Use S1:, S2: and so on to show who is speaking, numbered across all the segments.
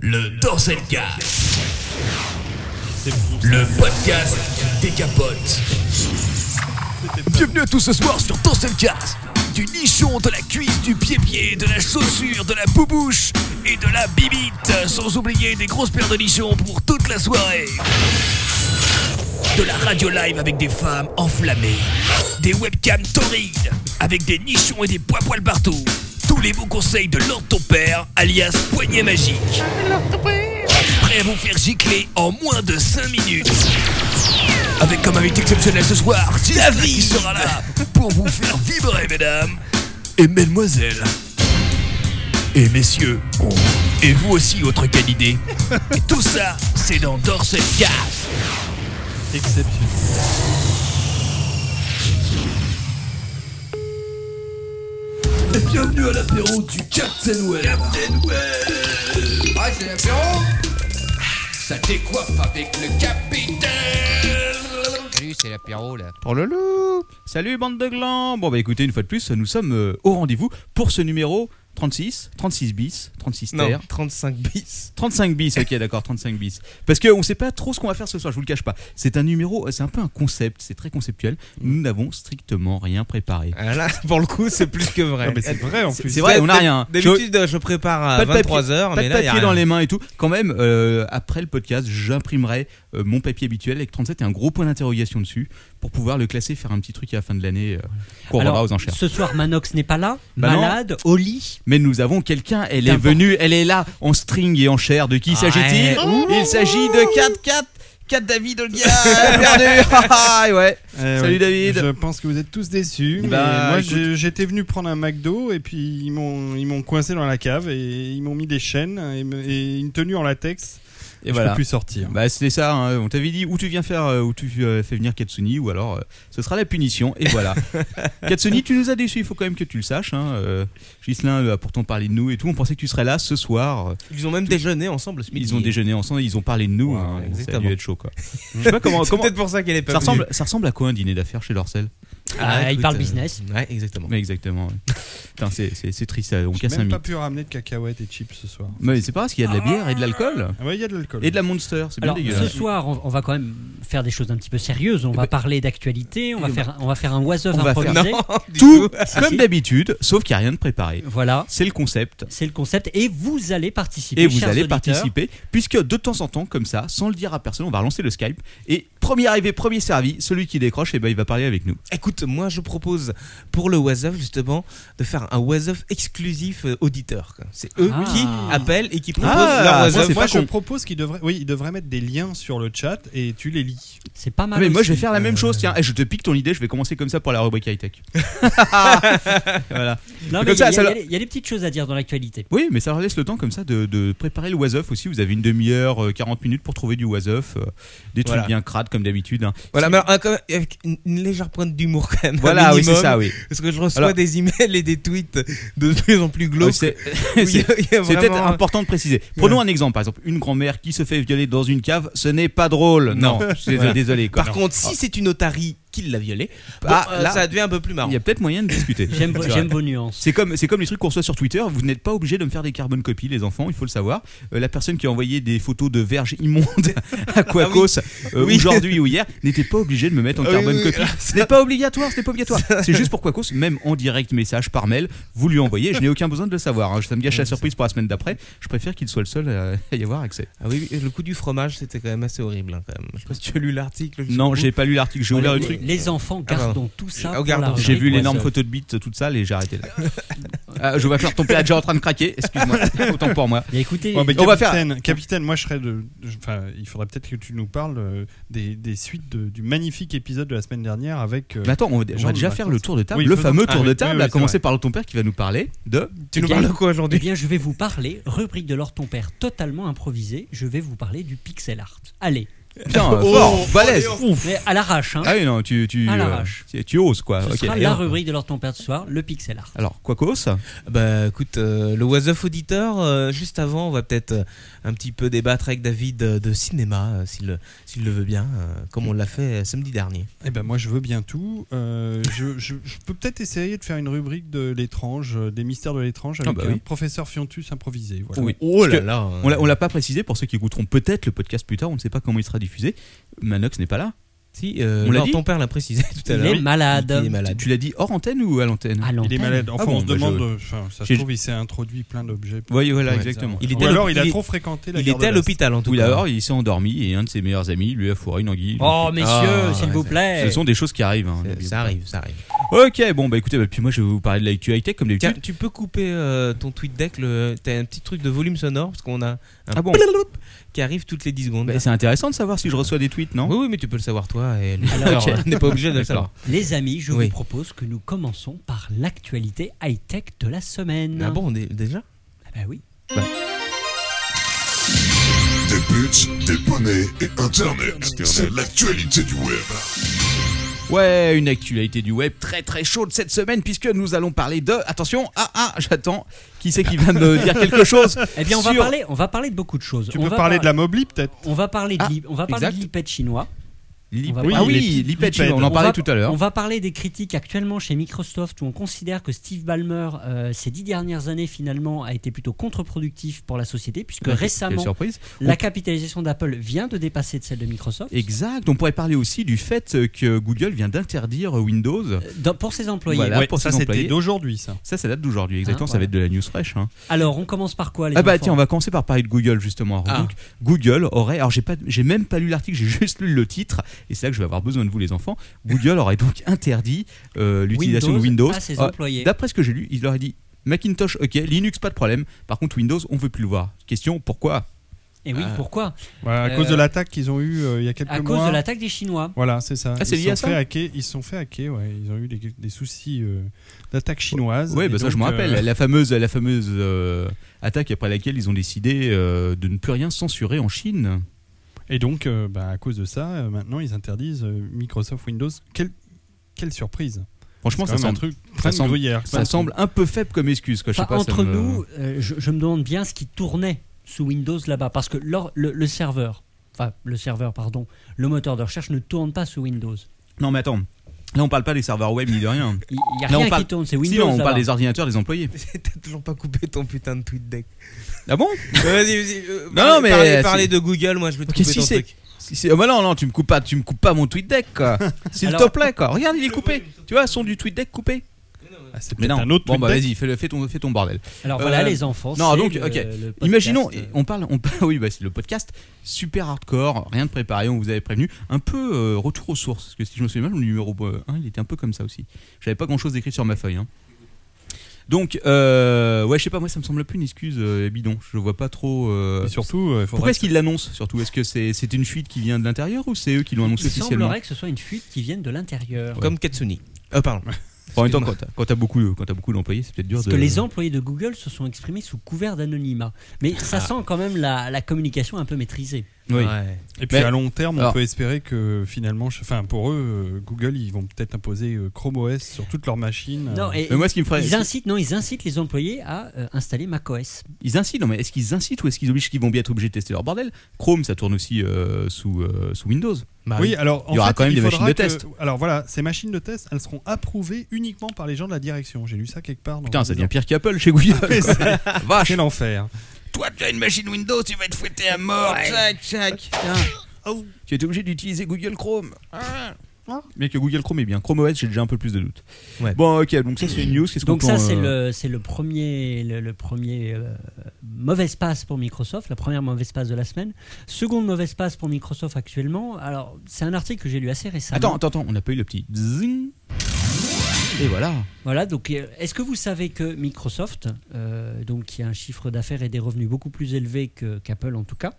S1: le Dorselcast. Le podcast qui décapote. Bienvenue à tous ce soir sur Dorselcast. Du nichon, de la cuisse, du pied-pied, de la chaussure, de la boubouche et de la bibite. Sans oublier des grosses paires de nichons pour toute la soirée. De la radio live avec des femmes enflammées. Des webcams torrides avec des nichons et des poids poils partout. Tous les bons conseils de Lord ton père, alias Poignée Magique. Prêt à vous faire gicler en moins de 5 minutes. Avec comme invité exceptionnel ce soir, David qui sera là pour vous faire vibrer, mesdames et mesdemoiselles. Et messieurs, et vous aussi, autre canidé. Et tout ça, c'est dans Dorset Gas.
S2: Exceptionnel.
S1: Et bienvenue à l'apéro du Captain Web. Captain Web.
S3: Ouais, c'est l'apéro Ça décoiffe avec le capitaine Salut, c'est l'apéro, là.
S2: Oh le loup Salut bande de glands Bon bah écoutez, une fois de plus, nous sommes euh, au rendez-vous pour ce numéro 36, 36 bis, 36
S4: Non,
S2: terre.
S4: 35 bis.
S2: 35 bis, ok d'accord, 35 bis. Parce qu'on sait pas trop ce qu'on va faire ce soir, je vous le cache pas. C'est un numéro, euh, c'est un peu un concept, c'est très conceptuel. Nous n'avons strictement rien préparé.
S4: Ah Là, pour le coup, c'est plus que vrai.
S2: Non, mais c'est vrai, en
S4: C'est-
S2: plus.
S4: c'est
S2: Ouais, on a rien.
S4: D'habitude, euh, je prépare à
S2: Pas de papier-
S4: 23h,
S2: pas
S4: mais
S2: de
S4: là, il
S2: papier
S4: y a rien.
S2: dans les mains et tout. Quand même, euh, après le podcast, j'imprimerai euh, mon papier habituel avec 37 et un gros point d'interrogation dessus pour pouvoir le classer, faire un petit truc à la fin de l'année euh, qu'on
S5: Alors,
S2: rendra aux enchères.
S5: Ce soir, Manox n'est pas là,
S2: Bah non.
S5: malade, au lit.
S2: Mais nous avons quelqu'un, elle est
S5: T'importe.
S2: venue, elle est là, en string et en chair. De
S4: Ah,
S2: qui s'agit-il Il s'agit de 4 4 4 David Olga perdu Ah, ouais.
S6: Eh
S2: Salut, David.
S6: Je pense que vous êtes tous déçus. mais
S2: Bah,
S6: moi,
S2: écoute.
S6: j'ai- j'étais venu prendre un McDo et puis ils m'ont ils m'ont coincé dans la cave et ils m'ont mis des chaînes et, me- et une tenue en latex.
S2: Et
S6: je
S2: voilà.
S6: peux plus sortir.
S2: Bah c'était ça, hein. on t'avait dit où tu viens faire, euh, où tu euh, fais venir Katsuni ou alors euh, ce sera la punition et voilà. Katsuni tu nous as déçus, il faut quand même que tu le saches. Hein. euh, Ghislain euh, a pourtant parlé de nous et tout, on pensait que tu serais là ce soir.
S4: Ils ont même déjeuné ensemble ce midi.
S2: Ils ont déjeuné ensemble, ils ont parlé de nous,
S4: Ouais,
S2: hein, ça a
S4: exactement.
S2: dû être chaud quoi. Je sais pas comment...
S4: C'est
S2: comment-
S4: peut-être pour ça qu'elle est pas
S2: Ça
S4: venue.
S2: ressemble, ça ressemble à quoi un dîner d'affaires chez Dorcel
S5: Ah, il
S4: écoute,
S5: parle
S4: euh,
S5: business.
S4: Ouais, exactement.
S2: Mais exactement. ouais. Putain, c'est- c'est c'est triste, ça, on
S6: J'ai
S2: casse un
S6: même pas
S2: mythe.
S6: pu ramener de cacahuètes et de chips ce soir.
S2: Mais c'est pas parce qu'il y a de la bière et de l'alcool
S6: Ah ouais, il y a de l'alcool.
S2: et de la Monster, c'est bien
S5: Alors, ce
S2: dégueulasse. ben,
S5: soir, on, on va quand même faire des choses un petit peu sérieuses. On va parler d'actualité, on va
S2: eh
S5: faire, on va faire un was-of
S2: on va faire-
S5: improvisé.
S4: Du
S2: Tout
S4: coup,
S2: comme d'habitude, sauf qu'il n'y a rien de préparé.
S5: Voilà,
S2: C'est le concept.
S5: c'est le concept. Et vous allez participer.
S2: Et vous
S5: chers
S2: allez
S5: auditeurs.
S2: participer, puisque de temps en temps, comme ça, sans le dire à personne, on va relancer le Skype. Et premier arrivé, premier servi, celui qui décroche, et ben, il va parler avec nous.
S4: Écoute, moi, je propose pour le WhatsApp justement de faire un WhatsApp exclusif euh, auditeur. quoi. C'est eux
S5: Ah.
S4: qui appellent et qui proposent
S2: Ah,
S4: leur
S2: moi,
S4: WhatsApp.
S2: c'est
S6: moi,
S2: pas
S6: je
S2: con.
S6: propose qu'ils devraient, oui, ils devraient mettre des liens sur le chat et tu les lis.
S5: C'est pas mal.
S2: Ah, mais moi,
S5: aussi.
S2: je vais faire la même chose. Tiens, Eh, je te pique ton idée, je vais commencer comme ça pour la rubrique high-tech. voilà.
S5: Non,
S2: Comme
S5: mais il y,
S2: ça,
S5: a-
S2: ça
S5: il y a-
S2: leur-
S5: il y a des petites choses à dire dans l'actualité.
S2: Oui, mais ça leur laisse le temps comme ça de, de préparer le was-off aussi. Vous avez une demi-heure, euh, 40 minutes pour trouver du was-off, euh, des trucs
S4: Voilà.
S2: bien crades comme d'habitude. hein.
S4: Voilà, mais alors, euh, quand même, avec une, une légère pointe d'humour quand même. un
S2: Voilà, oui, c'est
S4: minimum,
S2: ça, oui.
S4: Parce que je reçois
S2: Alors-
S4: des emails et des tweets de plus en plus
S2: Euh,
S4: glauques.
S2: c'est-
S4: Oui,
S2: c'est-
S4: il y a
S2: C'est peut-être
S4: vraiment-
S2: important de préciser. Prenons un exemple, par exemple, une grand-mère qui se fait violer dans une cave, ce n'est pas drôle. Non, je suis désolé. quoi.
S4: Par contre, si c'est une otarie qui l'a violée, bon,
S2: Ah,
S4: euh,
S2: là-
S4: ça devient un peu plus marrant.
S2: il y a peut-être moyen de discuter.
S5: J'aime vos,
S2: C'est vrai.
S5: j'aime vos nuances.
S2: C'est comme, c'est comme les trucs qu'on reçoit sur Twitter, vous n'êtes pas obligé de me faire des carbone copies, les enfants, il faut le savoir. Euh, la personne qui a envoyé des photos de verges immondes à Quacos euh,
S4: Ah Oui.
S2: aujourd'hui ou hier n'était pas obligé de me mettre en
S4: Ah oui,
S2: carbone
S4: oui,
S2: copie. Ce n'est pas obligatoire, ce n'est pas obligatoire. C'est juste pour Quacos, même en direct message par mail, vous lui envoyez, je n'ai aucun besoin de le savoir. hein. Ça me gâche la surprise pour la semaine d'après, je préfère qu'il soit le seul à à y avoir accès.
S4: Ah oui, oui, le coup du fromage, c'était quand même assez horrible. hein, quand même. Je sais pas si tu as lu l'article. jusqu'au
S2: Non,
S4: bout.
S2: j'ai pas lu l'article, j'ai ouvert le
S5: les,
S2: truc. Oh,
S5: les enfants,
S4: Ah,
S5: gardons tout ça.
S4: Ah,
S5: pour
S4: gardons.
S5: la
S2: J'ai vu
S5: rubrique.
S2: l'énorme
S4: ça.
S2: photo de bite, toute sale, et j'ai arrêté là. Ah, je vais faire ton plat déjà en train de craquer, excuse-moi, autant pour moi. bah,
S5: Mais écoutez,
S6: Ouais, mais
S2: on va
S6: capitaine, capitaine, moi je serais de. je- Enfin, il faudrait peut-être que tu nous parles euh, des, des suites de- du magnifique épisode de la semaine dernière avec. euh,
S2: Mais attends, on va, on va
S6: Jean-Louis
S2: déjà
S6: Martin.
S2: faire le tour de table,
S6: Oui,
S2: le
S6: faisons-
S2: fameux
S6: Ah
S2: tour
S6: oui,
S2: de
S6: oui,
S2: table,
S6: oui,
S2: à
S6: c'est
S2: commencer
S6: vrai.
S2: par le ton père qui va nous parler de.
S4: Tu nous
S5: Bien.
S4: parles de quoi
S5: eh
S4: aujourd'hui
S5: bien, je vais vous parler, rubrique de l'or ton père totalement improvisée, je vais vous parler du pixel art. Allez, Oh.
S2: Bien, fort, balèze.
S5: Mais à l'arrache, hein.
S2: oh, Ah oui, non, tu, tu,
S5: À
S2: euh,
S5: l'arrache.
S2: tu, tu oses quoi.
S5: Ce
S2: Ok,
S5: sera
S2: et
S5: la
S2: alors-
S5: rubrique de l'heure de ton père de ce soir, le pixel art.
S2: Alors, quoi qu'ose
S4: Bah écoute, euh, le Was of Auditeur, euh, juste avant, on va peut-être euh, un petit peu débattre avec David euh, de cinéma, euh, s'il s'il le veut bien, euh, comme on l'a fait euh, samedi dernier.
S6: Eh ben moi je veux bien tout. Euh, je, je- je peux peut-être essayer de faire une rubrique de l'étrange, euh, des mystères de l'étrange avec
S2: Ah bah oui.
S6: un professeur Fiontus improvisé. Voilà.
S2: Oui.
S4: Oh
S2: là
S4: là
S2: On l'a- on l'a pas précisé pour ceux qui écouteront peut-être le podcast plus tard, on ne sait pas comment il sera diffusé. Manox n'est pas là.
S4: Si, euh,
S2: On l'a
S4: non,
S2: dit
S4: ton père l'a précisé tout à
S5: Il
S4: l'heure.
S5: est malade.
S4: Il est malade.
S2: Tu l'as dit hors antenne ou à l'antenne
S5: À
S6: Il est
S5: l'antenne.
S6: malade. Enfin,
S2: Ah bon,
S6: on se
S2: bah, je-
S6: demande. euh, enfin, ça se
S2: J'ai-
S6: trouve, il s'est introduit plein d'objets.
S2: Oui, voilà,
S4: Ouais,
S2: exactement.
S4: Il
S6: Ou
S4: était, à
S6: alors, il a
S4: l'hôp-
S6: trop fréquenté la
S4: il
S6: garde
S4: était à
S6: à l'Est.
S4: l'hôpital en tout
S2: Ou
S4: cas.
S2: alors il s'est endormi et un de ses meilleurs amis lui a fourré une anguille.
S5: Oh, messieurs,
S4: Ah,
S5: s'il
S4: ouais,
S5: vous
S4: c'est-
S5: plaît.
S2: Ce sont des choses qui arrivent. hein,
S4: Euh,
S2: n'oublions
S4: Ça
S2: pas.
S4: arrive, ça arrive.
S2: Ok, bon bah écoutez, bah, puis moi je vais vous parler de l'actu high tech comme
S4: Tiens,
S2: d'habitude.
S4: tu peux couper euh, ton tweet deck, le- t'as un petit truc de volume sonore, parce qu'on a un
S2: Ah bon
S4: plalaloup qui arrive toutes les 10 secondes.
S2: Bah, C'est intéressant de savoir si je reçois des tweets, non
S4: oui, oui, mais tu peux le savoir toi, et
S5: Alors,
S4: l'auditeur euh, n'est pas obligé de le savoir.
S5: Les amis, je
S4: Oui.
S5: vous propose que nous commençons par l'actualité high-tech de la semaine.
S4: Ah bon, on est- déjà
S5: Ah bah oui.
S7: Des buts, des poneys et Internet. C'est l'actualité du web.
S2: Ouais, une actualité du web très très chaude cette semaine puisque nous allons parler de... Attention, ah ah, j'attends, qui c'est qui va me dire quelque chose
S5: Eh bien, on va
S2: Sur-
S5: parler, on va parler de beaucoup de choses.
S6: Tu
S5: on
S6: peux
S5: va
S6: parler de la Mobli peut-être.
S5: On va parler de
S2: Ah,
S5: l'I- on va parler de
S2: exact.
S5: l'IPED chinois.
S2: Lip-
S5: On va
S2: Oui,
S5: parler-
S2: oui, l'IPED,
S6: Liped.
S2: on en
S5: On
S2: parlait
S5: va-
S2: tout à l'heure.
S5: On va parler des critiques actuellement chez Microsoft où on considère que Steve Ballmer, euh, ces dix dernières années finalement, a été plutôt contre-productif pour la société puisque
S2: Quelle
S5: récemment,
S2: surprise.
S5: la capitalisation d'Apple vient de dépasser de celle de Microsoft.
S2: Exact, on pourrait parler aussi du fait euh, que Google vient d'interdire euh, Windows.
S5: Euh, Dans- pour ses employés.
S2: Voilà.
S6: Ouais,
S2: pour
S6: ça
S2: ses
S6: c'était
S2: employés.
S6: d'aujourd'hui ça.
S2: Ça, ça date d'aujourd'hui, exactement,
S5: Ah,
S2: ça va être de la news fraîche. hein.
S5: Alors, on commence par quoi les hein.
S2: Ah bah
S5: enfants
S2: tiens, on va commencer par parler de Google justement. Alors,
S4: Ah.
S2: donc, Google aurait, alors j'ai pas, j'ai même pas lu l'article, j'ai juste lu le titre, et c'est là que je vais avoir besoin de vous les enfants. Google aurait donc interdit euh, l'utilisation de Windows.
S5: à ses
S2: Ah,
S5: employés.
S2: D'après ce que j'ai lu, il leur a dit Macintosh, ok, Linux, pas de problème. Par contre, Windows, on veut plus le voir. Question, pourquoi
S5: Et Eh oui,
S4: Ah.
S5: pourquoi
S6: Voilà, bah, à
S5: Euh,
S6: cause de l'attaque qu'ils ont eue euh, il y a quelques
S5: À
S6: mois.
S5: cause de l'attaque des Chinois.
S6: Voilà, c'est ça.
S2: Ah, c'est
S6: ils
S2: lié
S6: sont
S2: à ça
S6: fait hacker, Ils se sont fait hacker, ouais. Ils ont eu des, des soucis euh, d'attaque chinoise.
S2: Oui,
S6: Et
S2: bah ça je
S6: donc,
S2: me
S6: euh,
S2: rappelle. La fameuse, la fameuse euh, attaque après laquelle ils ont décidé euh, de ne plus rien censurer en Chine.
S6: Et donc, euh, bah, à cause de ça, euh, maintenant, ils interdisent euh, Microsoft Windows. Quelle, quelle surprise
S2: Franchement, ça
S6: C'est quand même
S2: semble,
S6: un truc très
S2: semble-
S6: gruyère.
S2: ça semble un peu faible comme excuse. Quoi. Je sais
S5: Enfin,
S2: pas, ça
S5: entre
S2: me-
S5: nous, euh, je, je me demande bien ce qui tournait sous Windows là-bas. Parce que lors- le, le serveur, enfin le serveur, pardon, le moteur de recherche ne tourne pas sous Windows.
S2: Non, mais attends. Là, on parle pas des serveurs web ni de rien.
S5: Il n'y a
S2: Là, on
S5: rien
S2: parle-
S5: qui tourne, c'est
S2: Si,
S5: Windows.
S2: non, on parle
S5: là-bas.
S2: des ordinateurs, des employés.
S4: T'as toujours pas coupé ton putain de tweet deck.
S2: Ah bon
S4: Vas-y, vas-y. euh,
S2: Non, parlez- mais euh, parlez- c'est-
S4: Parler
S2: parlez
S4: de Google, moi je veux te
S2: Ok,
S4: couper
S2: couper si
S4: ton
S2: ton c'est-
S4: truc.
S2: truc. si, si. Ah bah non, non, tu me coupes pas, tu me coupes pas mon tweet deck, quoi. S'il te
S5: Alors-
S2: plaît, quoi. Regarde, il est coupé. Tu vois, son du tweet deck coupé.
S6: Ah, c'est
S2: Mais
S6: peut-être
S2: non.
S6: un autre
S2: bon,
S6: tweet
S2: bah
S6: deck.
S2: vas-y, fais, le- fais ton, fais ton bordel.
S5: Alors voilà
S2: Euh,
S5: les enfants.
S2: non,
S5: c'est
S2: donc,
S5: le-
S2: ok.
S5: le podcast,
S2: Imaginons,
S5: euh,
S2: on parle, on parle- oui, bah, c'est le podcast super hardcore, rien de préparé, on vous avait prévenu, un peu euh, retour aux sources, parce que si je me souviens bien, le numéro 1, il était un peu comme ça aussi. J'avais pas grand chose d'écrit sur ma feuille. hein. Donc, euh, ouais, je sais pas, moi ça me semble plus une excuse euh, bidon, je vois pas trop. euh,
S6: Et surtout, euh,
S2: pourquoi
S6: faudrait...
S2: est-ce qu'ils l'annoncent surtout Est-ce que c'est c'était une fuite qui vient de l'intérieur ou c'est eux qui l'ont annoncé
S5: Il
S2: officiellement
S5: semblerait que ce soit une fuite qui vienne de l'intérieur.
S4: Comme Katsuni. Euh, pardon.
S2: En même temps, quand t'as- quand t'as beaucoup, quand t'as beaucoup d'employés, c'est peut-être dur
S5: Parce
S2: de.
S5: que les employés de Google se sont exprimés sous couvert d'anonymat. Mais ça sent quand même la, la communication un peu maîtrisée.
S2: Oui.
S4: Ouais.
S6: Et puis
S2: Mais-
S6: à long terme, on
S2: Alors-
S6: peut espérer que finalement, je- enfin pour eux, euh, Google, ils vont peut-être imposer euh, Chrome OS sur toutes leurs machines. euh.
S5: Non, et
S2: Mais moi, ce qui me ferait,
S5: ils incitent, non, ils incitent les employés à euh, installer macOS.
S2: Ils incitent, non mais est-ce qu'ils incitent ou est-ce qu'ils obligent qu'ils vont bien être obligés de tester leur bordel Chrome, ça tourne aussi euh, sous, euh, sous Windows.
S4: Bah
S6: oui, alors en
S2: Il y aura
S6: fait,
S2: quand même des
S6: faudra
S2: machines de
S6: que-
S2: test.
S6: Alors voilà, ces machines de test, elles seront approuvées uniquement par les gens de la direction. J'ai lu ça quelque part. dans-
S2: Putain, ça devient pire qu'Apple chez Google. quoi. Vache
S6: C'est l'enfer.
S2: Toi, tu as une machine Windows, tu vas te fouetter à mort Tchac, tchac Tiens. Tu es obligé d'utiliser Google Chrome Ah. mais que Google Chrome est bien. Chrome OS, j'ai déjà un peu plus de doutes.
S4: Ouais.
S2: Bon, ok, donc ça c'est une news. Qu'est-ce qu'on
S5: Donc
S2: peut
S5: ça,
S2: en,
S5: c'est
S2: euh,
S5: le, c'est le premier, le, le premier euh, mauvaise passe pour Microsoft, la première mauvaise passe de la semaine. Seconde mauvaise passe pour Microsoft actuellement. Alors, c'est un article que j'ai lu assez récemment.
S2: Attends, attends, attends, on n'a pas eu le petit zing. Et voilà.
S5: Voilà, donc euh, est-ce que vous savez que Microsoft, euh, donc qui a un chiffre d'affaires et des revenus beaucoup plus élevés que- qu'Apple en tout cas,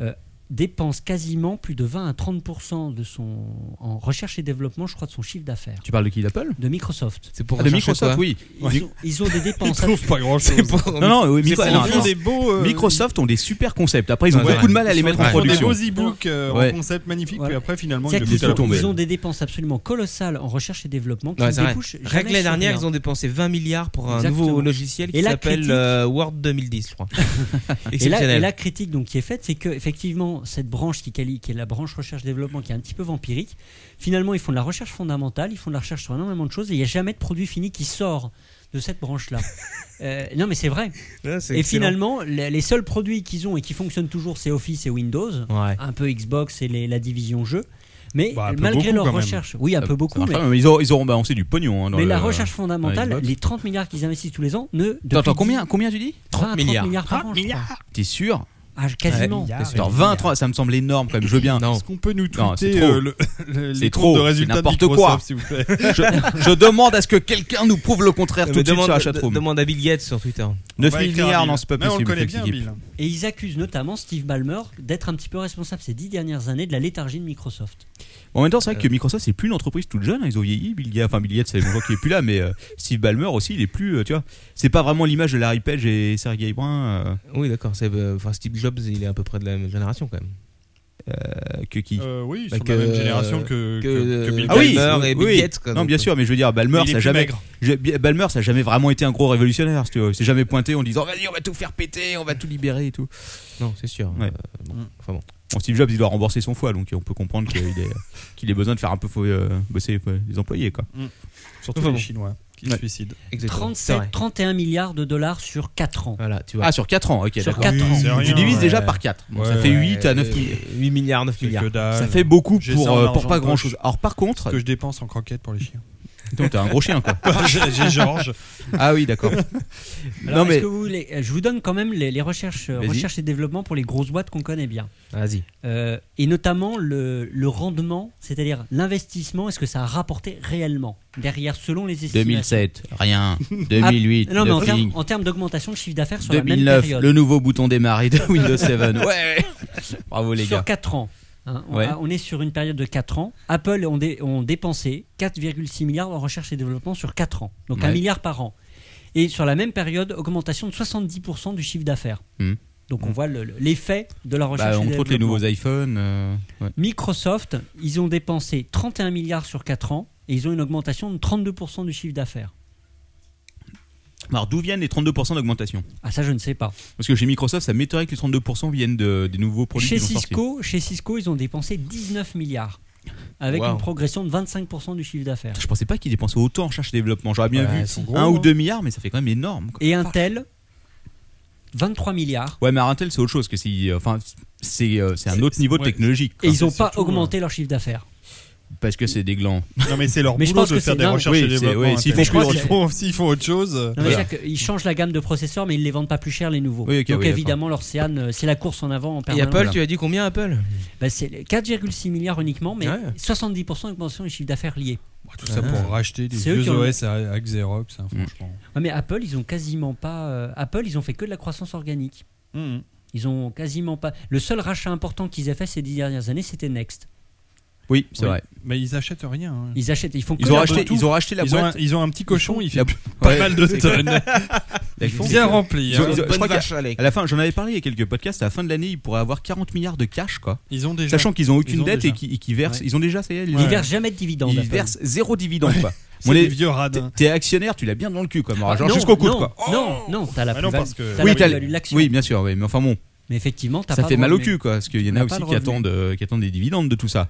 S5: euh, dépense quasiment plus de 20 à 30% de son, en recherche et développement, je crois, de son chiffre d'affaires,
S2: Tu parles de qui d'Apple
S5: de Microsoft.
S4: C'est pour
S2: Ah, De
S4: rechercher
S2: Microsoft,
S4: quoi
S2: oui.
S5: Ils, ont, ils ont des
S6: Ils
S5: dépenses.
S6: trouvent pas grand chose.
S4: C'est pour-
S2: Non, non, oui, Micro-
S4: pour
S2: non,
S4: vendre
S2: attends.
S6: des beaux. euh,
S2: Microsoft ont des super concepts. Après, ils ont
S6: Ouais.
S2: beaucoup de mal à les
S6: ils
S2: mettre
S6: font
S2: en
S6: des
S2: production.
S6: beaux e-books euh,
S2: Ouais.
S6: en concept magnifique,
S5: Voilà.
S6: puis après finalement ils
S5: C'est-à-dire
S6: le
S5: qu'ils
S2: tout
S5: ont-
S6: foutent à la
S2: tomber.
S5: ils ont des dépenses absolument colossales en recherche et développement qui
S4: Ouais,
S5: ne
S4: c'est vrai.
S5: débouchent jamais
S4: Rien que l'année
S5: sur
S4: dernière,
S5: rien.
S4: ils ont dépensé 20 milliards pour un
S5: Exactement.
S4: nouveau logiciel qui
S5: Et la
S4: s'appelle
S5: critique-
S4: euh, Word 2010, je crois.
S5: Et la,
S4: Exceptionnel. Euh,
S5: et la critique donc qui est faite, c'est que effectivement cette branche qui, quali- qui est la branche recherche-développement, qui est un petit peu vampirique, finalement ils font de la recherche fondamentale, ils font de la recherche sur énormément de choses, et il n'y a jamais de produit fini qui sort de cette branche-là. Euh, non mais c'est vrai.
S4: Ouais, c'est
S5: Et
S4: excellent.
S5: finalement, les, les seuls produits qu'ils ont et qui fonctionnent toujours, c'est Office et Windows,
S4: Ouais.
S5: un peu Xbox et les- la division jeu. Mais
S6: Bah, un peu
S5: malgré
S6: beaucoup,
S5: leur
S6: quand même.
S5: recherche, oui un
S2: Ça-
S5: peu
S2: ça
S5: beaucoup,
S2: marche
S5: mais,
S2: pas, mais ils auront, ils auront balancé du pognon. hein, dans
S5: mais
S2: le-
S5: la recherche fondamentale,
S2: Xbox.
S5: les 30 milliards qu'ils investissent tous les ans, ne
S2: Attends, attends,
S5: depuis
S2: combien, combien tu dis
S5: 20, 30 milliards, par an, je crois.
S2: T'es sûr
S5: Ah, quasiment.
S6: milliards.
S2: Attends, 20, 30, ça me semble énorme quand même, je veux bien.
S4: Non.
S6: Est-ce qu'on peut nous
S2: Non, c'est
S6: tweeter
S2: trop.
S6: euh, le- le-
S2: C'est
S6: les
S2: trop,
S6: comptes de
S2: c'est
S6: résultats de
S2: n'importe
S6: Microsoft,
S2: quoi.
S6: s'il vous plaît
S2: Je, je demande à ce que quelqu'un nous prouve le contraire
S4: Mais
S2: tout de suite
S4: demande,
S2: sur la
S4: de-
S2: chatroom.
S4: demande à Bill Gates sur Twitter.
S2: 9
S6: On va écrire à
S2: milliards,
S6: Bill.
S2: non, c'est pas
S6: Mais
S2: possible.
S6: On le connaît
S2: avec
S6: bien,
S2: l'équipe.
S6: Bill.
S5: Et ils accusent notamment Steve Ballmer d'être un petit peu responsable ces dix dernières années de la léthargie de Microsoft.
S2: En même temps,
S4: Euh.
S2: c'est vrai que
S6: Euh,
S2: Microsoft, c'est plus une entreprise toute jeune. hein, Ils ont vieilli. Bill Gates, enfin Bill Gates, c'est bon qui est plus là, mais euh, Steve Ballmer aussi, il est plus. euh, tu vois, c'est pas vraiment l'image de Larry Page et Sergey Brin
S4: Oui, d'accord. c'est, euh, Enfin, Steve Jobs, il est à peu près de la même génération quand même.
S2: euh, que qui.
S6: Euh, oui, ils
S4: Bah
S6: sont de la
S4: que-
S6: même génération que, que, que Bill
S4: Ah oui,
S6: Gates.
S4: Palmer et Bill
S2: oui.
S4: Gates, quoi,
S2: non,
S4: donc,
S2: bien
S4: euh,
S2: sûr, mais je veux dire, Balmer,
S6: Mais il est
S2: ça a
S6: plus
S2: jamais.
S6: maigre.
S2: je- Bi- Balmer, ça a jamais vraiment été un gros révolutionnaire. si Tu vois. Il s'est jamais pointé en disant vas-y, on va tout faire péter, on va tout libérer et tout.
S4: Non, c'est sûr.
S2: Ouais.
S4: Euh,
S2: Mm.
S4: bon, Enfin bon.
S2: Bon, Steve Jobs, il doit rembourser son foie, donc on peut comprendre qu'il ait, qu'il ait besoin de faire un peu fou- euh, bosser euh, les employés, quoi.
S5: Mm.
S6: Surtout
S4: Enfin
S6: les
S4: bon.
S6: Chinois qui
S2: Ouais.
S6: se suicident.
S4: Exactement. C'est
S5: 37,
S4: vrai.
S5: 31 milliards de dollars sur 4 ans.
S4: Voilà, tu vois.
S2: Ah, sur 4 ans, ok,
S5: sur
S2: d'accord.
S5: 4 ans.
S6: C'est
S2: Tu
S6: rien,
S2: divises
S6: ouais.
S2: déjà par 4. ça
S6: Ouais,
S2: fait
S4: Ouais,
S2: 8 à 9
S4: euh, 8 milliards, 9 milliards.
S6: Que dalle.
S2: Ça fait beaucoup
S6: J'ai ça
S2: pour,
S6: en
S2: euh, pour
S6: argent
S2: pas
S6: de
S2: grand
S6: poche.
S2: chose. Alors, par contre,
S6: que je dépense en croquettes pour les chiens.
S2: donc t'as un gros chien, quoi.
S6: J'ai j'ai Georges.
S2: Ah oui, d'accord.
S5: Alors,
S2: non, mais.
S5: est-ce que vous voulez- euh, je vous donne quand même les, les recherches, euh,
S2: Vas-y.
S5: recherche et développement pour les grosses boîtes qu'on connaît bien.
S4: Vas-y.
S5: Euh, et notamment le, le rendement, c'est-à-dire l'investissement, est-ce que ça a rapporté réellement derrière selon les estimations Ah,
S2: 2007, rien. 2008,
S5: Non, mais en
S2: le
S5: termes-
S2: ping.
S5: en termes d'augmentation de chiffre d'affaires sur la même
S2: 2009,
S5: période.
S2: le nouveau bouton démarrer de Windows 7. Ouais Bravo, les
S5: sur
S2: gars.
S5: 4 ans. hein. on,
S2: Ouais.
S5: on est sur une période de 4 ans. Apple ont, dé- ont dépensé 4,6 milliards en recherche et développement sur 4 ans, donc 1
S2: Ouais.
S5: milliard par an. Et sur la même période, augmentation de 70% du chiffre d'affaires.
S2: Mhm.
S5: Donc on voit le- le- l'effet de la recherche
S2: Bah,
S5: et
S2: entre autres, les
S5: développement.
S2: nouveaux iPhones. euh, ouais.
S5: Microsoft, ils ont dépensé 31 milliards sur 4 ans et ils ont une augmentation de 32% du chiffre d'affaires.
S2: Alors, d'où viennent les 32% d'augmentation
S5: Ah ça je ne sais pas.
S2: Parce que chez Microsoft, ça m'étonnerait que les 32% viennent de- des nouveaux produits
S5: Chez
S2: qu'ils ont sortis.
S5: Cisco, chez Cisco, ils ont dépensé 19 milliards avec
S4: Wow.
S5: une progression de 25% du chiffre d'affaires.
S2: Je pensais pas qu'ils dépensaient autant en recherche et développement. J'aurais bien
S5: Bah,
S4: Ouais,
S2: vu
S4: ils sont
S6: gros,
S2: 1 ou
S6: hein.
S2: 2 milliards, mais ça fait quand même énorme. quoi.
S5: Et Intel, 23 milliards.
S2: Ouais, mais Intel, c'est autre chose que si. euh, Enfin, c'est euh, c'est un autre niveau
S6: ouais.
S2: technologique. hein.
S5: Et
S2: quoi.
S5: ils n'ont
S6: c'est
S5: pas
S6: surtout,
S2: euh,
S5: augmenté leur chiffre d'affaires.
S2: Parce que c'est des glands.
S6: Non mais c'est leur
S5: Mais je
S6: boulot
S5: pense
S6: de
S5: que
S6: faire
S5: c'est-
S6: des
S5: non,
S6: recherches
S2: oui,
S6: et
S2: c'est-
S6: développement.
S2: oui, s'ils
S6: Intel.
S2: font plus de
S6: S'ils
S2: recherches.
S6: font, s'ils font autre chose, euh,
S5: Non, mais
S2: Voilà.
S5: c'est-à-dire qu'ils changent la gamme de processeurs, mais ils ne les vendent pas plus cher, les nouveaux.
S2: Oui, ok,
S5: Donc
S2: oui,
S5: évidemment, leur CEAN, euh, c'est la course en avant en
S4: Et Apple,
S5: permanence.
S4: tu as dit combien Apple
S5: Bah, c'est 4,6 milliards uniquement, mais
S4: Ouais.
S5: 70% d'augmentation du chiffre d'affaires lié.
S6: bah, tout ça
S4: Ah.
S6: pour racheter des
S5: C'est eux
S6: vieux
S5: qui ont-
S6: OS à, à Xerox, hein,
S2: Mm.
S6: franchement.
S5: Ouais, mais Apple, ils ont quasiment pas. euh, Apple, ils ont fait que de la croissance organique.
S6: Mm.
S5: Ils ont quasiment pas. Le seul rachat important qu'ils aient fait ces dix dernières années, c'était Next.
S2: Oui, c'est
S6: Oui.
S2: vrai.
S6: Mais ils achètent rien. hein.
S5: Ils achètent, ils font que
S2: Ils
S5: de
S2: ont,
S5: la
S2: racheté,
S5: boîte.
S2: ils ont racheté la
S6: Ils ont, un,
S2: boîte.
S6: ils ont un petit cochon, il fait
S2: La-
S6: pas
S2: Ouais,
S6: mal de
S2: c'est-
S6: tonnes.
S2: la- ils font-
S6: Bien rempli.
S2: Ils ont-
S6: hein.
S2: ils ont- je crois qu'à
S4: vache, Alex.
S2: à la fin, j'en avais parlé il y a quelques podcasts. À la fin de l'année, ils pourraient avoir 40 milliards de cash, quoi.
S6: Ils ont déjà.
S2: Sachant qu'ils ont aucune
S6: Ils ont
S2: dette et
S6: déjà.
S2: qu'ils et qu'ils versent.
S5: Ouais.
S2: Ils ont déjà, ça y est,
S5: Ils
S2: ils versent-
S5: versent jamais de dividendes.
S2: ils
S5: Apple.
S2: versent zéro dividende, quoi. Mon
S6: C'est des
S2: les-
S6: vieux hein.
S2: t'es-
S6: radins.
S2: T'es actionnaire, tu l'as bien dans le cul, quoi. Mort.
S5: Ah,
S2: Genre
S5: non,
S2: jusqu'au coude,
S5: non,
S2: quoi.
S5: Non, non, t'as la
S6: Ah non,
S5: plus-value-
S6: parce que-
S5: t'as
S2: Oui,
S5: la
S2: t'as-
S5: plus-value de l'action.
S2: Oui, bien sûr, oui. Mais enfin bon.
S5: Mais effectivement, t'as
S2: ça
S5: pas
S2: fait
S5: de
S2: mal au
S5: revenu.
S2: cul, quoi, parce qu'il y en
S5: On
S2: a
S5: a
S2: aussi
S5: pas de
S2: qui
S5: revenus.
S2: attendent, euh, qui attendent des dividendes de tout ça.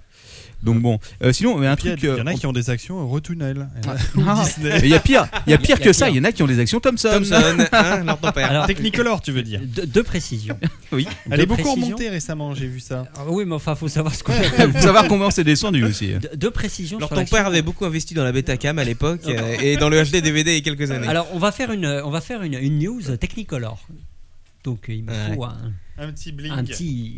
S2: Donc bon, Euh, sinon, mais un
S6: Puis, Il y a-
S2: truc.
S6: il y
S2: euh,
S6: en a qui ont des actions au Euh, Rotunnel.
S2: Ah, mais il y a pire, il y a pire
S5: Il y a
S2: que ça.
S5: pire.
S2: Il y en a qui ont des actions Thomson.
S4: Thomson, hein, Lord ton père.
S5: Alors,
S6: Technicolor, tu veux dire.
S5: deux, deux précisions.
S2: Oui.
S6: Elle est
S5: Deux
S6: beaucoup
S5: précisions.
S6: remontée récemment, j'ai vu ça.
S5: Ah oui, mais enfin, faut savoir ce qu'on fait.
S2: Faut savoir combien c'est descendu aussi.
S5: Deux- Deux précisions
S4: Alors
S5: sur
S4: ton
S5: l'action.
S4: père avait beaucoup investi dans la Betacam à l'époque euh, et dans le HD DVD il y a quelques années.
S5: Alors, on va faire une, on va faire une, une news Technicolor. Donc, il me faut un,
S6: Un petit blink.
S5: un petit.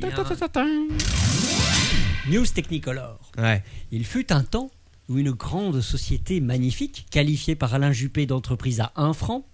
S5: un- News Technicolor.
S4: ouais.
S5: Il fut un temps où une grande société magnifique, qualifiée par Alain Juppé d'entreprise à 1 franc,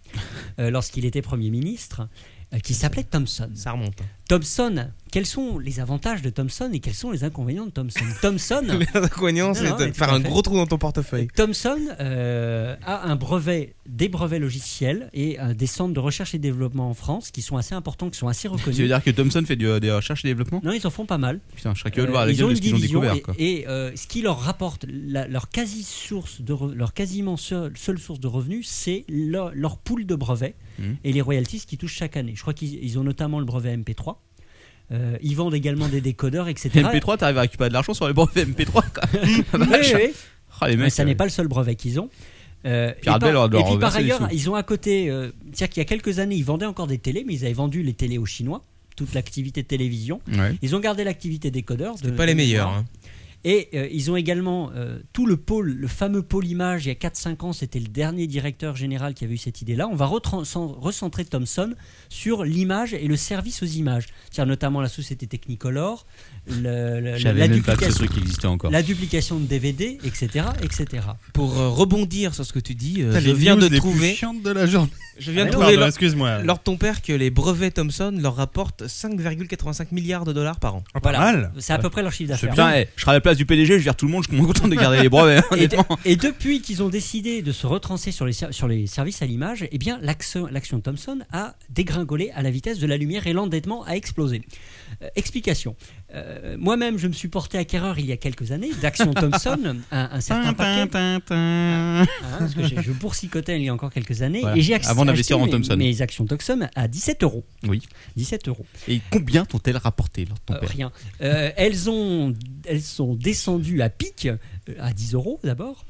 S5: euh, lorsqu'il était Premier ministre, euh, qui s'appelait Thomson.
S4: ça remonte. hein.
S5: Thomson, quels sont les avantages de Thomson et quels sont les inconvénients de Thomson Thomson,
S4: Les inconvénients, c'est
S5: Non, non, mais
S4: de
S5: tout
S4: faire
S5: à
S4: un
S5: fait.
S4: gros trou dans ton portefeuille.
S5: Thomson euh, a un brevet, des brevets logiciels et euh, des centres de recherche et développement en France qui sont assez importants, qui sont assez reconnus.
S2: Tu veux dire que Thomson fait du- euh, des recherches et développement
S5: Non, ils en font pas mal.
S2: Putain, je serais curieux de
S5: Euh,
S2: voir les
S5: ils
S2: gars
S5: ont
S2: de
S5: une
S2: ce qu'ils ont
S5: division
S2: découvert.
S5: et-
S2: quoi.
S5: Et, euh, ce qui leur rapporte la- leur quasi source de re- leur quasiment seule, seule source de revenus, c'est leur, leur pool de brevets
S2: Mhm.
S5: et les royalties qu'ils touchent chaque année. Je crois qu'ils ils ont notamment le brevet MP3. Euh, ils vendent également des décodeurs, etc.
S2: MP3, t'arrives à récupérer de l'argent sur les brevets MP3 quoi.
S5: Oui, oui, oui.
S2: Ah, les mecs,
S5: Mais ça n'est
S2: euh,
S5: pas le seul brevet qu'ils ont. Euh,
S2: Pierre
S5: et
S2: Abel
S5: par,
S2: leur doit
S5: et puis par
S2: renverser les
S5: ailleurs, ils ont à côté, euh, c'est-à-dire qu'il y a quelques années, ils vendaient encore des télés, mais ils avaient vendu les télés aux Chinois, toute l'activité télévision.
S2: Ouais.
S5: Ils ont gardé l'activité décodeur. de-
S4: Pas les
S5: de
S4: meilleurs.
S5: mémoire.
S4: hein.
S5: Et euh, ils ont également euh, tout le pôle, le fameux pôle image, il y a 4-5 ans, c'était le dernier directeur général qui avait eu cette idée-là. On va retran- cen- recentrer Thomson sur l'image et le service aux images. C'est-à-dire notamment la société Technicolor, le- le-
S2: Je
S5: la,
S2: savais même pas que ce
S5: duplication,
S2: truc existait encore.
S5: la duplication de DVD, etc. etc.
S4: Pour euh, rebondir sur ce que tu dis, euh,
S6: Putain,
S4: je
S6: les
S4: viens
S6: news
S4: de
S6: les plus
S4: trouver.
S6: chiantes de la journée. Ah,
S4: Je viens de
S6: Pardon,
S4: trouver leur-
S6: excuse-moi.
S4: lors de ton père que les brevets Thomson leur rapportent 5,85 milliards de dollars par an.
S6: Ah, pas
S5: voilà.
S6: mal.
S5: C'est à peu près leur chiffre d'affaires.
S2: Putain, eh, je serai à la place du PDG, je vire tout le monde, je suis content euh, de garder les brevets,
S5: Et, de-
S2: honnêtement.
S5: et depuis qu'ils ont décidé de se retrancher sur les, ser- sur les services à l'image, eh bien l'action l'action Thomson a dégringolé à la vitesse de la lumière et l'endettement a explosé. Euh, explication. Euh, Moi-même, je me suis porté acquéreur il y a quelques années d'action Thomson, un, un certain paquet, hein, parce que j'ai- je boursicotais il y a encore quelques années,
S2: Voilà.
S5: et j'ai acc-
S2: Avant d'investir
S5: acheté
S2: en
S5: mes-
S2: Thomson.
S5: Mes, actions Thomson à 17 euros.
S2: Oui.
S5: 17 euros.
S2: Et combien t'ont-elles rapporté, Lord ton
S5: Euh,
S2: père
S5: rien. Euh, elles, ont, elles sont descendues à pic, euh, à 10 euros d'abord.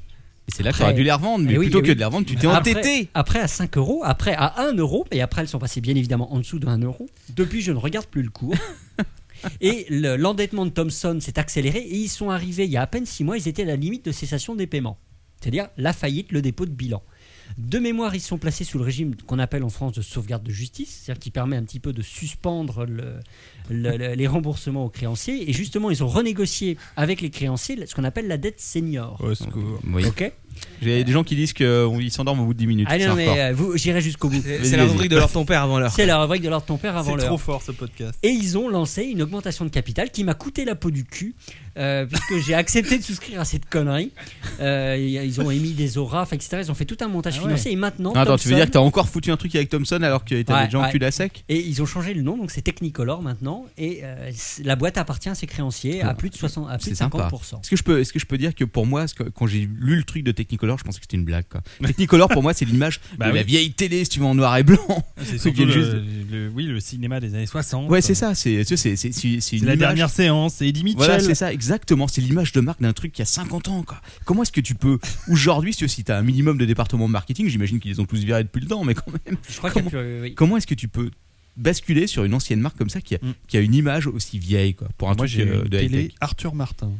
S2: Et c'est là que t'aurais dû les revendre, mais
S5: Eh oui,
S2: plutôt
S5: eh
S2: que
S5: oui.
S2: de les revendre, tu t'es
S5: Après-
S2: entêté.
S5: Après, à 5 euros, après à 1 euro, et après elles sont passées bien évidemment en dessous de 1 euro. Depuis, je ne regarde plus le cours. Et le- l'endettement de Thomson s'est accéléré et ils sont arrivés il y a à peine 6 mois, ils étaient à la limite de cessation des paiements. C'est-à-dire la faillite, le dépôt de bilan. De mémoire, ils sont placés sous le régime qu'on appelle en France de sauvegarde de justice, c'est-à-dire qui permet un petit peu de suspendre le- le- le- les remboursements aux créanciers. Et justement, ils ont renégocié avec les créanciers ce qu'on appelle la dette senior.
S6: Au secours.
S2: Oui.
S5: Ok
S2: J'ai des gens qui disent qu'ils s'endorment au bout de 10 minutes.
S5: Allez, non,
S2: c'est hardcore.
S5: mais euh, vous- j'irai jusqu'au bout.
S4: C'est
S2: Vas-y,
S4: c'est la
S2: vas-y.
S4: rubrique de leur ton père avant l'heure.
S5: C'est la rubrique de l'ordre de ton père avant
S6: C'est trop
S5: l'heure.
S6: fort ce podcast.
S5: Et ils ont lancé une augmentation de capital qui m'a coûté la peau du cul, euh, puisque j'ai accepté de souscrire à cette connerie. Euh, y a- ils ont émis des orafes, etc. Ils ont fait tout un montage
S6: Ah ouais.
S5: financier. Et maintenant,
S2: Attends, tu veux
S5: Thomson-
S2: dire que t'as encore foutu un truc avec Thomson alors que t'avais
S5: Ouais,
S2: déjà en
S5: ouais.
S2: cul à sec
S5: et ils ont changé le nom, donc c'est Technicolor maintenant. Et euh, c- la boîte appartient à ses créanciers à
S2: Bon,
S5: plus de, 60, à plus
S2: c'est
S5: de
S2: sympa.
S5: 50%.
S2: Est-ce que je peux, est-ce que je peux dire que pour moi, ce que- quand j'ai lu le truc de Technicolor, je pensais que c'était une blague. Quoi. Technicolor pour moi, c'est l'image
S6: Bah
S2: de la
S6: oui.
S2: vieille télé, si tu veux en noir et blanc.
S6: C'est
S2: Ceux
S6: surtout
S2: qui
S6: le,
S2: viennent
S6: le- oui, le cinéma des années 60.
S2: Ouais, c'est ça. C'est, tu sais, c'est, c'est, c'est, c'est
S6: C'est
S2: une
S6: la
S2: image-
S6: dernière séance, c'est Eddie Mitchell.
S2: Voilà, c'est ça, exactement. C'est l'image de marque d'un truc qui a 50 ans. Quoi. Comment est-ce que tu peux aujourd'hui, si tu si as un minimum de département de marketing, j'imagine qu'ils les ont tous virés depuis le temps, mais quand même.
S5: Je crois qu'il y
S2: Comment-
S5: a plus, euh, oui.
S2: Comment est-ce que tu peux basculer sur une ancienne marque comme ça qui a,
S6: Mm.
S2: qui a une image aussi vieille quoi, pour un
S6: Moi,
S2: truc
S6: j'ai
S2: euh,
S6: une
S2: de
S6: télé
S2: high-tech
S6: Arthur Martin.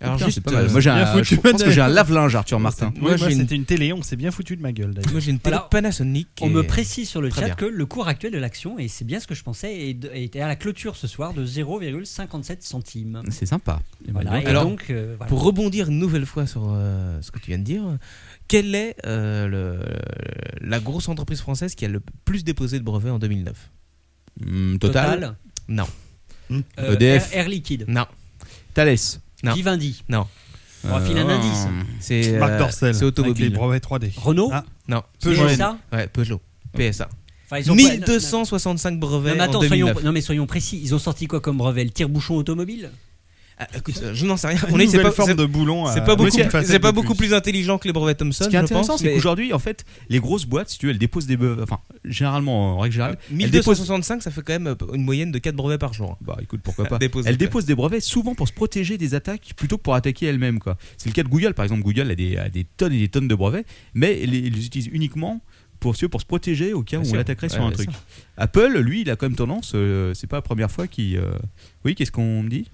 S4: Alors
S2: Putain,
S4: juste,
S2: c'est pas mal.
S4: euh,
S2: Moi, j'ai
S6: bien
S2: un-
S6: foutu,
S2: je pense que
S6: madame.
S2: j'ai un lave-linge, Arthur Martin.
S4: Moi,
S6: Moi,
S4: j'ai une-
S6: c'était une télé, on s'est bien foutu de ma gueule d'ailleurs.
S4: Moi j'ai une télé
S5: Voilà.
S4: Panasonic.
S5: On
S4: et-
S5: me précise sur le
S4: Très
S5: chat
S4: bien.
S5: que le cours actuel de l'action, et c'est bien ce que je pensais, est de- est à la clôture ce soir de 0,57 centimes.
S2: C'est sympa. Eh ben,
S5: Voilà,
S2: dis
S5: et
S2: donc.
S4: Alors,
S5: donc, euh, voilà.
S4: Pour rebondir une nouvelle fois sur euh, ce que tu viens de dire, quelle est euh, le- la grosse entreprise française qui a le plus déposé de brevets en 2009
S2: Hmm, Total,
S4: Non.
S5: Euh,
S2: EDF.
S5: Air, Air Liquide.
S4: Non.
S2: Thales.
S4: Non.
S5: Vivendi.
S4: Non.
S5: On va filer un
S2: Euh,
S5: indice.
S4: C'est euh,
S6: Marc Dorcel.
S4: C'est
S6: Avec les
S4: automobile.
S6: brevets 3D.
S5: Renault.
S6: Ah,
S4: Non.
S6: Peugeot.
S5: PSA.
S4: Ouais, Peugeot. PSA.
S5: Enfin, ils ont pas-
S4: 1265 brevets
S5: Non, mais attends,
S4: en
S5: soyons,
S4: 2009.
S5: non mais soyons précis, ils ont sorti quoi comme brevet Le tire-bouchon automobile
S4: Ah, écoute, euh, je n'en sais rien.
S6: On
S4: On est, c'est pas,
S6: forme
S4: c'est-
S6: de boulon.
S4: c'est
S6: à-
S4: pas beaucoup,
S6: Monsieur, une facette
S4: c'est pas
S6: de
S4: beaucoup plus intelligent que les brevets Thomson.
S2: Ce qui est
S4: je
S2: intéressant,
S4: pense,
S2: c'est
S4: mais-
S2: qu'aujourd'hui, en fait, les grosses boîtes, si tu veux, elles déposent des brevets. Enfin, généralement, en règle générale, elles déposent.
S4: 1265, ça fait quand même euh, une moyenne de 4 brevets par jour.
S2: Bah écoute, pourquoi pas.
S4: Déposez,
S2: elles
S4: quoi.
S2: déposent des brevets souvent pour se protéger des attaques plutôt que pour attaquer elles-mêmes. quoi. C'est le cas de Google, par exemple. Google a des, a des tonnes et des tonnes de brevets, mais les- ils les utilisent uniquement pour, si tu veux, pour se protéger au cas
S4: Bien
S2: où on
S4: sûr.
S2: l'attaquerait sur
S4: Ouais,
S2: un
S4: bien
S2: truc. Apple, lui, il a quand même tendance, euh, c'est pas la première fois qu'il. euh, Oui, qu'est-ce qu'on me dit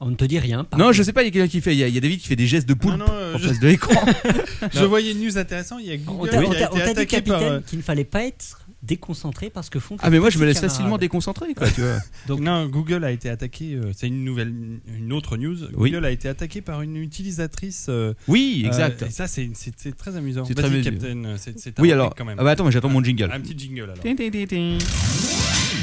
S5: On ne te dit rien. par-
S2: Non, je sais pas, il y a quelqu'un qui fait. Il y, a- il y a David qui fait des gestes de poule
S6: Non, non, euh,
S2: en
S6: je-
S2: face de l'écran.
S6: Je voyais une news intéressante, il y a
S5: On
S6: Google
S5: t'a on
S6: qui a
S5: t'a- on
S6: été
S5: t'a dit,
S6: attaqué par... euh,
S5: capitaine, qu'il ne fallait pas être déconcentré parce que font.
S2: Ah, mais moi, je me
S5: petits
S2: laisse
S5: camarades.
S2: facilement déconcentrer, quoi, tu vois.
S5: Donc-
S6: non, Google a été attaqué, euh, c'est une nouvelle, une autre news.
S2: Oui.
S6: Google a été attaqué par une utilisatrice. euh,
S2: Oui, exact.
S6: euh, et ça, c'est c'est- c'est très amusant.
S2: C'est
S6: Vas-y,
S2: très amusant.
S6: Captain, euh, c'est c'est un
S2: oui,
S6: truc
S2: alors.
S6: quand même.
S2: Ah, bah attends, mais j'attends mon jingle.
S6: Un petit jingle alors.
S2: Ting, ting, ting, ting.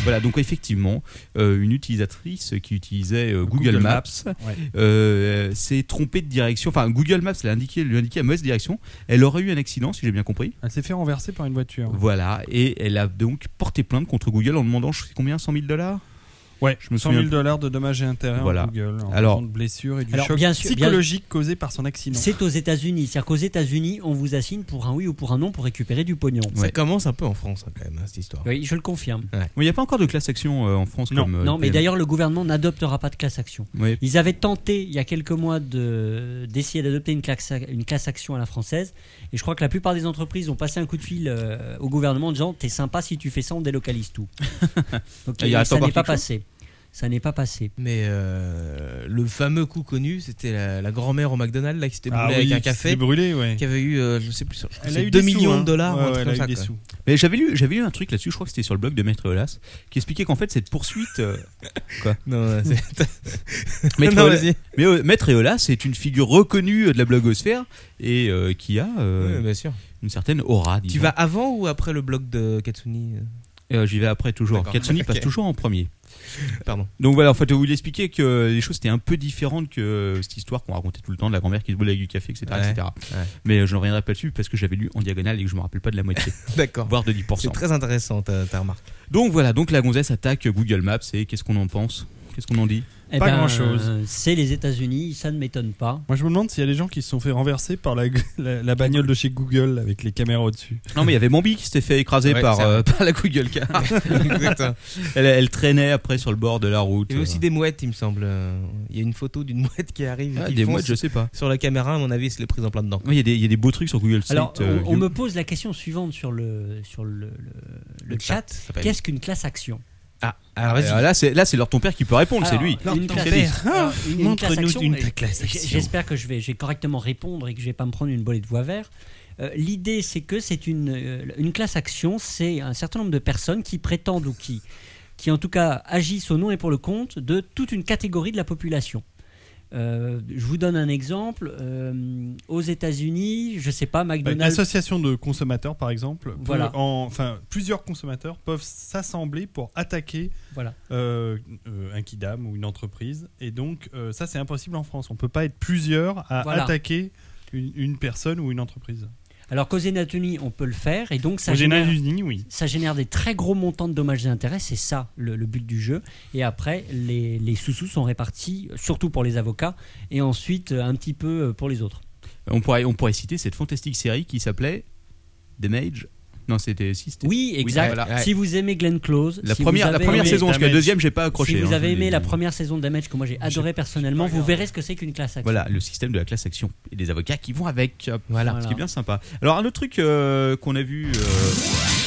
S2: Voilà, donc effectivement, euh, une utilisatrice qui utilisait euh, Google,
S6: Google
S2: Maps,
S6: ouais.
S2: euh, s'est trompée de direction. Enfin, Google Maps l'a indiqué, lui a indiqué la mauvaise direction. Elle aurait eu un accident, si j'ai bien compris.
S6: Elle s'est Ah, fait renverser par une voiture.
S2: Voilà, et elle a donc porté plainte contre Google en demandant, je sais combien, 100 000 dollars
S6: Ouais,
S2: je me
S6: 100 000
S2: souviens-
S6: dollars de dommages et intérêts
S2: Voilà.
S6: en Google. En
S2: Alors-
S6: raison de blessures et du
S5: Alors,
S6: choc
S5: bien sûr, bien-
S6: psychologique causé par son accident.
S5: C'est aux États-Unis. C'est-à-dire qu'aux États-Unis, on vous assigne pour un oui ou pour un non pour récupérer du pognon.
S4: Ça
S2: Ouais.
S4: commence un peu en France hein, quand même hein, cette histoire.
S5: Oui, je le confirme.
S2: Mais il n'y a pas encore de classe action euh, en France
S6: Non.
S2: comme. euh,
S5: non, mais
S2: PM.
S5: d'ailleurs, le gouvernement n'adoptera pas de classe action.
S2: Ouais.
S5: Ils avaient tenté il y a quelques mois de- d'essayer d'adopter une classe, une classe action à la française. Et je crois que la plupart des entreprises ont passé un coup de fil euh, au gouvernement en disant T'es sympa si tu fais ça, on délocalise tout. Donc
S2: Et il reste
S5: ça
S2: encore
S5: n'est pas
S2: quelque chose
S5: passé. Ça n'est pas passé.
S4: Mais euh, le fameux coup connu, c'était la, la grand-mère au McDonald's là, qui s'était brûlée
S6: Ah
S4: avec
S6: oui,
S4: un
S6: qui
S4: café,
S6: s'est brûlé, ouais.
S4: qui avait eu, euh, je sais plus, je crois que
S6: Elle
S4: c'est
S6: a eu
S4: 2
S6: des sous,
S4: millions
S6: hein.
S4: de dollars ou un
S6: Ouais,
S4: truc
S6: ouais, elle
S4: comme ça,
S6: a eu des
S4: quoi.
S6: sous.
S2: Mais j'avais lu, j'avais lu un truc là-dessus, je crois que c'était sur le blog de Maître Olas, qui expliquait qu'en fait cette poursuite. euh,
S4: Non, ouais, c'est-
S2: Maître,
S4: Non,
S2: Eolas-
S4: vas-y.
S2: mais, euh, Maître Eolas est une figure reconnue euh, de la blogosphère et euh, qui a euh,
S4: Ouais, bien sûr.
S2: une certaine aura.
S4: Tu
S2: disons.
S4: vas avant ou après le blog de Katsuni euh
S2: Euh, J'y vais après toujours.
S4: D'accord.
S2: Katsuni passe
S4: Ok.
S2: toujours en premier.
S4: Pardon.
S2: Donc voilà, en fait, vous l'expliquez que les choses étaient un peu différentes que euh, cette histoire qu'on racontait tout le temps de la grand-mère qui se brûlait avec du café, etc.
S4: Ouais,
S2: etc.
S4: ouais.
S2: Mais euh, je ne reviendrai pas dessus parce que j'avais lu en diagonale et que je me rappelle pas de la moitié,
S4: D'accord.
S2: voire de 10%.
S4: C'est très intéressant ta, ta remarque.
S2: Donc voilà, donc la gonzesse attaque Google Maps et qu'est-ce qu'on en pense Qu'est-ce qu'on en dit
S5: Eh
S6: Pas
S5: ben,
S6: grand-chose.
S5: euh, C'est les États-Unis, ça ne m'étonne pas.
S6: Moi, je me demande s'il y a des gens qui se sont fait renverser par la, la, la bagnole de chez Google avec les caméras au-dessus.
S2: Non, mais il y avait Mombi qui s'était fait écraser
S4: Ouais,
S2: par,
S4: c'est vrai.
S2: euh, par la Google Car.
S4: Exact.
S2: elle, elle traînait après sur le bord de la route.
S4: Il y a aussi des mouettes, il me semble. Euh, Il y a une photo d'une mouette qui arrive. et
S2: Ah,
S4: qui
S2: des
S4: fonce
S2: mouettes, je sais pas.
S4: Sur la caméra, à mon avis, c'est les prises en plein dedans.
S2: Ouais, Il y, a des- il y a des beaux trucs sur Google Street.
S5: Alors, on,
S2: euh,
S5: on me pose la question suivante sur le, sur le, le- le chat.
S4: ça s'appelle.
S5: Qu'est-ce qu'une classe action
S4: Ah, alors
S2: Ah,
S4: vas-y.
S2: là, c'est là, c'est leur ton père qui peut répondre, c'est
S5: Alors,
S2: lui.
S5: Une
S2: ton
S5: classe,
S2: père.
S4: Ah,
S5: alors, une- une classe
S6: Montre-nous
S5: action,
S6: une
S5: et-
S6: classe action.
S5: J'espère que je vais, je vais correctement répondre et que je vais pas me prendre une bolée de voix vert. Euh, L'idée, c'est que c'est une, euh, une classe action, c'est un certain nombre de personnes qui prétendent ou qui, qui en tout cas agissent au nom et pour le compte de toute une catégorie de la population. Euh, je vous donne un exemple. Euh, aux États-Unis, je sais pas,
S6: Bah, Une
S5: McDonald's.
S6: association de consommateurs, par exemple, peut-
S5: Voilà.
S6: en- enfin, plusieurs consommateurs peuvent s'assembler pour attaquer
S5: Voilà.
S6: euh, euh, un kidam ou une entreprise. Et donc, euh, ça, c'est impossible en France. On peut pas être plusieurs à
S5: Voilà.
S6: attaquer une, une personne ou une entreprise.
S5: Alors qu'aux États-Unis, on peut le faire et donc ça
S6: Aux
S5: génère-
S6: États-Unis, oui.
S5: ça génère des très gros montants de dommages et intérêts, c'est ça le, le but du jeu. Et après, les, les sous-sous sont répartis, surtout pour les avocats, et ensuite euh, un petit peu euh, pour les autres.
S2: On pourrait, on pourrait citer cette fantastique série qui s'appelait Damage. Non, c'était si, c'était-
S5: Oui, exact.
S2: voilà.
S5: Si vous aimez Glenn Close,
S2: La
S5: si
S2: première,
S5: vous avez
S2: la première
S5: aimé-
S2: saison, parce que la
S6: Damage.
S2: deuxième, j'ai pas accroché.
S5: si vous
S2: hein,
S5: avez
S2: je l'ai-
S5: aimé la première saison de Damage que moi j'ai adoré personnellement, vous verrez ce que c'est qu'une classe action.
S2: Voilà, le système de la classe action et des avocats qui vont avec.
S5: Voilà.
S6: Ah.
S2: Ce qui est bien sympa. Alors, un autre truc euh, qu'on a vu euh,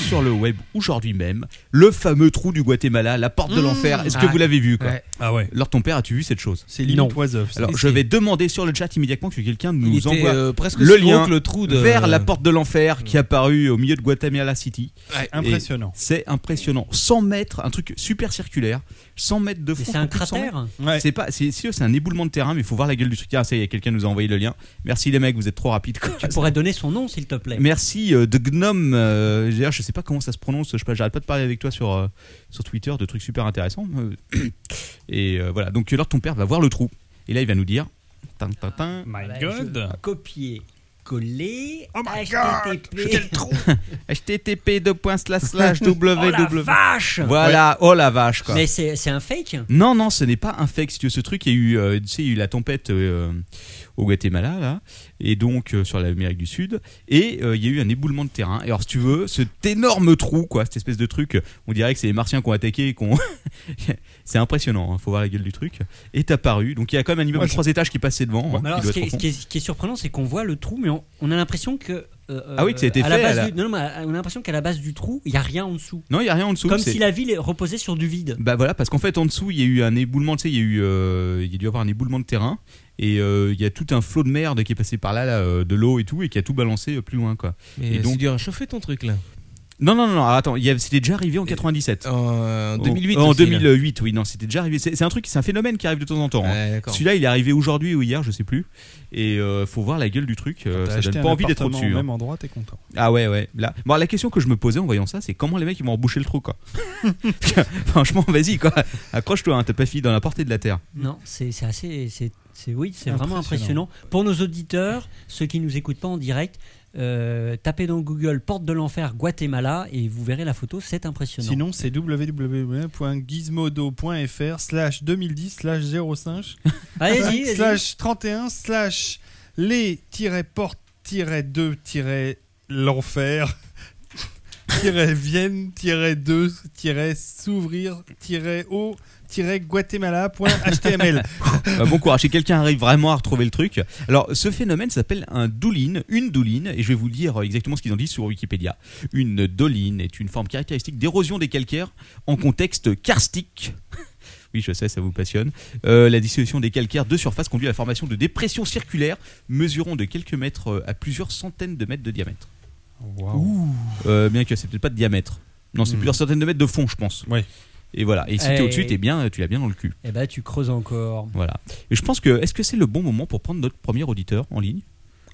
S2: sur le web aujourd'hui même, le fameux trou du Guatemala, la porte de l'enfer. Est-ce que
S4: Ah.
S2: vous l'avez vu quoi
S4: Ouais.
S6: Ah ouais.
S2: Alors, ton père, as-tu vu cette chose
S6: C'est limite oiseuf.
S2: Alors,
S4: Si,
S2: je
S4: si.
S2: vais demander sur le chat immédiatement que quelqu'un
S4: Il
S2: nous
S4: était,
S2: envoie
S4: euh, presque
S2: le
S4: si gros
S2: lien
S4: que le trou de...
S2: vers la porte de l'enfer qui est apparue au milieu de Guatemala City.
S6: Impressionnant.
S2: C'est impressionnant. 100 mètres, un truc super circulaire, 100 mètres de fond.
S5: Mais c'est un
S2: plus de 100 mètres.
S5: cratère
S6: Ouais.
S2: C'est pas, c'est, si, c'est un éboulement de terrain, mais il faut voir la gueule du truc. Ah, ça y est, quelqu'un nous a envoyé le lien. Merci les mecs, vous êtes trop rapides. quoi.
S5: Tu pourrais donner son nom, s'il te plaît.
S2: Merci euh, de Gnome. euh, d'ailleurs, je sais pas comment ça se prononce. Je sais pas, j'arrête pas de parler avec toi sur euh, sur Twitter de trucs super intéressants. Euh, Et euh, voilà. Donc alors ton père va voir le trou. Et là, il va nous dire. Tin, tin, tin.
S6: My
S5: Voilà,
S6: God.
S5: je- Copier, coller,
S1: Oh my
S5: HTTP.
S2: http
S5: Oh la
S2: www.
S5: vache
S2: Voilà. Oh la vache quoi.
S5: Mais c'est c'est un fake
S2: Non, non, ce n'est pas un fake. Si tu veux, ce truc, il y a eu, euh, tu sais, il y a eu la tempête euh, au Guatemala, là, et donc euh, sur l'Amérique du Sud, et euh, il y a eu un éboulement de terrain. Et alors, si tu veux, cet énorme trou, quoi, cette espèce de truc, on dirait que c'est les Martiens qui ont attaqué et qu'on. c'est impressionnant, hein, faut voir la gueule du truc, est apparu. Donc, il y a quand même un immeuble
S6: Moi,
S2: de
S6: je-
S2: trois étages qui est passé devant, hein,
S5: Mais
S2: qui
S5: alors,
S2: doit
S5: ce, qui
S2: être au
S5: est, ce
S2: fond.
S5: qui est- ce qui est surprenant, c'est qu'on voit le trou, mais on, on a l'impression que. euh,
S2: Ah oui, que ça a été
S5: à la
S2: fait,
S5: base
S2: à la-
S5: du- non, non, mais euh, on a l'impression qu'à la base du trou, il n'y a rien en dessous.
S2: Non, il n'y a rien en dessous.
S5: Comme
S2: c'est-
S5: si la ville reposait sur du vide.
S2: Bah voilà, parce qu'en fait, en dessous, il y a eu un éboulement, tu sais, il y a eu, euh, il y a dû y avoir un éboulement de terrain, et euh, il y a tout un flot de merde qui est passé par là, là, euh, de l'eau et tout, et qui a tout balancé euh, plus loin, quoi.
S4: Mais
S2: Et donc-
S4: c'est dur à chauffer ton truc là.
S2: Non, non, non, non, attends, il y avait- c'était déjà arrivé en 97.
S4: En 2008.
S2: En, en
S4: aussi, là.
S2: 2008, oui, non, c'était déjà arrivé. C'est c'est un truc, c'est un phénomène qui arrive de temps en temps. hein.
S4: Ouais, d'accord.
S2: Celui-là, il est arrivé aujourd'hui ou hier, je sais plus. Et euh, faut voir la gueule du truc. euh,
S6: T'as
S2: ça
S6: acheté
S2: donne
S6: un
S2: pas envie d'être
S6: appartement
S2: au-dessus.
S6: Au
S2: hein.
S6: même endroit, t'es content.
S2: Ah ouais, ouais. Là. Bon, la question que je me posais en voyant ça, c'est comment les mecs ils vont emboucher le trou, quoi. Franchement, vas-y, quoi. Accroche-toi, hein, t'as pas fini dans la portée de la terre.
S5: Non, c'est c'est assez. c'est- c'est- oui, c'est
S6: Impressionnant.
S5: vraiment impressionnant. Pour nos auditeurs, ceux qui nous écoutent pas en direct, euh, tapez dans Google Porte de l'Enfer Guatemala et vous verrez la photo, c'est impressionnant.
S6: Sinon, c'est www.gizmodo.fr slash 2010 slash 05
S5: allez-y, allez-y.
S6: slash 31 slash les-portes-2-l'enfer vienne 2 s'ouvrir au guatemala.html
S2: Bah, bon courage, si quelqu'un arrive vraiment à retrouver le truc. Alors, ce phénomène s'appelle un douline, une douline, et je vais vous dire euh, exactement ce qu'ils en disent sur Wikipédia. Une doline est une forme caractéristique d'érosion des calcaires en contexte karstique. Oui, je sais, ça vous passionne. Euh, la dissolution des calcaires de surface conduit à la formation de dépressions circulaires mesurant de quelques mètres euh, à plusieurs centaines de mètres de diamètre. Euh, bien que c'est peut-être pas de diamètre. Non, c'est
S6: Hmm.
S2: plusieurs centaines de mètres de fond, je pense.
S6: Ouais.
S2: Et voilà. Et si
S5: Eh.
S2: t'es au-dessus, t'es bien, tu l'as bien dans le cul.
S5: Eh ben, tu creuses encore.
S2: Voilà. Et je pense que est-ce que c'est le bon moment pour prendre notre premier auditeur en ligne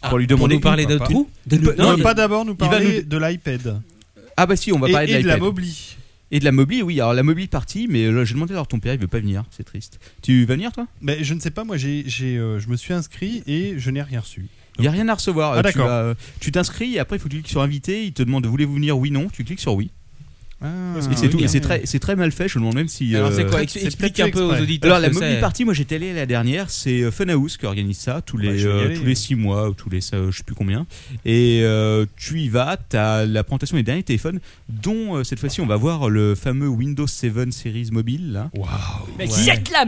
S4: Ah,
S2: pour lui
S4: Pour
S2: demander
S4: nous parler
S2: Ou pas.
S4: de trou
S5: Non,
S6: non,
S5: il-
S6: pas d'abord nous
S2: va
S6: parler
S2: nous-
S6: de l'iPad
S2: Ah bah si, on va
S6: et,
S2: parler
S6: et
S2: de
S6: de la
S2: l'iPad.
S6: mobli
S2: Et de la mobli, oui. Alors la mobli est partie, mais là, j'ai demandé alors ton père, il veut pas venir, c'est triste. Tu vas venir toi
S6: mais Ben, je ne sais pas moi j'ai, j'ai, euh, je me suis inscrit et je n'ai rien reçu
S2: Il y a rien à recevoir.
S6: Ah,
S2: Euh, tu
S6: d'accord.
S2: vas, euh, Tu t'inscris et après il faut que tu cliques sur invité, il te demande voulez-vous venir oui non, tu cliques sur oui. Et c'est tout. Et c'est très c'est très mal fait, je me demande même si
S4: hein. Alors,
S2: euh,
S4: c'est quoi
S6: c'est
S4: Ex-
S6: peut-être
S4: Explique
S6: fait
S4: un peu aux
S6: exprès.
S4: auditeurs.
S2: Alors
S4: ce
S2: la
S4: que
S2: Mobile
S4: c'est.
S2: Party, moi j'étais allé la dernière, c'est euh, Funhouse qui organise ça tous
S6: Bah,
S2: les
S6: je vais y
S2: euh,
S6: aller.
S2: tous
S4: hein.
S2: les six mois, ou tous les euh, je sais plus combien. Et euh, tu y vas, t'as la présentation des derniers téléphones, dont euh, cette fois-ci on va voir le fameux Windows 7 Series mobile. Là.
S5: Mec,
S4: Ouais.
S5: jette la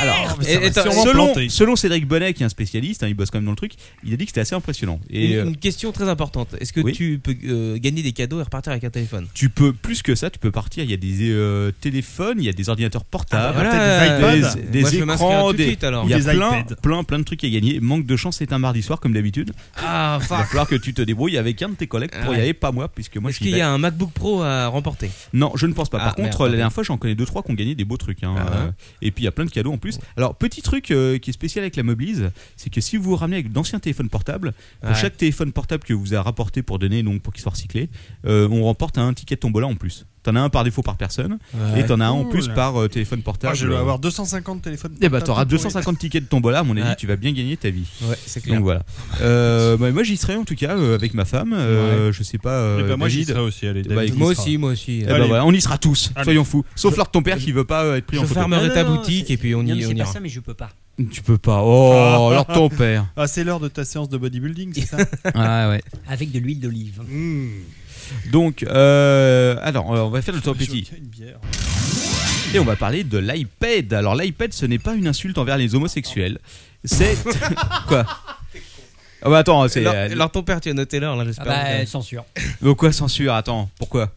S2: Alors
S4: Et- et-
S6: sûrement
S2: selon,
S6: planter.
S2: selon Cédric Bonnet qui est un spécialiste, hein, il bosse quand même dans le truc, il a dit que c'était assez impressionnant.
S4: Une,
S2: Et euh,
S4: une question très importante. Est-ce que
S2: Oui.
S4: tu peux euh, gagner des cadeaux et repartir avec un téléphone
S2: tu peux plus que ça, tu peux partir. Il y a des euh, téléphones, il y a des ordinateurs portables.
S6: bah, peut-être des iPads.
S2: des
S4: Ah Moi, je vais m'inscrire
S2: écrans,
S4: tout de
S2: des-
S4: suite alors.
S2: Il y a
S6: Ou des
S2: plein,
S6: iPads.
S2: plein, plein de trucs à gagner. Manque de chance, c'est un mardi soir comme d'habitude.
S4: Ah,
S2: Il va
S4: fuck. Ah
S2: falloir que tu te débrouilles avec un de tes collègues pour y
S4: Ouais.
S2: aller, pas moi, puisque moi je
S4: Est-ce qu'il y a un MacBook Pro à remporter
S2: Non, je ne pense pas. Par
S4: Ah,
S2: contre,
S4: merde.
S2: la dernière fois, j'en connais deux trois qui ont gagné des beaux trucs. hein.
S4: Ah ouais.
S2: Euh, Et puis il y a plein de cadeaux en plus. Alors petit truc euh, qui est spécial avec la Mobilise, c'est que si vous vous ramenez avec d'anciens téléphones portables, pour
S4: Ouais.
S2: chaque téléphone portable que vous a rapporté pour donner donc pour qu'il soit recyclé, euh, on remporte un ticket de tombola en plus. T'en as un par défaut par personne et t'en as un en
S6: Cool.
S2: plus par euh, téléphone portable.
S6: Moi, Ah, je dois avoir 250 téléphones.
S2: Eh bah t'auras
S6: portables pour
S2: 250 tickets de tombola, à mon avis,
S4: Ouais.
S2: tu vas bien gagner ta vie.
S4: Ouais, c'est clair.
S2: Donc voilà. Euh, bah, moi j'y serai en tout cas euh, avec ma femme. euh, Je sais pas.
S6: les-
S2: euh,
S6: Eh ben, moi, j'y
S2: David.
S6: serai aussi. Allez,
S2: Bah,
S6: David
S4: moi
S6: sera.
S4: aussi, moi aussi.
S2: Eh ben
S6: Allez.
S2: voilà, on y sera tous,
S6: Allez.
S2: soyons fous. Sauf l'heure de ton père qui veut pas euh, être pris
S4: Je
S2: en photo.
S4: fermerai
S5: Non,
S4: ta
S5: non, non,
S4: boutique
S5: c'est-
S4: et puis on
S5: Non, mais
S4: y, on
S5: c'est pas
S4: ira.
S5: ça, mais je peux pas.
S2: Tu peux pas. Oh, alors ton père.
S6: Ah, c'est l'heure de ta séance de bodybuilding, c'est ça Mmh.
S2: Ah ouais.
S5: Avec de l'huile d'olive.
S2: Donc, euh, alors, euh, on va faire le tour petit.
S6: Une bière.
S2: Et on va parler de l'iPad. Alors, l'iPad, ce n'est pas une insulte envers les homosexuels. C'est. quoi Ah bah attends, c'est.
S4: Alors,
S2: euh,
S4: alors, ton père, tu as noté l'heure là, j'espère.
S5: Ah bah, euh, censure.
S2: donc quoi, censure Attends, pourquoi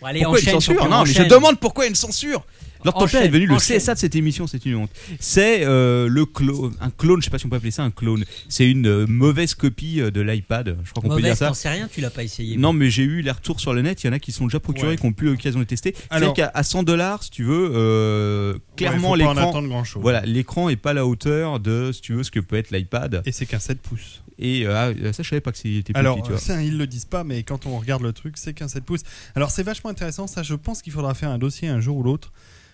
S5: Bon, allez,
S2: Pourquoi
S5: enchaîne,
S2: une censure
S5: champion,
S2: Non, mais je
S5: enchaîne.
S2: demande pourquoi une censure Alors ton père est
S5: Enchaîne,
S2: devenu le
S5: enchaîne.
S2: CSA de cette émission, c'est une honte. C'est euh, le clone, un clone, je sais pas si on peut appeler ça un clone. C'est une euh, mauvaise copie euh, de l'iPad. Je crois qu'on peut
S5: Mauvaise,
S2: dire ça.
S5: t'en sais rien, tu l'as pas essayé.
S2: Non, mais j'ai eu les retours sur le net. Il y en a qui se sont déjà procurés,
S6: Ouais.
S2: qui n'ont plus l'occasion de tester. C'est-à-dire
S6: Alors-
S2: qu'à à 100 dollars, si tu veux, euh, clairement
S6: Ouais, faut pas en
S2: l'écran.
S6: attendre grand chose.
S2: Voilà, l'écran est pas à la hauteur de, si tu veux, ce que peut être l'iPad.
S6: Et c'est qu'un 7 pouces.
S2: Et euh, ah, ça, je savais pas que c'était plus petit,
S6: Alors,
S2: tu vois.
S6: ça, ils le disent pas, mais quand on regarde le truc, c'est qu'un 7 pouces. Alors, c'est vachement intéressant. Ça, je pense qu'il faudra faire un dossier un jour ou l'autre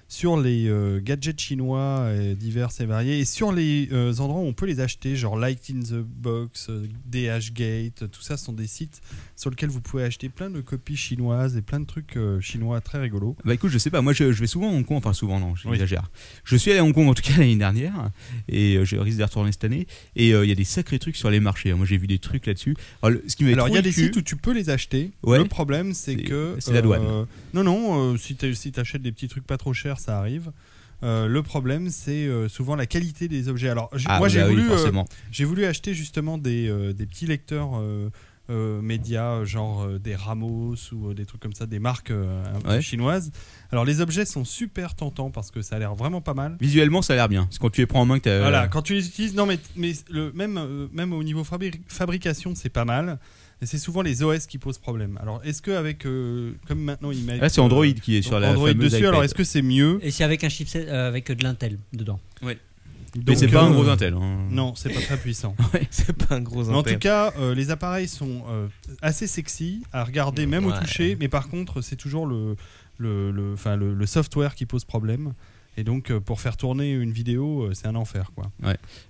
S6: sur les euh, gadgets chinois euh, divers et variés et sur les euh, endroits où on peut les acheter, genre Light in the Box, euh, DH Gate, tout ça sont des sites sur lesquels vous pouvez acheter plein de copies chinoises et plein de trucs euh, chinois très rigolos.
S2: Bah écoute, je sais pas, moi je, je vais souvent à Hong Kong, enfin souvent non,
S6: Oui.
S2: j'exagère. Je suis allé à Hong Kong en tout cas l'année dernière, et euh, je risque d'y retourner cette année, et euh, il y a des sacrés trucs sur les marchés. Moi j'ai vu des trucs là-dessus. Alors, le- ce qui m'avait
S6: Alors, il y a
S2: trouvé
S6: des
S2: le cul-
S6: sites où tu peux les acheter.
S2: Ouais.
S6: Le problème, c'est
S2: C'est-
S6: que.
S2: c'est la douane.
S6: non, non, euh, si tu achètes des petits trucs pas trop chers, ça arrive. Euh, le problème, c'est euh, souvent la qualité des objets. Alors, j-
S2: Ah,
S6: moi, j'ai
S2: bah oui,
S6: voulu, euh,
S2: forcément.
S6: j'ai voulu acheter justement des, euh, des petits lecteurs euh, euh, médias, euh, genre euh, des Ramos ou euh, des trucs comme ça, des marques euh, un peu
S2: Ouais.
S6: chinoises. Alors, les objets sont super tentants parce que ça a l'air vraiment pas mal.
S2: Visuellement, ça a l'air bien. Parce que quand tu les prends en main, que t'as.
S6: euh, Voilà, quand tu les utilises, non mais, mais le, même, euh, même au niveau fabri- fabrication, c'est pas mal. Et c'est souvent les OS qui posent problème. Alors, est-ce que avec euh, comme maintenant ils mettent
S2: Là, Ah, c'est Android
S6: euh,
S2: qui est sur la
S6: Android
S2: fameuse
S6: dessus,
S2: iPad.
S6: alors est-ce que c'est mieux
S5: Et c'est avec un chipset euh, avec de l'Intel dedans.
S2: Mais
S6: Donc,
S2: c'est pas un gros
S6: euh,
S2: Intel. hein.
S6: Non, c'est pas très puissant.
S4: C'est pas un gros
S6: Mais en tout
S4: intérêt.
S6: cas, euh, les appareils sont euh, assez sexy à regarder, même au
S4: Ouais.
S6: toucher. Mais par contre, c'est toujours le, le, le, enfin, le, le software qui pose problème. Et donc, euh, pour faire tourner une vidéo, euh, c'est un enfer, quoi.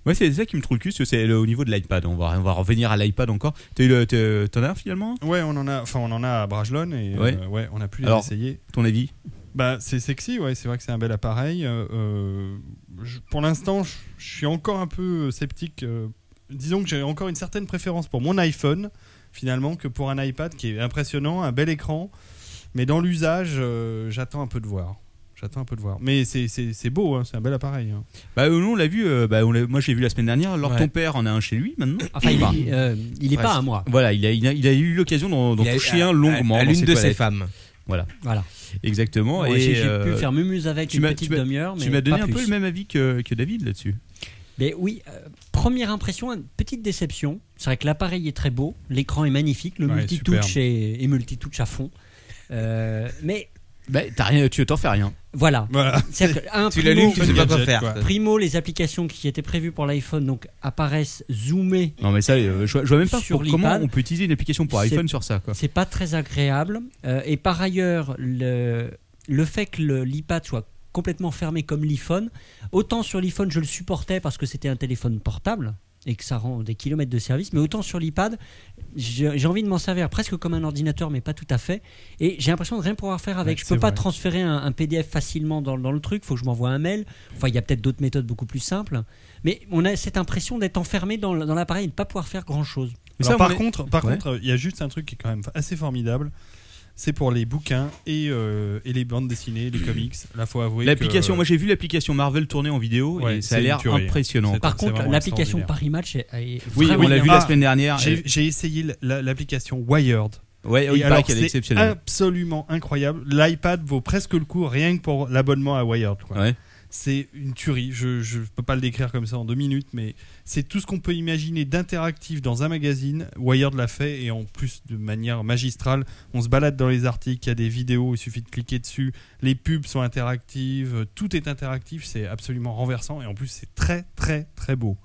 S2: Ouais, c'est ça qui me trouve le cul, parce que c'est le- au niveau de l'iPad. On va, on va revenir à l'iPad encore. T'as eu le- t'as- T'en as un, finalement
S6: Ouais, on en a, enfin, on en a à Brajlon et euh,
S2: Ouais.
S6: ouais. on a pu les
S2: Alors-
S6: essayer.
S2: Ton avis
S6: Bah, c'est sexy, ouais. C'est vrai que c'est un bel appareil. Euh, euh, je- pour l'instant, je je suis encore un peu sceptique. euh, disons que j'ai encore une certaine préférence pour mon iPhone finalement que pour un iPad qui est impressionnant, un bel écran. Mais dans l'usage, euh, j'attends un peu de voir. J'attends un peu de voir. Mais c'est- c'est c'est beau, hein, c'est un bel appareil. hein.
S2: Bah, euh, nous, on l'a vu. euh, bah, on l'a- moi, j'ai vu la semaine dernière. Alors,
S4: Ouais.
S2: ton père en a un chez lui maintenant
S5: Enfin,
S2: Ou pas
S5: il, euh, il est
S4: Presque.
S5: pas à moi.
S2: Voilà, il a, il a, il a eu l'occasion d'en d'en
S4: Il a-
S2: toucher un
S4: à-
S2: longuement.
S4: À
S2: dans
S4: l'une de ses
S2: toilettes.
S4: femmes.
S5: Voilà.
S2: Exactement.
S5: Ouais,
S2: et
S5: j'ai j'ai
S2: euh,
S5: pu faire mumuse avec
S2: tu
S5: une
S2: m'as-
S5: petite
S2: tu m'as-
S5: demi-heure, mais
S2: tu m'as donné
S5: pas
S2: un peu
S5: plus.
S2: le même avis que, que David là-dessus.
S5: Mais oui, euh, première impression, une petite déception. C'est vrai que l'appareil est très beau, l'écran est magnifique, le
S6: Ouais,
S5: multitouch
S6: superbe.
S5: est, est multitouch à fond. Euh, mais
S2: Bah, t'as rien, tu t'en fais rien.
S5: voilà.
S6: Voilà.
S5: C'est-à-dire que, un,
S4: Tu
S5: primo-
S4: l'allumes, tu sais
S6: Gadget,
S4: pas quoi faire.
S6: quoi.
S5: Primo, les applications qui étaient prévues pour l'iPhone donc apparaissent zoomées.
S2: Non, mais ça, euh, je, vois- je vois même pas
S5: Sur
S2: pour- comment
S5: l'iPad,
S2: on peut utiliser une application pour
S5: c'est-
S2: iPhone sur ça. Quoi.
S5: C'est pas très agréable. Euh, et par ailleurs, le, le fait que le- l'iPad soit complètement fermé comme l'iPhone, autant sur l'iPhone je le supportais parce que c'était un téléphone portable et que ça rend des kilomètres de service, mais autant sur l'iPad, j'ai j'ai envie de m'en servir presque comme un ordinateur, mais pas tout à fait. Et j'ai l'impression de rien pouvoir faire avec.
S6: Ouais,
S5: je peux
S6: c'est
S5: pas
S6: vrai.
S5: transférer un, un PDF facilement dans, dans le truc, faut que je m'envoie un mail. Enfin, il y a peut-être d'autres méthodes beaucoup plus simples. Mais on a cette impression d'être enfermé dans, l- dans l'appareil et de ne pas pouvoir faire grand-chose.
S2: Mais
S6: Alors,
S2: ça,
S6: par
S2: on est-
S6: contre, par
S2: Ouais.
S6: contre, euh, il y a juste un truc qui est quand même assez formidable. C'est pour les bouquins et, euh, et les bandes dessinées, les comics. Là, faut avouer. que- euh,
S2: L'application, moi j'ai vu l'application Marvel tourner en vidéo
S6: Ouais,
S2: et ça a
S6: c'est
S2: l'air
S6: une tuerie.
S2: impressionnant.
S6: C'est-
S5: Par
S6: c'est
S5: contre,
S6: vraiment
S5: l'application
S6: extraordinaire.
S5: Paris Match est, est
S2: Oui,
S5: vraiment
S2: on l'a vu la
S6: Ah,
S2: semaine dernière.
S6: J'ai j'ai essayé la- l'application Wired.
S2: Ouais,
S6: Et
S2: il paraît
S6: alors,
S2: qu'elle est
S6: c'est
S2: exceptionnelle.
S6: absolument incroyable. L'iPad vaut presque le coup rien que pour l'abonnement à Wired. quoi.
S2: Ouais.
S6: C'est une tuerie. Je ne peux pas le décrire comme ça en deux minutes, mais c'est tout ce qu'on peut imaginer d'interactif dans un magazine. Wired l'a fait et en plus de manière magistrale. On se balade dans les articles, il y a des vidéos, il suffit de cliquer dessus. Les pubs sont interactives, euh, tout est interactif. C'est absolument renversant et en plus c'est très très très beau.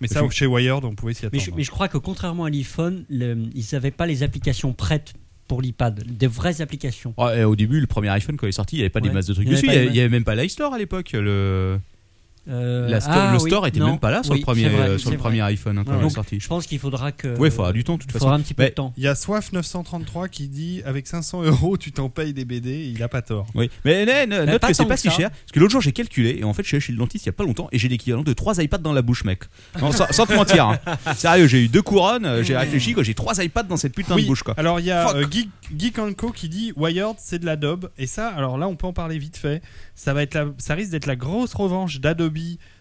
S6: Mais ça,
S2: Je-
S6: chez Wired, on pouvait s'y
S5: Mais
S6: attendre.
S5: je, mais je crois que contrairement à l'iPhone, le- ils n'avaient pas les applications prêtes pour l'iPad, des vraies applications.
S2: Oh, et au début, le premier iPhone quand il est sorti, il n'y avait pas des
S5: Ouais.
S2: masses de trucs
S5: Il y avait
S2: dessus.
S5: pas
S2: Il y
S5: de-
S2: avait- il y avait même pas l'iStore à l'époque. Le,
S5: Euh,
S2: la store,
S5: ah
S2: le
S5: oui,
S2: store était
S5: non,
S2: même pas là sur
S5: oui,
S2: le premier,
S5: c'est vrai,
S2: euh, sur
S5: c'est
S2: le premier
S5: vrai.
S2: iPhone hein, quand
S6: Ouais,
S2: il est
S5: donc,
S2: sorti.
S5: Je pense qu'il faudra que.
S2: Ouais, il faudra du temps de toute
S5: il
S2: façon.
S5: faudra un petit peu
S2: Mais-
S5: de temps.
S6: Il y a Soif 933 qui dit avec 500 euros tu t'en payes des BD et il a pas tort.
S2: Oui, mais eh, eh, note
S5: pas
S2: que c'est
S5: tant
S2: pas
S5: que
S2: si
S5: ça.
S2: cher. Parce que l'autre jour, j'ai calculé et en fait, je suis allé chez le dentiste il y a pas longtemps et j'ai l'équivalent de 3 iPads dans la bouche, mec. Non, sans, sans te mentir. hein. Sérieux, j'ai eu deux couronnes, euh, j'ai réfléchi, quoi, j'ai 3 iPads dans cette putain
S6: Oui,
S2: de bouche, quoi.
S6: Alors il y a
S2: Fuck.
S6: euh, Geek, Geek and Co qui dit Wired c'est de l'Adobe et ça alors là on peut en parler vite fait. Ça va être la- ça risque d'être la grosse revanche d'Adobe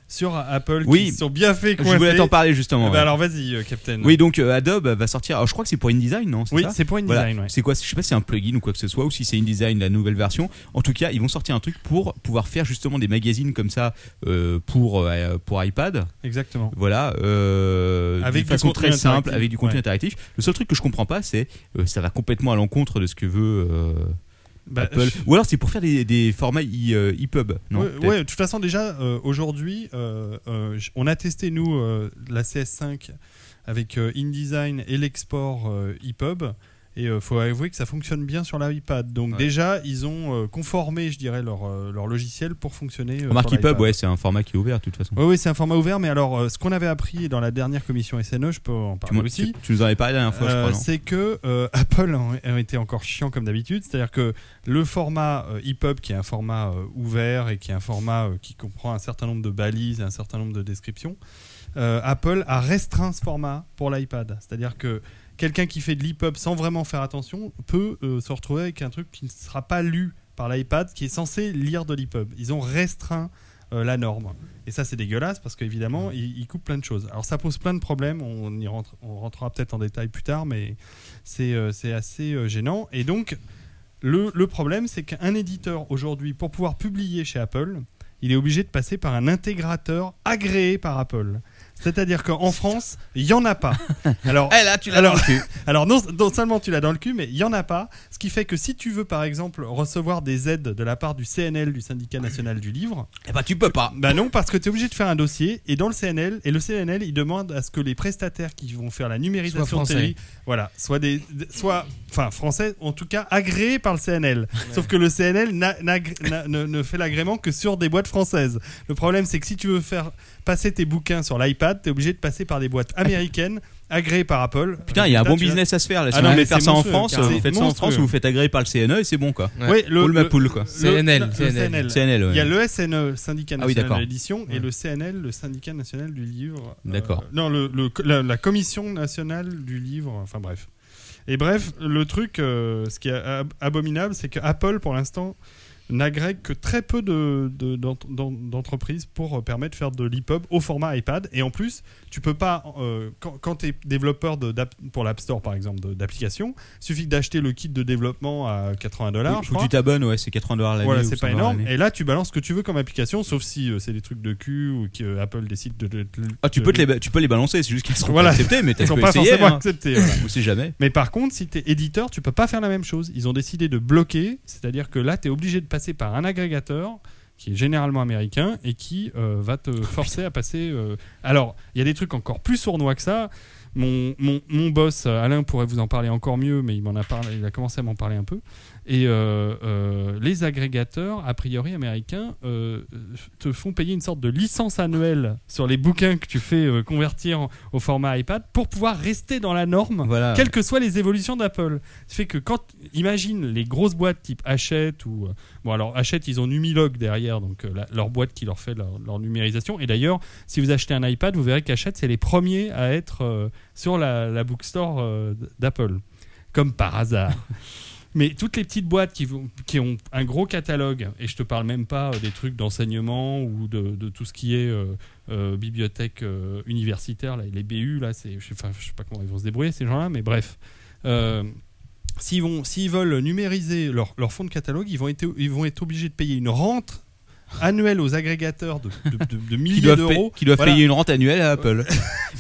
S6: sur Apple
S2: Oui,
S6: qui se sont bien fait
S2: Je
S6: coincer.
S2: voulais t'en parler justement.
S6: Eh ben,
S2: ouais.
S6: alors vas-y euh, Captain.
S2: Oui, donc euh, Adobe va sortir. alors, je crois que c'est pour InDesign, non c'est
S6: Oui,
S2: ça
S6: c'est pour
S2: Voilà.
S6: InDesign ouais.
S2: C'est quoi Je sais pas si c'est un plugin ou quoi que ce soit, ou si c'est InDesign, la nouvelle version. En tout cas, ils vont sortir un truc pour pouvoir faire justement des magazines comme ça euh, pour, euh, pour iPad.
S6: Exactement.
S2: Voilà, euh,
S6: Avec
S2: de
S6: du
S2: façon
S6: contenu
S2: très simple,
S6: interactif.
S2: avec du contenu
S6: Ouais.
S2: interactif. Le seul truc que je comprends pas, c'est euh, ça va complètement à l'encontre de ce que veut euh,
S6: Bah,
S2: Apple.
S6: je-
S2: Ou alors c'est pour faire des, des formats i- euh, EPUB, non
S6: ouais,
S2: peut-être
S6: ouais, de toute façon déjà euh, aujourd'hui, euh, euh, j- on a testé nous euh, la CS5 avec euh, InDesign et l'export euh, EPUB. Et euh, faut avouer que ça fonctionne bien sur l'iPad. Donc
S2: Ouais.
S6: déjà, ils ont euh, conformé, je dirais, leur, euh, leur logiciel pour fonctionner. euh,
S2: Remarque E
S6: sur
S2: EPUB,
S6: l'iPad.
S2: ouais, c'est un format qui est ouvert de toute façon.
S6: Ouais, ouais, c'est un format ouvert, mais alors euh, ce qu'on avait appris dans la dernière commission SNE, je peux en
S2: Tu,
S6: parler
S2: m'en-
S6: aussi.
S2: tu- tu nous en avais parlé la dernière fois,
S6: Euh,
S2: je crois. non
S6: c'est que euh, Apple a été encore chiant comme d'habitude, c'est-à-dire que le format euh, EPUB, qui est un format euh, ouvert et qui est un format euh, qui comprend un certain nombre de balises et un certain nombre de descriptions, euh, Apple a restreint ce format pour l'iPad. C'est-à-dire que quelqu'un qui fait de l'EPUB sans vraiment faire attention peut euh, se retrouver avec un truc qui ne sera pas lu par l'iPad, qui est censé lire de l'EPUB. Ils ont restreint euh, la norme. Et ça, c'est dégueulasse parce qu'évidemment, il, il coupe plein de choses. Alors, ça pose plein de problèmes. On y rentre, on rentrera peut-être en détail plus tard, mais c'est euh, c'est assez euh, gênant. Et donc, le, le problème, c'est qu'un éditeur aujourd'hui, pour pouvoir publier chez Apple, il est obligé de passer par un intégrateur agréé par Apple. C'est-à-dire qu'en France, il n'y en a pas. Alors,
S4: Eh là, tu l'as
S6: alors,
S4: dans le cul.
S6: alors non, non seulement tu l'as dans le cul, mais il n'y en a pas. Ce qui fait que si tu veux, par exemple, recevoir des aides de la part du CNL, du Syndicat National du Livre,
S4: Eh ben, tu peux pas.
S6: bah non, parce que tu es obligé de faire un dossier. Et dans le CNL, et le CNL, il demande à ce que les prestataires qui vont faire la
S4: Soient
S6: numérisation de
S4: français.
S6: séries, voilà, soient des, soit, enfin, français, en tout cas, agréés par le CNL. Sauf que le CNL n'a- n'agré- n'a- ne, ne fait l'agrément que sur des boîtes françaises. Le problème, c'est que si tu veux faire passer tes bouquins sur l'iPad, t'es obligé de passer par des boîtes américaines agréées par Apple.
S2: Putain, il y a un bon
S6: tu vois.
S2: business à se faire là. Si
S6: Ah
S2: vous
S6: non,
S2: voulez
S6: mais
S2: faire
S6: c'est
S2: ça en
S6: monstrueux,
S2: France, euh,
S6: carrément.
S2: vous faites ça en France,
S6: Monstrueux.
S2: vous vous faites agréer par le CNE et c'est bon quoi.
S4: Ouais.
S6: Oui, le,
S2: Poule ma
S6: le-
S2: poule quoi.
S6: le-
S4: CNL,
S6: le
S4: CNL.
S6: CNL.
S2: CNL,
S6: Il y a
S2: ouais.
S6: le SNE, Syndicat
S2: Ah oui,
S6: National
S2: d'accord.
S6: de l'édition,
S4: Ouais.
S6: et le CNL, le Syndicat National du Livre. euh,
S2: D'accord.
S6: non, le, le- la, la Commission Nationale du Livre, enfin bref. Et bref, le truc, euh, ce qui est ab- abominable, c'est que Apple, pour l'instant, n'agrègue que très peu de- de- d'ent- d'en- d'entreprises pour euh, permettre de faire de l'EPUB au format iPad. Et en plus, tu peux pas, euh, quand, tu es développeur de, d'app- pour l'App Store, par exemple, de- d'application, suffit d'acheter le kit de développement à 80 dollars.
S2: Ou tu t'abonnes, ouais, c'est 80 dollars l'année.
S6: Voilà,
S2: ou
S6: c'est
S2: 100
S6: pas
S2: dollars
S6: énorme.
S2: l'année.
S6: Et là, tu balances ce que tu veux comme application, sauf si euh, c'est des trucs de cul ou que euh, Apple décide de. de- de-
S2: Ah, tu
S6: de-
S2: peux, te les, ba- tu peux les balancer, c'est juste qu'elles seront
S6: Euh, Voilà.
S2: pas acceptées, mais
S6: Ils
S2: t'as
S6: sont
S2: peux
S6: pas
S2: essayer.
S6: forcément
S2: hein.
S6: acceptés. voilà.
S2: On sait jamais.
S6: Mais par contre, si t'es éditeur, tu peux pas faire la même chose. Ils ont décidé de bloquer, c'est-à-dire que là, t'es obligé de passer par un agrégateur qui est généralement américain et qui euh, va te forcer à passer. euh, Alors, il y a des trucs encore plus sournois que ça. Mon, mon, mon boss euh, Alain pourrait vous en parler encore mieux, mais il m'en a parlé, il a commencé à m'en parler un peu. Et euh, euh, les agrégateurs, a priori américains, euh, te font payer une sorte de licence annuelle sur les bouquins que tu fais euh, convertir en- au format iPad pour pouvoir rester dans la norme
S2: Voilà.
S6: quelles que soient les évolutions d'Apple. Ça fait que quand, imagine les grosses boîtes type Hachette ou. euh, Bon, alors Hachette, ils ont Numilog derrière, donc euh, la- leur boîte qui leur fait leur, leur numérisation. Et d'ailleurs, si vous achetez un iPad, vous verrez qu'Hachette, c'est les premiers à être euh, sur la, la bookstore euh, d'Apple. Comme par hasard. Mais toutes les petites boîtes qui, vont- qui ont un gros catalogue, et je te parle même pas euh, des trucs d'enseignement ou de, de tout ce qui est euh, euh, bibliothèque euh, universitaire, là, les BU, là, c'est, je sais, enfin, je sais pas comment ils vont se débrouiller ces gens-là, mais bref. Euh, s'ils, vont, s'ils veulent numériser leur, leur fonds de catalogue, ils vont, être, ils vont être obligés de payer une rente annuelle aux agrégateurs de, de- de- de
S2: Qui
S6: milliers
S2: doivent, pa-
S6: d'euros.
S2: qui doivent
S6: Voilà.
S2: payer une rente annuelle à Apple.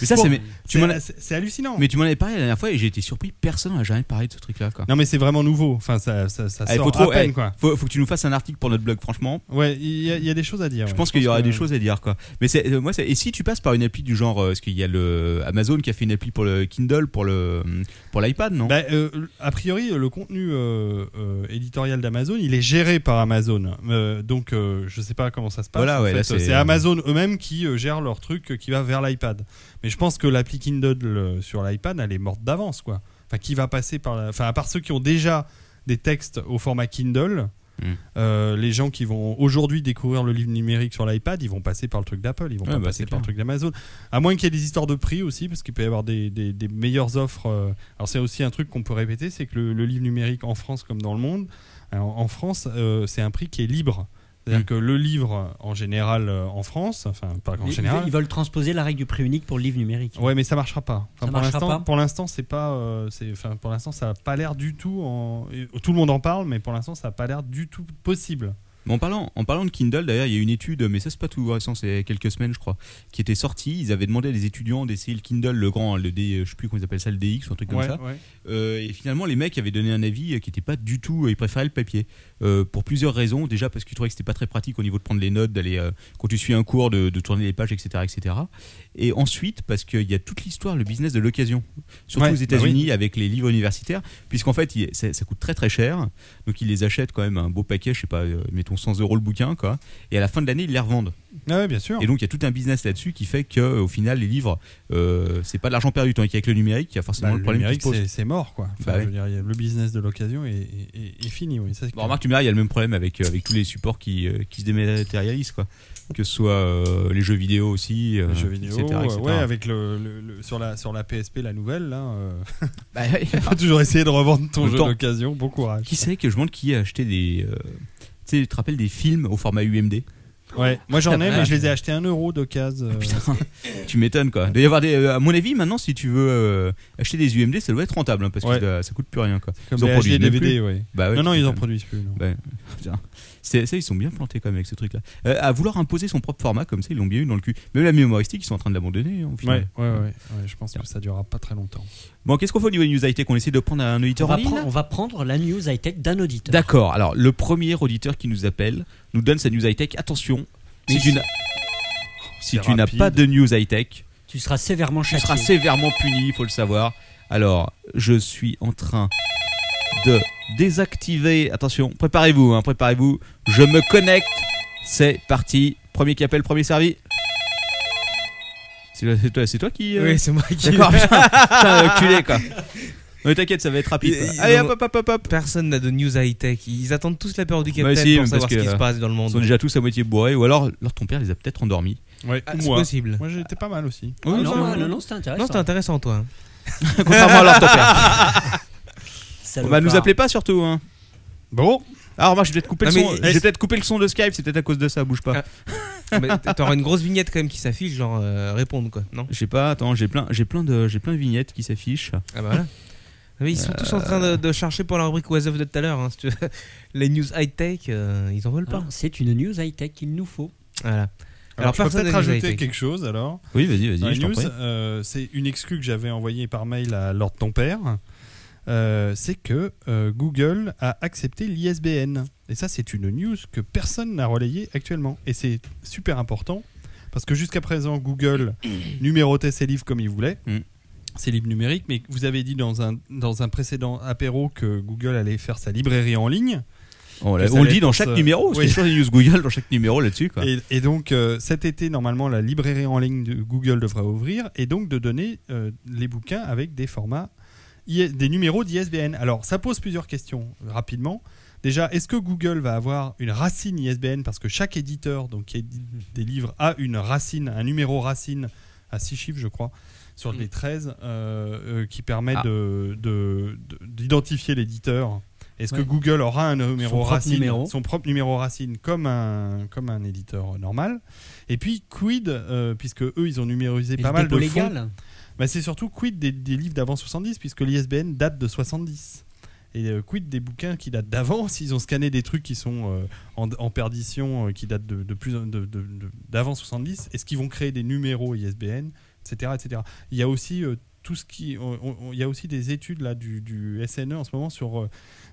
S2: mais ça,
S6: Bon,
S2: c'est. mais Tu m'en as-
S6: c'est, c'est- c'est hallucinant.
S2: mais tu m'en avais parlé la dernière fois et j'ai été surpris. Personne n'a jamais parlé de ce truc-là. Quoi.
S6: Non mais c'est vraiment nouveau. Enfin ça, ça, ça
S2: Ah, il
S6: sort
S2: faut trop-
S6: à peine
S2: eh,
S6: quoi.
S2: Faut, faut que tu nous fasses un article pour notre blog, franchement.
S6: Ouais, il y, a- il y a des choses à dire.
S2: Je pense qu'il y aura des choses à dire quoi. Mais c'est euh, moi c'est et si tu passes par une appli du genre euh, parce qu'il y a le Amazon qui a fait une appli pour le Kindle pour le hum, pour l'iPad non
S6: Bah, euh, a priori, le contenu euh, euh, éditorial d'Amazon, il est géré par Amazon. Euh, donc, euh, je sais pas comment ça se passe.
S2: Voilà,
S6: en
S2: ouais,
S6: fait.
S2: là, c'est-
S6: c'est Amazon eux-mêmes qui euh, gèrent leur truc euh, qui va vers l'iPad. Mais je pense que l'appli Kindle euh, sur l'iPad, elle est morte d'avance, quoi. Enfin, qui va passer par la... Enfin, à part ceux qui ont déjà des textes au format Kindle.
S2: Mm.
S6: euh, les gens qui vont aujourd'hui découvrir le livre numérique sur l'iPad, ils vont passer par le truc d'Apple, ils vont
S2: Ouais,
S6: pas
S2: bah,
S6: passer
S2: c'est
S6: par le
S2: clair.
S6: truc d'Amazon. À moins qu'il y ait des histoires de prix aussi, parce qu'il peut y avoir des, des- des meilleures offres. euh, alors c'est aussi un truc qu'on peut répéter, c'est que le, le livre numérique en France comme dans le monde, euh, en, en France, euh, c'est un prix qui est libre. C'est-à-dire
S5: Mmh.
S2: Mm.
S6: que le livre en général euh, en France, enfin pas en
S5: Ils-
S6: général.
S5: Ils veulent transposer la règle du prix unique pour le livre numérique.
S6: Ouais, mais ça marchera pas.
S5: Ça
S6: Enfin, pour
S5: marchera
S6: l'instant,
S5: pas
S6: pour l'instant, c'est pas, euh, c'est, enfin, pour l'instant, ça a pas l'air du tout. en- et Tout le monde en parle, mais pour l'instant, ça a pas l'air du tout possible.
S2: Mais en parlant en parlant de Kindle d'ailleurs il y a une étude mais ça c'est pas tout récent c'est il y a quelques semaines je crois qui était sortie ils avaient demandé à des étudiants d'essayer le Kindle le grand le D je sais plus comment ils appellent ça le DX ou un truc comme
S6: Ouais,
S2: ça
S6: ouais.
S2: Euh, et finalement, les mecs avaient donné un avis euh, qui n'était pas du tout. euh, Ils préféraient le papier Euh, pour plusieurs raisons. Déjà parce qu'ils trouvaient que c'était pas très pratique au niveau de prendre les notes, d'aller euh, quand tu suis un cours, de, de tourner les pages, etc., etc. Et ensuite parce qu'il y a toute l'histoire, le business de l'occasion, surtout
S6: Ouais,
S2: aux
S6: bah
S2: États-Unis avec les livres universitaires, puisqu'en fait il- ça, ça coûte très très cher. Donc ils les achètent quand même un beau paquet, je sais pas, euh, mettons 100 euros le bouquin, quoi. Et à la fin de l'année, ils les revendent.
S6: Ah ouais, bien sûr.
S2: Et donc il y a tout un business là-dessus qui fait que euh, au final, les livres, euh, c'est pas de l'argent perdu, tant qu'avec le numérique, il y a forcément
S6: Bah,
S2: le problème qui
S6: numérique,
S2: se pose.
S6: c'est, c'est mort, quoi. Enfin,
S2: Bah
S6: je
S2: ouais.
S6: veux dire, il y a- le business de l'occasion est, est- est- est fini. Oui. Ça, c'est
S2: Bon,
S6: clair.
S2: remarque, tu me diras, il y a le même problème avec, euh, avec tous les supports qui, euh, qui se dématérialisent, quoi. Que ce soit euh, les jeux vidéo aussi, euh,
S6: Les jeux vidéo,
S2: etc.
S6: euh,
S2: etc.
S6: ouais, avec le, le- le- sur la sur la PSP la nouvelle là, euh,
S2: Bah, ouais.
S6: faut toujours essayer de revendre ton
S2: Le
S6: jeu
S2: temps.
S6: d'occasion. Bon courage.
S2: qui c'est que je demande qui a acheté des. euh, tu sais, tu te rappelles des films au format UMD
S6: Ouais, moi j'en ai,
S2: Putain,
S6: mais je les ai achetés 1 euro d'occasion. euh,
S2: Ah, Oh, Putain, Ah, tu m'étonnes quoi. Il doit y avoir des, euh, à mon avis, maintenant, si tu veux euh, acheter des UMD, ça doit être rentable hein, parce
S6: Ouais.
S2: que ça, ça coûte plus rien quoi.
S6: comme
S2: ils en
S6: les
S2: produisent
S6: HD
S2: même
S6: DVD, ouais.
S2: Bah ouais,
S6: non, non,
S2: tu
S6: ils en
S2: m'étonnes.
S6: produisent plus. non.
S2: Bah, putain. C'est- Ça, ils sont bien plantés quand même avec ce truc-là. Euh, à vouloir imposer son propre format comme ça, ils l'ont bien eu dans le cul. Même la mémoristique, ils sont en train de l'abandonner. hein, au final.
S6: Ouais, ouais, ouais, ouais, Je pense que ça durera pas très longtemps.
S2: Bon, qu'est-ce qu'on fait au niveau des news high-tech On essaie de prendre un
S5: On
S2: auditeur en
S5: va,
S2: ligne
S5: prendre- on va prendre la news high-tech d'un auditeur.
S2: D'accord. Alors, le premier auditeur qui nous appelle nous donne sa news high-tech. Attention, si tu n'as si tu n'as
S6: rapide.
S2: pas de news high-tech,
S5: Tu seras sévèrement
S2: tu
S5: châtié.
S2: seras sévèrement puni, il faut le savoir. Alors, je suis en train de désactiver. Attention, préparez-vous, hein, préparez-vous. Je me connecte. C'est parti. Premier qui appelle, premier servi. C'est c'est toi, c'est toi qui. euh,
S4: Oui, c'est moi qui.
S2: D'accord, putain, putain, enculé, quoi. Non, mais t'inquiète, ça va être rapide.
S4: Ils- ils
S2: Allez,
S4: ont-
S2: hop, hop, hop, hop.
S4: Personne n'a de news high-tech. Ils attendent tous la peur du
S2: Bah
S4: capitaine
S2: si,
S4: pour
S2: parce
S4: savoir
S2: que,
S4: ce qui
S2: euh,
S4: se passe dans le
S2: Ils sont
S4: monde.
S2: déjà tous à moitié bourrés, ou alors, alors ton père les a peut-être endormis.
S6: Ouais,
S4: Ah, c'est possible.
S6: Moi, j'étais pas mal aussi.
S5: Ah
S2: Oui,
S5: non,
S2: c'est-
S5: non, non, non, c'est intéressant.
S4: Non, c'est intéressant, toi.
S2: Contrairement à leur ton père.
S5: Salopard.
S2: Bah, nous appelez pas surtout. Hein.
S6: Bon,
S2: Alors, moi, je vais peut-être couper, le
S4: Non, mais-
S2: son- je vais peut-être couper le son de Skype, c'est peut-être à cause de ça, bouge pas.
S4: Ah. Mais T'auras une grosse vignette quand même qui s'affiche, genre euh, répondre quoi, non
S2: Je sais pas, attends, j'ai plein, j'ai plein, de, j'ai plein de vignettes qui s'affichent. Euh,
S4: Ah bah voilà. Mais ils sont tous en train de, de chercher pour la rubrique Was of de tout à l'heure. hein, si tu veux. Les news high-tech, euh, ils en veulent pas.
S5: Ah, c'est une news high-tech qu'il nous faut.
S4: Voilà.
S6: alors, je peux
S4: personne n'a
S6: peut-être
S4: de news
S6: rajouter
S4: high-tech.
S6: quelque chose alors.
S2: Oui, vas-y, vas-y,
S6: Dans les
S2: je t'en
S6: news,
S2: prie.
S6: euh, c'est une exclue que j'avais envoyée par mail à Lord Ton Père. Euh, c'est que euh, Google a accepté l'ISBN. Et ça, c'est une news que personne n'a relayée actuellement. Et c'est super important parce que jusqu'à présent, Google numérotait ses livres comme il voulait.
S2: Mm.
S6: Ses livres numériques, mais vous avez dit dans un, dans un précédent apéro que Google allait faire sa librairie en ligne.
S2: On,
S6: que
S2: l'a-
S6: ça
S2: Oh on le
S6: allait
S2: dit dans
S6: être
S2: chaque
S6: ça.
S2: numéro, parce
S6: Oui.
S2: qu'il y a toujours des news Google dans chaque numéro là-dessus. Quoi.
S6: Et, et donc euh, cet été, normalement, la librairie en ligne de Google devrait ouvrir et donc de donner euh, les bouquins avec des formats, I- des numéros d'ISBN. Alors ça pose plusieurs questions rapidement. Déjà, est-ce que Google va avoir une racine ISBN parce que chaque éditeur donc, qui édite des livres a une racine, un numéro racine à six chiffres, je crois, sur les 13 euh, euh, qui permet
S2: Ah.
S6: de- de- de- d'identifier l'éditeur. Est-ce
S5: Ouais.
S6: que Google aura un numéro
S5: propre
S6: racine,
S5: numéro.
S6: son propre numéro racine, comme un, comme un éditeur normal Et puis, quid, euh, puisque eux, ils ont numérisé
S5: Et
S6: pas
S5: le
S6: mal de
S5: dépôt
S6: fonds,
S5: légal
S6: bah, c'est surtout quid des, des livres d'avant 70, puisque l'ISBN date de 70. Et euh, quid des bouquins qui datent d'avant, s'ils ont scanné des trucs qui sont euh, en, en perdition, euh, qui datent de, de plus de- de- de- d'avant 70, est-ce qu'ils vont créer des numéros ISBN, etc., etc. Il y a aussi euh, tout ce qui, on- on- il y a aussi des études là du, du SNE en ce moment sur euh,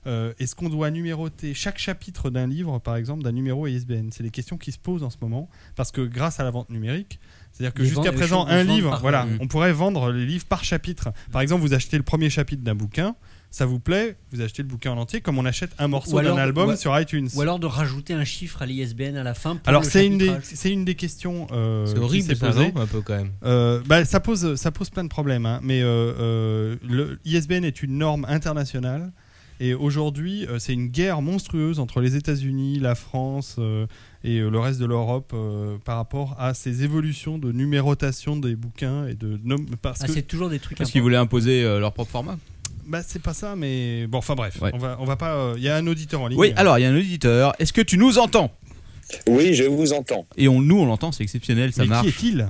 S6: euh, est-ce qu'on doit numéroter chaque chapitre d'un livre, par exemple, d'un numéro ISBN. C'est des questions qui se posent en ce moment parce que grâce à la vente numérique, c'est-à-dire que
S5: Les
S6: jusqu'à
S5: ventes- les
S6: présent,
S5: choses
S6: un
S5: se vendent
S6: livre,
S5: par-
S6: voilà,
S2: Mm.
S6: on pourrait vendre les livres par chapitre. Par exemple, vous achetez le premier chapitre d'un bouquin, ça vous plaît, vous achetez le bouquin en entier, comme on achète un
S5: Ou
S6: morceau
S5: alors-
S6: d'un album
S5: ou-
S6: sur iTunes.
S5: Ou alors de rajouter un chiffre à l'ISBN à la fin. Pour
S6: Alors
S5: le
S6: c'est une des
S5: chapitrage.
S6: c'est une des questions euh,
S4: C'est
S6: qui
S4: horrible
S6: s'est
S4: ça,
S6: posée.
S4: non Un peu quand même.
S6: Euh, bah, ça pose ça pose plein de problèmes hein, mais euh, euh, le ISBN est une norme internationale et aujourd'hui euh, c'est une guerre monstrueuse entre les États-Unis, la France euh, et euh, le reste de l'Europe euh, par rapport à ces évolutions de numérotation des bouquins et de nom- parce
S5: Ah,
S6: que
S5: c'est toujours des trucs.
S2: Parce qu'ils voulaient imposer euh, leur propre format.
S6: bah c'est pas ça mais bon enfin bref
S2: Ouais.
S6: on va on va pas euh, il y a un auditeur en ligne
S2: Oui, alors il y a un auditeur. Est-ce que tu nous entends
S8: Oui, je vous entends.
S2: Et on, nous, on l'entend, c'est exceptionnel, ça
S6: mais
S2: marche.
S6: qui est-il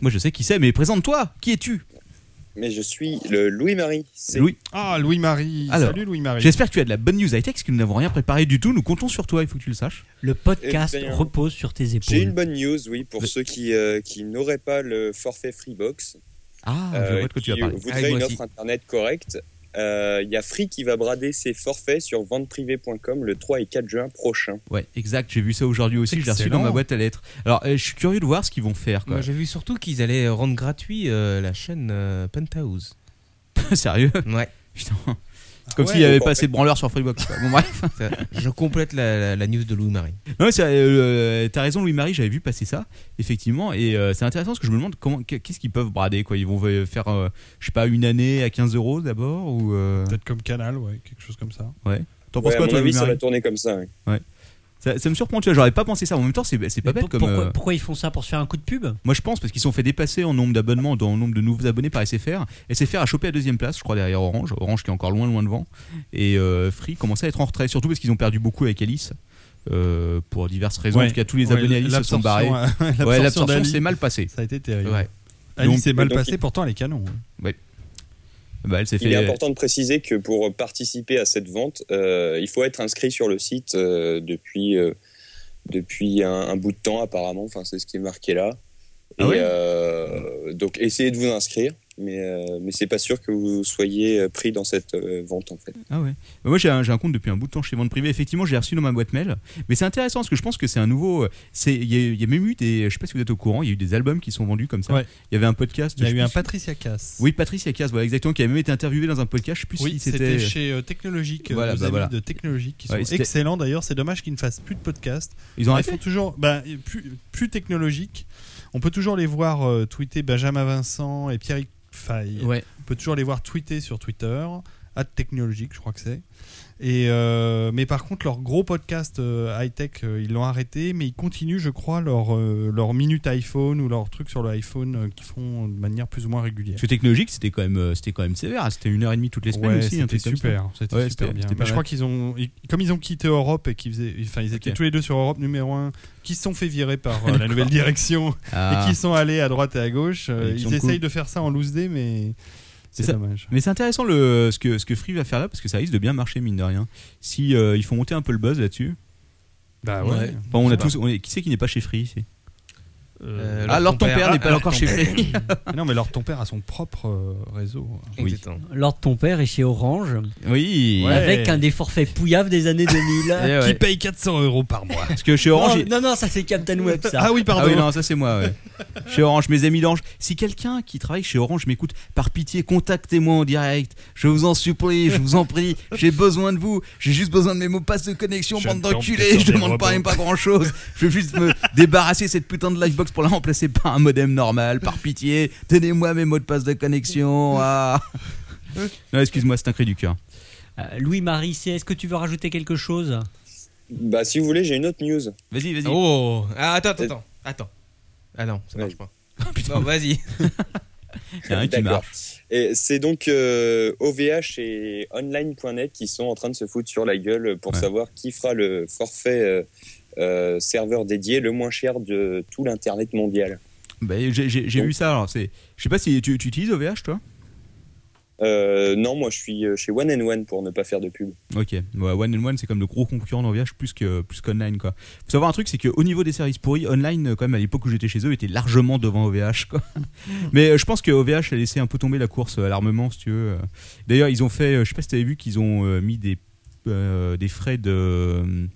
S2: Moi, je sais qui c'est, mais présente-toi. Qui es-tu
S8: Mais je suis le Louis-Marie. C'est-
S2: Louis.
S6: Ah Louis-Marie
S2: Alors,
S6: salut Louis-Marie
S2: J'espère que tu as de la bonne news high-tech, parce que nous n'avons rien préparé du tout. Nous comptons sur toi, il faut que tu le saches.
S5: Le podcast
S8: Eh bien,
S5: repose sur tes épaules.
S8: J'ai une bonne news, oui, pour
S2: Mais-
S8: ceux qui, euh, qui n'auraient pas le forfait Freebox.
S2: Ah, je
S8: euh,
S2: vois de quoi tu
S8: qui
S2: vas parler.
S8: voudraient
S4: Ah, moi
S8: une
S4: aussi.
S8: offre internet correcte. Euh, Il y a Free qui va brader ses forfaits sur venteprivée.com le 3 et 4 juin prochain.
S2: Ouais, exact, j'ai vu ça aujourd'hui aussi, je l'ai reçu dans ma
S6: Excellent.
S2: boîte à lettres. Alors, euh, je suis curieux de voir ce qu'ils vont faire, quoi.
S4: Moi j'ai vu surtout qu'ils allaient rendre gratuit euh, la chaîne euh, Penthouse.
S2: Sérieux
S4: Ouais.
S2: Putain.
S6: Ah
S2: Comme
S8: ouais,
S2: s'il n'y avait
S8: bon,
S2: pas
S8: en
S2: assez
S8: fait-
S2: de branleurs sur Freebox. quoi. Bon, bref.
S4: Ça, je complète la, la- la news de Louis-Marie.
S2: Non, mais c'est, euh, t'as raison, Louis-Marie, j'avais vu passer ça, effectivement. Et euh, c'est intéressant parce que je me demande comment, qu'est-ce qu'ils peuvent brader, quoi. Ils vont euh, faire, euh, je sais pas, une année à 15 euros d'abord ou. euh,
S6: peut-être comme Canal ouais quelque chose comme ça
S2: T'en
S8: Ouais,
S2: penses quoi,
S8: à
S2: toi,
S8: mon avis, ça va
S2: Louis-Marie
S8: tourner comme ça. ouais.
S2: ça, ça me surprend, tu vois. J'aurais pas pensé ça. En même temps, c'est, c'est pas
S5: Mais
S2: bête comme.
S5: pour- pourquoi,
S2: euh,
S5: pourquoi ils font ça pour se faire un coup de pub
S2: Moi, je pense parce qu'ils se sont fait dépasser en nombre d'abonnements, dans- en nombre de nouveaux abonnés par SFR. SFR a chopé la deuxième place, je crois, derrière Orange. Orange qui est encore loin, loin devant. Et euh, Free commençait à être en retrait, surtout parce qu'ils ont perdu beaucoup avec Alice. euh, pour diverses raisons,
S6: Ouais.
S2: en tout cas tous les
S6: Ouais,
S2: abonnés Alice se sont barrés.
S6: l'absorption,
S2: Ouais,
S6: hein, l'absorption
S2: l'absorption
S6: d'Ali,
S2: s'est mal passée.
S6: ça a été terrible
S2: Ouais.
S6: Alice
S2: Donc-
S6: s'est mal
S8: donc,
S6: passé
S8: il-
S6: pourtant elle est canon hein.
S2: Bah, elle s'est
S8: Il est
S2: fait.
S8: important de préciser que pour participer à cette vente, euh, il faut être inscrit sur le site euh, depuis, euh, depuis un, un bout de temps apparemment, enfin, c'est ce qui est marqué là.
S2: Ah
S8: Et,
S2: ouais
S8: euh, donc essayez de vous inscrire, mais, euh, mais c'est pas sûr que vous soyez euh, pris dans cette euh, vente en fait.
S2: Ah ouais. Bah, moi j'ai un, j'ai un compte depuis un bout de temps chez Vente Privée. Effectivement, j'ai reçu dans ma boîte mail. Mais c'est intéressant parce que je pense que c'est un nouveau. euh, c'est- Il y, a- il y a même eu des. Je sais pas si vous êtes au courant, il y a eu des albums qui sont vendus comme ça.
S6: Ouais.
S2: Il y avait un podcast.
S6: Il y a
S2: je
S6: eu
S2: sais
S6: un
S2: plus-
S6: Patricia Cass.
S2: Oui, Patrice Yakas, voilà, exactement, qui avait même été interviewé dans un podcast. Je sais plus si
S6: Oui,
S2: c'était.
S6: c'était chez euh, Technologique, euh,
S2: Voilà,
S6: nos
S2: bah
S6: amis
S2: voilà.
S6: de Technologique qui sont
S2: Ouais, c'était-
S6: excellents d'ailleurs. C'est dommage qu'ils ne fassent plus de podcast.
S2: Ils ont
S6: Ils
S2: arrêté
S6: sont toujours bah, plus, plus technologiques. On peut toujours les voir euh, tweeter Benjamin Vincent et Pierre Fay.
S2: Ouais.
S6: On peut toujours les voir tweeter sur Twitter, à Technologique, je crois que c'est. Et euh, mais par contre, leur gros podcast euh, high-tech, euh, ils l'ont arrêté, mais ils continuent, je crois, leur, euh, leur minute iPhone ou leur truc sur le iPhone euh, qu'ils font de manière plus ou moins régulière.
S2: Parce que technologique, c'était quand même, euh, c'était quand même sévère. C'était une heure et demie toutes les semaines
S6: Ouais,
S2: aussi. un
S6: c'était
S2: truc comme ça.
S6: super, c'était
S2: Ouais,
S6: super
S2: c'était-
S6: bien.
S2: c'était pas
S6: Mais je
S2: mal.
S6: crois qu'ils ont, ils- comme ils ont quitté Europe et qu'ils faisaient, enfin ils étaient
S2: Ok.
S6: tous les deux sur Europe numéro 1, qui se sont fait virer par euh, la nouvelle direction
S2: Ah.
S6: et qui sont allés à droite et à gauche. euh,
S2: Et qui
S6: ils
S2: sont cool.
S6: essayent de faire ça en loose day, mais c'est
S2: ça.
S6: dommage.
S2: Mais c'est intéressant le, ce, que, ce que Free va faire là parce que ça risque de bien marcher, mine de rien. Si euh, ils font monter un peu le buzz là-dessus.
S6: Bah
S4: ouais.
S2: Enfin, on a tous, on est- qui c'est qui n'est pas chez Free ici
S4: Euh,
S2: Ah, alors ton père
S6: hein.
S2: n'est pas
S4: alors
S2: encore
S4: ton
S2: chez
S4: père.
S2: Free.
S6: non, mais leur ton père a son propre euh, réseau.
S2: Oui.
S4: Exactement.
S5: Lors de ton père est chez Orange
S2: Oui.
S6: Ouais.
S5: avec un des forfaits pouillaves des années 2000.
S2: Eh ouais.
S6: paye 400 euros par mois.
S2: Parce que chez Orange. il-
S5: non, non, non, ça c'est Captain Web ça.
S6: Ah oui, pardon.
S2: Ah oui, non, ça c'est moi, ouais. chez Orange, mes amis d'Orange. Si quelqu'un qui travaille chez Orange m'écoute, par pitié, contactez-moi en direct. Je vous en supplie, je vous en prie. J'ai besoin de vous. J'ai juste besoin de mes mots de passe de connexion,
S6: Je
S2: bande
S6: tombe
S2: d'enculés.
S6: sur
S2: Je
S6: des
S2: demande pas
S6: robots.
S2: même pas grand chose. Je veux juste me débarrasser de cette putain de Livebox pour la remplacer par un modem normal. Par pitié, donnez-moi mes mots de passe de connexion. Ah. Non, excuse-moi, c'est un cri du cœur.
S5: Euh, Louis-Marie, c'est- est-ce que tu veux rajouter quelque chose
S8: Bah si vous voulez, j'ai une autre news.
S2: Vas-y, vas-y.
S4: Oh Ah, attends, attends, attends.
S5: Euh,
S4: Attends. Ah non, ça marche pas. Bon, vas-y.
S2: Oh, Il y en a un qui
S8: D'accord.
S2: marche.
S8: Et c'est donc euh, OVH et online.net qui sont en train de se foutre sur la gueule pour
S2: Ouais.
S8: savoir qui fera le forfait euh, euh, serveur dédié le moins cher de tout l'internet mondial.
S2: Bah, j'ai- j'ai j'ai vu ça. Alors, c'est. Je sais pas si tu, tu utilises OVH, toi.
S8: Euh, non, moi je suis euh, chez One and One pour ne pas faire de pub.
S2: Ok, ouais, One and One c'est comme le gros concurrent d'Enviage plus que plus qu'Online quoi. Faut savoir un truc, c'est qu'au niveau des services pourris, Online euh, quand même à l'époque où j'étais chez eux était largement devant OVH quoi. Mais euh, je pense que OVH a laissé un peu tomber la course à l'armement si tu veux. euh. D'ailleurs ils ont fait, euh, je sais pas si t'avais vu qu'ils ont euh, mis des euh, des frais de euh,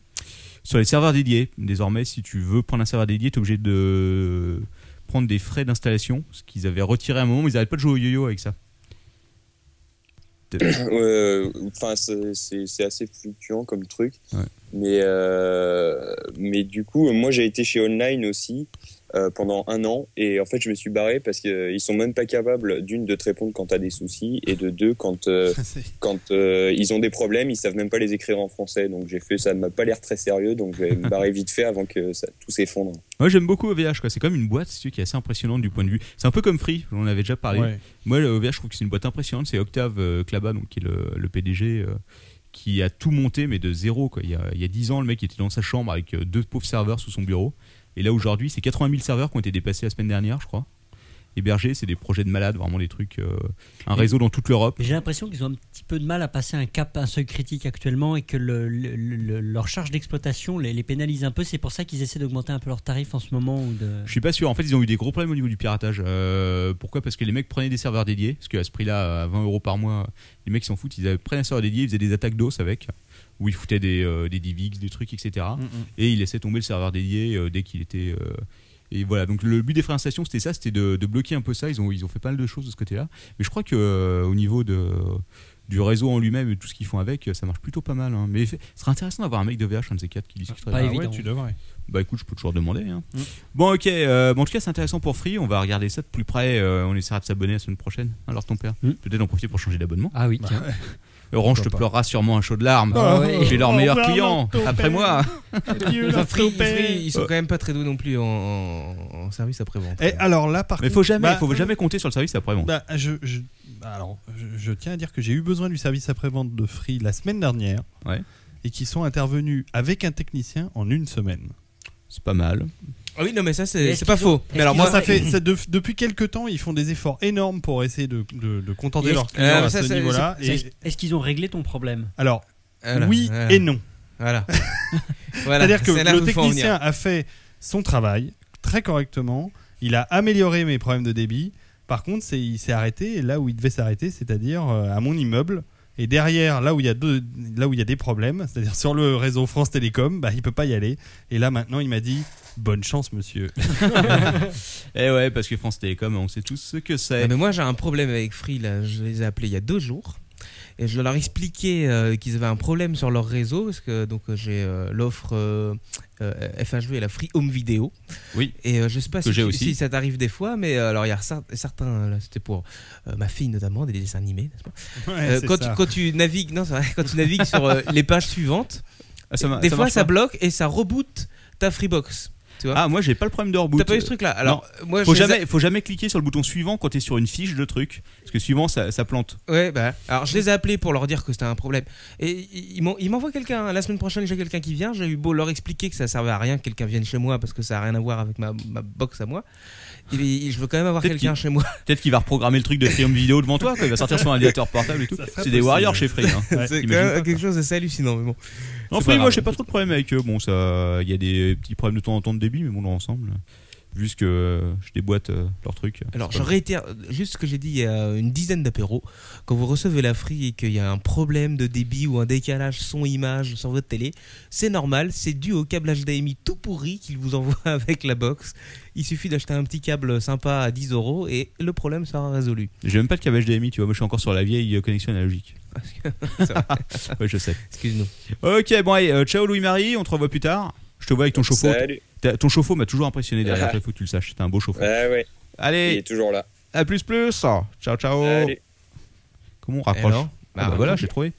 S2: sur les serveurs dédiés. Désormais si tu veux prendre un serveur dédié, t'es obligé de prendre des frais d'installation, ce qu'ils avaient retiré à un moment, mais ils arrêtent pas de jouer au yo-yo avec ça.
S8: Euh, Enfin, c'est- c'est c'est assez fluctuant comme truc.
S2: Ouais.
S8: Mais, euh, mais du coup, moi j'ai été chez Online aussi euh, pendant un an et en fait je me suis barré parce qu'ils sont même pas capables d'une de te répondre quand t'as des soucis et de deux quand euh, quand euh, ils ont des problèmes, ils savent même pas les écrire en français. Donc j'ai fait ça, m'a pas l'air très sérieux, donc je vais me barrer vite fait avant que ça, tout s'effondre.
S2: Moi j'aime beaucoup OVH quoi, c'est comme une boîte si tu veux, qui est assez impressionnante du point de vue. C'est un peu comme Free, on en avait déjà parlé.
S6: Ouais.
S2: Moi le OVH je trouve que c'est une boîte impressionnante, c'est Octave euh, Klaba donc qui est le, le PDG euh, qui a tout monté mais de zéro quoi. Il y a, il y a 10 ans le mec il était dans sa chambre avec euh, deux pauvres serveurs sous son bureau et là aujourd'hui c'est 80 000 serveurs qui ont été dépassés la semaine dernière je crois. Hébergés, c'est des projets de malades, vraiment des trucs euh, un réseau dans toute l'Europe.
S5: Mais J'ai l'impression qu'ils ont un petit peu de mal à passer un cap, un seuil critique actuellement et que le- le- le- leur charge d'exploitation les, les pénalise un peu. C'est pour ça qu'ils essaient d'augmenter un peu leurs tarifs en ce moment. Ou de...
S2: Je suis pas sûr. En fait, ils ont eu des gros problèmes au niveau du piratage. Euh, pourquoi Parce que les mecs prenaient des serveurs dédiés. Parce qu'à ce prix-là, à 20 euros par mois, les mecs s'en foutent. Ils avaient- prenaient un serveur dédié, ils faisaient des attaques d'os avec, où ils foutaient des, euh, des DivX, des trucs, etc.
S6: Mm,
S2: Et ils laissaient tomber le serveur dédié euh, dès qu'il était. euh, et voilà. Donc le but des frais d'installation, c'était ça, c'était de, de bloquer un peu ça. Ils ont, ils ont fait pas mal de choses de ce côté-là. Mais je crois que euh, au niveau de du réseau en lui-même et tout ce qu'ils font avec, ça marche plutôt pas mal. hein. Mais ce serait intéressant d'avoir un mec de VH, un de ces quatre, qui discuterait.
S5: Pas
S2: de-
S6: Ah ouais,
S5: évident.
S6: tu devrais.
S2: bah écoute, je peux toujours demander. hein.
S6: Mm.
S2: Bon, ok. euh, bon, en tout cas, c'est intéressant pour Free. On va regarder ça de plus près. euh, on essaiera de s'abonner la semaine prochaine. hein, Alors, ton père
S5: Mm.
S2: Peut-être en profiter pour changer d'abonnement.
S5: Ah oui, tiens.
S2: Orange te
S6: pourquoi pas.
S2: pleurera sûrement un chaud de larmes.
S5: Ah ouais.
S2: J'ai leur
S6: Au
S2: meilleur
S6: revoir,
S2: client.
S6: notre ton
S2: Après
S6: père.
S2: moi.
S4: Enfin, Free, Free, ils sont quand même pas très doués non plus en, en- en service après-vente.
S6: Et alors là, par
S2: Mais
S6: contre,
S2: faut jamais,
S6: bah,
S2: faut jamais compter sur le service après vente.
S6: Bah, je, je- bah, alors, je, je tiens à dire que j'ai eu besoin du service après-vente de Free la semaine dernière.
S2: Ouais.
S6: Et qui sont intervenus avec un technicien en une semaine.
S2: C'est pas mal.
S4: Ah oui, non, mais ça,
S5: Mais
S4: c'est
S5: est-ce
S4: c'est pas
S5: qu'ils
S4: faux.
S5: ont-
S4: Mais alors,
S5: est-ce
S4: moi,
S5: qu'ils
S6: ça
S5: Ouais.
S6: fait, ça, de- depuis quelques temps, ils font des efforts énormes pour essayer de, de- de contenter
S5: Et-
S6: leurs clients
S4: Euh,
S6: à
S4: ça,
S6: ce
S4: c'est-
S6: niveau-là.
S5: Est-ce
S6: Et-
S5: est-ce qu'ils ont réglé ton problème
S6: Alors,
S4: Voilà,
S6: oui
S4: voilà,
S6: et non.
S4: Voilà. Voilà,
S6: C'est-à-dire que
S4: c'est là
S6: le
S4: où il faut en
S6: technicien
S4: venir.
S6: a fait son travail très correctement. Il a amélioré mes problèmes de débit. Par contre, c'est- il s'est arrêté là où il devait s'arrêter, c'est-à-dire euh, à mon immeuble. Et derrière, là où il y a, deux, là où il y a des problèmes, c'est-à-dire sur le réseau France Télécom, bah, il peut pas y aller. Et là, maintenant, il m'a dit Bonne chance, monsieur.
S2: Eh ouais, parce que France Télécom, on sait tous ce que
S4: Non,
S2: c'est.
S4: mais moi, j'ai un problème avec Free, là. Je les ai appelés il y a deux jours. Et je leur ai expliqué euh, qu'ils avaient un problème sur leur réseau. Parce que donc, euh, j'ai euh, l'offre euh, euh, FHV et la Free Home Video.
S2: Oui.
S4: Et euh, je sais pas
S2: Que
S4: si,
S2: j'ai
S4: tu-
S2: aussi.
S4: si ça t'arrive des fois, mais euh, alors, il y a cer- certains. Là, c'était pour euh, ma fille, notamment, des dessins animés, n'est-ce pas Euh, quand, tu, quand tu navigues, non, c'est vrai, quand tu navigues sur euh, les pages suivantes,
S2: Ah, ça ma-
S4: des fois
S2: marche
S4: ça
S2: pas
S4: bloque et ça reboot ta Freebox. Tu vois
S2: Ah, moi j'ai pas le problème de reboot.
S4: T'as pas eu ce truc là Alors, moi,
S2: euh, Faut
S4: je les a-
S2: jamais, faut jamais cliquer sur le bouton suivant quand t'es sur une fiche de truc, parce que suivant ça, ça plante.
S4: Ouais, bah, alors je les ai appelés pour leur dire que c'était un problème. Et ils m'ont- ils m'envoient quelqu'un. hein. La semaine prochaine, j'ai quelqu'un qui vient. J'ai eu beau leur expliquer que ça servait à rien que quelqu'un vienne chez moi parce que ça a rien à voir avec ma, ma box à moi. Et, et je veux quand même avoir
S2: Peut-être
S4: quelqu'un chez moi.
S2: Peut-être qu'il va reprogrammer le truc de Freedom Vidéo devant toi, quoi. il va sortir son ordinateur portable et tout.
S6: serait
S2: C'est des
S6: possible.
S2: warriors chez Free. Hein.
S4: c'est quand
S2: t'imagines
S4: même quelque chose d'assez hallucinant. Mais bon.
S2: Non,
S4: C'est
S2: Free,
S4: pas
S2: moi
S4: grave.
S2: j'ai pas trop de problème avec eux. Bon, ça, il y a des petits problèmes de temps en temps de débit, mais bon, dans l'ensemble, vu ce que euh, je déboîte euh, leur truc.
S4: Alors,
S2: c'est
S4: je
S2: pas
S4: réitère juste ce que j'ai dit il y a une dizaine d'apéros. Quand vous recevez la free et qu'il y a un problème de débit ou un décalage son-image sur votre télé, c'est normal, c'est dû au câble HDMI tout pourri qu'il vous envoie avec la box. Il suffit d'acheter un petit câble sympa à 10 euros et le problème sera résolu.
S2: J'ai même pas de câble HDMI, tu vois. Moi, je suis encore sur la vieille euh, connexion analogique. ouais, je sais.
S4: Excuse-nous.
S2: Ok, bon, allez, euh, ciao Louis-Marie, on te revoit plus tard. Je te vois avec ton chauffe-eau.
S8: Salut.
S2: T'as- Ton chauffe-eau m'a toujours impressionné derrière toi, faut que tu le saches. T'es un beau chauffe-eau.
S8: Ouais, ouais, il
S2: Allez,
S8: est toujours là.
S2: à plus plus. Ciao, ciao.
S8: Salut.
S2: Comment on
S4: Et
S2: rapproche
S4: alors
S2: Ah bah, voilà, j'ai trouvé.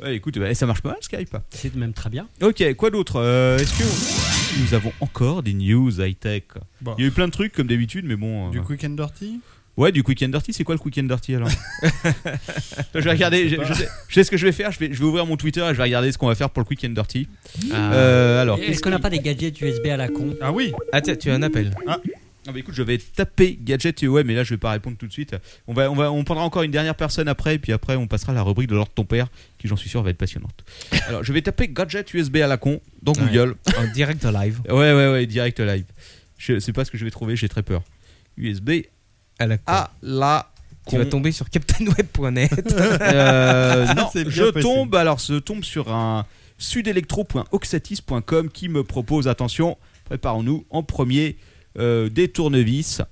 S2: Ouais, écoute, bah, ça marche pas mal Skype.
S5: C'est même très bien.
S2: Ok, quoi d'autre Euh, Est-ce que nous avons encore des news high-tech
S6: Bon.
S2: Il y a eu plein de trucs comme d'habitude, mais bon. euh,
S6: Bah. Du Quick and Dirty
S2: Ouais, du Quick and Dirty, c'est quoi le Quick and Dirty alors Je vais regarder, je, je sais, je sais ce que je vais faire, je vais, je vais ouvrir mon Twitter et je vais regarder ce qu'on va faire pour le Quick and Dirty. Euh, alors,
S5: Est-ce qu'on n'a pas des gadgets USB à la con
S6: Ah oui
S4: Ah tiens, tu as un appel.
S2: Ah bah écoute, je vais taper gadget et ouais, mais là je vais pas répondre tout de suite. On va, on va, on prendra encore une dernière personne après, et puis après on passera à la rubrique de l'ordre de ton père, qui j'en suis sûr va être passionnante. Alors je vais taper gadget USB à la con dans
S4: Ouais.
S2: Google.
S4: En direct live.
S2: Ouais, ouais, ouais, direct live. Je sais pas ce que je vais trouver, j'ai très peur. USB
S4: À la con.
S2: à la
S4: tu vas
S2: con.
S4: tomber sur captainweb.net.
S2: Euh,
S6: Ah,
S2: non,
S6: c'est bien
S2: je
S6: passé.
S2: tombe, Bah alors je tombe sur un sudelectro.oxatis.com qui me propose, attention, préparons-nous en premier euh, des tournevis.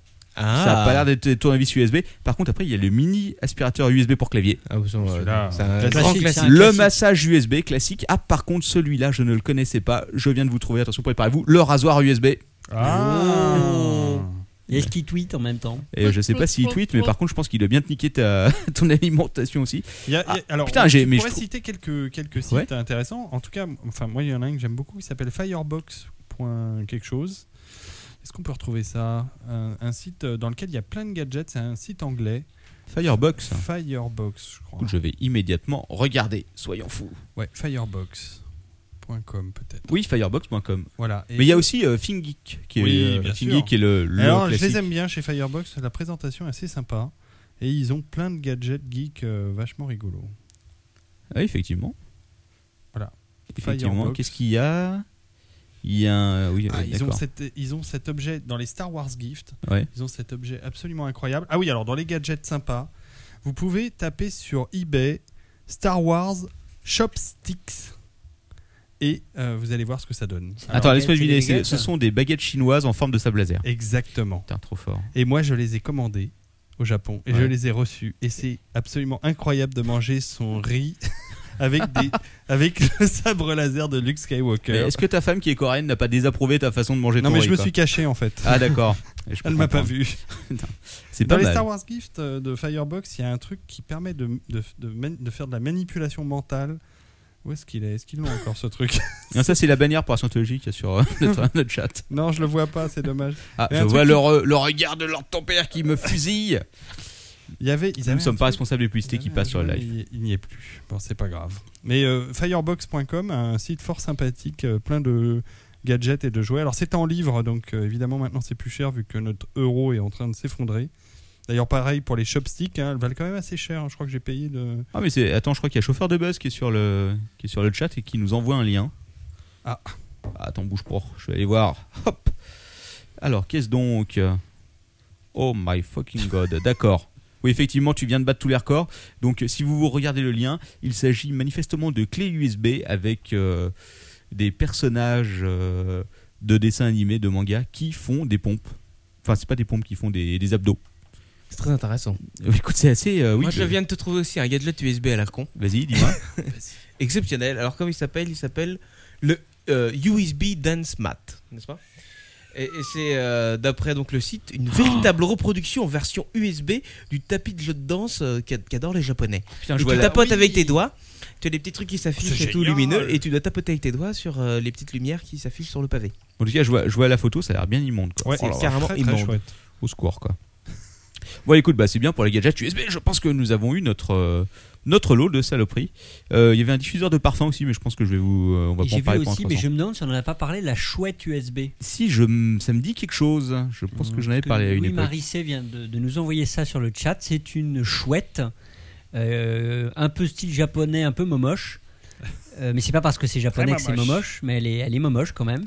S4: Ah,
S2: Ça a pas l'air d'être des tournevis USB. Par contre, après, il y a le mini aspirateur USB pour clavier.
S4: Ah, ça, euh,
S6: Celui-là,
S4: c'est un
S6: classique,
S4: grand
S5: c'est un
S4: classique.
S2: Le
S5: classique.
S2: massage USB classique. Ah, par contre, celui-là, je ne le connaissais pas. Je viens de vous trouver. Attention, préparez-vous. Le rasoir USB.
S6: Ah
S5: Et Est-ce qu'ils tweetent en même temps
S2: Et je sais pas s'il tweet, mais par contre, je pense qu'il doit bien te niquer ta, ton alimentation aussi. Ah,
S6: Il y a- il y a- alors,
S2: putain,
S6: on-
S2: j'ai-
S6: tu
S2: mais je
S6: pourrais
S2: trouve-
S6: citer quelques, quelques sites
S2: Ouais.
S6: intéressants. En tout cas, enfin, moi, il y en a un que j'aime beaucoup qui s'appelle Firebox. point quelque chose. Est-ce qu'on peut retrouver ça un, un site euh, dans lequel il y a plein de gadgets. C'est un site anglais.
S2: Firebox.
S6: Firebox, je crois.
S2: Écoute, je vais immédiatement regarder. Soyons fous.
S6: Ouais, firebox.com peut-être.
S2: Oui, firebox.com.
S6: Voilà. Et-
S2: Mais il y a aussi euh, ThingGeek, qui est,
S6: Oui,
S2: euh,
S6: bien
S2: ThingGeek
S6: sûr.
S2: qui est le, le
S6: Alors, je
S2: classique.
S6: les aime bien chez Firebox. La présentation est assez sympa. Et ils ont plein de gadgets geeks euh, vachement rigolos.
S2: Ah, effectivement.
S6: Voilà.
S2: Effectivement.
S6: Firebox.
S2: Qu'est-ce qu'il y a Il y a un. Oui,
S6: Ah,
S2: euh,
S6: ils, ont
S2: d'accord.
S6: cet, ils ont cet objet dans les Star Wars Gift.
S2: Ouais.
S6: Ils ont cet objet absolument incroyable. Ah oui, alors dans les gadgets sympas, vous pouvez taper sur eBay Star Wars Chopsticks et euh, vous allez voir ce que ça donne. Alors,
S2: Attends, laisse-moi
S5: c'est
S2: deviner.
S5: des
S2: c'est-
S5: baguettes,
S2: Ce
S5: ça
S2: sont des baguettes chinoises en forme de sable laser.
S6: Exactement.
S2: Putain, trop fort.
S6: Et moi, je les ai commandés au Japon et je les ai reçus. Et c'est absolument incroyable de manger son riz avec, des, avec le sabre laser de Luke
S2: Mais
S6: Skywalker.
S2: est-ce que ta femme qui est coréenne n'a pas désapprouvé ta façon de manger
S6: Non,
S2: ton
S6: mais
S2: riz,
S6: je me
S2: quoi
S6: suis caché en fait.
S2: Ah d'accord. Je peux
S6: Elle m'a pas
S2: comprendre.
S6: vu.
S2: C'est
S6: Dans
S2: pas
S6: les
S2: mal.
S6: Star Wars Gift euh, de Firebox, il y a un truc qui permet de, de, de man- de faire de la manipulation mentale. Où est-ce qu'il est Est-ce qu'ils l'ont encore ce truc
S2: Non, ça c'est la bannière pour la scientologie qu'il y a sur euh, notre, notre chat.
S6: Non, je le vois pas, c'est dommage.
S2: Ah,
S6: Mais
S2: je
S6: un
S2: vois
S6: truc
S2: le, re- le regard de leur ton père qui me fusille.
S6: Il y avait, ils
S2: Nous
S6: avaient
S2: ne
S6: un
S2: sommes pas
S6: truc-
S2: responsables des publicités
S6: ils
S2: qui
S6: avaient
S2: passent
S6: un
S2: sur le
S6: jeu,
S2: live.
S6: mais Il il n'y est plus. Bon, c'est pas grave. Mais euh, firebox.com, un site fort sympathique, euh, plein de gadgets et de jouets. Alors c'est en livre, donc euh, évidemment maintenant c'est plus cher vu que notre euro est en train de s'effondrer. D'ailleurs pareil pour les chopsticks, hein, elles valent quand même assez cher. hein. Je crois que j'ai payé de...
S2: Ah mais c'est attends, je crois qu'il y a chauffeur de bus qui est sur le qui est sur le chat et qui nous envoie un lien.
S6: Ah.
S2: Ah, Attends, bouge pas, je vais aller voir. Hop. Alors, qu'est-ce donc Oh my fucking god, d'accord. Oui, effectivement, tu viens de battre tous les records. Donc, si vous regardez le lien, il s'agit manifestement de clés USB avec euh, des personnages euh, de dessins animés, de manga, qui font des pompes. Enfin, c'est pas des pompes, qui font des, des abdos.
S4: C'est très intéressant.
S2: Euh, Écoute, c'est assez. euh, oui,
S4: Moi, je viens de te trouver aussi un gadget USB à la con.
S2: Vas-y, dis-moi.
S4: exceptionnel. Alors, comment il s'appelle Il s'appelle le euh, USB Dance Mat, n'est-ce pas et, et c'est, euh, d'après donc le site,
S2: Ah.
S4: une véritable reproduction en version USB du tapis de jeu de danse euh, qu'a- qu'adorent les Japonais.
S2: Oh, Putain,
S4: Et
S2: je
S4: tu
S2: vois la-
S4: tapotes
S2: Oui.
S4: avec tes doigts, tu as des petits trucs qui s'affichent
S2: C'est
S4: et tout
S2: génial.
S4: lumineux, et tu dois tapoter avec tes doigts sur euh, les petites lumières qui s'affichent sur le pavé.
S2: En tout cas, je vois, je vois la photo, ça a l'air bien immonde. Quoi.
S6: Ouais,
S2: Oh la
S4: c'est
S2: vache.
S4: carrément
S6: très, très
S4: immonde.
S6: chouette.
S2: Au secours, quoi. Bon, écoute, bah, c'est bien pour les gadgets USB. Je pense que nous avons eu notre, euh, notre lot de saloperies. Euh, Il y avait un diffuseur de parfum aussi, mais je pense que je vais vous. euh, on va
S5: Et
S2: pas
S5: J'ai
S2: en
S5: vu
S2: parler pendant
S5: aussi,
S2: trois
S5: mais
S2: ans.
S5: je me demande si on n'en a pas parlé, la chouette USB.
S2: Si, je, m- ça me dit quelque chose. Je pense que j'en avais
S5: Mmh, que
S2: parlé à une
S5: Louis
S2: époque.
S5: Marisset vient de, de nous envoyer ça sur le chat. C'est une chouette, euh, un peu style japonais, un peu momoche. Euh, mais c'est pas parce que c'est japonais que c'est momoche, mais elle est, elle est momoche quand même.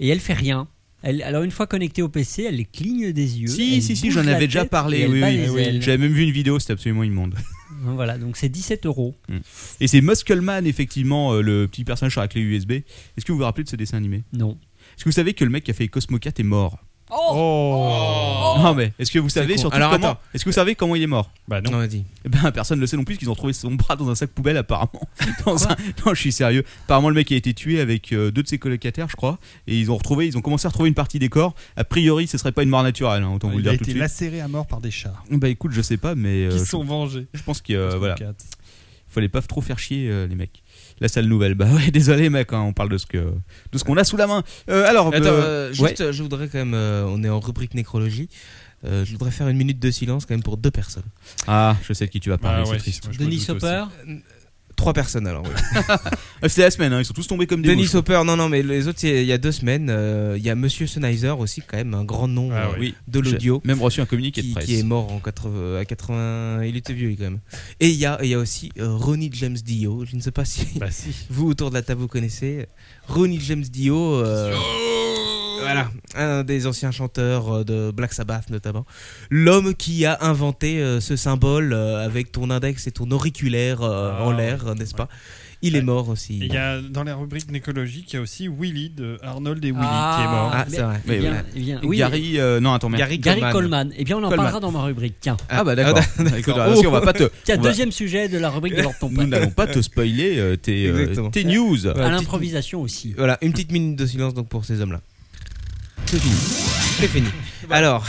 S5: Et elle fait rien. Elle, alors une fois connectée au PC, elle cligne des yeux.
S2: Si,
S5: elle
S2: si, si,
S5: bouge
S2: j'en
S5: la
S2: avais déjà
S5: tête et
S2: parlé.
S5: elle
S2: Oui,
S5: bat
S2: oui,
S5: les
S2: oui.
S5: ailes.
S2: J'avais même vu une vidéo, c'était absolument immonde. Mmh.
S5: Voilà, donc c'est 17 euros.
S2: Et c'est Muscleman, effectivement, euh, le petit personnage avec les USB. Est-ce que vous vous rappelez de ce dessin animé
S5: Non.
S2: Est-ce que vous savez que le mec qui a fait Cosmo 4 est mort
S6: Oh,
S2: Non, mais est-ce que vous savez
S4: con.
S2: surtout
S4: Alors,
S2: comment
S4: attends.
S2: Est-ce que vous savez comment il est mort
S6: Bah non.
S4: Non, vas-y.
S2: Eh ben, personne ne le sait non plus, parce qu'ils ont trouvé son bras dans un sac poubelle, apparemment. Dans un- Non, je suis sérieux. Apparemment, le mec a été tué avec euh, deux de ses colocataires, je crois. Et ils ont retrouvé, ils ont commencé à retrouver une partie des corps. A priori, ce serait pas une mort naturelle, hein, autant vous le
S6: Il a
S2: dire tout de
S6: été
S2: suite.
S6: lacéré à mort par des chats
S2: Bah écoute, je sais pas, mais euh,
S6: qui
S2: je,
S6: sont vengés.
S2: je pense que euh, voilà,
S6: Quatre.
S2: fallait pas trop faire chier euh, les mecs. La salle nouvelle, bah ouais, désolé mec, hein, on parle de ce que de ce qu'on a sous la main. Euh, alors,
S4: Attends,
S2: euh,
S4: euh, juste,
S2: ouais.
S4: euh, je voudrais quand même, euh, on est en rubrique nécrologie, euh, je voudrais faire une minute de silence quand même pour deux personnes.
S2: ah, je sais de qui tu vas parler,
S6: Bah
S2: c'est
S6: ouais,
S2: triste.
S6: moi, je me
S5: Denis
S6: doute aussi.
S5: Hopper,
S4: Trois personnes alors, oui.
S2: Ah, C'était la semaine, hein, ils sont tous tombés comme des
S4: Denis
S2: mouches.
S4: Hopper, non, non, mais les autres, c'est il y a deux semaines, euh, il y a Monsieur Sennheiser aussi, quand même, un grand nom
S6: Ah
S4: euh,
S6: ouais.
S2: Oui,
S4: de l'audio,
S2: j'ai Même reçu un communiqué de
S4: qui,
S2: presse.
S4: qui est mort en 80, à 80. Il était vieux, lui, quand même. Et il y a, il y a aussi euh, Ronnie James Dio. Je ne sais pas si
S6: Bah si.
S4: vous, autour de la table, vous connaissez. Ronnie James Dio. euh, Voilà, un des anciens chanteurs euh, de Black Sabbath notamment. L'homme qui a inventé euh, ce symbole euh, avec ton index et ton auriculaire euh,
S6: Ah.
S4: en l'air, euh, n'est-ce pas Il est
S6: Ouais.
S4: mort aussi.
S6: Il y a dans la rubrique nécologique, il y a aussi Willy de Arnold et Willy qui est mort.
S5: Ah,
S4: Ah, c'est vrai.
S5: eh
S2: Mais
S5: bien, eh bien, oui,
S2: Gary, euh, non, attends, mais-
S4: Gary,
S5: Gary
S4: Coleman.
S5: Coleman. Eh bien, on en
S4: Coleman.
S5: parlera dans ma rubrique. Tiens,
S2: Ah bah d'accord. Écoute, parce qu'on va pas te-
S5: Tiens,
S2: on va-
S5: deuxième sujet de la rubrique de l'ordre
S2: nous n'allons pas te spoiler euh, tes, euh,
S4: Exactement.
S2: tes news.
S5: À l'improvisation aussi.
S4: Voilà, une petite minute de silence donc pour ces hommes-là. C'est fini. C'est fini. Alors,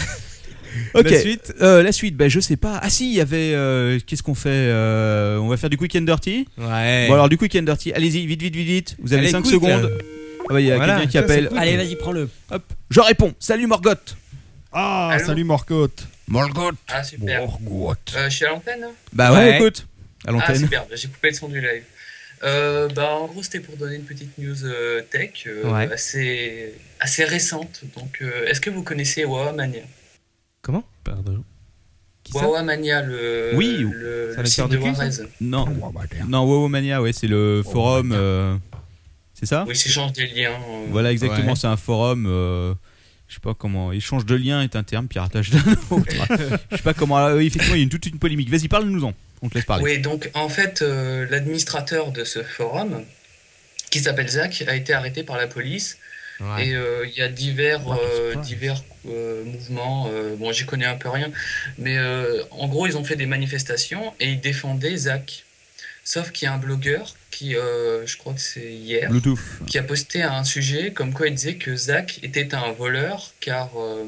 S2: Ok.
S4: la suite.
S2: Euh, la suite, ben je sais pas. Ah si, il y avait. euh, Qu'est-ce qu'on fait Euh, On va faire du quick and dirty.
S4: Ouais.
S2: Bon alors du quick and dirty. Allez-y, vite, vite, vite, vite. Vous avez
S4: Allez,
S2: 5
S4: quick, là.
S2: secondes. Ah bah il y a
S4: Voilà,
S2: quelqu'un qui
S4: ça, c'est
S2: appelle.
S4: quick.
S5: Allez, vas-y, prends-le.
S2: Hop. Je réponds. Salut Morgoth.
S6: Ah,
S9: Allô
S6: salut Morcotte.
S1: Morgoth
S9: Ah super. Euh, je suis à l'antenne là
S2: Bah
S4: Ouais.
S2: ouais. écoute. À
S9: Ah
S2: l'antenne.
S9: super, j'ai coupé le son du live. Euh, bah, en gros, c'était pour donner une petite news euh, tech euh,
S4: Ouais.
S9: assez, assez récente. Donc, euh, est-ce que vous connaissez Wawa Mania
S4: Comment Pardon. Qui ça
S9: Wawa Mania, Euh, le,
S2: Oui,
S9: le,
S4: ça
S9: le
S4: le
S9: site
S4: sort
S9: de
S4: du cul, ça
S9: Warzone.
S2: non. Non, WoW Mania, ouais, c'est le forum. euh, C'est ça
S9: Oui, s'échange des liens. euh,
S2: Voilà, exactement.
S4: Ouais.
S2: C'est un forum. euh, Je sais pas comment. Échange de liens est un terme, piratage d'un autre. je sais pas comment. euh, effectivement, il y a une, toute une polémique. Vas-y, parle-nous-en. On te laisse parler.
S9: Oui, donc en fait, euh, l'administrateur de ce forum, qui s'appelle Zach, a été arrêté par la police
S4: Ouais.
S9: Et euh, il y a divers,
S6: Black is
S9: euh,
S6: Black.
S9: divers euh, mouvements. euh, bon, j'y connais un peu rien. Mais euh, en gros, ils ont fait des manifestations et ils défendaient Zach. Sauf qu'il y a un blogueur qui, euh, je crois que c'est hier,
S2: Bluetooth.
S9: qui a posté un sujet comme quoi il disait que Zach était un voleur car euh,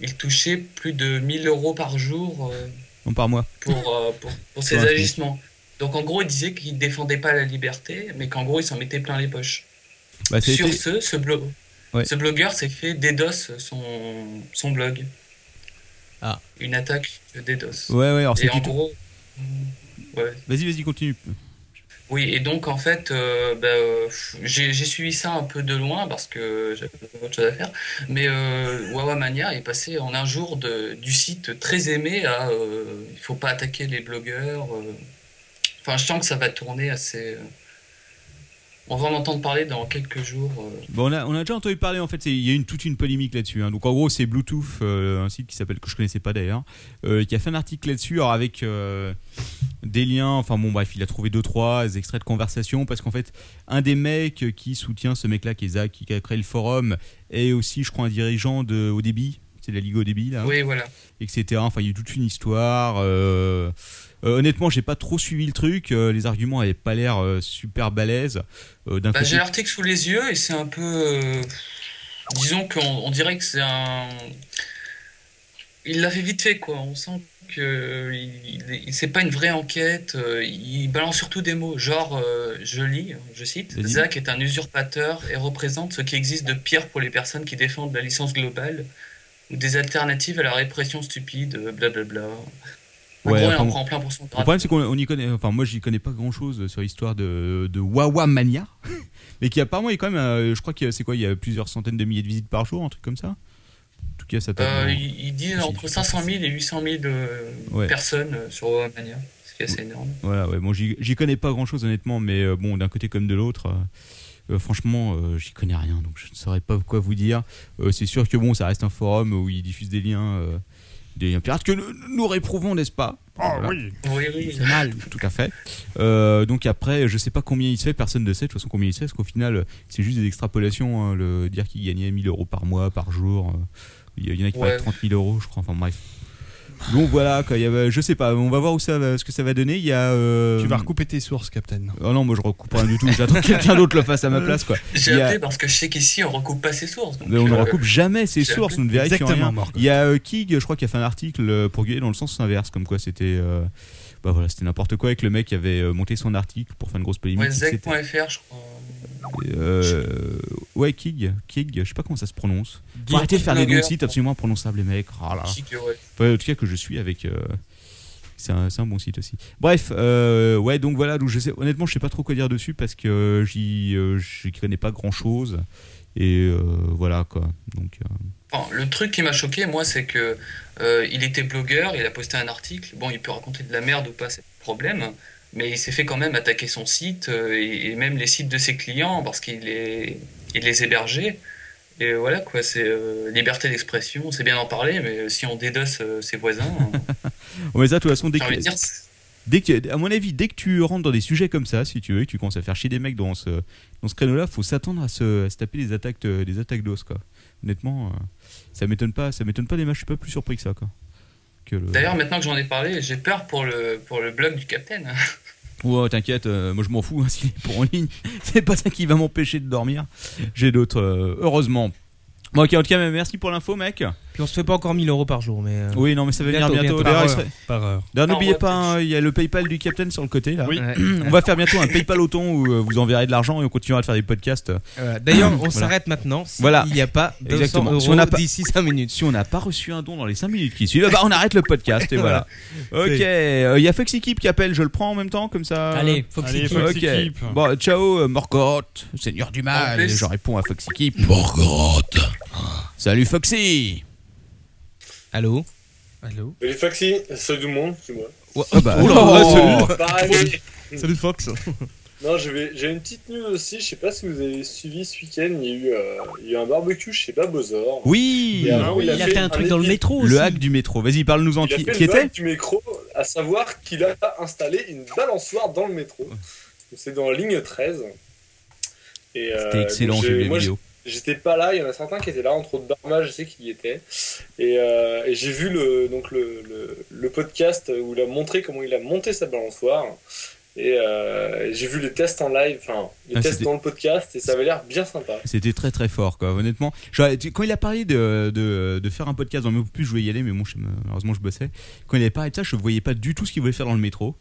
S9: il touchait plus de 1000 euros par jour euh,
S2: Non, par moi.
S9: pour, euh, pour, pour ses
S2: Ouais, je
S9: agissements. Donc en gros, il disait qu'il défendait pas la liberté, mais qu'en gros, il s'en mettait plein les poches.
S2: Bah, ça a
S9: Sur
S2: été-
S9: ce, ce, blo-
S2: Ouais.
S9: ce blogueur s'est fait DDoS son, son blog.
S4: Ah.
S9: Une attaque de DDoS.
S2: Ouais, ouais, alors c'est
S9: Et en
S2: du tout.
S9: gros. Ouais.
S2: Vas-y, vas-y, continue.
S9: Oui, et donc en fait, euh, bah, euh, j'ai j'ai suivi ça un peu de loin parce que j'avais autre chose à faire. Mais euh, Wawamania est passé en un jour de, du site très aimé à euh, il faut pas attaquer les blogueurs. euh. Enfin, je sens que ça va tourner assez. euh, On va en entendre parler dans quelques jours. euh.
S2: Bon, on a, on a déjà entendu parler, en fait, c'est- il y a eu une, toute une polémique là-dessus. hein. Donc, en gros, c'est Bluetooth, euh, un site qui s'appelle, que je connaissais pas d'ailleurs, euh, qui a fait un article là-dessus, alors avec euh, des liens. Enfin, bon, bref, il a trouvé deux, trois extraits de conversation, parce qu'en fait, un des mecs qui soutient ce mec-là, qui est Zach, qui a créé le forum, est aussi, je crois, un dirigeant de Haut Débit. C'est la Ligue Haut Débit, là.
S9: Oui, voilà.
S2: Etc. Enfin, il y a eu toute une histoire. euh, euh, honnêtement, j'ai pas trop suivi le truc. euh, les arguments avaient pas l'air euh, super balèzes. Euh, d'un
S9: Bah,
S2: côté-
S9: j'ai l'article sous les yeux et c'est un peu. euh, disons qu'on on dirait que c'est un. Il l'a fait vite fait, quoi. On sent que euh, il- il- c'est pas une vraie enquête. euh, Il balance surtout des mots, genre, euh, je lis, je cite,
S2: Vas-y.
S9: Zach est un usurpateur et représente ce qui existe de pire pour les personnes qui défendent la licence globale ou des alternatives à la répression stupide, euh, blablabla. En
S2: Ouais,
S9: gros, il
S2: enfin,
S9: en prend plein pour son
S2: Le
S9: grade.
S2: problème, c'est qu'on on y connaît. Enfin, moi, j'y connais pas grand chose sur l'histoire de, de Wawa Mania. Mais qui, apparemment, est quand même. euh, je crois qu'il y a, c'est quoi, il y a plusieurs centaines de milliers de visites par jour, un truc comme ça. En tout cas, ça tape.
S9: Euh,
S2: dans-
S9: il, il dit entre 500 000 et 800 000 euh,
S2: Ouais.
S9: personnes euh, sur Womania, ce qui est assez énorme.
S2: Voilà, ouais, bon, j'y j'y connais pas grand chose, honnêtement, mais euh, bon, d'un côté comme de l'autre. euh, euh, franchement, euh, j'y connais rien, donc je ne saurais pas quoi vous dire. Euh, c'est sûr que bon, ça reste un forum où ils diffusent des liens, euh, des liens pirates que nous, nous réprouvons, n'est-ce pas
S6: Ah
S2: Voilà.
S6: oui
S9: Oui, oui.
S5: C'est mal.
S2: Tout à fait. Euh, donc après, je sais pas combien il se fait, personne ne sait de toute façon combien il se fait, parce qu'au final, c'est juste des extrapolations, hein, le dire qu'il gagnait 1000 euros par mois, par jour. euh, Il y- il y en a qui
S9: Ouais.
S2: parlent de 30 000 euros, je crois, enfin bref. Donc voilà, quoi, il y a- je sais pas, on va voir où ça va- ce que ça va donner. Il y a. euh,
S6: Tu vas recouper tes sources, Captain. Euh,
S2: Oh non, moi je recoupe rien du tout, j'attends que quelqu'un d'autre le fasse à ma place, quoi. Il y
S9: J'ai
S2: a-
S9: appelé parce que je sais qu'ici on recoupe pas ses sources. donc,
S2: Mais on ne
S9: euh,
S2: recoupe jamais ces
S9: j'ai
S2: sources, on ne vérifie
S6: Exactement,
S2: rien.
S6: Morgan.
S2: Il y a euh, Kig, je crois, qui a fait un article euh, pour gueuler dans le sens inverse, comme quoi c'était euh, bah voilà, c'était n'importe quoi et que le mec avait euh, monté son article pour faire une grosse polémique.
S9: ouais,
S2: etc.
S9: Zach.fr, je crois.
S2: Euh, ouais, Kig, Kig, je sais pas comment ça se prononce. Faut arrêter de faire des noms de
S9: Blogueur.
S2: sites absolument imprononçables, les mecs. Oh là là.
S9: Chic, ouais.
S2: Enfin, en tout cas, que je suis avec. euh, c'est un, c'est un bon site aussi. Bref, euh, ouais, donc voilà. Donc je sais, honnêtement, je sais pas trop quoi dire dessus parce que euh, j'y euh, j'y connais pas grand chose. Et euh, voilà quoi. Donc, euh,
S9: Enfin, le truc qui m'a choqué, moi, c'est que euh, il était blogueur, il a posté un article. Bon, il peut raconter de la merde ou pas, c'est le problème. Mais il s'est fait quand même attaquer son site euh, et, et même les sites de ses clients parce qu'il les, il les hébergeait. Et voilà quoi, c'est euh, liberté d'expression, c'est bien d'en parler, mais si on dédosse euh, ses voisins,
S2: oh, mais ça, de toute façon, dès
S9: j'ai envie de
S2: que,
S9: dire, c'est-
S2: dès que, à mon avis, dès que tu rentres dans des sujets comme ça, si tu veux, et que tu commences à faire chier des mecs dans ce, dans ce créneau-là, faut s'attendre à se, à se taper des attaques, de- des attaques d'os quoi. Honnêtement, euh, ça m'étonne pas, ça m'étonne pas des matchs. Je suis pas plus surpris que ça quoi. Que le-
S9: D'ailleurs, maintenant que j'en ai parlé, j'ai peur pour le, pour le blog du Capitaine. hein.
S2: Ouais, t'inquiète, euh, moi je m'en fous hein, s'il est pour en ligne. C'est pas ça qui va m'empêcher de dormir. J'ai d'autres, euh, heureusement. Bon, ok, en tout cas, mais merci pour l'info, mec.
S4: Puis on se fait pas encore 1000 euros par jour, mais. euh,
S2: Oui, non, mais ça va
S4: Bientôt,
S2: venir bientôt.
S4: bientôt. Ah
S2: D'ailleurs,
S6: Par
S2: il
S6: heure.
S2: serait-
S6: Par heure.
S2: D'ailleurs,
S9: Par
S2: n'oubliez
S9: mois,
S2: pas, hein, il y a le PayPal du Captain sur le côté là.
S6: Oui.
S4: ouais.
S2: On va faire bientôt un PayPal au ton où euh, vous enverrez de l'argent et on continuera de faire des podcasts.
S4: Euh, D'ailleurs, on
S2: Voilà.
S4: s'arrête maintenant. s'il
S2: Voilà.
S4: n'y a pas 200
S2: Exactement.
S4: euros
S2: Si on n'a pas-
S4: d'ici 5 minutes.
S2: Si on n'a pas reçu un don dans les 5 minutes qui suivent, bah, on arrête le podcast et voilà. Ok, euh, il y a Fox Equipe qui appelle, je le prends en même temps comme ça.
S5: Allez, faut que
S6: Allez,
S5: c'est qui
S6: faut- Fox
S2: Ok.
S6: Equipe.
S2: Bon, ciao, euh, Morgoth, seigneur du
S9: En
S2: mal.
S9: plus-
S2: Je réponds à Fox Equipe. Morgoth. Salut Foxy.
S4: Allô
S3: Allô Les Foxy, salut tout le monde, c'est moi.
S2: Oh, bah,
S3: Pareil,
S4: Salut Fox
S3: non, je vais- j'ai une petite news aussi, je sais pas si vous avez suivi ce week-end, il y a eu, euh, il y a eu un barbecue chez Babozor.
S2: Oui.
S6: Ah
S3: Et alors,
S5: Il a fait un truc dans le
S3: épi-
S5: métro aussi.
S2: Ah, Le hack du métro. Vas-y, parle-nous en
S3: Il a
S2: qui,
S3: fait
S2: qui
S3: le
S2: était.
S3: bug du métro, à savoir qu'il a installé une balançoire dans le métro. C'est dans la ligne 13. Et, euh,
S2: C'était excellent
S3: donc
S2: chez
S3: j'ai-
S2: les
S3: moi,
S2: vidéos.
S3: J'étais pas là, il y en a certains qui étaient là, entre autres Barma, je sais qu'il y était. Et, euh, et j'ai vu le, donc le, le, le podcast où il a montré comment il a monté sa balançoire. Et euh, j'ai vu les tests en live, enfin les
S2: Ah,
S3: tests
S2: c'était-
S3: dans le podcast, et ça avait l'air bien sympa.
S2: C'était très très fort, quoi. Honnêtement, Genre, tu- quand il a parlé de, de, de faire un podcast dans le métro, plus je voulais y aller, mais bon, je- malheureusement, je bossais. Quand il avait parlé de ça, je voyais pas du tout ce qu'il voulait faire dans le métro.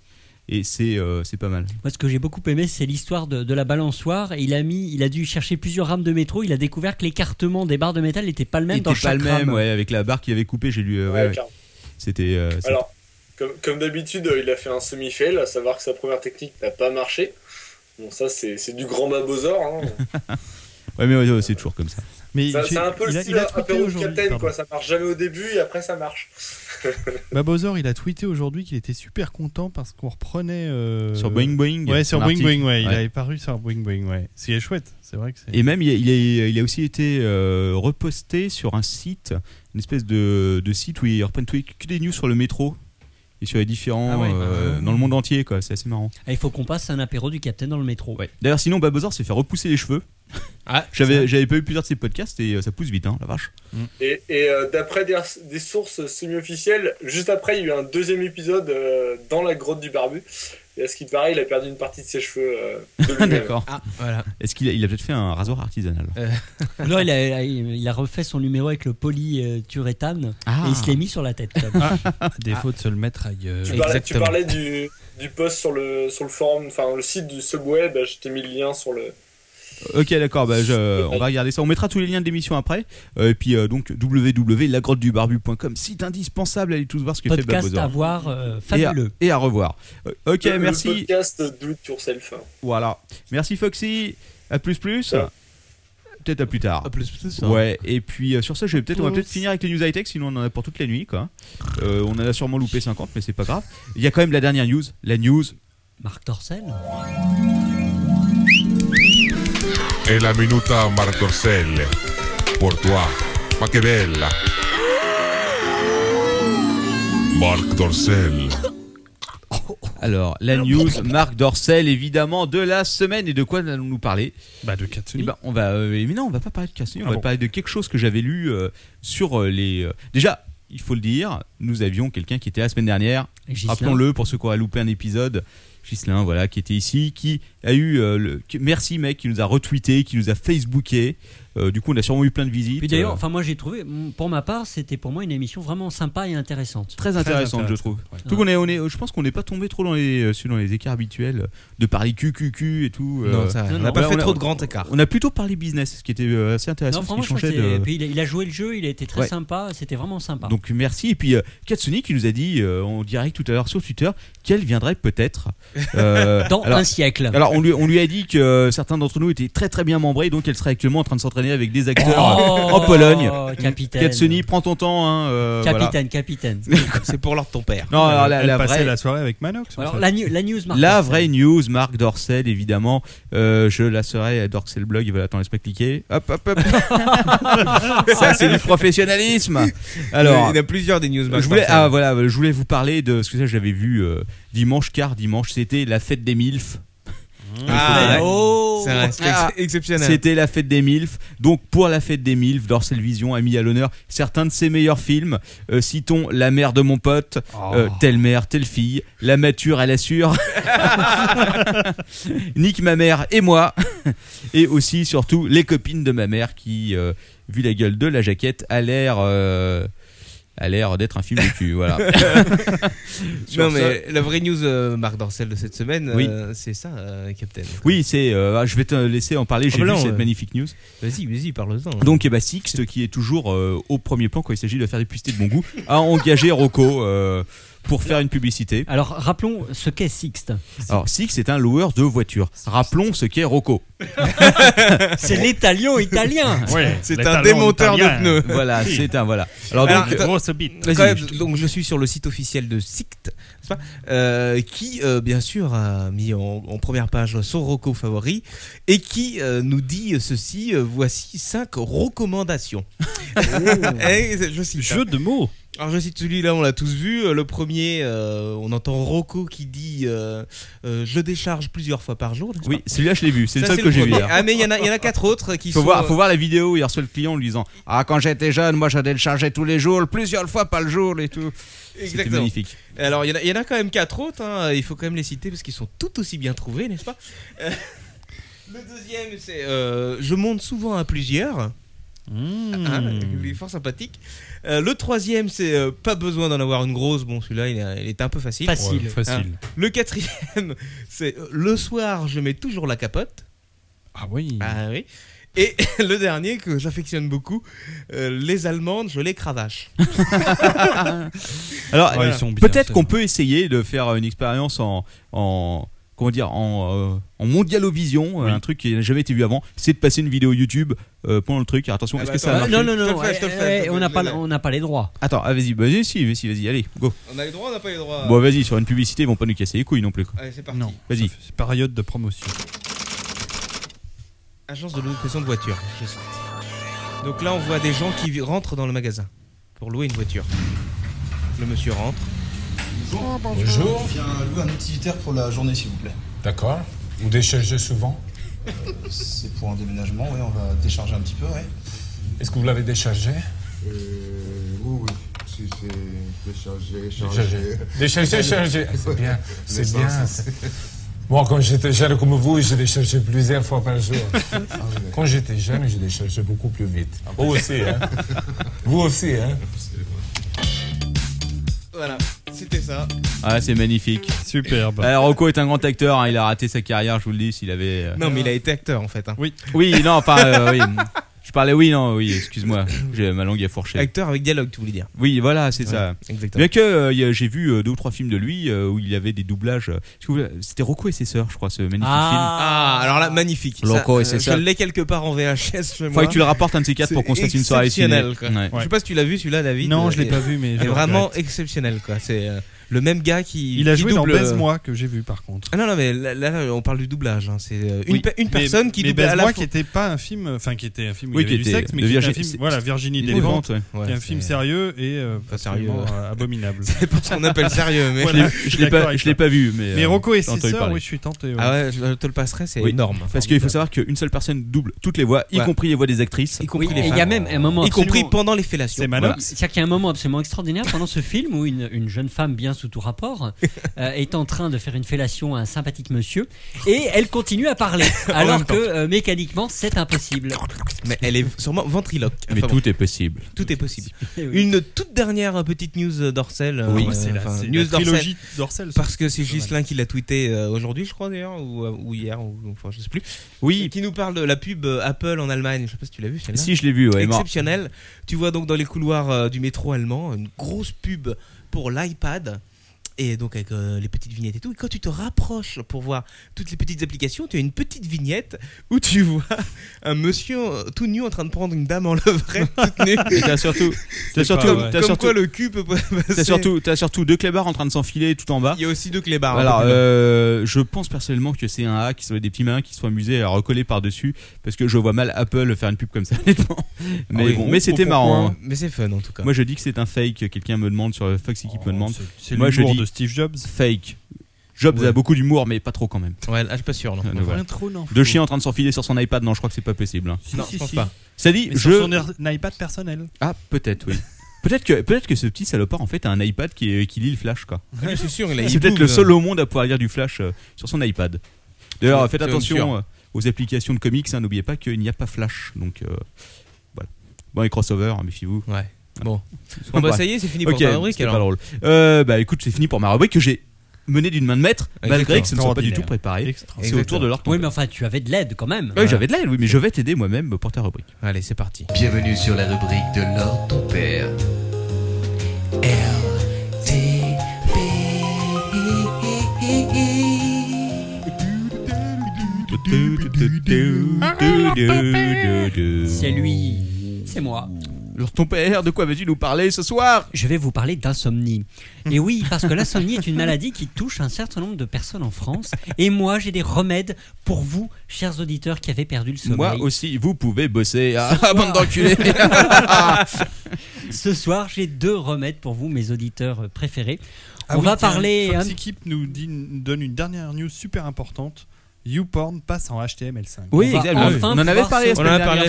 S2: Et c'est euh, c'est pas mal.
S5: Moi, ce que j'ai beaucoup aimé, c'est l'histoire de, de la balançoire. Et il a mis, il a dû chercher plusieurs rames de métro. Il a découvert que l'écartement des barres de métal n'était pas le même
S2: Il
S5: dans
S2: était pas
S5: chaque
S2: le même,
S5: rame.
S2: ouais, avec la barre qu'il avait coupée, j'ai lu. euh, ouais,
S3: Ouais,
S2: ouais.
S3: clairement.
S2: C'était. euh, c'était-
S3: Alors, comme, comme d'habitude, euh, il a fait un semi-fail, à savoir que sa première technique n'a pas marché. Bon, ça, c'est c'est du grand babozor. hein.
S2: Ouais, mais ouais, ouais, c'est toujours comme ça.
S6: Mais
S3: Ça-
S6: j'ai-
S3: C'est un peu le
S6: il a-
S3: style euh,
S6: il a tweeté
S3: apéro de
S6: aujourd'hui,
S3: Captain,
S6: pardon.
S3: quoi. Ça marche jamais au début et après ça marche.
S6: Babozor, Bah, il a tweeté aujourd'hui qu'il était super content parce qu'on reprenait. euh,
S2: Sur Boeing Boeing.
S6: Ouais, sur
S2: son
S6: Boing
S2: article.
S6: Boing, ouais, il
S2: Ouais.
S6: avait paru sur Boing Boing, ouais. C'est chouette, c'est vrai que c'est.
S2: Et même, il a, il a- il a aussi été euh, reposté sur un site, une espèce de, de site où il reprennent tous les- que des news sur le métro et sur les différents.
S6: Ah ouais.
S2: euh, dans le monde entier, quoi. C'est assez marrant.
S5: Ah, il faut qu'on passe un apéro du Capitaine dans le métro.
S2: Ouais. D'ailleurs, sinon, Babozor s'est fait repousser les cheveux.
S4: Ah,
S2: J'avais j'avais pas eu plusieurs de ses podcasts et euh, ça pousse vite, hein, la vache.
S3: Et, et, euh, d'après des, des sources semi-officielles, juste après, il y a eu un deuxième épisode euh, dans la grotte du barbu. Et à ce qui paraît, il a perdu une partie de ses cheveux. euh, de lui-même.
S2: D'accord.
S4: Ah, voilà.
S2: Est-ce qu'il a, il a peut-être fait un rasoir artisanal
S5: Non, Euh. il a, il a refait son numéro avec le polyturéthane
S2: Ah.
S5: et il se l'est mis sur la tête. Tom.
S10: À défaut de se le mettre ailleurs.
S6: Euh,
S3: Tu parlais, tu
S4: Exactement.
S3: parlais du, du post sur le, sur le forum, enfin le site du Subway, bah, je t'ai mis le lien sur le.
S2: Ok, d'accord, bah, je- euh, on va regarder ça. On mettra tous les liens de l'émission après. Euh, et puis, euh, donc, www.lagrottedubarbu.com, site indispensable, allez tous voir ce que fait
S5: Podcast à
S2: Babozor.
S5: voir, euh,
S2: Et à,
S5: fabuleux.
S2: et à revoir. Euh, ok,
S3: le- le
S2: merci.
S3: podcast Do It Yourself. hein.
S2: Voilà. Merci Foxy. À plus plus.
S3: Ouais.
S2: Peut-être à plus tard.
S4: Ah, plus, plus, hein.
S2: Ouais, et puis euh, sur ça, je vais peut-être, on va peut-être finir avec les news high-tech, sinon on en a pour toute la nuit. Quoi. Euh, on en a sûrement loupé 50, mais c'est pas grave. Il y a quand même la dernière news, la news.
S5: Marc Dorcel
S7: Et la minuta Marc Dorcel. Pour toi. Ma que bella. Marc Dorcel.
S2: Alors, la news, Marc Dorcel, évidemment, de la semaine. Et de quoi allons-nous parler
S6: Bah, de
S2: Eh
S6: Katsuni.
S2: ben, on va, euh, mais non, on va pas parler de Cassini, on
S6: Ah
S2: va
S6: bon.
S2: parler de quelque chose que j'avais lu euh, sur euh, les. euh, déjà, il faut le dire, nous avions quelqu'un qui était la semaine dernière.
S5: Ghislain.
S2: Rappelons-le pour ceux qui auraient loupé un épisode. Gislin, voilà, qui était ici, qui a eu. euh, le, qui- merci mec, qui nous a retweeté, qui nous a Facebooké. Euh, du coup, on a sûrement eu plein de visites.
S5: Puis d'ailleurs,
S2: Euh,
S5: enfin moi j'ai trouvé, mm, pour ma part, c'était pour moi une émission vraiment sympa et intéressante.
S2: très intéressante, je trouve. Tout qu'on est, on est, je pense qu'on n'est pas tombé trop dans les, euh, dans les écarts habituels de parler QQQ et tout. euh,
S4: Non, ça,
S5: non,
S4: on
S5: non.
S4: n'a pas
S2: Bah,
S4: fait
S2: on a-
S4: trop de grands écarts.
S2: on a plutôt parlé business, ce qui était euh, assez intéressant.
S5: Non,
S2: parce qu'il
S5: franchement, je crois
S2: changeait
S5: que c'est-
S2: de-
S5: puis il, a, il a joué le jeu, il a été très
S2: Ouais.
S5: sympa, c'était vraiment sympa.
S2: Donc merci. Et puis euh, Katsuni qui nous a dit euh, en direct tout à l'heure sur Twitter qu'elle viendrait peut-être. euh,
S5: Dans
S2: alors,
S5: un siècle.
S2: alors, on lui, on lui a dit que euh, certains d'entre nous étaient très très bien membrés, donc elle serait actuellement en train de s'entraîner avec des acteurs euh, en Pologne.
S5: Oh, capitaine.
S2: Katsuni, prends ton temps. Hein, euh, voilà.
S5: capitaine, capitaine.
S4: C'est pour l'ordre de ton père. Euh,
S2: Non, alors, la,
S6: elle
S2: la
S6: passait
S2: vraie,
S6: la soirée avec Manox. en
S5: Alors
S6: fait.
S5: la, nu- la news, Marc
S2: la
S5: Dorcel.
S2: vraie news, Marc Dorcel évidemment. Euh, je la serai à Dorcel Blog. Voilà, attends, laisse pas cliquer. Hop, hop, hop. Ça, c'est du professionnalisme. Alors,
S4: il y en a plusieurs des news.
S2: Je voulais, ah voilà, je voulais vous parler de ce que ça, j'avais vu euh, dimanche, car dimanche c'était la fête des MILF.
S4: Ah, ouais.
S5: Oh
S4: C'est vrai, c'était
S2: Ah.
S4: ex- exceptionnel.
S2: C'était la fête des MILF. Donc pour la fête des MILF, Dorsel Vision a mis à l'honneur certains de ses meilleurs films. Euh, citons La mère de mon pote, euh, Telle mère, telle fille, La mature, elle assure, Nick ma mère et moi, et aussi surtout Les copines de ma mère qui, euh, vu la gueule de la jaquette, a l'air... euh, a l'air d'être un film de cul, voilà. Sur
S4: Non,
S2: ce-
S4: mais la vraie news euh, Marc Dorcel de cette semaine,
S2: Oui.
S4: euh, c'est ça, euh, Captain.
S2: Oui, c'est. euh, je vais te laisser en parler. J'ai
S4: bah
S2: vu
S4: non,
S2: cette
S4: ouais.
S2: magnifique news.
S4: Vas-y, vas-y, parle-en.
S2: Donc, eh ben, Sixte, qui est toujours euh, au premier plan quand il s'agit de faire des publicités de bon goût, a engagé Rocco euh, pour faire une publicité.
S5: Alors rappelons ce qu'est Sixte.
S2: Alors, Sixte est un loueur de voitures. Rappelons ce qu'est Rocco.
S5: C'est l'italien italien.
S6: Ouais,
S4: c'est
S6: les
S4: un
S6: talons
S4: démonteur de
S6: italiens. Ah,
S4: pneus.
S2: Voilà, c'est un voilà. Alors
S4: Alors,
S2: donc,
S4: attends,
S6: Grosse bite.
S4: Quand même, donc je suis sur le site officiel de Sict, n'est-ce pas Euh, qui euh, bien sûr a mis en, en première page son Rocco favori et qui euh, nous dit ceci euh, voici cinq recommandations.
S2: Oh.
S4: Et je cite. hein.
S10: Jeu de mots.
S4: Alors je cite celui-là, on l'a tous vu. Euh, Le premier, euh, on entend Rocco qui dit euh, euh, je décharge plusieurs fois par jour. n'est-ce
S2: oui,
S4: pas
S2: celui-là je l'ai vu. C'est le
S4: Ça,
S2: seul que j'ai vu.
S4: premier.
S2: hier.
S4: Ah mais il y en a, il y en a quatre autres qui
S2: Faut
S4: sont. euh,
S2: voir, faut voir la vidéo où il reçoit le client en lui disant Ah, quand j'étais jeune, moi j'allais le charger tous les jours, plusieurs fois par le jour et tout. C'était
S4: Exactement.
S2: magnifique.
S4: Alors, il y, en a- il y en a quand même quatre autres, hein. il faut quand même les citer parce qu'ils sont tout aussi bien trouvés, n'est-ce pas Euh, Le deuxième, c'est euh, Je monte souvent à plusieurs.
S2: Mmh.
S4: Hein, il est fort sympathique. Euh, le troisième, c'est euh, Pas besoin d'en avoir une grosse. Bon, celui-là, il, est- il est un peu facile. Hein.
S5: Facile.
S10: Facile.
S4: Le quatrième, c'est euh, Le soir, je mets toujours la capote.
S10: Ah oui.
S4: Ah oui. Et le dernier que j'affectionne beaucoup, euh, les Allemandes, je les cravache.
S2: Alors,
S10: Ah, ils sont bien,
S2: euh, Peut-être
S10: ça.
S2: qu'on peut essayer de faire une expérience en, en comment dire, en, euh, en mondialovision, euh, un truc qui n'a jamais été vu avant, c'est de passer une vidéo YouTube euh, pendant le truc. Alors, attention,
S5: Ah
S2: est-ce
S5: bah,
S2: que ça a
S5: attends,
S2: marché
S5: non, non, non, Je te le fais, je te le fais, ouais, je te le on fais, n'a je pas- le mets. les droits.
S2: Attends, ah, vas-y, vas-y, si, vas-y, vas-y, allez, go.
S11: On a les droits, on n'a pas les droits.
S2: Bon, vas-y, sur une publicité, ils vont pas nous casser les couilles non plus. Quoi.
S11: Allez, c'est parti.
S2: Vas-y.
S6: C'est période de promotion.
S4: Agence de location de voiture. je cite. Donc là, on voit des gens qui vi- rentrent dans le magasin pour louer une voiture. Le monsieur rentre.
S12: Bonjour.
S4: Bonjour.
S12: Je viens louer un utilitaire pour la journée, s'il vous plaît.
S13: D'accord. Vous déchargez souvent
S12: Euh, C'est pour un déménagement, oui, on va décharger un petit peu, oui.
S13: Est-ce que vous l'avez déchargé
S12: Euh, oui, oui. Si c'est déchargé,
S13: Déchargé. Déchargé, chargé. Ah, C'est bien. C'est bien. Moi, quand j'étais jeune comme vous, je déchargeais plusieurs fois par jour. Quand j'étais jeune, je déchargeais beaucoup plus vite. Vous aussi, hein Vous aussi, hein
S11: Voilà, c'était ça.
S2: Ah, c'est magnifique.
S6: Superbe.
S2: Alors, Rocco est un grand acteur, hein, il a raté sa carrière, je vous le dis, s'il avait. euh,
S4: Non, mais il a été acteur en fait. hein.
S2: Oui, non, enfin, euh, oui. Je parlais, oui, non, oui, excuse-moi, j'ai ma langue est fourchée.
S4: Acteur avec dialogue, tu voulais dire.
S2: Oui, voilà, c'est
S4: Ouais,
S2: ça.
S4: exactement.
S2: Bien que euh, y a- j'ai vu euh, deux ou trois films de lui euh, où il y avait des doublages. euh, si vous voulez, C'était Rocco et ses sœurs, je crois, ce magnifique
S4: Ah, alors là, magnifique.
S2: film. Rocco
S4: Ça,
S2: et
S4: euh,
S2: ses
S4: je
S2: sœurs.
S4: l'ai quelque part en VHS. chez
S2: Faudrait
S4: moi.
S2: que tu le rapportes un de ces quatre pour qu'on se fasse une soirée ciné.
S4: Exceptionnel, quoi.
S2: Ouais.
S4: Je sais pas si tu l'as vu celui-là, David.
S6: Non, je l'ai
S4: Et-
S6: pas vu, mais je
S4: est
S6: le
S4: vraiment
S6: regrette.
S4: exceptionnel, quoi. C'est euh, le même gars qui.
S6: Il a
S4: qui
S6: joué dans
S4: double, euh,
S6: Baise-moi que j'ai vu par contre.
S4: Ah non, non, mais là, là, là, on parle du doublage. hein. C'est euh, une,
S6: Oui,
S4: pe- une
S6: mais-
S4: personne qui
S6: mais
S4: double à la
S6: Baise-moi
S4: fois.
S6: qui était pas un film, enfin qui était un film où
S2: Oui,
S6: il y avait
S2: qui
S6: du
S2: était
S6: sexe, mais
S2: de
S6: qui était un
S2: Virgi-
S6: film,
S2: c'est-
S6: voilà Virginie
S2: une épouvante,
S6: Desventes,
S2: ouais.
S6: qui est un
S2: Ouais,
S6: film
S2: c'est-
S6: sérieux et euh,
S2: Pas
S6: absolument,
S2: sérieux, ouais.
S6: euh, abominable.
S4: C'est pas ce qu'on appelle sérieux, mais
S6: Je l'ai- je l'ai pas- je l'ai pas vu, mais, Mais euh, Rocco et j'ai ses entendu sœurs, parler. oui, je suis tenté, ouais.
S4: Ah ouais, je te le passerai, c'est
S2: Oui,
S4: énorme.
S2: Parce qu'il faut savoir qu'une seule personne double toutes les voix, y
S4: Ouais.
S2: compris les voix des actrices.
S4: Y compris
S5: Oui, les et il y a femmes. même un moment
S4: Y compris
S5: absolument-
S4: pendant les fellations.
S5: Voilà. C'est-à-dire qu'il y a un moment absolument extraordinaire pendant ce film où une, une jeune femme, bien sous tout rapport, euh, est en train de faire une fellation à un sympathique monsieur et elle continue à parler alors
S4: même temps.
S5: que euh, mécaniquement c'est impossible.
S4: Mais elle est sûrement ventriloque.
S2: Mais
S4: Enfin,
S2: tout
S4: bon.
S2: est possible.
S4: Tout est possible.
S5: Eh oui.
S4: Une toute dernière euh, petite news euh, d'Orcel. euh,
S2: Oui.
S4: euh,
S2: C'est la-
S4: enfin,
S2: c'est la
S4: news
S2: trilogie
S6: d'Orcel.
S4: Parce que c'est Ghislain qui l'a tweeté euh, aujourd'hui, je crois d'ailleurs, ou, euh, ou hier, ou enfin je sais plus.
S2: Oui.
S4: Qui nous parle de la pub euh, Apple en Allemagne. Je sais pas si tu l'as vu celle-là.
S2: Si, je l'ai vu, ouais, mort.
S4: Exceptionnel. Tu vois donc dans les couloirs euh, du métro allemand une grosse pub pour l'iPad. Et donc avec euh, les petites vignettes et tout. Et quand tu te rapproches pour voir toutes les petites applications, tu as une petite vignette où tu vois un monsieur euh, tout nu en train de prendre une dame en levrette toute nue.
S2: Et t'as surtout, t'as
S4: C'est
S2: surtout,
S4: pas vrai.
S2: t'as
S4: Comme
S2: surtout-
S4: quoi le cul peut passer.
S2: T'as surtout, t'as surtout deux clébards en train de s'enfiler tout en bas.
S4: Il y a aussi deux clébards. hein,
S2: Alors,
S4: Un peu plus
S2: euh, je pense personnellement que c'est un hack, ça doit être des petits malins qui se sont amusés à recoller par dessus, parce que je vois mal Apple faire une pub comme ça. honnêtement. mais
S4: Ah oui.
S2: bon, mais c'était
S4: Pourquoi
S2: marrant.
S4: hein. Mais c'est fun, en tout cas. Oh,
S2: Moi, je dis que c'est un fake. Quelqu'un me demande sur le Fox Équipe me demande.
S6: c'est
S2: Moi, je
S6: l'humour
S2: dis
S6: de Steve Jobs.
S2: Fake. Jobs
S4: Ouais.
S2: a beaucoup d'humour, mais pas trop quand même. Euh,
S4: Ouais, là, je suis pas sûr, non.
S2: Donc,
S4: Enfin,
S2: voilà.
S6: trop, non.
S2: Deux chiens en train de s'enfiler sur son iPad, non, je crois que c'est pas possible. hein.
S6: Non,
S4: je pense pas.
S2: Ça dit,
S6: Mais
S2: je.
S6: sur son er- iPad personnel.
S2: Ah, peut-être, oui. Peut-être que, peut-être que ce petit salopard en fait a un iPad qui, est- qui lit le Flash quoi.
S4: Ah oui, c'est sûr, il a-
S2: C'est
S4: il
S2: peut-être
S4: bouge,
S2: le seul
S4: euh.
S2: au monde à pouvoir lire du Flash euh, sur son iPad. D'ailleurs,
S4: C'est-
S2: faites
S4: c'est
S2: attention
S4: sûr.
S2: euh, aux applications de comics, hein, n'oubliez pas qu'il n'y a pas Flash. Donc euh, voilà. Bon, et crossover, hein, méfiez-vous.
S4: Ouais. Bon.
S2: Enfin,
S4: Bon, bah,
S2: bref.
S4: ça y est, c'est fini pour
S2: Ok,
S4: ta rubrique,
S2: c'était pas
S4: alors.
S2: drôle. Euh, bah écoute, c'est fini pour ma rubrique que j'ai menée d'une main de maître, malgré que ce ne soit pas du tout préparé. C'est au tour de leur
S5: Oui, mais enfin, tu avais de l'aide quand même.
S2: Oui, j'avais de l'aide, oui, mais je vais t'aider moi-même pour ta rubrique.
S4: Allez, c'est parti.
S14: Bienvenue sur la rubrique de l'or ton père.
S5: C'est lui, c'est moi.
S2: Alors ton père, de quoi vas-tu nous parler ce soir
S5: Je vais vous parler d'insomnie. Et oui, parce que l'insomnie est une maladie qui touche un certain nombre de personnes en France. Et moi, j'ai des remèdes pour vous, chers auditeurs qui avez perdu le sommeil.
S2: Moi aussi, vous pouvez bosser. Ah,
S5: soir.
S2: bande d'enculés
S5: Ce soir, j'ai deux remèdes pour vous, mes auditeurs euh, préférés.
S6: Ah
S5: On
S6: oui,
S5: va
S6: tiens,
S5: parler.
S6: Fox
S5: hein,
S6: Equipe nous dit- nous donne une dernière news super importante. YouPorn passe en HTML5.
S2: Oui, exactement. on en avait parlé la semaine dernière.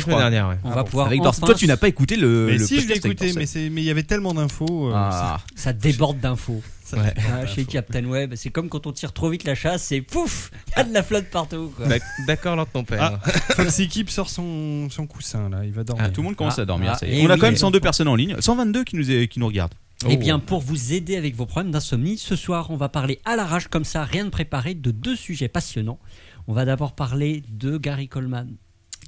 S2: je crois. Ah Avec Dorf- Toi, tu n'as pas écouté le.
S6: Mais
S2: le
S6: si, je l'ai
S2: podcast avec
S6: écouté,
S2: Dorf-
S6: mais c'est- mais il y avait tellement d'infos. euh,
S2: Ah.
S5: Ça déborde d'infos.
S6: Ça Ouais. déborde
S5: Ah, chez Captain Web, c'est comme quand on tire trop vite la chasse, c'est pouf, il y a de la flotte partout. quoi.
S4: D'ac- D'accord, l'ordre de ton père.
S6: Ah, Fox Equipe sort son, son coussin là, il va dormir.
S2: Ah, Tout le monde commence à dormir. ça y est.
S5: Ah, et
S2: On a
S5: oui,
S2: quand même
S5: et-
S2: 102 personnes en ligne, 122 qui nous, est- qui nous regardent. Oh.
S5: Eh bien, pour vous aider avec vos problèmes d'insomnie, ce soir, on va parler à l'arrache comme ça, rien de préparé, de deux sujets passionnants. On va d'abord parler de Gary Coleman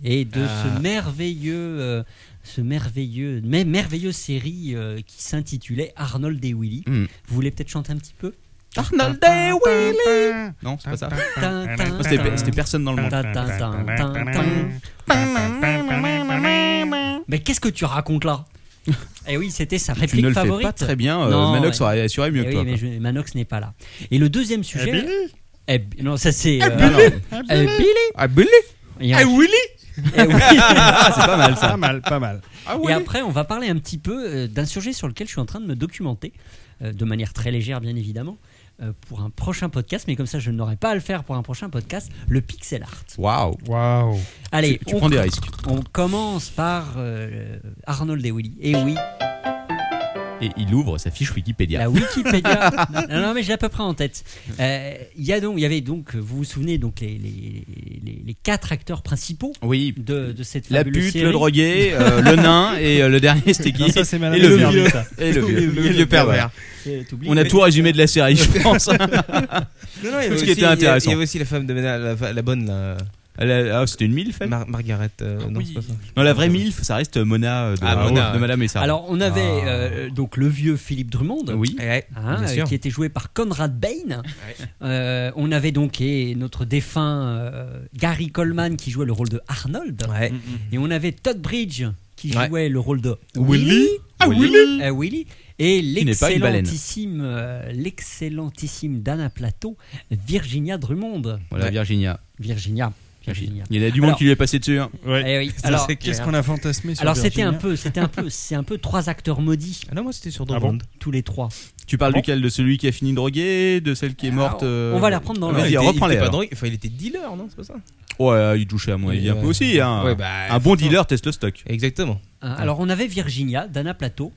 S5: et de
S4: Ah.
S5: ce merveilleux, euh, ce merveilleux, mais merveilleuse série euh, qui s'intitulait Arnold et Willy.
S4: Mm.
S5: Vous voulez peut-être chanter un petit peu
S2: Hmm. Arnold et Willy Non, c'est pas ça. Non, C'était c'était personne dans le monde.
S5: Mais qu'est-ce que tu racontes là Eh oui, c'était sa réplique
S2: ne le fais pas
S5: favorite.
S2: très bien, euh, Manox aurait assuré mieux
S5: Eh
S2: que
S5: oui,
S2: toi,
S5: mais
S2: quoi.
S5: je- Manox n'est pas là. Et le deuxième sujet.
S2: Billy
S5: Eh, Bi- Non, ça c'est.
S2: Eh,
S5: euh,
S2: Billy
S5: alors,
S2: Eh,
S5: eh,
S2: Billy
S5: Billy
S2: Ah, Billy
S5: Il y a-
S2: Eh, Willy
S5: Eh, oui.
S2: Ah, c'est pas mal, ça. Pas mal, pas mal. Ah,
S5: Et
S2: Willy
S5: après, on va parler un petit peu euh, d'un sujet sur lequel je suis en train de me documenter, euh, de manière très légère, bien évidemment, euh, pour un prochain podcast. Mais comme ça, je n'aurai pas à le faire pour un prochain podcast. Le pixel art.
S2: Waouh. Waouh.
S5: Allez,
S2: Tu- tu
S5: on-
S2: prends des risques.
S5: On commence par euh, Arnold et Willy. Et oui,
S2: Et il ouvre sa fiche Wikipédia.
S5: la Wikipédia. non, non, mais j'ai à peu près en tête. Euh, Il y a donc, il y avait donc, vous vous souvenez donc les, les, les- les quatre acteurs principaux.
S2: Oui.
S5: De, de cette
S2: La
S5: fabuleuse
S2: pute,
S5: série.
S2: le drogué, euh, le nain et euh, le dernier c'était qui
S5: Non, ça, c'est
S2: Et
S5: Madame
S2: le
S5: Pervers,
S2: vieux.
S5: ça.
S2: Et le vieux,
S4: euh,
S5: Oui, oui,
S2: le
S5: oui,
S2: vieux pervers.
S5: Et t'oublies-
S2: On a
S5: Mais-
S2: tout résumé de la série, je pense.
S4: Non, non, il y avait
S2: Tout ce
S4: aussi-
S2: qui
S4: il y
S2: était
S4: a-
S2: intéressant.
S4: Il y avait aussi la femme de ménage, la, fa- la bonne. là.
S2: ah, c'était une MILF
S4: Mar Margaret. euh, non, c'est pas ça.
S2: Non, la vraie MILF, ça reste Mona euh, de,
S4: Ah, Mona,
S2: de Madame Ah. et Sarah.
S5: Alors, on avait euh, donc le vieux Philippe Drummond,
S2: Oui.
S5: hein,
S2: bien
S5: euh,
S2: sûr.
S5: qui était joué par Conrad Bain. Euh, on avait donc et notre défunt euh, Gary Coleman qui jouait le rôle de Arnold. Mm, Et on avait Todd Bridge qui jouait le rôle de
S2: Willy. Ah, Willy.
S5: Euh, Willy. Et
S2: Qui n'est pas une baleine.
S5: l'excellentissime, euh, l'excellentissime Dana Plateau, Virginia Drummond.
S2: Voilà, Virginia.
S5: Virginia. Virginia.
S2: Il y en a du monde
S5: Alors-
S2: qui lui est passé dessus. hein.
S5: Eh oui,
S6: Ça,
S5: alors-
S6: c'est clair. Qu'est-ce qu'on a fantasmé sur
S5: Alors c'était un
S6: Virginia
S5: peu, c'était un peu, c'est un peu trois acteurs maudits.
S4: Ah non, moi c'était sur
S2: Drummond.
S5: tous les trois.
S2: Tu parles
S5: Ah bon Ah,
S2: duquel De celui qui a fini drogué De celle qui est morte euh,
S5: on va la reprendre dans l'ordre.
S2: Vas-y,
S5: Il était-
S2: reprends-les.
S5: il était pas
S2: alors.
S4: Drogue- Enfin, il était dealer, non C'est pas ça
S2: Ouais, il touchait à mon avis un peu aussi. hein.
S4: euh, Ouais, bah,
S2: un bon dealer teste le stock.
S4: Exactement.
S5: Hein, Alors on avait Virginia, Dana Plateau.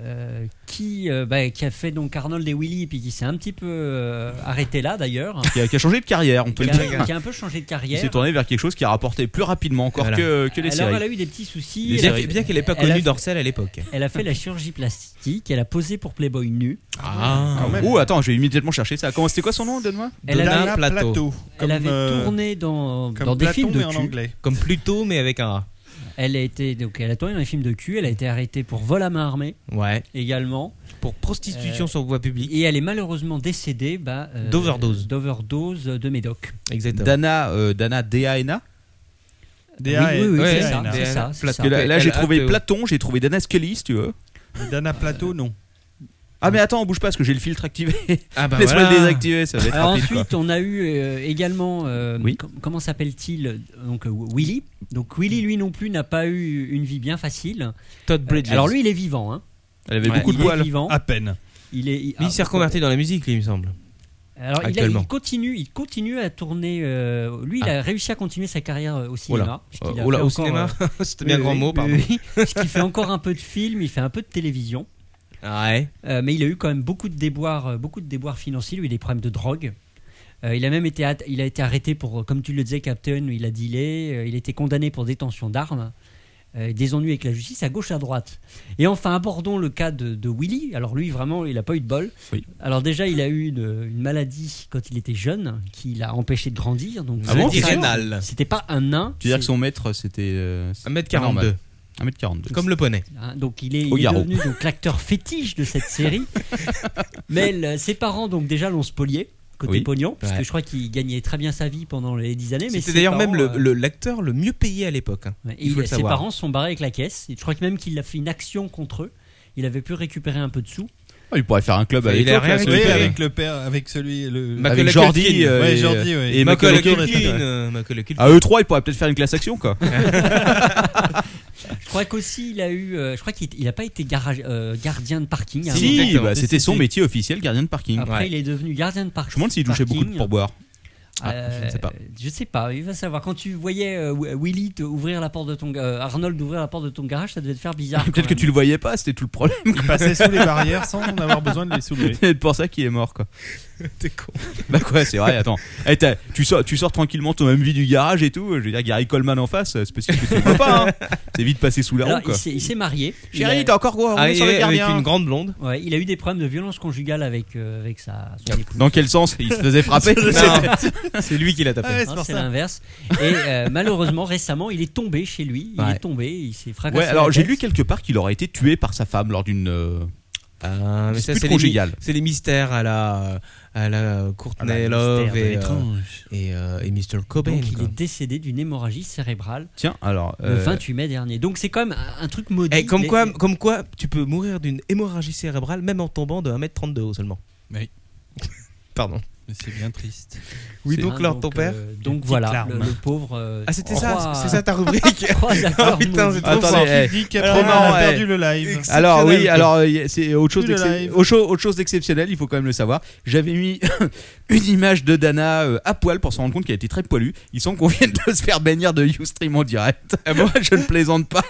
S5: euh, qui, euh, bah, qui a fait donc Arnold et Willy et puis qui s'est un petit peu euh, arrêté là d'ailleurs
S2: Qui a, qui a changé de carrière, on peut
S5: qui
S2: le
S5: a,
S2: dire.
S5: qui a un peu changé de
S2: Il
S5: carrière
S2: s'est tourné vers quelque chose qui a rapporté plus rapidement encore
S4: Voilà.
S2: que, que les
S5: alors
S2: séries.
S5: elle a eu des petits soucis
S2: Les
S5: elle a
S2: séries.
S5: fait-
S2: Bien qu'elle ait pas
S5: elle a
S2: connu
S5: fait-
S2: Dorcel à l'époque.
S5: elle a fait la chirurgie plastique elle a posé pour Playboy nu
S2: Ah, oh, attends, je vais immédiatement chercher ça. Comment c'était quoi son nom Donne-moi.
S5: Elle
S2: Donna
S5: avait, elle avait tourné dans,
S2: euh, comme
S5: dans des
S2: Platon,
S5: films de
S2: mais en
S5: cul.
S2: anglais.
S4: Comme Pluto, mais avec un rat.
S5: Elle a été donc elle a tourné dans des films de cul. Elle a été arrêtée pour vol à main armée.
S4: Ouais.
S5: Également. Euh,
S4: Pour prostitution sur voie publique.
S5: Et elle est malheureusement décédée bah, euh,
S4: D'overdose.
S5: D'overdose de médoc.
S4: Exactement.
S2: Dana, euh, Dana D.A.N.A.
S5: D.A.N.A. Oui, oui, oui, c'est ça, c'est ça, c'est
S2: Parce
S5: ça.
S2: que là, là, j'ai trouvé
S5: L.A.T.O.
S2: Platon, j'ai trouvé Dana Scully, si tu veux.
S6: Dana Plateau, non.
S2: Ah, mais attends, on bouge pas parce que j'ai le filtre activé.
S4: Ah bah
S2: Laisse-moi
S4: voilà.
S2: le désactiver, ça va être
S5: Alors
S2: rapide.
S5: Ah, ensuite,
S2: quoi.
S5: on a eu euh, également, euh, com- comment s'appelle-t-il Donc euh, Willy. Donc Willy, lui non plus, n'a pas eu une vie bien facile.
S4: Todd Bridges.
S5: Euh, alors lui, il est vivant. Hein.
S2: Elle avait
S5: Ouais.
S2: beaucoup de
S5: Il est
S2: poils.
S5: vivant.
S2: À peine.
S5: Il est. il-
S4: Mais il s'est
S5: ah,
S4: reconverti dans la musique, lui, il me semble.
S5: Alors il, a-
S4: Actuellement.
S5: il continue, il continue à tourner. euh, lui,
S2: Ah.
S5: il a réussi à continuer sa carrière euh, au cinéma.
S4: Oula.
S5: puisqu'il a
S4: Oula,
S5: fait
S4: au
S5: encore,
S4: cinéma
S5: euh,
S4: C'était bien grand mot, pardon.
S5: puisqu'il fait encore un peu de film, il fait un peu de télévision.
S4: Ouais.
S5: Euh, mais il a eu quand même beaucoup de déboires, euh, beaucoup de déboires financiers. Lui, des problèmes de drogue. Euh, il a même été, at- il a été arrêté pour, euh, comme tu le disais, Captain, il a dealé. euh, il a été condamné pour détention d'armes. euh, des ennuis avec la justice à gauche à droite. Et enfin, abordons le cas de, de Willy. Alors lui, vraiment, il n'a pas eu de bol. Alors déjà, il a eu une, une maladie quand il était jeune qui l'a empêché de grandir. Donc
S2: Ah bon,
S5: c'était
S2: c'est
S5: pas-
S2: vrai
S5: C'était pas un nain.
S2: Tu veux dire que
S5: c'est-
S2: son maître, c'était. euh, c'était
S4: 1m42.
S2: normal. 1m42.
S4: Comme le poney.
S5: Hein, donc il est,
S2: Au
S5: il est
S2: garrot.
S5: devenu donc l'acteur fétiche de cette série. Mais le- ses parents donc déjà l'ont spolié côté
S4: Oui.
S5: pognon, parce
S4: Ouais.
S5: que je crois qu'il gagnait très bien sa vie pendant les 10 années. mais
S4: C'était
S5: ses
S4: d'ailleurs même
S5: parents,
S4: le- le-
S5: euh,
S4: l'acteur le, mieux payé à l'époque. hein.
S5: ouais,
S4: Il faut
S5: il-
S4: le
S5: ses
S4: savoir.
S5: parents se sont barrés avec la caisse. Et je crois que même qu'il a fait une action contre eux. Il avait pu récupérer un peu de sous.
S2: Ah, il pourrait faire un club avec toi, là,
S6: Oui,
S2: celui qui avait-
S6: avec le père, avec celui. Le...
S2: Macaulay Avec Jordi, Culkin. euh,
S6: ouais,
S2: et-
S6: Jordi, ouais.
S2: et Macaulay Culkin,
S4: euh, Macaulay Culkin.
S2: À eux trois, ils pourraient peut-être faire une classe action, quoi.
S5: Je crois qu'aussi il a eu, euh, je crois qu'il n'a pas été garage- euh, gardien de parking. à un
S2: si,
S5: moment.
S2: bah, c'était son métier officiel, gardien de parking.
S5: Après, il est devenu gardien de parking. hein.
S2: Je me demande s'il touchait beaucoup de pourboire. Ah,
S5: Euh,
S2: je ne sais pas.
S5: Je sais pas, il va savoir. Quand tu voyais euh, Willy te ouvrir la porte de ton, euh, Arnold ouvrir la porte de ton garage, ça devait te faire bizarre. quand
S2: Peut-être que
S5: même.
S2: tu le voyais pas, c'était tout le problème.
S5: Il passait sous les barrières sans
S6: en avoir besoin de les soulever.
S2: C'est pour ça qu'il est mort, quoi. T'es con. Bah quoi, c'est vrai, attends. Eh, t'as- tu, sors, tu sors tranquillement ton MV du garage et tout. Je veux dire, Gary Coleman en face, c'est possible que tu le vois pas. hein. C'est vite passé sous la
S5: Alors,
S2: roue, quoi.
S5: il s'est- il s'est marié.
S2: Chérie,
S5: Il a-
S2: t'es encore gros, on est sur les gardiens.
S4: blonde.
S5: Ouais, il a eu des problèmes de violence conjugale avec, euh, avec sa, son épouse.
S2: Dans quel sens Il se faisait frapper Non. C'est lui qui l'a tapé.
S5: Hein,
S2: Ouais, c'est
S5: c'est
S2: pour ça.
S5: l'inverse. Et euh, malheureusement, récemment, il est tombé chez lui. Il
S2: Ouais.
S5: est tombé, il s'est fracassé.
S2: Ouais, alors
S5: la
S2: j'ai
S5: tête.
S2: lu quelque part qu'il aurait été tué par sa femme lors d'une. euh,
S4: Ah, mais ça, c'est
S2: Dispute
S4: les, mi-
S2: conjugale.
S4: c'est les mystères à la, à la Courtney
S5: Ah, bah, le
S4: Love
S5: mystère de
S4: et, euh,
S5: l'étrange.
S4: et, euh, et Mr. Cobain.
S5: Donc il
S4: quoi.
S5: est décédé d'une hémorragie cérébrale.
S2: Tiens, alors,
S5: Le
S2: euh,
S5: 28 mai dernier. Donc c'est quand même un- un truc maudit.
S4: Eh, comme,
S5: mais-
S4: quoi, comme quoi, tu peux mourir d'une hémorragie cérébrale même en tombant de 1m30 de haut seulement.
S10: Oui.
S4: Pardon.
S10: Mais c'est bien triste.
S4: Oui,
S10: C'est-
S4: donc,
S10: Hein,
S4: Lord
S10: donc,
S4: ton père.
S10: euh,
S5: donc
S10: Petite
S5: voilà,
S10: larme.
S5: le, le pauvre. euh,
S4: Ah, c'était
S5: roi-
S4: ça, c'est ça ta rubrique.
S5: Roi
S4: Ah
S5: d'accord,
S4: putain,
S5: maudit.
S4: c'est trop
S2: Attendez,
S4: fort.
S2: eh,
S6: Caprona
S2: vraiment,
S6: a
S2: eh,
S6: perdu le live.
S2: exceptionnel, Alors oui,
S6: quoi.
S2: alors euh, y- c'est autre chose,
S6: Plus le
S2: d'excep-
S6: live.
S2: autre chose, autre chose d'exceptionnel. Il faut quand même le savoir. J'avais mis une image de Dana euh, à poil pour se rendre compte qu'elle était très poilue. Il semble qu'on vienne de se faire bannir de YouStream en direct. Moi, je ne plaisante pas.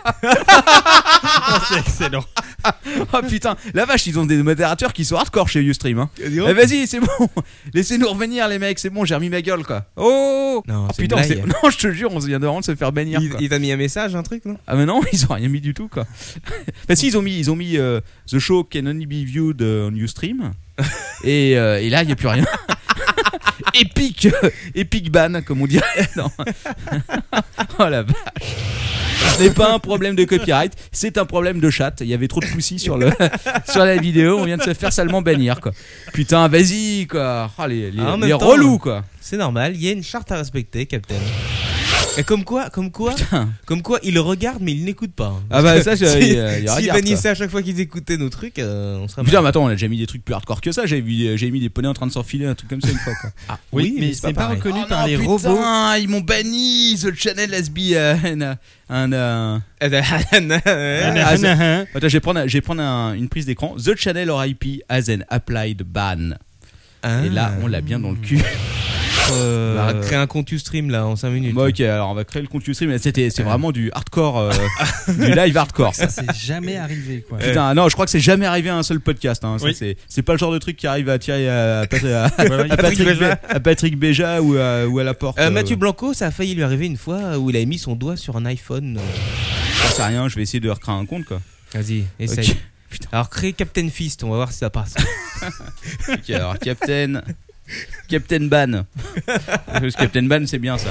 S2: c'est excellent. oh putain, la vache, ils ont des modérateurs qui sont hardcore chez YouStream. Hein.
S4: dis donc.
S2: Eh, Vas-y, c'est bon. Laissez-nous revenir, les mecs. C'est bon, j'ai remis ma gueule, quoi. Oh.
S4: Non,
S2: Ah,
S4: c'est une
S2: putain, on
S4: blague.
S2: s'est- non, je te jure, on vient de vraiment de se faire bannir.
S4: Il,
S2: quoi.
S4: il t'a mis un message, un truc, non
S2: Ah mais non, ils ont rien mis du tout quoi. Enfin si ils ont mis ils ont mis euh, The Show Can Only Be Viewed euh, on Ustream et, euh, et là il y a plus rien. Epic euh, Epic ban comme on dirait. Non. oh la vache. Ce n'est pas un problème de copyright, c'est un problème de chat. Il y avait trop de poussis sur le sur la vidéo, on vient de se faire salement bannir quoi. Putain, vas-y quoi. Ah, les les,
S4: Ah, en même
S2: les
S4: temps,
S2: relous quoi.
S4: C'est normal, il y a une charte à respecter, Captain. Et comme quoi, comme quoi, comme quoi, il regarde mais il n'écoute pas. hein.
S2: Ah bah, ça, je-
S4: Si-
S2: il, euh, il
S4: s'il
S2: regarde,
S4: bannissait
S2: quoi.
S4: à chaque fois qu'ils écoutaient nos trucs, euh, on serait
S2: Putain,
S4: mal.
S2: mais attends, on a déjà mis des trucs plus hardcore que ça. J'ai vu, euh, j'ai mis des poneys en train de s'enfiler, un truc comme ça une fois. Quoi. Ah
S4: oui, mais c'est pas
S2: pareil.
S4: reconnu
S2: Oh
S4: par
S2: non,
S4: les
S2: putain,
S4: robots.
S2: Ils m'ont banni The Channel has been euh, un. euh, un- Ah, c'est-
S4: Attends,
S2: je vais prendre, un- je vais prendre un- une prise d'écran. The Channel or IP has an applied ban. Et là, on l'a bien dans le cul.
S4: Ah. On va créer un compte stream là en 5 minutes.
S2: Bon, ok, alors on va créer le compte Ustream, mais c'était, c'est vraiment du hardcore, euh, du live hardcore.
S10: Ça, c'est jamais arrivé, quoi.
S2: Putain, non, je crois que c'est jamais arrivé à un seul podcast. hein. Ça,
S10: Oui.
S2: c'est, c'est pas le genre de truc qui arrive à attirer à, à Pat- à-
S10: Voilà,
S2: à Patrick,
S10: Patrick Béja.
S2: Bé- à Patrick Béja ou à, ou à la porte.
S4: Euh,
S2: euh,
S4: Mathieu Blanco, ça a failli lui arriver une fois où il avait mis son doigt sur un iPhone.
S2: J'en sais rien, je vais essayer de recréer un compte quoi.
S4: Vas-y, essaye.
S2: Ok.
S4: Alors crée Captain Fist, on va voir si ça passe.
S2: Ok, alors Captain. Captain Ban. Parce que Captain Ban, c'est bien ça.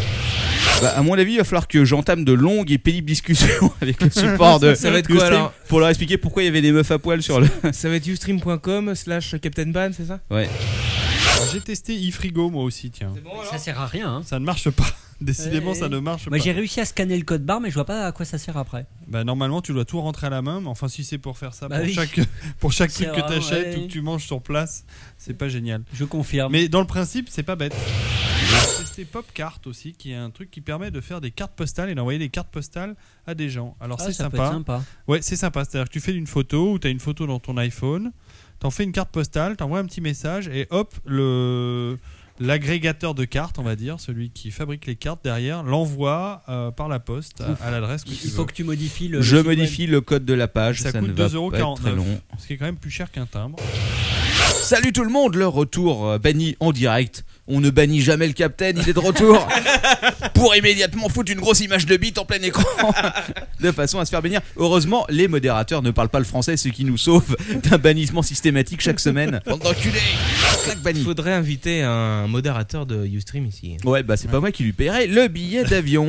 S2: Bah, à mon avis, il va falloir que j'entame de longues et pénibles discussions avec le support de.
S4: Ça va être quoi,
S2: Ustream
S4: alors
S2: Pour leur expliquer pourquoi il y avait des meufs à poil sur le.
S4: ça va être ustream.com slash Captain Ban, c'est ça
S2: Ouais.
S6: Alors, J'ai testé iFrigo moi aussi, tiens.
S5: Ça sert à rien. hein.
S6: Ça ne marche pas. Décidément,
S5: Euh,
S6: ça ne marche
S5: moi,
S6: pas.
S5: j'ai réussi à scanner le code barre, mais je vois pas à quoi ça sert après.
S6: Bah, normalement, tu dois tout rentrer à la main, mais enfin, si c'est pour faire ça
S5: Bah
S6: pour,
S5: oui.
S6: chaque, pour chaque
S5: C'est
S6: truc que tu
S5: vraiment-
S6: achètes
S5: ouais.
S6: ou que tu manges sur place, ah, c'est pas génial.
S5: Je confirme.
S6: Mais dans le principe, c'est pas bête. J'ai testé PopCart aussi, qui est un truc qui permet de faire des cartes postales et d'envoyer des cartes postales à des gens. Alors,
S5: Ah,
S6: c'est
S5: ça peut
S6: sympa.
S5: être sympa.
S6: Ouais, c'est sympa. C'est-à-dire que tu fais une photo ou tu as une photo dans ton iPhone, t'en fais une carte postale, t'envoies un petit message et hop, le l'agrégateur de cartes, on va dire, celui qui fabrique les cartes derrière, l'envoie euh, par la poste à, à l'adresse que
S5: Il
S6: tu
S5: faut
S6: veux.
S5: que tu modifies le.
S2: Je
S5: le site
S2: modifie le code de la page, ça,
S6: Ça, coûte
S2: ne va pas être
S6: 2,49€,
S2: très long.
S6: ce qui est quand même plus cher qu'un timbre.
S2: Salut tout le monde, le retour euh, banni en direct. On ne bannit jamais le capitaine, il est de retour pour immédiatement foutre une grosse image de bite en plein écran de façon à se faire bénir. Heureusement, les modérateurs ne parlent pas le français, ce qui nous sauve d'un bannissement systématique chaque semaine. Bande d'enculés Clac, banni.
S4: Il faudrait inviter un modérateur de Ustream ici.
S2: Ouais, bah c'est pas moi qui lui paierai le billet d'avion.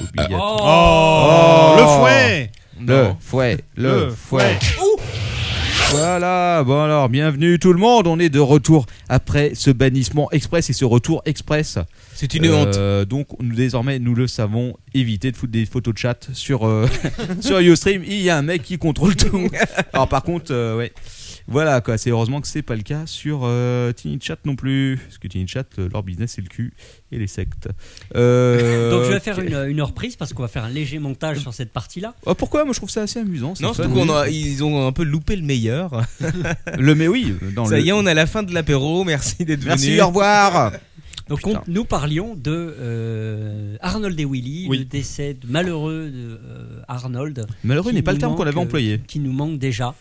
S2: Obligatoire.
S4: Oh, le fouet
S2: Le
S4: Non.
S2: fouet Le,
S4: Le
S2: fouet, Voilà, bon alors, bienvenue tout le monde, on est de retour après ce bannissement express et ce retour express.
S4: C'est une
S2: honte. Donc nous désormais, nous le savons, évitez de foutre des photos de chat sur, euh, sur Ustream, il y a un mec qui contrôle tout. Alors par contre, euh, ouais. Voilà quoi, c'est heureusement que c'est pas le cas sur euh, Tiny Chat non plus. Parce que Tiny Chat, euh, leur business c'est le cul et les sectes. Euh,
S5: Donc je vais faire
S2: ok.
S5: une, une reprise parce qu'on va faire un léger montage sur cette partie-là.
S2: Oh, pourquoi Moi je trouve ça assez amusant. c'est
S4: Non,
S2: fun.
S4: surtout qu'on a- ils ont un peu loupé le meilleur.
S2: Le mais oui. Dans
S4: ça
S2: le-
S4: y est, on a la fin de l'apéro. Merci d'être venu.
S2: Merci, au revoir.
S5: Donc on- nous parlions de euh, Arnold et Willy,
S2: Oui.
S5: le décès de- malheureux de euh, Arnold.
S2: Malheureux
S5: qui
S2: n'est pas le
S5: nous
S2: terme qu'on
S5: manque,
S2: avait
S5: euh,
S2: employé.
S5: Qui, qui nous manque déjà.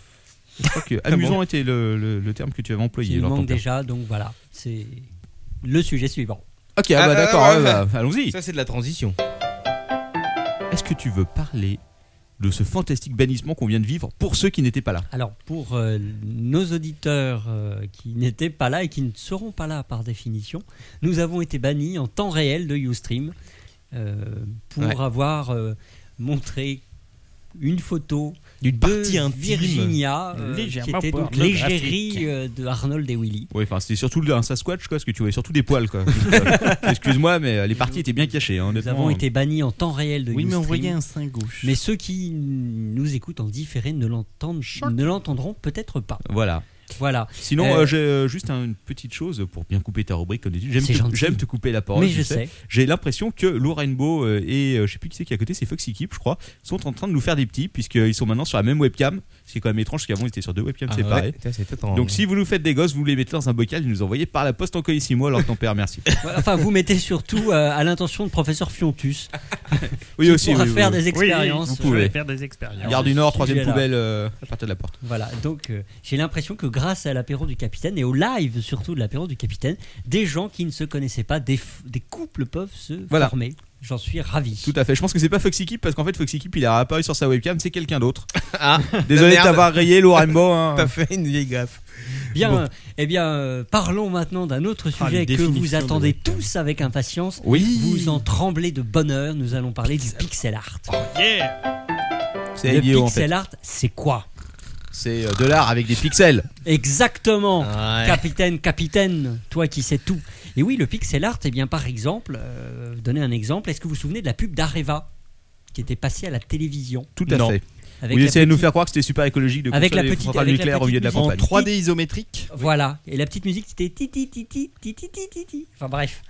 S2: Je crois que amusant était le, le- le terme que tu avais employé.
S5: Qui nous
S2: alors,
S5: manque
S2: ton père.
S5: déjà, donc voilà. C'est le sujet suivant.
S2: Ok, ah
S4: Ah,
S2: bah
S4: ah,
S2: d'accord,
S4: ah,
S2: ouais,
S4: ah,
S2: bah, allons-y.
S4: Ça, c'est de la transition.
S2: Est-ce que tu veux parler de ce fantastique bannissement qu'on vient de vivre pour ceux qui n'étaient pas là
S5: Alors pour euh, nos auditeurs euh, qui n'étaient pas là et qui ne seront pas là par définition, nous avons été bannis en temps réel de Ustream euh, pour
S4: Ouais.
S5: avoir euh, montré une photo
S4: D'une partie intime.
S5: Virginia, euh, qui était donc l'égérie euh, de Arnold et Willy.
S2: Oui, enfin, c'était surtout un Sasquatch, quoi, parce que tu voyais surtout des poils, quoi. Excuse-moi, mais euh, les parties étaient bien cachées. Hein,
S5: Nous avons été bannis en temps réel de
S10: Oui, mais on
S5: Ustream.
S10: voyait un sein gauche.
S5: Mais ceux qui nous écoutent en différé ne l'entendent, ne l'entendront peut-être pas.
S2: Voilà.
S5: Voilà.
S2: Sinon,
S5: Euh,
S2: euh, j'ai euh, juste un- une petite chose pour bien couper ta rubrique, comme d'habitude. J'aime
S5: C'est
S2: te-
S5: gentil.
S2: J'aime te couper la parole.
S5: Mais je sais.
S2: J'ai l'impression que Lou Rainbow euh, et euh, je sais plus qui c'est qui est à côté, c'est Foxy Keep, je crois, sont en train de nous faire des petits, puisqu'ils sont maintenant sur la même webcam. Ce qui est quand même étrange, parce qu'avant ils étaient sur deux webcams
S4: Ah
S2: séparées.
S4: ouais, ça, c'était en-
S2: Donc si vous nous faites des gosses, vous les mettez dans un bocal et nous envoyez par la poste en colissimo, alors ton père, merci.
S5: Enfin, vous mettez surtout euh, à l'intention de professeur Fiontus.
S2: Oui,
S5: qui
S2: aussi,
S5: pourra
S2: oui, oui, oui.
S5: faire des
S2: Oui, oui,
S5: expériences.
S2: vous pouvez. Je vais faire des expériences. Gare du Nord,
S5: Qui
S2: troisième
S5: est là.
S2: poubelle, euh, à partir de la porte.
S5: Voilà, donc euh, j'ai l'impression que grâce à l'apéro du capitaine et au live surtout de l'apéro du capitaine, des gens qui ne se connaissaient pas, des, f- des couples peuvent se
S2: Voilà.
S5: former. J'en suis ravi.
S2: Tout à fait. Je pense que c'est pas Foxy Keep parce qu'en fait Foxy Keep il a apparu sur sa webcam, c'est quelqu'un d'autre.
S4: Ah,
S2: Désolé de
S4: merde.
S2: t'avoir rayé Lou Rainbow. Hein.
S4: T'as fait une vieille gaffe.
S5: Bien,
S4: Bon.
S5: euh, eh bien, euh, parlons maintenant d'un autre
S4: Ah, les
S5: sujet que
S4: définitions
S5: vous
S4: de
S5: attendez
S4: webcam.
S5: tous avec impatience.
S2: Oui.
S5: Vous en tremblez de bonheur. Nous allons parler du pixel art.
S2: Oh, C'est
S5: Le
S2: idiot, en
S5: pixel
S2: fait.
S5: art, c'est quoi
S2: C'est euh, de l'art avec des pixels.
S5: Exactement,
S2: Ouais.
S5: capitaine, capitaine, toi qui sais tout. Et oui, le pixel art, eh bien par exemple, euh, donner un exemple, est-ce que vous vous souvenez de la pub d'Areva qui était passée à la télévision
S2: Tout à
S5: Non.
S2: fait.
S5: Avec
S2: il
S5: la
S2: essayait de nous
S5: petite-
S2: faire croire que c'était super écologique de
S5: avec la
S2: construire des
S5: petite
S2: centrales
S5: avec la
S2: nucléaires au
S5: petite
S2: milieu de la
S5: musique.
S2: campagne.
S10: isométrique.
S5: Voilà, et la petite musique c'était ti ti ti ti ti ti ti ti ti. Enfin bref.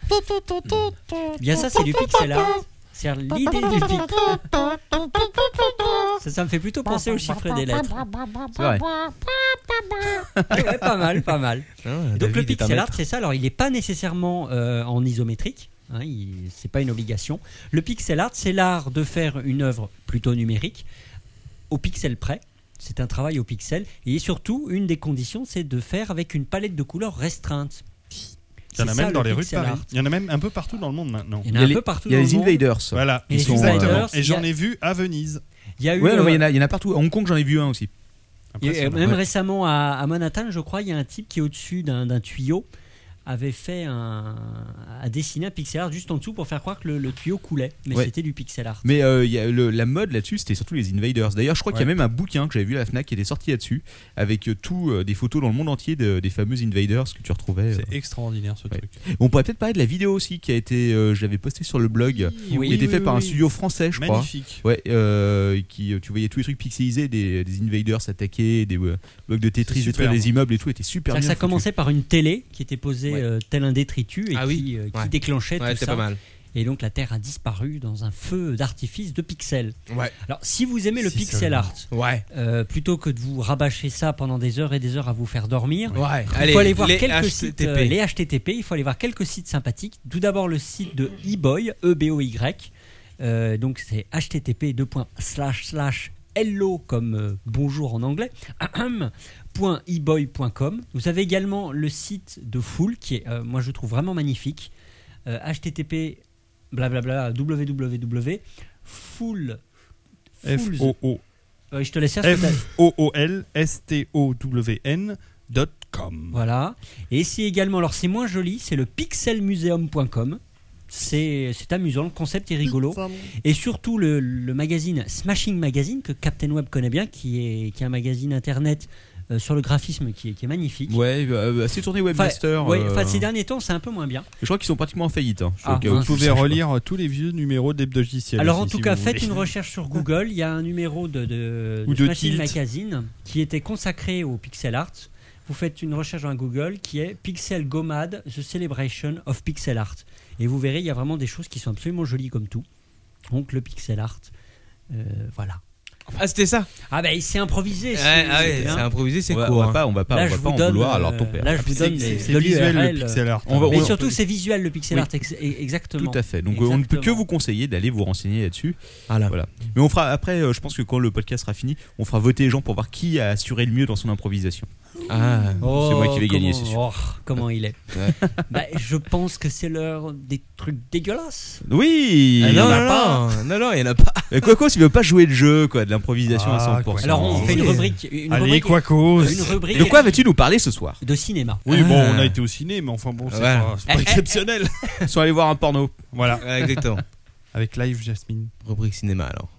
S5: Bien ça c'est du pixel art. C'est l'idée du pixel. Ça, ça me fait plutôt penser au chiffre des lettres.
S15: C'est vrai.
S5: Ouais, ouais, pas mal, pas mal.
S4: Ah,
S5: Et donc
S4: David est
S5: le
S4: un
S5: pixel art,
S4: maître.
S5: c'est ça. Alors il n'est pas nécessairement euh, en isométrique, hein, il- c'est pas une obligation. Le pixel art, c'est l'art de faire une œuvre plutôt numérique au pixel près. C'est un travail au pixel. Et surtout, une des conditions, c'est de faire avec une palette de couleurs restreinte.
S6: Il y en a
S5: C'est
S6: même
S5: ça,
S6: dans
S5: le
S6: les rues de
S5: pixel
S6: Paris.
S5: art.
S6: Il y en a même un peu partout dans le monde maintenant.
S5: Il y en a Il y a un les- peu partout il y a dans les le monde. Invaders.
S6: Voilà,
S5: Et les
S6: exactement.
S5: Invaders,
S6: Et j'en
S5: il y a-
S6: ai vu à Venise.
S5: Il y a eu,
S2: Ouais, non, mais il y en
S5: euh,
S2: a- il y en a partout. À Hong Kong, j'en ai vu un aussi.
S5: Il y a-
S2: Impressionnant.
S5: euh, même
S2: Ouais.
S5: récemment à, à Manhattan, je crois, il y a un type qui au-dessus d'un d'un tuyau avait fait un a dessiné un pixel art juste en dessous pour faire croire que le, le tuyau coulait, mais
S2: Ouais.
S5: c'était du pixel art.
S2: Mais euh, il y a le- la mode là-dessus, c'était surtout les Invaders. D'ailleurs, je crois qu'il y a
S5: Ouais.
S2: même un bouquin que j'avais vu à la Fnac qui était sorti là-dessus, avec euh, tout euh, des photos dans le monde entier de- des fameux Invaders que tu retrouvais. euh.
S6: C'est extraordinaire ce truc.
S2: On pourrait peut-être parler de la vidéo aussi qui a été, euh, je l'avais postée sur le blog,
S6: oui,
S2: qui a été
S6: oui,
S2: fait
S6: oui,
S2: par un
S6: oui.
S2: studio français, je crois.
S6: Magnifique.
S2: Ouais, euh, qui euh, tu voyais tous les trucs pixelisés, des, des invaders s'attaquer, des euh, blocs de Tetris, détruire
S5: C'est superbe.
S4: hein.
S6: hein.
S2: des immeubles et tout, était super bien.
S5: C'est-à-dire que ça
S2: foutu.
S5: commençait par une télé qui était posée euh, tel un détritus et
S4: Ah
S5: qui,
S4: oui.
S5: euh, qui
S4: Ouais.
S5: déclenchait
S4: Ouais,
S5: tout
S4: c'était
S5: ça.
S4: pas mal.
S5: Et donc la Terre a disparu dans un feu d'artifice de pixels.
S4: Ouais.
S5: Alors si vous aimez le
S4: Si
S5: pixel
S4: seulement.
S5: art,
S4: Ouais.
S5: euh, plutôt que de vous rabâcher ça pendant des heures et des heures à vous faire dormir,
S4: Ouais.
S5: il
S4: Allez,
S5: faut aller voir
S4: les
S5: quelques
S4: HTTP.
S5: sites, euh, les HTTP, il faut aller voir quelques sites sympathiques. Tout d'abord le site de eBoy, E B O Y. Euh, donc c'est http slash slash hello comme euh, bonjour en anglais ahem, point eboy.com. Vous avez également le site de Full qui est euh, moi je trouve vraiment magnifique. Euh, http blablabla www full
S6: F O O.
S5: Euh, je te laisse faire ce que t'as-
S6: F O O L S T O W N dot com.
S5: Voilà. Et c'est également, alors c'est moins joli, c'est le pixelmuseum.com. C'est c'est amusant, le concept est rigolo. Et surtout le, le magazine Smashing Magazine que Captain Web connaît bien, qui est, qui est un magazine internet euh, sur le graphisme qui est, qui est magnifique.
S2: Ouais, euh, c'est tourné webmaster.
S5: Enfin, ouais,
S2: euh,
S5: enfin, ces derniers temps, c'est un peu moins bien.
S2: Je crois qu'ils sont pratiquement en faillite. hein. Je
S5: Ah,
S2: crois que-
S6: Vous
S2: je
S6: pouvez
S2: sais pas.
S6: relire tous les vieux numéros d'Hebdogiciel.
S5: Alors
S6: aussi,
S5: en tout
S6: si
S5: cas,
S6: vous
S5: faites
S6: voulez.
S5: une recherche sur Google. Il y a un numéro de, de,
S6: Ou
S5: de
S6: de
S5: Smashing
S6: Tilt.
S5: Magazine qui était consacré au pixel art. Vous faites une recherche dans Google qui est Pixel Gomad, The Celebration of Pixel Art. Et vous verrez, il y a vraiment des choses qui sont absolument jolies comme tout. Donc le pixel art, euh, voilà.
S4: Ah, c'était ça
S5: Ah ben, c'est improvisé.
S4: Ouais, ah ouais,
S5: hein.
S4: c'est improvisé, c'est
S2: On va-
S4: court.
S2: on va pas- on va pas-
S5: Là,
S2: on va
S5: je
S2: pas
S5: vous
S2: en
S5: donne,
S2: vouloir, alors,
S5: euh,
S2: ton père.
S5: Là,
S2: Ah,
S5: je vous
S2: puis
S5: donne
S2: c'est-
S5: les-
S2: c'est
S5: le
S2: visuel, le
S5: URL,
S2: pixel art.
S5: Mais
S2: On va- on-
S5: surtout, c'est visuel le pixel art. ex- e- Exactement.
S2: Tout à fait. Donc euh, on ne peut que vous conseiller d'aller vous renseigner là-dessus.
S5: Ah
S4: Voilà.
S2: Mais on fera après. euh, je pense que quand le podcast sera fini, on fera voter les gens pour voir qui a assuré le mieux dans son improvisation. c'est moi qui vais
S5: comment-
S2: gagner, c'est sûr.
S5: Ah. oh, comment il est
S2: Ouais.
S5: Bah, Je pense que c'est l'heure des trucs dégueulasses.
S2: Oui.
S5: Ah,
S2: il y
S5: non,
S2: en a
S5: non,
S2: pas.
S5: non, non, non,
S4: il y en a pas.
S2: Et Quacos, il veut pas jouer le jeu, quoi, de l'improvisation
S5: Ah,
S2: à 100%.
S5: Alors, on fait une rubrique- une Allez, rubrique-
S6: Quacos.
S5: une rubrique-
S2: De quoi vas-tu nous parler ce soir
S5: De cinéma.
S6: Oui, bon,
S5: Ah.
S6: on a été au ciné, mais enfin bon, c'est
S2: Voilà.
S6: pas, c'est pas
S2: Eh, eh,
S6: exceptionnel.
S2: Ils sont allés voir un porno.
S6: Voilà.
S4: Ouais, exactement.
S6: Avec Live Jasmine.
S4: Rubrique cinéma alors.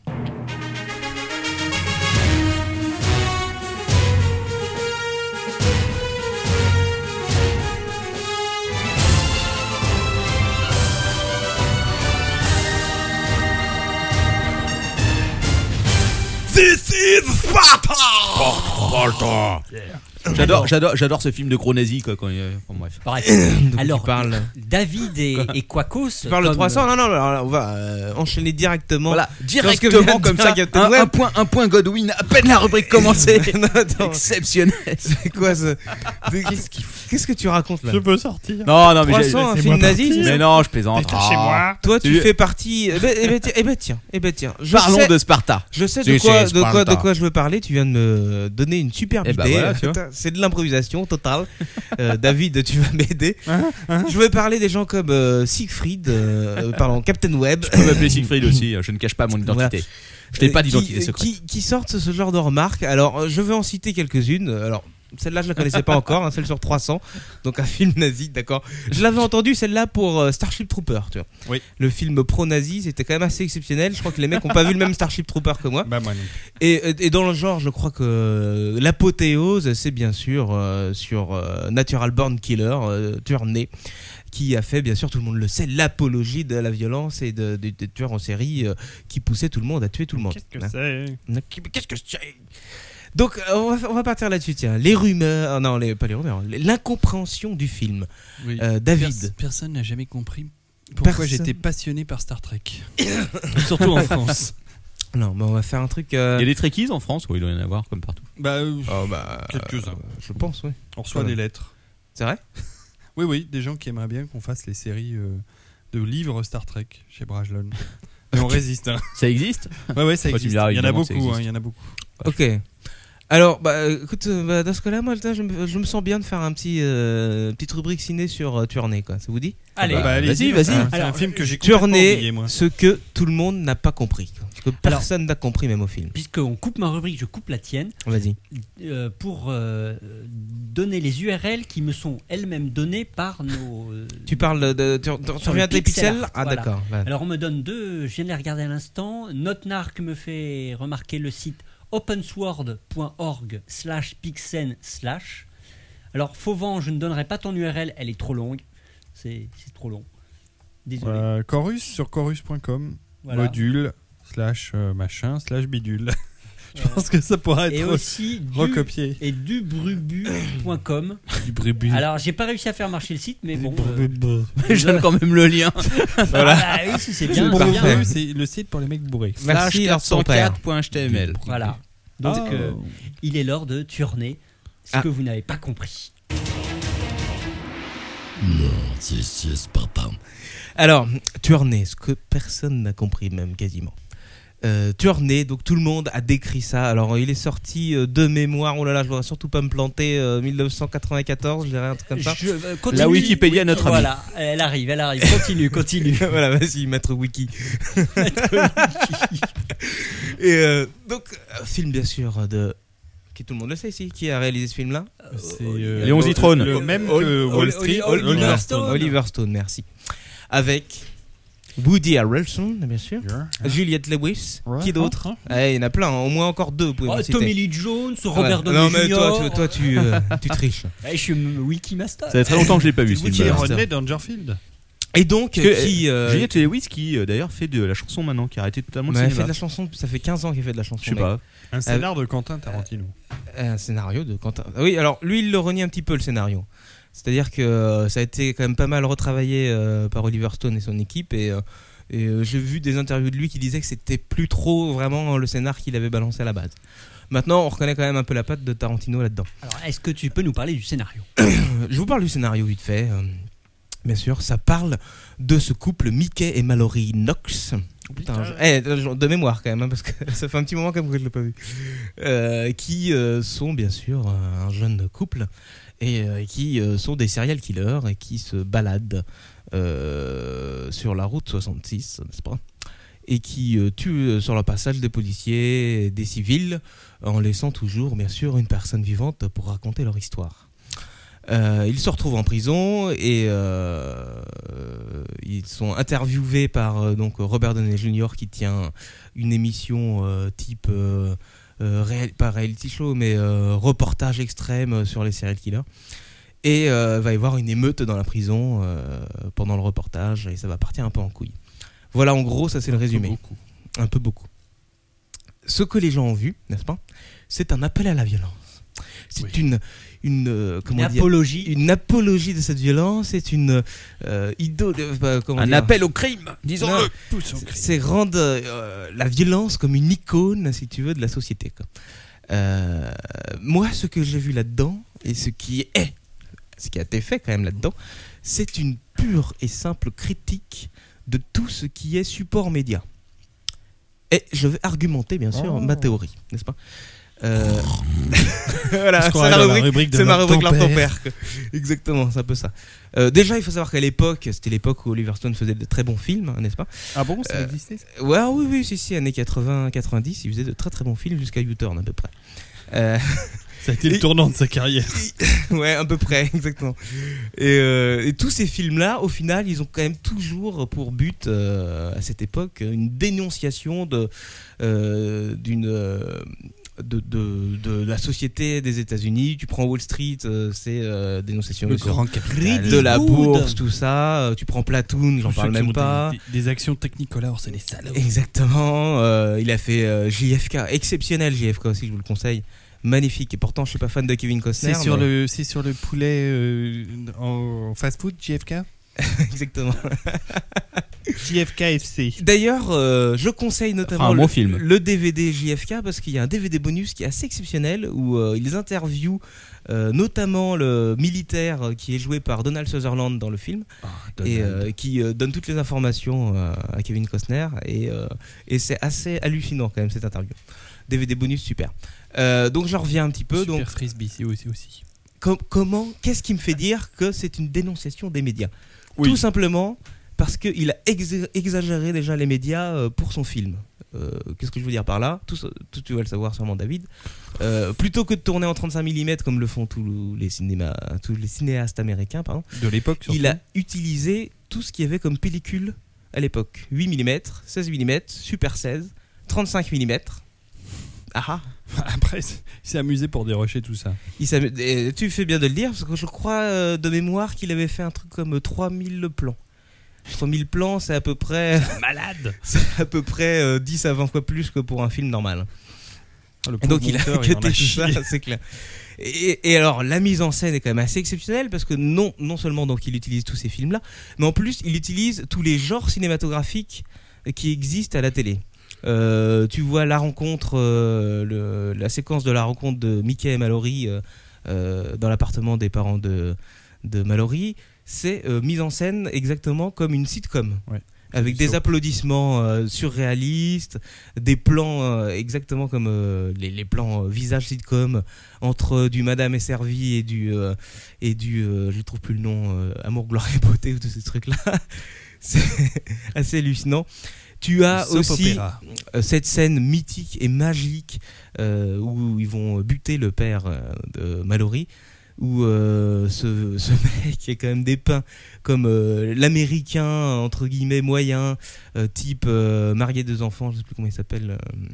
S2: Volta J'adore, j'adore, j'adore ce film de gros nazi quoi. Quand il, bon, bref.
S5: Bref.
S6: Euh,
S2: Donc,
S5: Alors,
S2: tu parles.
S5: David et, et Quacos.
S4: Tu parles de
S5: comme-
S4: 300 Non, non, non, alors, on va euh, enchaîner directement.
S5: Voilà,
S4: sur ce que
S5: directement
S4: vient de
S5: comme
S4: dire
S5: ça,
S4: Captain
S5: un-
S4: Web.
S5: un
S2: point, un point Godwin, à peine la rubrique commencée. Exceptionnel.
S4: C'est quoi ce. de- Qu'est-ce qu'il- qu'est-ce que tu racontes là
S6: Je peux sortir.
S2: Non, non, mais j'ai-
S4: 300, un
S2: laissez-moi
S4: film nazi
S2: partir.
S4: c'est ça
S2: Mais non, je plaisante. Mais cachez-moi. Ah.
S4: Toi, tu
S2: Tu-
S4: fais partie. Eh ben, eh ben, ti- eh ben, tiens, eh ben, tiens. Je
S2: Parlons
S4: sais-
S2: de Sparta.
S4: Je sais de
S2: Si,
S4: quoi,
S2: si,
S4: de, quoi, de
S2: Sparta.
S4: quoi je veux parler. Tu viens de me donner une superbe
S2: Eh
S4: idée.
S2: ben voilà, tu vois.
S4: Putain, C'est de l'improvisation totale. Euh, David, tu vas m'aider.
S2: Hein,
S4: Je veux parler des gens comme euh, Siegfried, euh, pardon, Captain Web. Euh,
S2: Je peux m'appeler Siegfried aussi, hein, je ne cache pas mon identité. Je n'ai pas d'identité
S4: qui,
S2: secrète.
S4: Qui, qui sortent ce genre de remarques. Alors, euh, je vais en citer quelques-unes. Alors, celle-là, je la connaissais pas encore, hein, celle sur 300. Donc, un film nazi, d'accord. Je l'avais entendu, celle-là, pour euh, Starship Trooper, tu vois.
S6: Oui.
S4: Le film pro-nazi, c'était quand même assez exceptionnel. Je crois que les mecs ont pas vu le même Starship Trooper que moi.
S6: Bah, moi non
S4: Et, euh, et dans le genre, je crois que euh, l'apothéose, c'est bien sûr euh, sur euh, Natural Born Killer, euh, tueur né, qui a fait, bien sûr, tout le monde le sait, l'apologie de la violence et de- de- des tueurs en série euh, qui poussaient tout le monde à tuer tout le monde.
S6: Qu'est-ce que c'est
S4: Hein. Qu'est-ce que c'est donc, euh, on va, on va partir là-dessus, tiens. Les rumeurs, ah non, les, pas les rumeurs, l'incompréhension du film.
S6: Oui.
S4: Euh, David.
S6: Pers- personne n'a jamais compris pourquoi
S4: Personne.
S6: j'étais passionné par Star Trek.
S4: Non, mais on va faire un truc.
S2: Il y a des trekkies en France Oui, il doit y en avoir comme partout.
S6: Bah, euh,
S4: Oh, bah,
S6: quelques-uns.
S4: je pense, oui.
S6: On reçoit
S4: Voilà.
S6: des lettres.
S4: C'est vrai
S6: Oui, oui, des gens qui aimeraient bien qu'on fasse les séries euh, de livres Star Trek chez Brajlon. Mais on résiste. hein.
S2: Ça existe
S6: Ouais, ouais, ça
S2: Bah, tu me
S6: existe.
S2: diras,
S6: Il y en a
S2: évidemment que ça
S6: beaucoup. hein,
S2: existe.
S6: Il y en a beaucoup.
S4: Ok. Alors, bah, euh, écoute, euh, bah, dans ce cas-là, moi, je, me- je me sens bien de faire un petit, euh, petite rubrique ciné sur euh, Tuerné, quoi. Ça vous dit
S5: Allez. Ah bah,
S4: vas-y,
S5: allez-y,
S4: vas-y.
S5: c'est un- c'est un Alors, film que j'ai complètement
S4: Tuerné,
S5: oublié, moi.
S4: ce que tout le monde n'a pas compris, quoi. ce que
S5: Alors-
S4: personne n'a compris même au film.
S5: Puisqu'on coupe ma rubrique, je coupe la tienne.
S4: Vas-y.
S5: Euh, pour euh, donner les URL qui me sont elles-mêmes données par nos. euh,
S4: Tu parles de, tu, tu
S5: sur
S4: reviens
S5: le
S4: de les pixels
S5: pixel art,
S4: Ah
S5: voilà.
S4: d'accord. voilà.
S5: Alors on me donne deux, je viens de les regarder à l'instant. Notnar que me fait remarquer le site opensword.org slash pixen slash. Alors Fauvent, je ne donnerai pas ton URL, elle est trop longue. C'est c'est trop long. Désolé.
S6: Euh, chorus sur chorus.com.
S5: Voilà.
S6: Module slash euh, machin slash bidule. Je pense que ça pourra être
S5: et aussi du-
S6: recopié.
S5: et dubrubu.com.
S6: Dubrubu.
S5: Alors, j'ai pas réussi à faire marcher le site, mais bon.
S6: Dubrubu.
S5: euh,
S6: J'aime quand même le lien.
S5: voilà.
S6: Voilà.
S5: oui, si, c'est bien.
S6: Dubrubu,
S5: c'est bien. hein.
S6: c'est le site pour les mecs bourrés.
S5: Merci,
S2: Slash
S5: Arsène Père.
S2: 404.html.
S5: Voilà. Donc,
S2: Ah.
S5: euh, il est l'heure de tourner ce
S2: Ah.
S5: que vous n'avez pas compris.
S4: Alors, Tuerné, ce que personne n'a compris même quasiment. Euh, Tuerné, donc tout le monde a décrit ça. Alors, il est sorti euh, de mémoire. Oh là là, je dois surtout pas me planter. euh, 1994, je dirais un truc comme ça.
S5: Je- euh, continue.
S4: La
S5: Wiki, Voilà, elle arrive, elle arrive. Continue, continue.
S4: voilà, bah. vas-y, maître Wiki. Et euh, donc, euh, film bien sûr de. Qui tout le monde le sait ici, qui a réalisé ce film-là
S6: C'est, euh, Léon le- Zitrone. le même que Wall Street, Oliver
S4: Oliver Stone.
S6: Stone.
S4: Oliver Stone, merci. Avec Woody Harrelson, bien sûr. Juliette Lewis.
S6: Ouais. Hein, Ah,
S4: Qui d'autre
S6: Ouais.
S4: Ouais, Il y en a plein, au moins encore deux. Vous pouvez
S5: Oh,
S4: me citer.
S5: Tommy Lee Jones, Robert
S4: Ouais.
S5: Downey
S4: Non, mais toi,
S5: Jr.
S4: tu, toi, tu, euh, tu triches.
S5: Ouais, je suis m- Wikimaster.
S2: Ça fait très longtemps que je l'ai pas vu. ce film.
S6: Dangerfield.
S4: Et donc,
S2: Parce que,
S4: qui. euh,
S2: Juliette Lewis qui euh, d'ailleurs fait de la chanson maintenant, qui a arrêté totalement le
S4: Mais elle
S2: cinéma.
S4: fait de la chanson, ça fait 15 ans qu'il fait de la chanson.
S2: Je sais
S4: mec.
S2: pas.
S6: Un scénar de Quentin Tarantino.
S4: Euh, Un scénario de Quentin. Ah Oui, alors lui, il le renie un petit peu le scénario. C'est-à-dire que euh, ça a été quand même pas mal retravaillé euh, par Oliver Stone et son équipe. Et, euh, et, euh, j'ai vu des interviews de lui qui disaient que c'était plus trop vraiment le scénar qu'il avait balancé à la base. Maintenant, on reconnaît quand même un peu la patte de Tarantino là-dedans.
S5: Alors, est-ce que tu peux nous parler du scénario
S4: je vous parle du scénario vite fait. Euh, Bien sûr, ça parle de ce couple Mickey et Mallory Knox. Putain, je- eh, je- de mémoire quand même, hein, parce que ça fait un petit moment quand même que je l'ai pas vu. Euh, qui euh, sont bien sûr euh, un jeune couple et euh, qui euh, sont des serial killers et qui se baladent euh, sur la route 66, n'est-ce pas et qui euh, tuent euh, sur le passage des policiers, et des civils, en laissant toujours, bien sûr, une personne vivante pour raconter leur histoire. Euh, ils se retrouvent en prison et euh, euh, ils sont interviewés par euh, donc Robert Downey Jr. qui tient une émission euh, type euh, euh, réal- pas reality show mais euh, reportage extrême euh, sur les serial killers. Et euh, va y avoir une émeute dans la prison euh, pendant le reportage et ça va partir un peu en couille. Voilà en gros ça c'est le résumé. Un peu beaucoup. ce que les gens ont vu, n'est-ce pas C'est un appel à la violence. C'est une, une, euh, comment
S5: Une
S4: dire
S5: apologie.
S4: Une apologie de cette violence. C'est une euh, idole. euh, bah, comment
S2: Un
S4: dire
S2: appel au crime, disons-le.
S4: Non,
S2: Tous au crime.
S4: C'est rendre euh, la violence comme une icône, si tu veux, de la société. quoi. Euh, moi, ce que j'ai vu là-dedans et ce qui est, ce qui a été fait quand même là-dedans, c'est une pure et simple critique de tout ce qui est support média. Et je vais argumenter, bien sûr,
S10: Oh.
S4: ma théorie, n'est-ce pas Euh, voilà,
S10: Parce
S4: c'est
S10: qu'on
S4: ma
S10: arrive à la
S4: rubrique,
S10: rubrique de
S4: c'est ma
S10: Lord
S4: rubrique
S10: ton
S4: Lord ton
S10: père.
S4: père. Exactement, c'est un peu ça. Euh, déjà, il faut savoir qu'à l'époque, c'était l'époque où Oliver Stone faisait de très bons films, hein, n'est-ce pas
S6: Ah bon, ça existait, ça
S4: Ouais, oui, oui, si, si, années 80-90, il faisait de très très bons films jusqu'à U-Turn à peu près. Euh,
S6: Ça a été le
S4: et-
S6: tournant de sa carrière.
S4: ouais, à peu près, exactement. Et, euh, et tous ces films-là, au final, ils ont quand même toujours pour but, euh, à cette époque, une dénonciation de, euh, d'une, euh, de, de, de la société des États-Unis. Tu prends Wall Street, euh, c'est euh, dénonciation
S6: Le
S4: sur-
S6: grand capital.
S4: de la
S6: Good.
S4: bourse, tout ça. Euh, Tu prends Platoon, j'en
S6: Tous
S4: parle
S6: ceux qui ont
S4: même
S6: des-
S4: pas.
S6: Des, des actions Technicolor, c'est des salauds.
S4: Exactement. euh, il a fait euh, JFK, exceptionnel JFK aussi, je vous le conseille. Magnifique. Et pourtant, je suis pas fan de Kevin Costner.
S6: C'est sur,
S4: mais-
S6: le, c'est sur le poulet euh, en fast-food, JFK
S4: Exactement.
S6: JFKFC.
S4: D'ailleurs, euh, je conseille notamment
S2: Enfin, un
S4: le,
S2: bon film.
S4: le DVD JFK parce qu'il y a un DVD bonus qui est assez exceptionnel où euh, ils interviewent euh, notamment le militaire qui est joué par Donald Sutherland dans le film
S6: Ah,
S4: et euh, qui euh, donne toutes les informations euh, à Kevin Costner et, euh, et c'est assez hallucinant quand même cette interview. DVD bonus super. Euh, donc je reviens un petit peu.
S6: Super
S4: donc
S6: frisbee, c'est aussi. aussi.
S4: Com- comment, qu'est-ce qui me fait dire que c'est une dénonciation des médias Tout simplement parce qu'il a exa- exagéré déjà les médias euh, pour son film. Euh, qu'est-ce que je veux dire par là tout, tout- tu vas le savoir sûrement David. Euh, plutôt que de tourner en 35 mm comme le font tous les, cinémas, tous les cinéastes américains, pardon,
S6: De l'époque, surtout.
S4: il a utilisé tout ce qu'il y avait comme pellicule à l'époque. 8 mm, 16 mm, Super 16, 35 mm. Ah ah
S6: Après, c'est- il s'est amusé pour dérocher tout ça.
S4: il s'amu- et tu fais bien de le dire, parce que je crois euh, de mémoire qu'il avait fait un truc comme 3000 plans. 3000 plans, c'est à peu près.
S6: Malade
S4: C'est à peu près euh, 10 à 20 fois plus que pour un film normal.
S6: le
S4: Et
S6: pauvre
S4: donc il a
S6: monteur, il en a
S4: cuté tout ça,
S6: chié.
S4: c'est clair. Et, et alors la mise en scène est quand même assez exceptionnelle parce que non, non seulement donc il utilise tous ces films-là, mais en plus il utilise tous les genres cinématographiques qui existent à la télé. Euh, tu vois la rencontre, euh, le- la séquence de la rencontre de Mickey et Mallory euh, euh, dans l'appartement des parents de, de Mallory, c'est euh, mise en scène exactement comme une sitcom. Avec des applaudissements euh, surréalistes, des plans euh, exactement comme euh, les, les plans euh, visage sitcom entre euh, du Madame est servie et du euh, et du euh, je trouve plus le nom euh, Amour gloire et beauté ou tous ces trucs là. C'est assez hallucinant. Tu as
S6: Soap
S4: aussi
S6: opéra.
S4: euh, cette scène mythique et magique euh, où ils vont buter le père euh, de Mallory, où euh, ce, ce mec est quand même dépeint comme euh, l'américain, entre guillemets, moyen, euh, type euh, marié deux enfants, je sais plus comment il s'appelle. euh,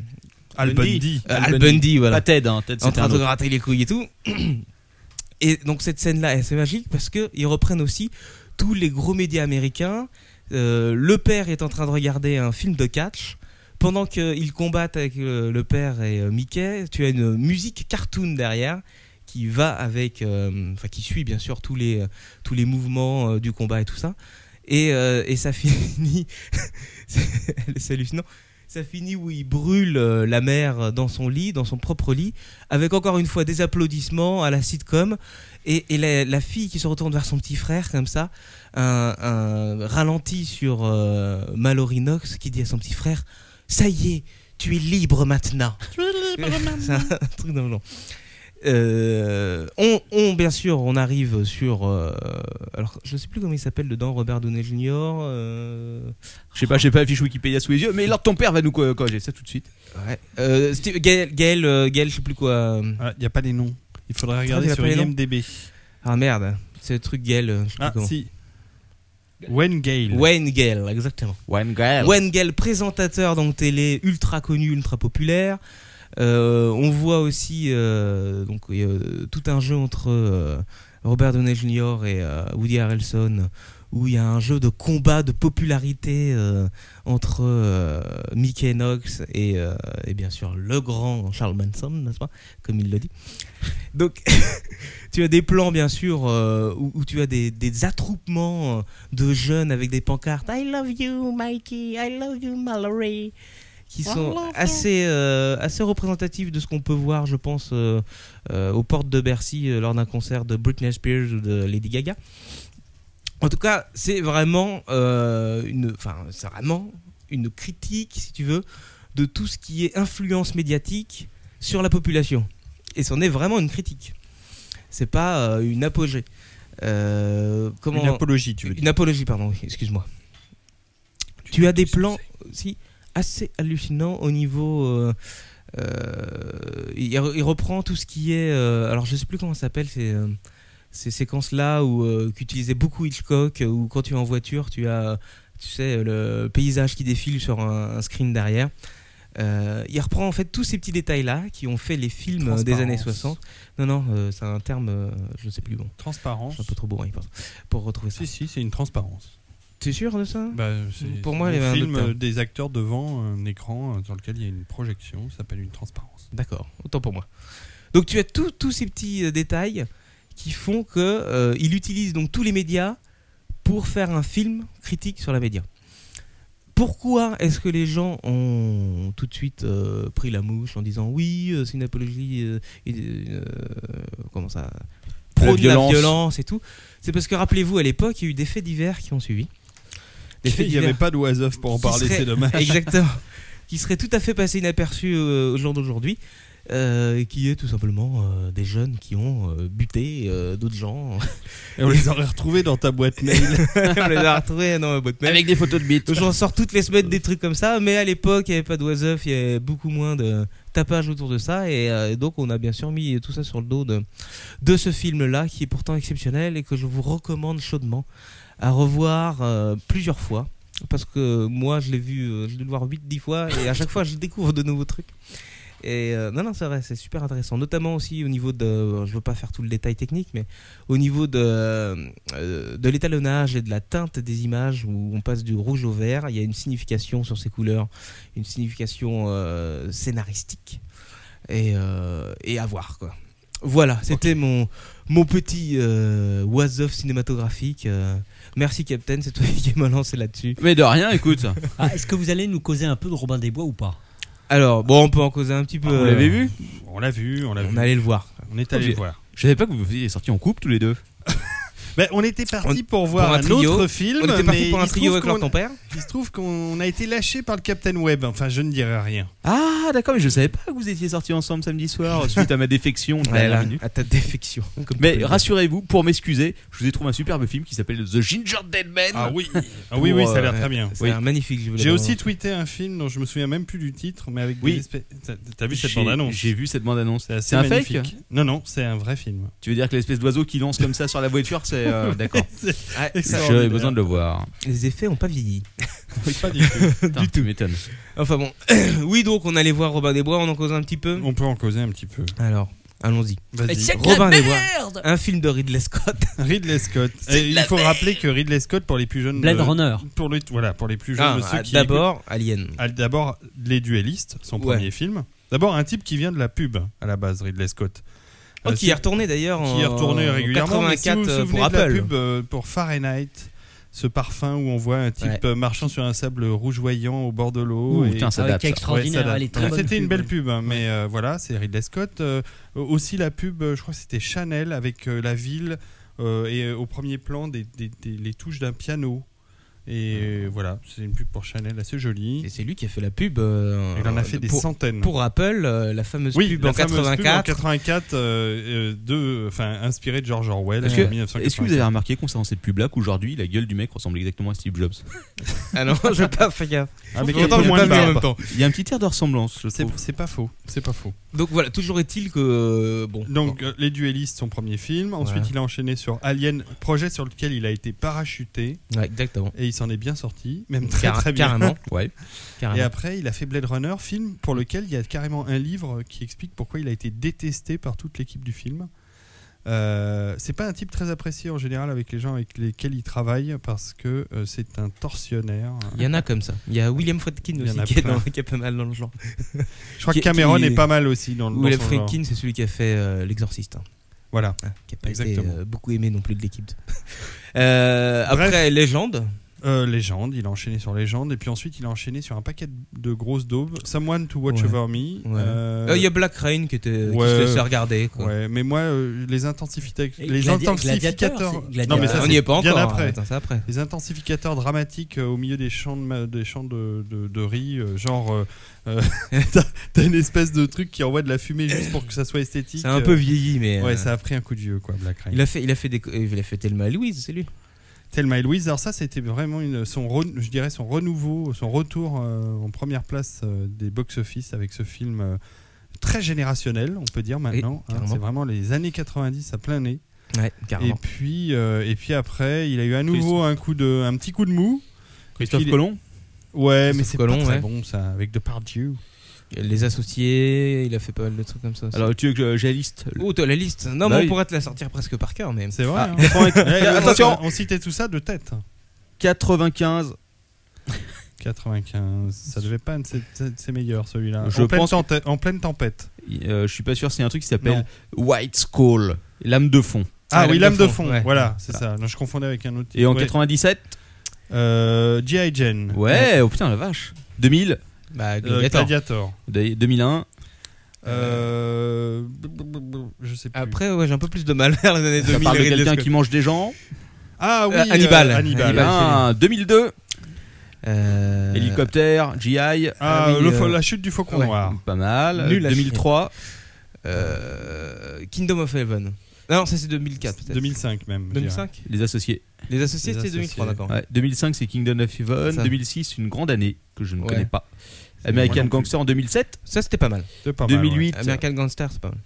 S2: Al Bundy.
S4: Euh, Al
S2: Al
S4: Bundy,
S2: Bundy,
S4: voilà.
S2: pas Ted, hein, Ted,
S4: en
S2: c'était un
S4: train de
S2: autre.
S4: gratter les couilles et tout. Et donc cette scène-là, elle, c'est magique parce qu'ils reprennent aussi tous les gros médias américains. Euh, le père est en train de regarder un film de catch. Pendant qu'ils combattent avec euh, le père et euh, Mickey, tu as une musique cartoon derrière qui va avec, euh, enfin qui suit bien sûr tous les, tous les mouvements euh, du combat et tout ça. Et, euh, et ça finit, c'est c'est hallucinant, ça finit où il brûle euh, la mère dans son lit, dans son propre lit, avec encore une fois des applaudissements à la sitcom. Et, et la, la fille qui se retourne vers son petit frère, comme ça, un, un ralenti sur euh, Mallory Knox qui dit à son petit frère Ça y est, tu es libre maintenant.
S10: Tu es libre maintenant.
S4: C'est un truc dans le genre. Euh, on, on, bien sûr, on arrive sur. euh, alors, je sais plus comment il s'appelle dedans, Robert Downey Jr. euh,
S2: Je sais pas, j'ai pas la fiche Wikipédia sous les yeux, mais Lord ton père va nous co- corriger ça tout de suite.
S4: Ouais. Euh, Steve- Gaël, Gaël, euh, Gaël, je sais plus quoi.
S6: Il n'y Ah, a pas les noms. Il faudrait
S4: Ah, il y
S6: regarder
S4: a
S6: sur
S4: pas les noms
S6: IMDB.
S4: Ah merde, c'est le truc Gaël. euh, je sais plus
S6: Ah,
S4: comment.
S6: si. Wayne Gale.
S4: Wayne Gale, exactement.
S2: Wayne Gale.
S4: Wayne Gale, présentateur donc télé ultra connu, ultra populaire. Euh, on voit aussi euh, donc, euh, tout un jeu entre euh, Robert Downey Jr. et euh, Woody Harrelson où il y a un jeu de combat de popularité euh, entre euh, Mickey Knox et, euh, et bien sûr le grand Charles Manson, n'est-ce pas, comme il le dit. Donc tu as des plans bien sûr euh, où, où tu as des, des attroupements euh, de jeunes avec des pancartes I love you Mikey, I love you Mallory qui sont assez, euh, assez représentatifs de ce qu'on peut voir, je pense, euh, euh, aux portes de Bercy euh, lors d'un concert de Britney Spears ou de Lady Gaga. En tout cas, c'est vraiment euh, une, enfin, c'est vraiment une critique, si tu veux, de tout ce qui est influence médiatique sur la population. Et c'en est vraiment une critique. C'est pas euh, une apogée. Euh, comment...
S6: Une apologie, tu veux dire.
S4: Une apologie, pardon. oui, Excuse-moi. Tu as des plans aussi assez hallucinants au niveau. euh, euh, il, il reprend tout ce qui est. euh, alors je sais plus comment ça s'appelle ces, euh, ces séquences-là où euh, qu'utilisait beaucoup Hitchcock, euh, où quand tu es en voiture, tu as, tu sais, le paysage qui défile sur un, un screen derrière. Euh, il reprend en fait tous ces petits détails-là qui ont fait les films des
S6: Transparence.
S4: années 60. Non, non, euh, c'est un terme, euh, je ne sais plus. Bon.
S6: Transparence.
S4: Je suis un peu trop hein, bourrin, je pense, pour retrouver ça.
S6: Si, si, c'est une transparence.
S4: T'es sûr de ça
S6: Bah, c'est-
S4: Pour moi,
S6: c'est
S4: il y
S6: un
S4: avait un
S6: film
S4: autre terme.
S6: euh, des acteurs devant un écran euh, dans lequel il y a une projection, ça s'appelle une transparence.
S4: D'accord, autant pour moi. Donc tu as tout- tous ces petits euh, détails qui font que euh, il utilise donc tous les médias pour faire un film critique sur la média. Pourquoi est-ce que les gens ont tout de suite euh, pris la mouche en disant oui, euh, c'est une apologie, euh, une- euh, comment ça,
S2: La
S4: prône la
S2: violence.
S4: violence et tout C'est parce que rappelez-vous, à l'époque, il y a eu des faits divers qui ont suivi. Des faits
S6: Il n'y avait
S4: divers
S6: pas de d'Oiseuf pour en
S4: qui
S6: parler,
S4: serait-
S6: c'est dommage.
S4: Exactement. Qui serait tout à fait passé inaperçu euh, au jour d'aujourd'hui. euh, qui est tout simplement euh, des jeunes qui ont euh, buté euh, d'autres gens.
S6: Et on les aurait retrouvés dans ta boîte mail.
S4: on les a retrouvés dans ma boîte mail.
S6: Avec des photos de bites.
S4: J'en sors toutes les semaines des trucs comme ça, mais à l'époque, il n'y avait pas d'oiseuf, il y avait beaucoup moins de tapage autour de ça. Et euh, donc, on a bien sûr mis tout ça sur le dos de, de ce film-là, qui est pourtant exceptionnel et que je vous recommande chaudement à revoir euh, plusieurs fois. Parce que moi, je l'ai vu, euh, je l'ai dû le voir 8-10 fois, et à chaque fois, je découvre de nouveaux trucs. Et euh, non, non, c'est vrai, c'est super intéressant. Notamment aussi au niveau de. euh, Je veux pas faire tout le détail technique, mais au niveau de, euh, de l'étalonnage et de la teinte des images, où on passe du rouge au vert, il y a une signification sur ces couleurs, une signification euh, scénaristique. Et, euh, et à voir, quoi. Voilà, c'était mon, mon petit euh, was-of cinématographique. euh. merci, Captain, c'est toi qui m'as lancé là-dessus.
S2: Mais de rien, écoute.
S4: Ah,
S5: Est-ce que vous allez nous causer un peu de Robin des Bois ou pas
S4: Alors, bon, on peut en causer un petit peu.
S2: Vous l'avez vu
S6: On l'a vu, on l'a
S4: On allait le voir.
S6: On est allé
S2: Je-
S6: le voir.
S2: Je savais pas que vous étiez sortis en couple tous les deux.
S6: Ben, on était parti
S2: On-
S6: pour voir
S2: pour
S6: un,
S2: un trio.
S6: autre film.
S2: On était parti
S6: mais
S2: pour un
S6: il se
S2: trio
S6: trouve
S2: avec leur
S6: qu'on-
S2: tempère.
S6: Il se trouve qu'on a été lâché par le Captain Web. Enfin, je ne dirai rien.
S2: Ah, d'accord, mais je savais pas que vous étiez sortis ensemble samedi soir suite à ma défection. de
S4: Ouais,
S2: dernière
S4: là,
S2: minute.
S4: à ta défection. comme tu peux
S2: Mais
S4: le
S2: rassurez-vous, pour m'excuser, je vous ai trouvé un superbe film qui s'appelle The Ginger Dead euh, Man.
S6: Ah oui. Ah oui, oui, ça a l'air très bien.
S4: ça a l'air magnifique, je voulais
S6: J'ai
S4: le
S6: aussi
S4: voir.
S6: tweeté un film dont je me souviens même plus du titre, mais avec
S2: Oui.
S6: des espèces. T'as- T'as vu cette
S2: J'ai-
S6: bande-annonce
S2: J'ai vu cette bande-annonce.
S6: C'est assez
S2: un
S6: magnifique.
S2: fake
S6: Non, non, c'est un vrai film.
S2: Tu veux dire que l'espèce d'oiseau qui lance comme ça sur la voiture, c'est. euh, D'accord.
S6: C'est
S4: Ouais,
S2: J'avais besoin de le voir.
S4: Ah, Les effets ont pas vieilli.
S6: pas du tout.
S2: Putain, tu m'étonnes.
S4: Enfin bon. oui, donc on allait voir Robin des Bois, on en cause un petit peu.
S6: On peut en causer un petit peu.
S4: Alors, allons-y.
S6: Vas-y.
S4: Robin des Bois, un film de Ridley Scott.
S6: Ridley Scott.
S4: C'est
S6: Et
S4: de
S6: il
S4: la
S6: faut rappeler que Ridley Scott pour les plus jeunes
S4: Blade
S6: euh,
S4: Runner.
S6: pour les voilà pour les plus jeunes
S4: Ah,
S6: de ceux
S4: ah,
S6: qui
S4: d'abord,
S6: écoutent-
S4: Alien.
S6: Ah, D'abord les duellistes, son
S4: Ouais.
S6: premier film. D'abord un type qui vient de la pub à la base Ridley Scott.
S4: Oh,
S6: Euh,
S4: qui
S6: c'est-
S4: est retourné d'ailleurs en
S6: Qui est retourné régulièrement. mais si
S4: 84
S6: vous vous
S4: euh,
S6: souvenez
S4: pour
S6: de la
S4: Apple.
S6: pub euh, pour Fahrenheit. Ce parfum où on voit un type
S4: Ouais.
S6: euh, marchant sur un sable rougeoyant au bord de l'eau.
S2: Ouh,
S6: Oh, et-
S2: putain, ça Ah ouais, date, qui est ça. extraordinaire,
S6: Ouais, ça date.
S2: elle est très
S6: Donc,
S2: bonne
S6: C'était une
S2: pub,
S6: belle
S2: ouais.
S6: pub, hein, mais euh, voilà, c'est Ridley Scott. Euh, aussi la pub, euh, je crois que c'était Chanel avec euh, la ville euh, et euh, au premier plan des, des- des- les touches d'un piano. Et
S2: Ah.
S6: euh, voilà, c'est une pub pour Chanel assez jolie.
S4: Et c'est lui qui a fait la pub. euh,
S6: Il en a fait des
S4: pour-
S6: centaines.
S4: Pour Apple, euh, la fameuse
S6: Oui,
S4: pub
S6: la
S4: en
S6: fameuse pub
S4: 84.
S6: en 84, euh, euh, de, enfin, inspiré de George Orwell.
S2: Est-ce que,
S6: en 1984.
S2: est-ce que vous avez remarqué qu'on s'est dans cette pub-là qu'aujourd'hui, la gueule du mec ressemble exactement à Steve Jobs
S4: Ah non, je vais pas faire gaffe.
S6: Ah,
S4: Je suis
S6: mais quelqu'un
S4: content que
S6: moins
S4: j'ai
S6: de
S4: pas vu en
S6: barbe.
S4: même temps.
S2: Il y a un petit air de ressemblance, je
S6: C'est-
S2: trouve.
S6: C'est pas faux, c'est pas faux.
S4: Donc voilà, toujours est-il que. euh, bon.
S6: Donc, euh, Les Duellistes, son premier film. Ensuite,
S4: Voilà.
S6: il a enchaîné sur Alien, projet sur lequel il a été parachuté.
S4: Ouais, exactement.
S6: Et il s'en est bien sorti, même très
S4: Car-
S6: très bien.
S4: carrément. Ouais. Carrément.
S6: Et après, il a fait Blade Runner, film pour lequel il y a carrément un livre qui explique pourquoi il a été détesté par toute l'équipe du film. Euh, c'est pas un type très apprécié en général avec les gens avec lesquels il travaille parce que euh, c'est un tortionnaire.
S4: Il y en a comme ça. Il y a William Friedkin
S6: Il y en
S4: aussi
S6: a
S4: qui est,
S6: plein.
S4: dans- qui est pas mal dans le genre.
S6: Je crois que Cameron est pas mal aussi dans le- dans
S4: William
S6: son genre.
S4: Friedkin, c'est celui qui a fait euh, L'Exorciste. hein.
S6: Voilà.
S4: Hein, qui a pas été,
S6: Exactement.
S4: euh, beaucoup aimé non plus de l'équipe. Euh, après, Légende.
S6: Euh, légende, il a enchaîné sur Légende, et puis ensuite il a enchaîné sur un paquet de grosses daubes. Someone to Watch
S4: Ouais.
S6: Over Me.
S4: Ouais. Euh, il y a Black Rain qui était- qui se laissait regarder, quoi.
S6: Ouais, mais moi, euh, les, intensificac-
S4: Et
S6: les
S4: Gladi- Gladiateur,
S6: intensificateurs.
S4: c'est- Gladiateur. On n'y
S6: c'est
S4: est pas
S6: bien
S4: encore, hein.
S6: Après.
S4: attends, c'est après.
S6: Les intensificateurs dramatiques euh, au milieu des champs de, ma- des champs de, de- de riz, euh, genre. euh, euh, t'as- T'as une espèce de truc qui envoie de la fumée juste pour que ça soit esthétique.
S4: C'est un peu vieilli, mais.
S6: Ouais,
S4: euh,
S6: ça a pris un coup de vieux, quoi, Black Rain.
S4: Il a fait, il a fait, des, il a fait Thelma et Louise, c'est lui.
S6: Thelma et Louise, alors ça c'était vraiment une, son, re- je dirais son renouveau, son retour euh, en première place euh, des box-office avec ce film euh, très générationnel, on peut dire maintenant. hein.
S4: carrément.
S6: c'est vraiment les années 90 à plein nez.
S4: Ouais,
S6: et
S4: carrément.
S6: puis, euh, et puis après, il a eu à nouveau un, coup de, un petit coup de mou.
S4: Christophe
S6: Et puis il-
S4: Colomb
S6: Ouais,
S4: Christophe
S6: mais c'est
S4: Colomb,
S6: pas très
S4: ouais.
S6: bon ça, avec Depardieu.
S4: Les associés, il a fait pas mal de trucs comme ça. aussi.
S2: Alors, tu veux que euh, j'ai la liste
S4: Oh, t'as la liste Non,
S2: Bah
S4: mais
S2: oui.
S4: on pourrait te la sortir presque par cœur, même.
S6: C'est vrai.
S4: Ah.
S6: hein. On prend- Eh, on-
S4: Attention
S6: on, citait tout ça de tête.
S2: 95.
S6: 95, ça devait pas être ses- ses ses meilleurs celui-là.
S2: Je
S6: en, pleine
S2: pense que-
S6: tente- en pleine tempête.
S2: Euh, je suis pas sûr, c'est un truc qui s'appelle White Skull, lame de fond.
S6: Ah, oui, Lame de fond,
S2: ouais. Ah,
S6: voilà, c'est ça. Non, je confondais avec un autre.
S2: Et en
S6: ouais.
S2: 97
S6: euh, G.I. Jane.
S2: Ouais, oh putain, la vache. 2000
S4: Bah,
S6: Gladiator. Euh, Gladiator.
S2: 2001
S6: Euh, Je sais plus.
S4: Après, ouais, j'ai un peu plus de mal vers les années
S2: Ça
S4: 2000.
S2: parle de
S4: Ridley
S2: quelqu'un
S4: Scott.
S2: qui mange des gens.
S6: Ah oui,
S4: Euh, Hannibal.
S6: euh,
S2: Hannibal.
S6: Hannibal,
S2: Ah, 2002 Hélicoptère, GI.
S6: Euh, Ah, oui, le fo- euh, la chute du Faucon Noir.
S2: Pas mal.
S4: Nul à
S2: 2003.
S4: Euh, Kingdom of Heaven. Ah Non, ça c'est 2004 peut-être.
S6: 2005 même, je
S4: 2005
S2: Les associés.
S4: Les associés, c'était 2003, d'accord.
S2: Ouais, 2005, c'est Kingdom of
S4: C'est
S2: Heaven.
S4: ça.
S2: 2006, une grande année que je ne
S4: Ouais.
S2: connais pas.
S4: C'est moi
S2: American
S4: non plus.
S2: Gangster en 2007.
S4: Ça, c'était pas mal.
S6: C'est pas mal,
S2: 2008.
S5: Ah,
S6: ouais.
S4: American Gangster, c'est pas mal.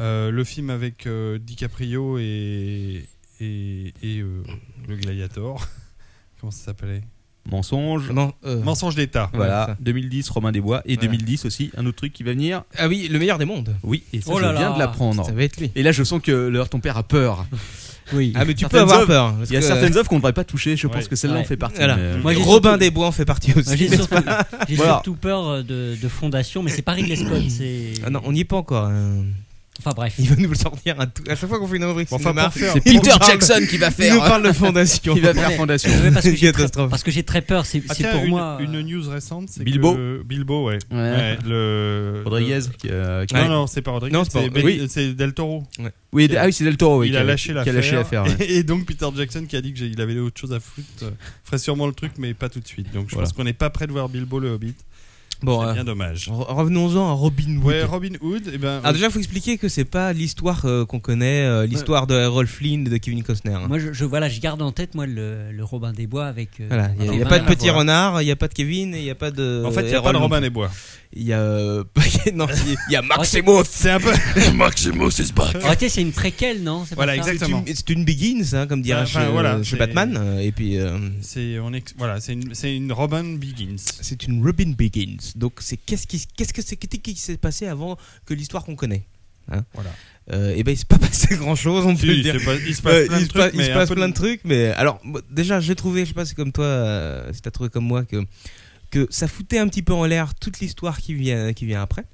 S6: Euh, le film avec euh, DiCaprio et, et, et, euh, le Gladiator. Comment ça s'appelait
S2: Mensonge.
S4: Non, euh,
S6: Mensonge d'État.
S2: Voilà.
S6: Ouais, ça.
S2: 2010, Romain des Bois. Et
S6: Voilà.
S2: 2010 aussi, un autre truc qui va venir.
S4: Ah oui, le meilleur des mondes.
S2: Oui, et ça,
S4: Oh là
S2: je viens
S4: là.
S2: de l'apprendre.
S4: Ça va être lui.
S2: Et là, je sens que leur ton père a peur.
S5: Oui.
S4: Ah, mais tu peux
S2: Certaines
S4: avoir
S2: œuvres-
S4: peur, parce
S2: Il y a
S4: que-
S2: certaines œuvres qu'on ne devrait pas toucher. Je pense
S4: Ouais.
S2: que celle-là en
S4: Ouais.
S2: fait partie.
S4: Voilà.
S2: mais-
S4: Moi, j'ai Euh, Robin des Bois en fait partie aussi.
S5: Moi, J'ai surtout, j'ai
S4: Voilà.
S5: surtout peur euh, de, de fondation, mais c'est pas Ridley Scott. c'est-
S4: Ah non, on n'y est pas encore. hein.
S5: Enfin bref.
S4: Il va nous le sortir à, tout- à chaque fois qu'on fait une rubrique.
S5: Bon, enfin,
S4: cinéma,
S5: pour faire-
S4: il
S5: C'est
S4: nous
S5: Peter
S4: parle-
S5: Jackson qui va faire-
S4: Il nous
S2: hein.
S4: parle de Fondation.
S5: Il va faire Fondation. Ah Ouais, parce que j'ai très- parce que j'ai très peur, c'est-
S6: Ah,
S5: c'est
S6: tiens,
S5: pour
S6: une-
S5: moi, euh,
S6: Une news récente, c'est
S2: Bilbo.
S6: que- Bilbo, ouais.
S2: Ouais.
S6: Ouais, le,
S2: Rodriguez,
S6: le-
S2: qui, euh, qui-
S6: Non, non, c'est pas Rodriguez.
S2: Non, c'est pas-
S6: c'est Ben-
S2: oui.
S6: c'est Del Toro.
S2: Oui,
S6: Qui-
S2: ah oui, c'est Del Toro, oui,
S6: Il
S2: qui
S6: a
S2: a-
S6: lâché
S2: qui a lâché l'affaire, ouais.
S6: Et, et donc Peter Jackson qui a dit qu'il avait autre chose à foutre euh, ferait sûrement le truc, mais pas tout de suite. Donc je
S4: Voilà.
S6: pense qu'on n'est pas prêt de voir Bilbo le Hobbit.
S4: Bon,
S6: c'est
S4: euh,
S6: bien dommage.
S4: re- Revenons-en à Robin Hood.
S6: Ouais, Robin Hood, eh ben,
S4: Ah,
S6: on-
S4: déjà, faut expliquer que c'est pas l'histoire euh, qu'on connaît, euh, l'histoire de Errol Flynn, de Kevin Costner. hein.
S5: Moi, je, je- voilà, je garde en tête moi le, le Robin des Bois avec. euh,
S4: Voilà,
S6: Ah
S4: il n'y a,
S5: Robin
S4: pas de
S5: des
S4: petit
S5: Bois.
S4: renard, il n'y a pas de Kevin, et il n'y a pas de.
S6: En fait, il y a pas de Robin des Bois.
S4: Il y a. euh, non, il y a- il y a Maximus.
S6: C'est un peu.
S4: Maximus is back.
S5: En réalité, Ah, c'est une préquelle, non C'est pas
S4: Voilà,
S5: ça
S4: exactement. C'est une, c'est une begins, hein, comme dirait
S6: Enfin,
S4: chez,
S6: voilà,
S4: chez
S6: c'est-
S4: Batman. euh, Et puis. euh,
S6: C'est on ex- voilà, c'est une, c'est une Robin Begins.
S4: C'est une Robin Begins. Donc, c'est qu'est-ce qui, qu'est-ce que c'est, qu'est-ce qui s'est passé avant que l'histoire qu'on connaît. hein.
S6: Voilà.
S4: Euh, et ben il s'est pas passé grand chose on
S6: Si,
S4: peut le
S6: il
S4: dire Euh,
S6: s'est pas- il se passe plein de
S4: il se pa-
S6: trucs,
S4: il se
S6: mais un
S4: passe
S6: peu de-
S4: plein de trucs mais alors moi, déjà j'ai trouvé je sais pas si comme toi euh, si t'as trouvé comme moi que que ça foutait un petit peu en l'air toute l'histoire qui vient qui vient après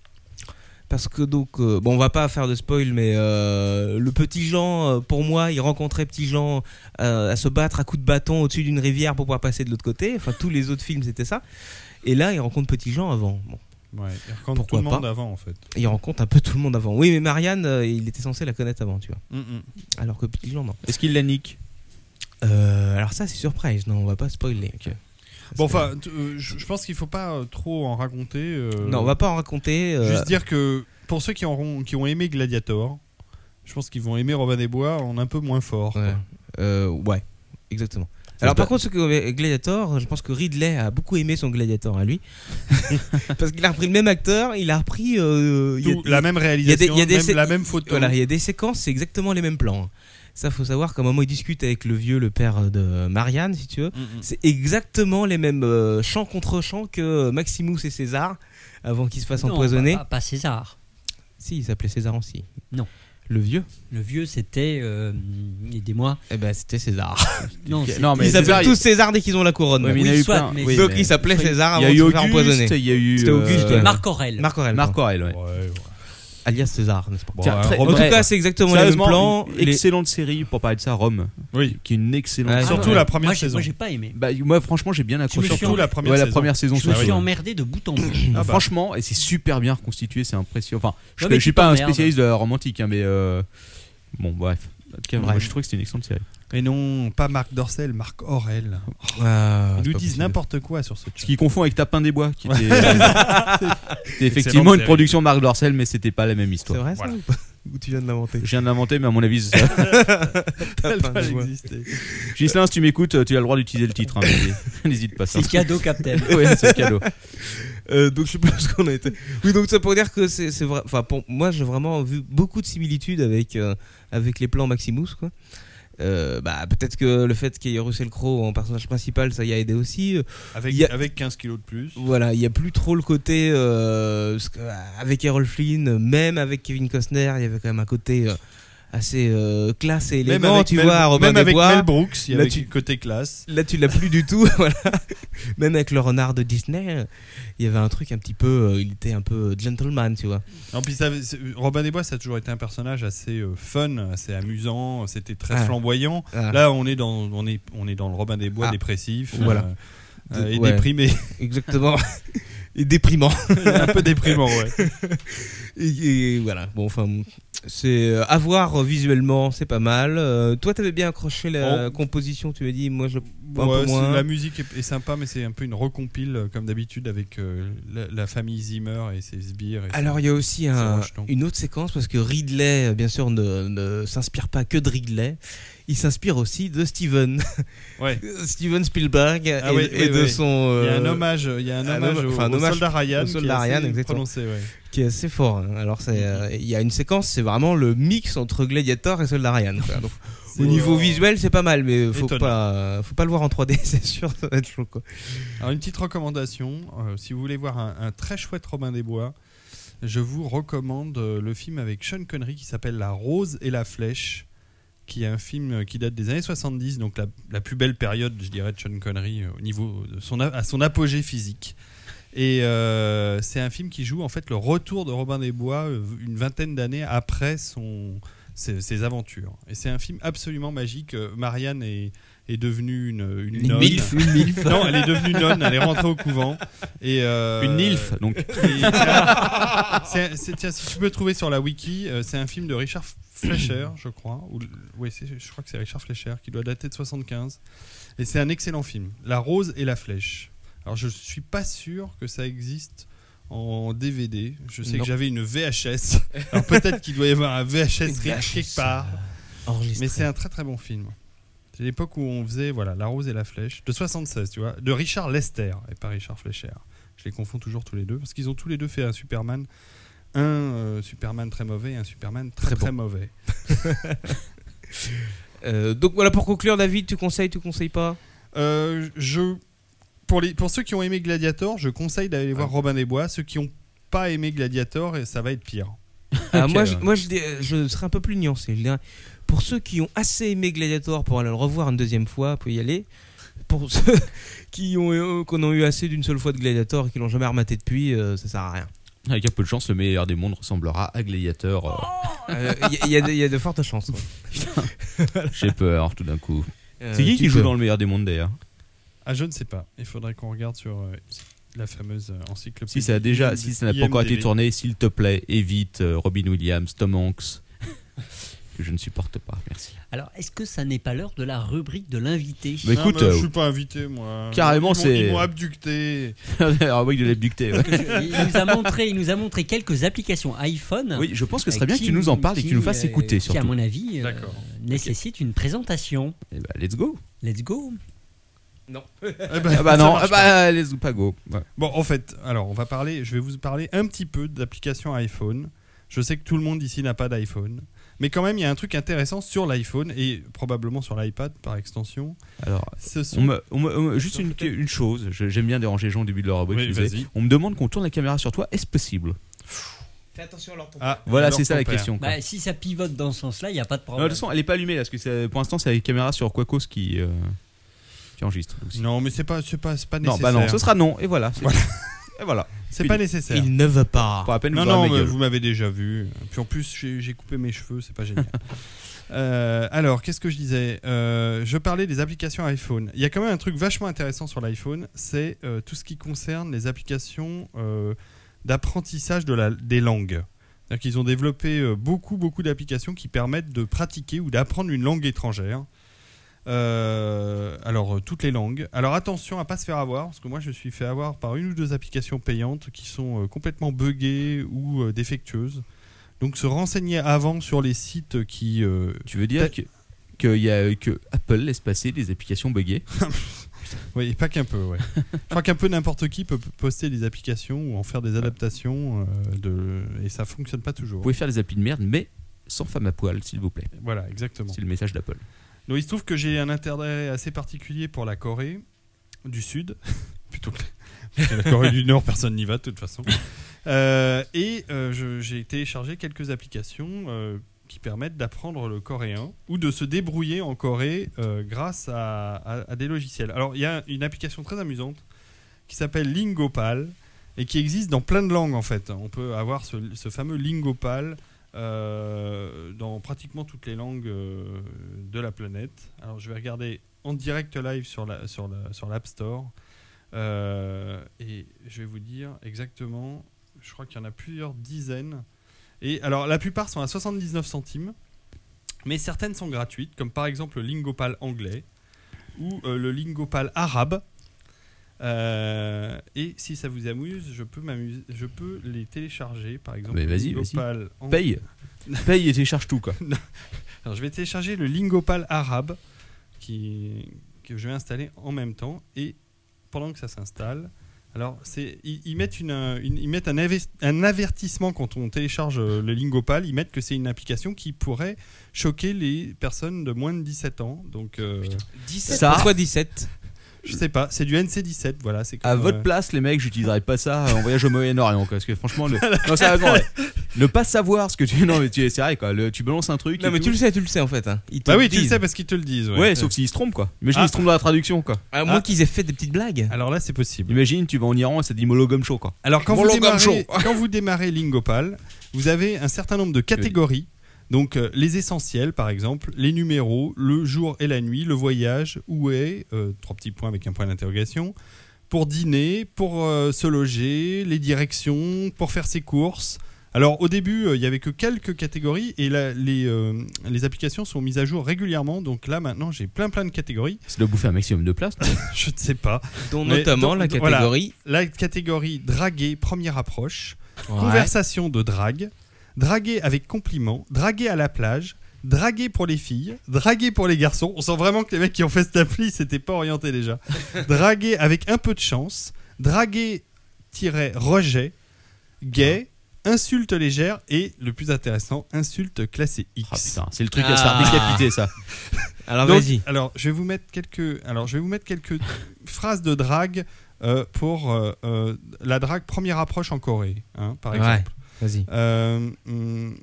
S4: parce que donc euh, bon on va pas faire de spoil mais euh, le petit Jean euh, pour moi il rencontrait petit Jean euh, à se battre à coups de bâton au-dessus d'une rivière pour pouvoir passer de l'autre côté enfin tous les autres films c'était ça et là il rencontre petit Jean avant bon
S6: Ouais, il rencontre
S4: Pourquoi
S6: tout le monde
S4: pas.
S6: avant, en fait.
S4: Il rencontre un peu tout le monde avant. Oui, mais Marianne, euh, il était censé la connaître avant, tu vois.
S6: Mm, mm.
S4: Alors que Petit Jean, non.
S2: Est-ce qu'il la nique
S4: Euh, Alors ça, c'est surprise. Non, on va pas spoiler.
S6: Bon, enfin, t- euh, je je pense qu'il faut pas euh, trop en raconter. euh,
S4: Non, on va pas en raconter. euh,
S6: Juste dire que pour ceux qui, auront, qui ont aimé Gladiator, je pense qu'ils vont aimer Robin des Bois en un peu moins fort.
S4: Ouais. Euh, ouais, exactement. Alors par contre, ce que Gladiator, je pense que Ridley a beaucoup aimé son Gladiator à lui, parce qu'il a repris le même acteur, il a repris euh, il y a-
S6: Tout, la même réalisation, même-
S4: sé-
S6: la même photo.
S4: Voilà, il y a des séquences, c'est exactement les mêmes plans. hein. Ça, faut savoir qu'à un moment, il discute avec le vieux, le père de Marianne, si tu veux. C'est exactement les mêmes euh, champs contre champs que euh, Maximus et César avant qu'ils se fassent
S5: Non, bah,
S4: empoisonner.
S5: Pas, pas- pas César.
S4: Si, il s'appelait César aussi.
S5: Non.
S4: Le vieux
S5: Le vieux, c'était. euh, Aidez-moi.
S4: Eh ben, c'était César.
S5: non,
S4: Ils
S5: c'est-
S4: s'appellent tous César dès qu'ils ont la couronne.
S5: Ouais, mais il y en a eu plein. Oui,
S4: Donc
S5: mais-
S4: il s'appelait
S5: Oui.
S4: César
S5: Il y
S4: avant
S5: a
S4: de
S5: eu
S4: se faire
S5: Auguste,
S4: empoisonner.
S5: il y a eu,
S4: C'était Auguste,
S5: euh,
S4: ouais.
S5: Marc Aurèle.
S4: Marc Aurèle.
S5: Marc
S4: pardon.
S2: Aurèle, ouais.
S4: Alias César, n'est-ce pas
S2: Tiens, très-
S4: En tout
S2: très-
S4: cas, c'est exactement les mêmes
S2: Sérieusement,
S4: plans.
S2: une
S4: les-
S2: Excellente série pour parler de ça, Rome. Oui. Qui est une excellente.
S4: Ah,
S2: série.
S4: surtout la première
S5: Moi, j'ai- saison. moi, j'ai pas aimé.
S2: Bah, moi, franchement, j'ai bien accroché.
S5: suis en-
S2: Ouais, la première saison.
S5: Je me suis
S2: surtout.
S5: emmerdé de bout en bout.
S2: Ah,
S4: bah.
S2: Franchement, et c'est super bien reconstitué, c'est impressionnant. Enfin, je,
S5: Ouais, mais
S2: je suis
S5: tu
S2: pas un
S5: t'emmerdes.
S2: spécialiste de la romantique, hein, mais euh, bon, bref. En tout cas, moi,
S6: Bref.
S2: je trouve que c'est une excellente série.
S6: Et non, pas Marc Dorcel, Marc Aurel. Oh.
S4: Ah,
S2: c'est
S6: Ils nous
S2: pas
S6: disent
S2: possible.
S6: n'importe quoi sur ce
S2: Ce qui confond avec Tapin des Bois, qui était,
S6: Ouais.
S2: c'était effectivement
S6: Excellente
S2: une
S6: série.
S2: production Marc Dorcel, mais c'était pas la même histoire.
S4: C'est vrai, ça, ou pas Ou tu viens de l'inventer
S2: Je viens de l'inventer, mais à mon avis, c'est ça.
S4: Elle doit
S6: Tapin des exister.
S2: Gislin, si tu m'écoutes, tu as le droit d'utiliser le titre. hein, mais N'hésite pas. ça.
S5: C'est cadeau, Captain.
S2: ouais, c'est cadeau.
S4: Euh, donc je sais pas ce qu'on a été. Oui, donc ça pour dire que c'est c'est vrai. Enfin, pour moi, j'ai vraiment vu beaucoup de similitudes avec euh, avec les plans Maximus, quoi. Euh, bah peut-être que le fait qu'il y ait Russell Crowe en personnage principal, ça y a aidé aussi. Euh,
S6: Avec,
S4: il y a-
S6: avec 15 kilos de plus.
S4: Voilà, il y a plus trop le côté euh, parce que, euh, avec Errol Flynn, même avec Kevin Costner, il y avait quand même un côté euh, assez euh, classe et
S6: Même
S4: élégant,
S6: avec
S4: tu
S6: Mel-
S4: vois, à Robin
S6: même
S4: des
S6: avec
S4: Bois.
S6: Mel Brooks, il y
S4: Là,
S6: avait
S4: tu-
S6: le côté classe.
S4: Là, tu l'as plus du tout, voilà. Même avec le renard de Disney, il y avait un truc un petit peu, euh, il était un peu gentleman, tu vois.
S6: Non, puis ça- c'est- Robin des Bois, ça a toujours été un personnage assez euh, fun, assez amusant, c'était très
S4: Ah.
S6: flamboyant.
S4: Ah.
S6: Là, on est, dans, on, est, on est dans le Robin des Bois
S4: Ah.
S6: dépressif
S4: Voilà.
S6: euh, euh,
S4: De-
S6: et
S4: ouais.
S6: déprimé.
S4: Exactement. Et déprimant.
S6: Un peu déprimant, ouais.
S4: Et, et voilà. Bon, enfin, c'est euh, à voir euh, visuellement, c'est pas mal. Euh, toi, t'avais bien accroché la
S6: Oh.
S4: composition, tu as dit. Moi, je un
S6: Ouais,
S4: peu
S6: c'est-
S4: moins.
S6: La musique est, est sympa, mais c'est un peu une recompile, euh, comme d'habitude, avec euh, la, la famille Zimmer et ses sbires. et
S4: Alors
S6: ses-
S4: il y a aussi
S6: ses
S4: un-
S6: rejetons.
S4: une autre séquence parce que Ridley, euh, bien sûr, ne, ne s'inspire pas que de Ridley. Il s'inspire aussi de Steven,
S6: Ouais.
S4: Euh, Steven Spielberg Euh, et,
S6: Ah oui,
S4: et
S6: oui,
S4: de
S6: oui.
S4: son.
S6: Il y a un
S4: euh,
S6: hommage, il y a un hommage au-
S4: enfin,
S6: au soldat Ryan
S4: au
S6: qui est
S4: soldat
S6: assez
S4: Ryan, exactement,
S6: prononcé, ouais. Mm.
S4: qui est assez fort. hein. Alors c'est, euh, il y a une séquence, c'est vraiment le mix entre Gladiator et Soldat Ryan. quoi. Donc,
S6: C'est-
S4: au niveau
S6: euh,
S4: visuel, c'est pas mal, mais faut
S6: étonnant.
S4: pas, faut pas le voir en 3D, c'est sûr, ça va être chaud quoi.
S6: Alors une petite recommandation, euh, si vous voulez voir un, un très chouette Robin des Bois, je vous recommande euh, le film avec Sean Connery qui s'appelle La Rose et la Flèche, qui est un film euh, qui date des années 70, donc la, la plus belle période, je dirais, de Sean Connery euh, au niveau de son a- à son apogée physique. Et euh, c'est un film qui joue en fait le retour de Robin des Bois euh, une vingtaine d'années après son, ses, ses aventures. Et c'est un film absolument magique. Euh, Marianne est, est devenue une, une,
S4: Une
S6: nonne.
S4: milf, une milf.
S6: Non, elle est devenue nonne, elle est rentrée au couvent. Et euh,
S2: Une nilf, donc.
S6: et- c'est- c'est- tiens, si tu peux trouver sur la wiki, euh, c'est un film de Richard Fleischer, je crois. Ou, oui, c'est- je crois que c'est Richard Fleischer qui doit dater de 75. Et c'est un excellent film. La rose et la flèche. Alors je suis pas sûr que ça existe en DVD. Je
S4: Non.
S6: sais que j'avais une VHS. Alors peut-être qu'il doit y avoir un VHS quelque part.
S4: euh, enregistré.
S6: Mais c'est un très très bon film. C'est l'époque où on faisait voilà La Rose et la Flèche de 76, tu vois, de Richard Lester et pas Richard Fleischer. Je les confonds toujours tous les deux parce qu'ils ont tous les deux fait un Superman, un euh, Superman très mauvais et un Superman très
S4: Très
S6: très,
S4: bon.
S6: mauvais.
S4: Euh, donc voilà pour conclure, David, tu conseilles, tu conseilles pas
S6: Euh, je pour les pour ceux qui ont aimé Gladiator, je conseille d'aller voir Robin des Bois. Ceux qui n'ont pas aimé Gladiator, et ça va être pire.
S4: Ah, moi, je, moi je, dis- euh, je serais un peu plus nuancé. Je dirais, pour ceux qui ont assez aimé Gladiator pour aller le revoir une deuxième fois, peut y aller. Pour ceux qui ont, euh, qu'on a eu assez d'une seule fois de Gladiator et qui l'ont jamais rematé depuis, euh, ça sert à rien.
S2: Avec un peu de chance, le meilleur des mondes ressemblera à Gladiator. euh,
S4: euh, Il y, a de- y a de fortes chances. ouais.
S2: J'ai peur tout d'un coup.
S4: Oh Euh,
S2: c'est qui
S4: tu
S2: qui joue
S4: peux.
S2: dans le meilleur des mondes d'ailleurs
S6: Ah, je ne sais pas. Il faudrait qu'on regarde sur euh, la fameuse euh, encyclopédie.
S2: Si ça a déjà, si ça n'a pas encore été
S6: IMDb.
S2: tourné, s'il te plaît, évite euh, Robin Williams, Tom Hanks, que je ne supporte pas. Merci.
S5: Alors, est-ce que ça n'est pas l'heure de la rubrique de l'invité
S2: Bah, écoute,
S6: mais
S2: euh,
S6: je suis pas invité moi.
S2: Carrément,
S6: Ils m'ont-
S2: c'est-
S6: Ils m'ont abducté.
S2: Alors oui, de l'abducté. ouais.
S5: Il nous, a montré, il nous a montré quelques applications iPhone.
S2: Oui, je pense que ce
S5: euh,
S2: serait bien que
S5: qui-
S2: tu nous en parles et que tu nous
S5: qui,
S2: fasses
S5: euh,
S2: écouter,
S5: Qui, à
S2: surtout.
S5: mon avis, euh,
S6: D'accord.
S5: nécessite une présentation.
S2: Eh ben, let's go.
S5: Let's go.
S11: Non.
S6: Eh ben,
S2: Ah bah
S6: ça
S2: non,
S6: marche
S2: ah bah,
S6: pas.
S2: les Zupago. Ouais.
S6: Bon, en fait, alors on va parler, je vais vous parler un petit peu d'application iPhone. Je sais que tout le monde ici n'a pas d'iPhone, mais quand même, il y a un truc intéressant sur l'iPhone et probablement sur l'iPad par extension.
S2: Alors,
S6: Ce sont-
S2: on me- on me- on me- juste une, une chose, je- j'aime bien déranger les gens au début de leur rubrique.
S6: Oui,
S2: je vous ai-
S6: vas-y.
S2: on me demande qu'on tourne la caméra sur toi, est-ce possible
S11: Fais attention à leur ton
S2: Ah, Voilà, c'est ça la question. quoi.
S5: Bah, si ça pivote dans ce sens-là, il n'y a pas de
S2: Non, de
S5: problème.
S2: toute façon, elle est pas allumée là, parce que c'est- pour l'instant, c'est la caméra sur Quacos qui, euh, qui enregistre.
S6: Non, mais c'est pas, c'est pas, c'est pas
S2: Non,
S6: nécessaire.
S2: bah non, ce sera non, et voilà. c'est- Et voilà.
S6: C'est
S2: Fini.
S6: pas nécessaire.
S2: Pour la peine,
S6: non,
S2: vous aurez
S6: non,
S2: ma
S6: mais
S2: gueule.
S6: vous m'avez déjà vu. Puis en plus, j'ai j'ai coupé mes cheveux, c'est pas génial. Euh, alors, qu'est-ce que je disais Euh, Je parlais des applications iPhone. Il y a quand même un truc vachement intéressant sur l'iPhone, c'est euh, tout ce qui concerne les applications euh, d'apprentissage de la- des langues. C'est-à-dire qu'ils ont développé euh, beaucoup, beaucoup d'applications qui permettent de pratiquer ou d'apprendre une langue étrangère. Euh, alors, euh, toutes les langues. Alors, attention à pas se faire avoir, parce que moi, je me suis fait avoir par une ou deux applications payantes qui sont euh, complètement buggées ou euh, défectueuses. Donc, se renseigner avant sur les sites qui. euh,
S2: tu veux dire que, que, y a, que Apple laisse passer des applications buggées
S6: Oui, et pas qu'un peu, ouais. Je crois qu'un peu n'importe qui peut poster des applications ou en faire des adaptations, euh, de... et ça fonctionne pas toujours.
S2: Vous pouvez faire des applis de merde, mais sans femme à poil, s'il vous plaît.
S6: Voilà, exactement.
S2: C'est le message d'Apple.
S6: Donc il se trouve que j'ai un intérêt assez particulier pour la Corée du Sud, plutôt que parce que la Corée du Nord, personne n'y va de toute façon. Euh, et euh, je- j'ai téléchargé quelques applications euh, qui permettent d'apprendre le coréen ou de se débrouiller en Corée euh, grâce à, à- à des logiciels. Alors il y a une application très amusante qui s'appelle Lingopal et qui existe dans plein de langues en fait. On peut avoir ce, ce fameux Lingopal euh, dans pratiquement toutes les langues euh, de la planète. Alors je vais regarder en direct live sur la sur la- sur l'App Store Euh, et je vais vous dire exactement. Je crois qu'il y en a plusieurs dizaines. Et alors la plupart sont à 79 centimes, mais certaines sont gratuites, comme par exemple le Lingopal anglais ou euh, le Lingopal arabe. Euh, et si ça vous amuse, je peux m'amuser, je peux les télécharger, par exemple.
S2: Mais
S6: le
S2: vas-y,
S6: Lingopal
S2: vas-y.
S6: ang-
S2: Paye. Paye et télécharge tout, quoi.
S6: alors, je vais télécharger le Lingopal arabe qui, que je vais installer en même temps et pendant que ça s'installe. Alors, c'est, ils, ils mettent, une, euh, une- ils mettent un, avis- un avertissement quand on télécharge euh, le Lingopal. Ils mettent que c'est une application qui pourrait choquer les personnes de moins de 17 ans. Donc, euh,
S4: 17? Ça- Pourquoi
S6: 17 Je sais pas, c'est du NC17. Voilà, c'est
S2: À
S6: comme,
S2: votre
S6: euh,
S2: place, les mecs, j'utiliserai pas ça en voyage au Moyen-Orient, quoi, parce que franchement, le... non, sérieusement, ouais. ne pas savoir ce que tu, non, mais tu, c'est vrai, quoi, le- tu balances un truc.
S4: Non,
S2: et
S4: mais
S2: tout.
S4: tu le sais, tu le sais en fait. hein. Ils te
S2: Bah
S4: le
S2: oui, tu le
S4: disent.
S2: sais
S6: parce qu'ils te le disent. Ah.
S2: Ouais, sauf s'ils se trompent, quoi. Imagine,
S4: Ah.
S2: ils se trompent dans la traduction, quoi.
S4: À moins qu'ils aient fait des petites blagues.
S6: Alors là, c'est possible.
S2: Imagine, tu vas en Iran et ça te dit Molo Gum Show, quoi.
S6: Alors quand vous,
S2: Molo Gum
S6: démarrez,
S2: Show.
S6: quand vous démarrez Lingopal, vous avez un certain nombre de catégories. Donc euh, les essentiels, par exemple, les numéros, le jour et la nuit, le voyage, où est, euh, trois petits points avec un point d'interrogation, pour dîner, pour euh, se loger, les directions, pour faire ses courses. Alors au début, euh, il y n'y avait que quelques catégories et là, les, euh, les applications sont mises à jour régulièrement. Donc là maintenant, j'ai plein plein de catégories.
S2: C'est de bouffer un maximum de place. non
S6: Je ne sais pas.
S4: Dont
S6: Mais
S4: notamment
S6: dans-
S4: la
S6: dans- voilà,
S4: catégorie-
S6: la catégorie draguer, première approche.
S4: Ouais.
S6: Conversation de drague. Draguer avec compliment. Draguer à la plage. Draguer pour les filles. Draguer pour les garçons. On sent vraiment que les mecs qui ont fait cette appli, c'était pas orienté déjà. Draguer avec un peu de chance. Draguer-rejet. Gay. Insulte légère. Et le plus intéressant, insulte classée X.
S2: Ah, c'est le truc à se faire décapiter, ça.
S4: Ah. Alors,
S6: Donc,
S4: vas-y.
S6: Alors je vais vous mettre quelques, alors je vais vous mettre quelques phrases de drague euh, pour euh, euh, la drague première approche en Corée, hein, par
S4: Ouais,
S6: exemple.
S4: vas-y.
S6: Euh, mm, mm,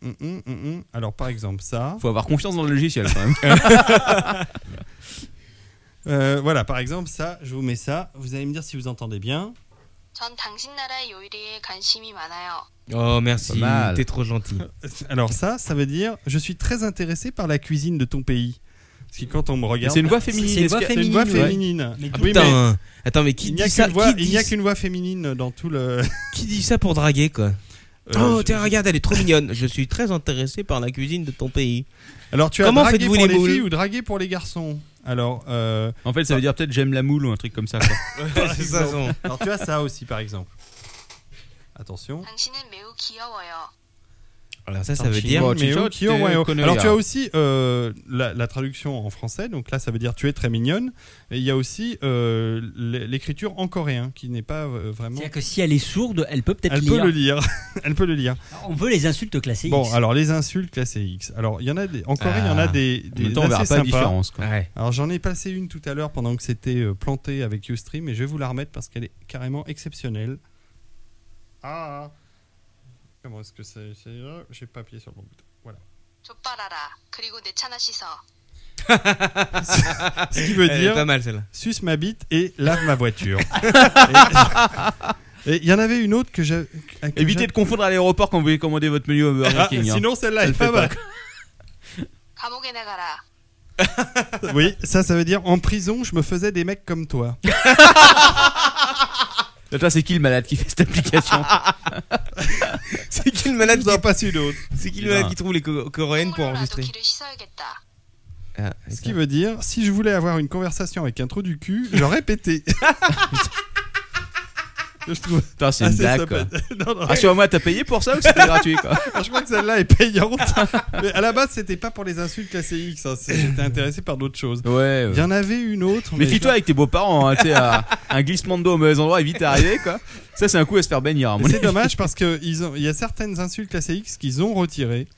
S6: mm, mm, mm, mm. Alors par exemple ça.
S2: Faut avoir confiance dans le logiciel, quand même.
S6: Euh, voilà, par exemple ça, je vous mets ça. Vous allez me dire si vous entendez bien.
S15: 전 당신 나라 요리에 관심이 많아요.
S4: Oh merci,
S6: Pas mal.
S4: t'es trop gentil.
S6: Alors ça, ça veut dire je suis très intéressé par la cuisine de ton pays. Parce que quand on me regarde,
S4: C'est une voix féminine,
S6: C'est une voix
S4: est-ce que-
S6: féminine. voix
S4: ouais.
S6: féminine.
S4: Mais
S6: Oui,
S4: putain, attends, mais qui
S6: il n'y a
S4: dit
S6: qu'une
S4: ça
S6: voix-
S4: Qui
S6: Il n'y a
S4: dit-
S6: qu'une voix féminine dans tout le. Euh,
S4: Qui dit ça pour draguer quoi Oh
S6: je-
S4: tiens, regarde, elle est trop mignonne. Je suis très intéressé par la cuisine de ton pays.
S6: Alors tu as
S4: comment
S6: dragué
S4: faites-vous
S6: pour
S4: les
S6: les
S4: boules
S6: filles ou dragué pour les garçons Alors, euh,
S2: en fait, ça veut dire peut-être j'aime la moule ou un truc comme ça. quoi.
S6: Par exemple. Alors tu as ça aussi par exemple. Attention.
S15: 당신은 매우 귀여워요.
S4: Alors ça, ça veut dire.
S6: Chio, chio, wayo. Alors tu as aussi euh, la, la traduction en français, donc là ça veut dire tu es très mignonne. Et il y a aussi euh, l- l'écriture en coréen qui n'est pas euh, vraiment.
S5: C'est-à-dire que si elle est sourde, elle peut peut-être
S6: Elle
S5: lire.
S6: peut le lire. Elle peut le lire.
S5: On veut les insultes classées
S6: Bon,
S5: X.
S6: alors les insultes classées X. Alors il y en a des. En Corée, il y en
S2: Ah.
S6: a des.
S2: En
S6: des
S2: même temps, on verra
S6: assez
S2: pas la
S6: sympas.
S2: différence, quoi.
S6: Alors j'en ai passé une tout à l'heure pendant que c'était euh, planté avec Ustream et je vais vous la remettre parce qu'elle est carrément exceptionnelle. Ah Comment est-ce que c'est c'est- euh, J'ai pas appuyé sur le bon bouton. Voilà.
S15: 족발하라. 그리고 내 차나 씻어.
S6: Ce qui veut
S4: Elle est
S6: dire.
S4: pas mal, celle-là.
S6: Suce ma bite et lave ma voiture. Et- Et il y en avait
S4: Ah,
S6: une autre que j'ai.
S2: Évitez de confondre à l'aéroport quand vous voulez commander votre menu au Burger
S6: Ah,
S2: King. hein.
S6: sinon, celle-là
S2: Ça
S6: est
S2: le
S6: pas
S2: fait
S6: mal.
S15: 감옥에 나가라.
S6: Oui, ça, ça veut dire en prison, je me faisais des mecs comme toi.
S2: Là, toi, c'est qui le malade qui fait cette application
S4: C'est qui le malade
S6: qui passe une autre
S4: C'est qui le malade qui trouve les co- coréennes pour enregistrer
S2: Ah,
S6: Ce qui veut dire, si je voulais avoir une conversation avec un trou du cul, j'aurais pété. je trouve.
S2: Putain, c'est une
S6: assez
S2: blague,
S6: sympa.
S2: quoi.
S6: Non, non.
S2: Rassure-moi, t'as payé pour ça ou c'était gratuit, quoi
S6: Je crois que celle-là est payante. Mais à la base, c'était pas pour les insultes classées X. hein, c'est- J'étais intéressé par d'autres choses.
S2: Ouais.
S6: Il y en avait une autre. mais-
S2: Méfie-toi avec tes beaux-parents, hein, tu sais, à- un glissement de dos au mauvais endroit est vite arrivé, quoi. Ça, c'est un coup à se faire baigner. à mon
S6: C'est
S2: avis.
S6: dommage parce qu'il y a certaines insultes classées X qu'ils ont retirées.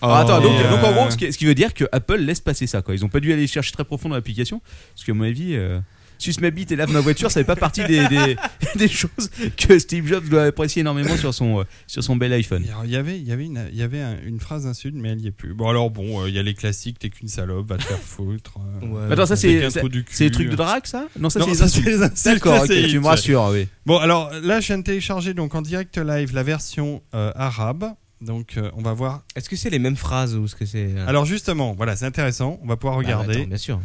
S2: Alors, Ah, attends, donc,
S6: Et, euh,
S2: donc, en gros, ce qui, ce qui veut dire que Apple laisse passer ça, quoi. Ils ont pas dû aller chercher très profond dans l'application, parce qu'à mon avis, euh, suce ma bite et lave ma voiture, ça fait pas partie des, des, des choses que Steve Jobs doit apprécier énormément sur son, euh, sur son bel iPhone.
S6: Alors, il y avait, il y avait, une, il y avait un- une phrase insulte, mais elle y est plus. Bon, alors bon, euh, il y a les classiques, t'es qu'une salope, va te faire foutre. euh,
S2: Attends, ça,
S6: t'es
S2: c'est-
S6: qu'un
S2: c'est-
S6: trou du cul. euh.
S2: c'est les trucs de drague, ça Non, ça, c'est les insultes.
S6: les insultes.
S2: D'accord,
S6: ça,
S2: ok, tu
S6: c'est
S2: me
S6: X, ouais.
S2: rassures, oui.
S6: Bon, alors là, je viens de télécharger donc en direct live la version euh, arabe. Donc, euh, on va voir.
S4: Est-ce que c'est les mêmes phrases ou est-ce que c'est
S2: Ah.
S4: euh,
S6: Alors justement, voilà, c'est intéressant. On va pouvoir
S4: Bah,
S6: regarder.
S4: attends, bien sûr.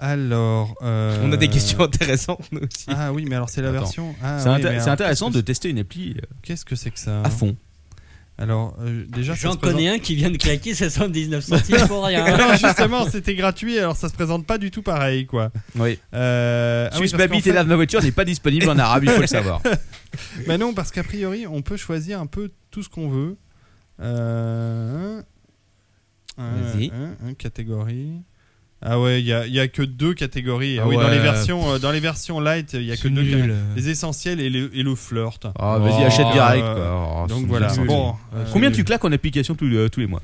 S6: Alors, euh,
S4: On a des questions intéressantes nous aussi.
S6: Ah oui, mais alors c'est la
S4: Attends.
S6: version. Ah,
S2: C'est
S6: oui,
S2: inté-
S6: mais alors,
S2: c'est intéressant
S6: qu'est-ce
S2: de
S6: que
S2: tester une appli euh,
S6: c'est- Qu'est-ce que c'est que ça hein
S2: à fond.
S6: Alors, euh, déjà, ça
S5: J'en
S6: se présente-
S5: connais un qui vient de claquer 79 centimes pour rien.
S6: Alors justement, c'était gratuit, alors ça se présente pas du tout pareil, quoi.
S2: Oui.
S6: Euh,
S2: Suce
S6: parce
S2: ma
S6: qu'en
S2: bite et
S6: fait-
S2: lave ma voiture n'est pas disponible en arabe, il faut le savoir.
S6: Bah non, parce qu'a priori, on peut choisir un peu tout ce qu'on veut. Euh, hein,
S4: Vas-y.
S6: hein, hein, catégorie. Ah ouais, il y a, il y a que deux catégories. Ah
S4: Ah
S6: oui, dans
S4: ouais.
S6: les versions, euh, dans les versions light, il y a que
S4: C'est
S6: deux.
S4: nul.
S6: Les essentiels et le, et le flirt.
S2: Ah, vas-y, achète
S6: Euh,
S2: direct. quoi. Oh,
S6: donc
S2: c'est
S6: voilà.
S2: nul.
S6: Bon, euh,
S2: Combien tu claques en application tous, euh, tous les mois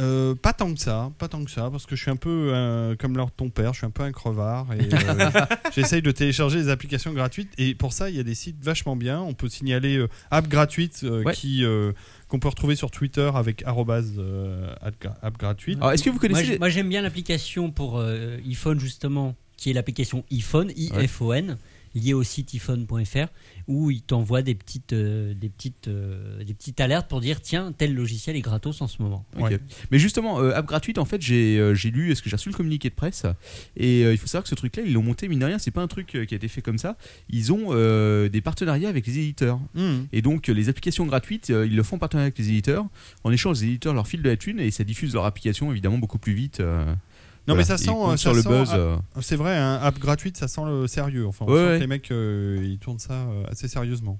S6: euh, pas tant que ça, pas tant que ça, parce que je suis un peu euh, comme leur ton père, je suis un peu un crevard et euh, j'essaye de télécharger des applications gratuites. Et pour ça, il y a des sites vachement bien. On peut signaler euh, app gratuite euh,
S2: Ouais.
S6: qui euh, qu'on peut retrouver sur Twitter avec arrobase, euh, app gra- app gratuite.
S2: Alors, est-ce que vous connaissez
S5: Moi, j'- moi, j'aime bien l'application pour euh, iPhone, justement, qui est l'application iPhone, I-F-O-N, liée au site iPhone.fr, où il t'envoie des, petites, euh, des, petites, euh, des petites alertes pour dire tiens, tel logiciel est gratos en ce moment.
S2: Ok. Mais justement, euh, app gratuite, en fait, j'ai euh, j'ai lu, est-ce que j'ai reçu le communiqué de presse Et euh, il faut savoir que ce truc-là, ils l'ont monté, mine de rien, c'est pas un truc euh, qui a été fait comme ça. Ils ont euh, des partenariats avec les éditeurs.
S6: Mhm.
S2: Et donc, euh, les applications gratuites, euh, ils le font en partenariat avec les éditeurs. En échange, les éditeurs leur filent de la thune et ça diffuse leur application évidemment beaucoup plus vite. euh,
S6: Non
S2: voilà.
S6: mais ça
S2: Et
S6: sent
S2: ils comptent
S6: euh,
S2: sur
S6: ça
S2: le
S6: sent-
S2: buzz.
S6: ah,
S2: euh,
S6: C'est vrai, hein, app gratuite, ça sent le sérieux. Enfin, on
S2: Ouais,
S6: sent que
S2: ouais.
S6: les mecs euh, ils tournent ça euh, assez sérieusement.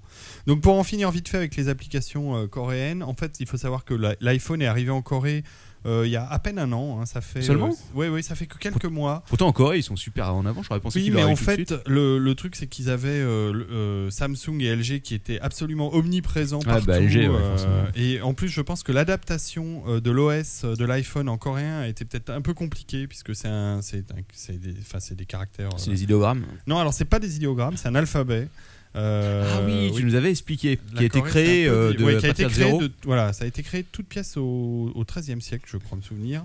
S6: Donc pour en finir vite fait avec les applications euh, coréennes, en fait, il faut savoir que la- l'iPhone est arrivé en Corée euh, il y a à peine un an. hein, ça fait
S2: Seulement
S6: Oui, oui, ça fait que quelques mois.
S2: Pourtant, en Corée, ils sont super en avant. J'aurais pensé
S6: Oui,
S2: qu'ils
S6: mais
S2: l'auraient
S6: en
S2: eu tout de suite.
S6: fait, le, le truc, c'est qu'ils avaient euh, le- euh, Samsung et LG qui étaient absolument omniprésents
S2: Ah,
S6: partout.
S2: bah, LG, ouais,
S6: euh,
S2: forcément.
S6: et en plus, je pense que l'adaptation euh, de l'OS euh, de l'iPhone en coréen a été peut-être un peu compliquée, puisque c'est un- c'est un- c'est des, enfin, c'est des caractères.
S2: C'est
S6: euh,
S2: des idéogrammes.
S6: Non, alors c'est pas des idéogrammes, c'est un alphabet. Euh,
S2: Ah oui, tu nous avais expliqué,
S6: La
S2: qui a été
S6: Corée,
S2: créé,
S6: c'est un peu
S2: euh,
S6: dit-
S2: de-
S6: ouais,
S2: à
S6: qui a été
S2: partir de
S6: créé
S2: zéro.
S6: Voilà, ça a été créé toute pièce au, au XIIIe siècle, je crois me souvenir,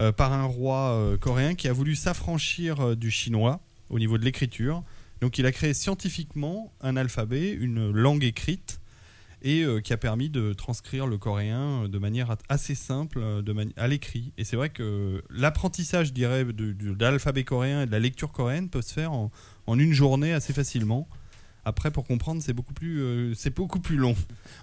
S6: euh, par un roi euh, coréen qui a voulu s'affranchir euh, du chinois au niveau de l'écriture. Donc il a créé scientifiquement un alphabet, une langue écrite, et euh, qui a permis de transcrire le coréen euh, de manière at- assez simple euh, de mani- à l'écrit. Et c'est vrai que l'apprentissage, je dirais, du- du- de l'alphabet coréen et de la lecture coréenne peut se faire en, en une journée assez facilement. Après, pour comprendre, c'est beaucoup plus, euh, c'est beaucoup plus long.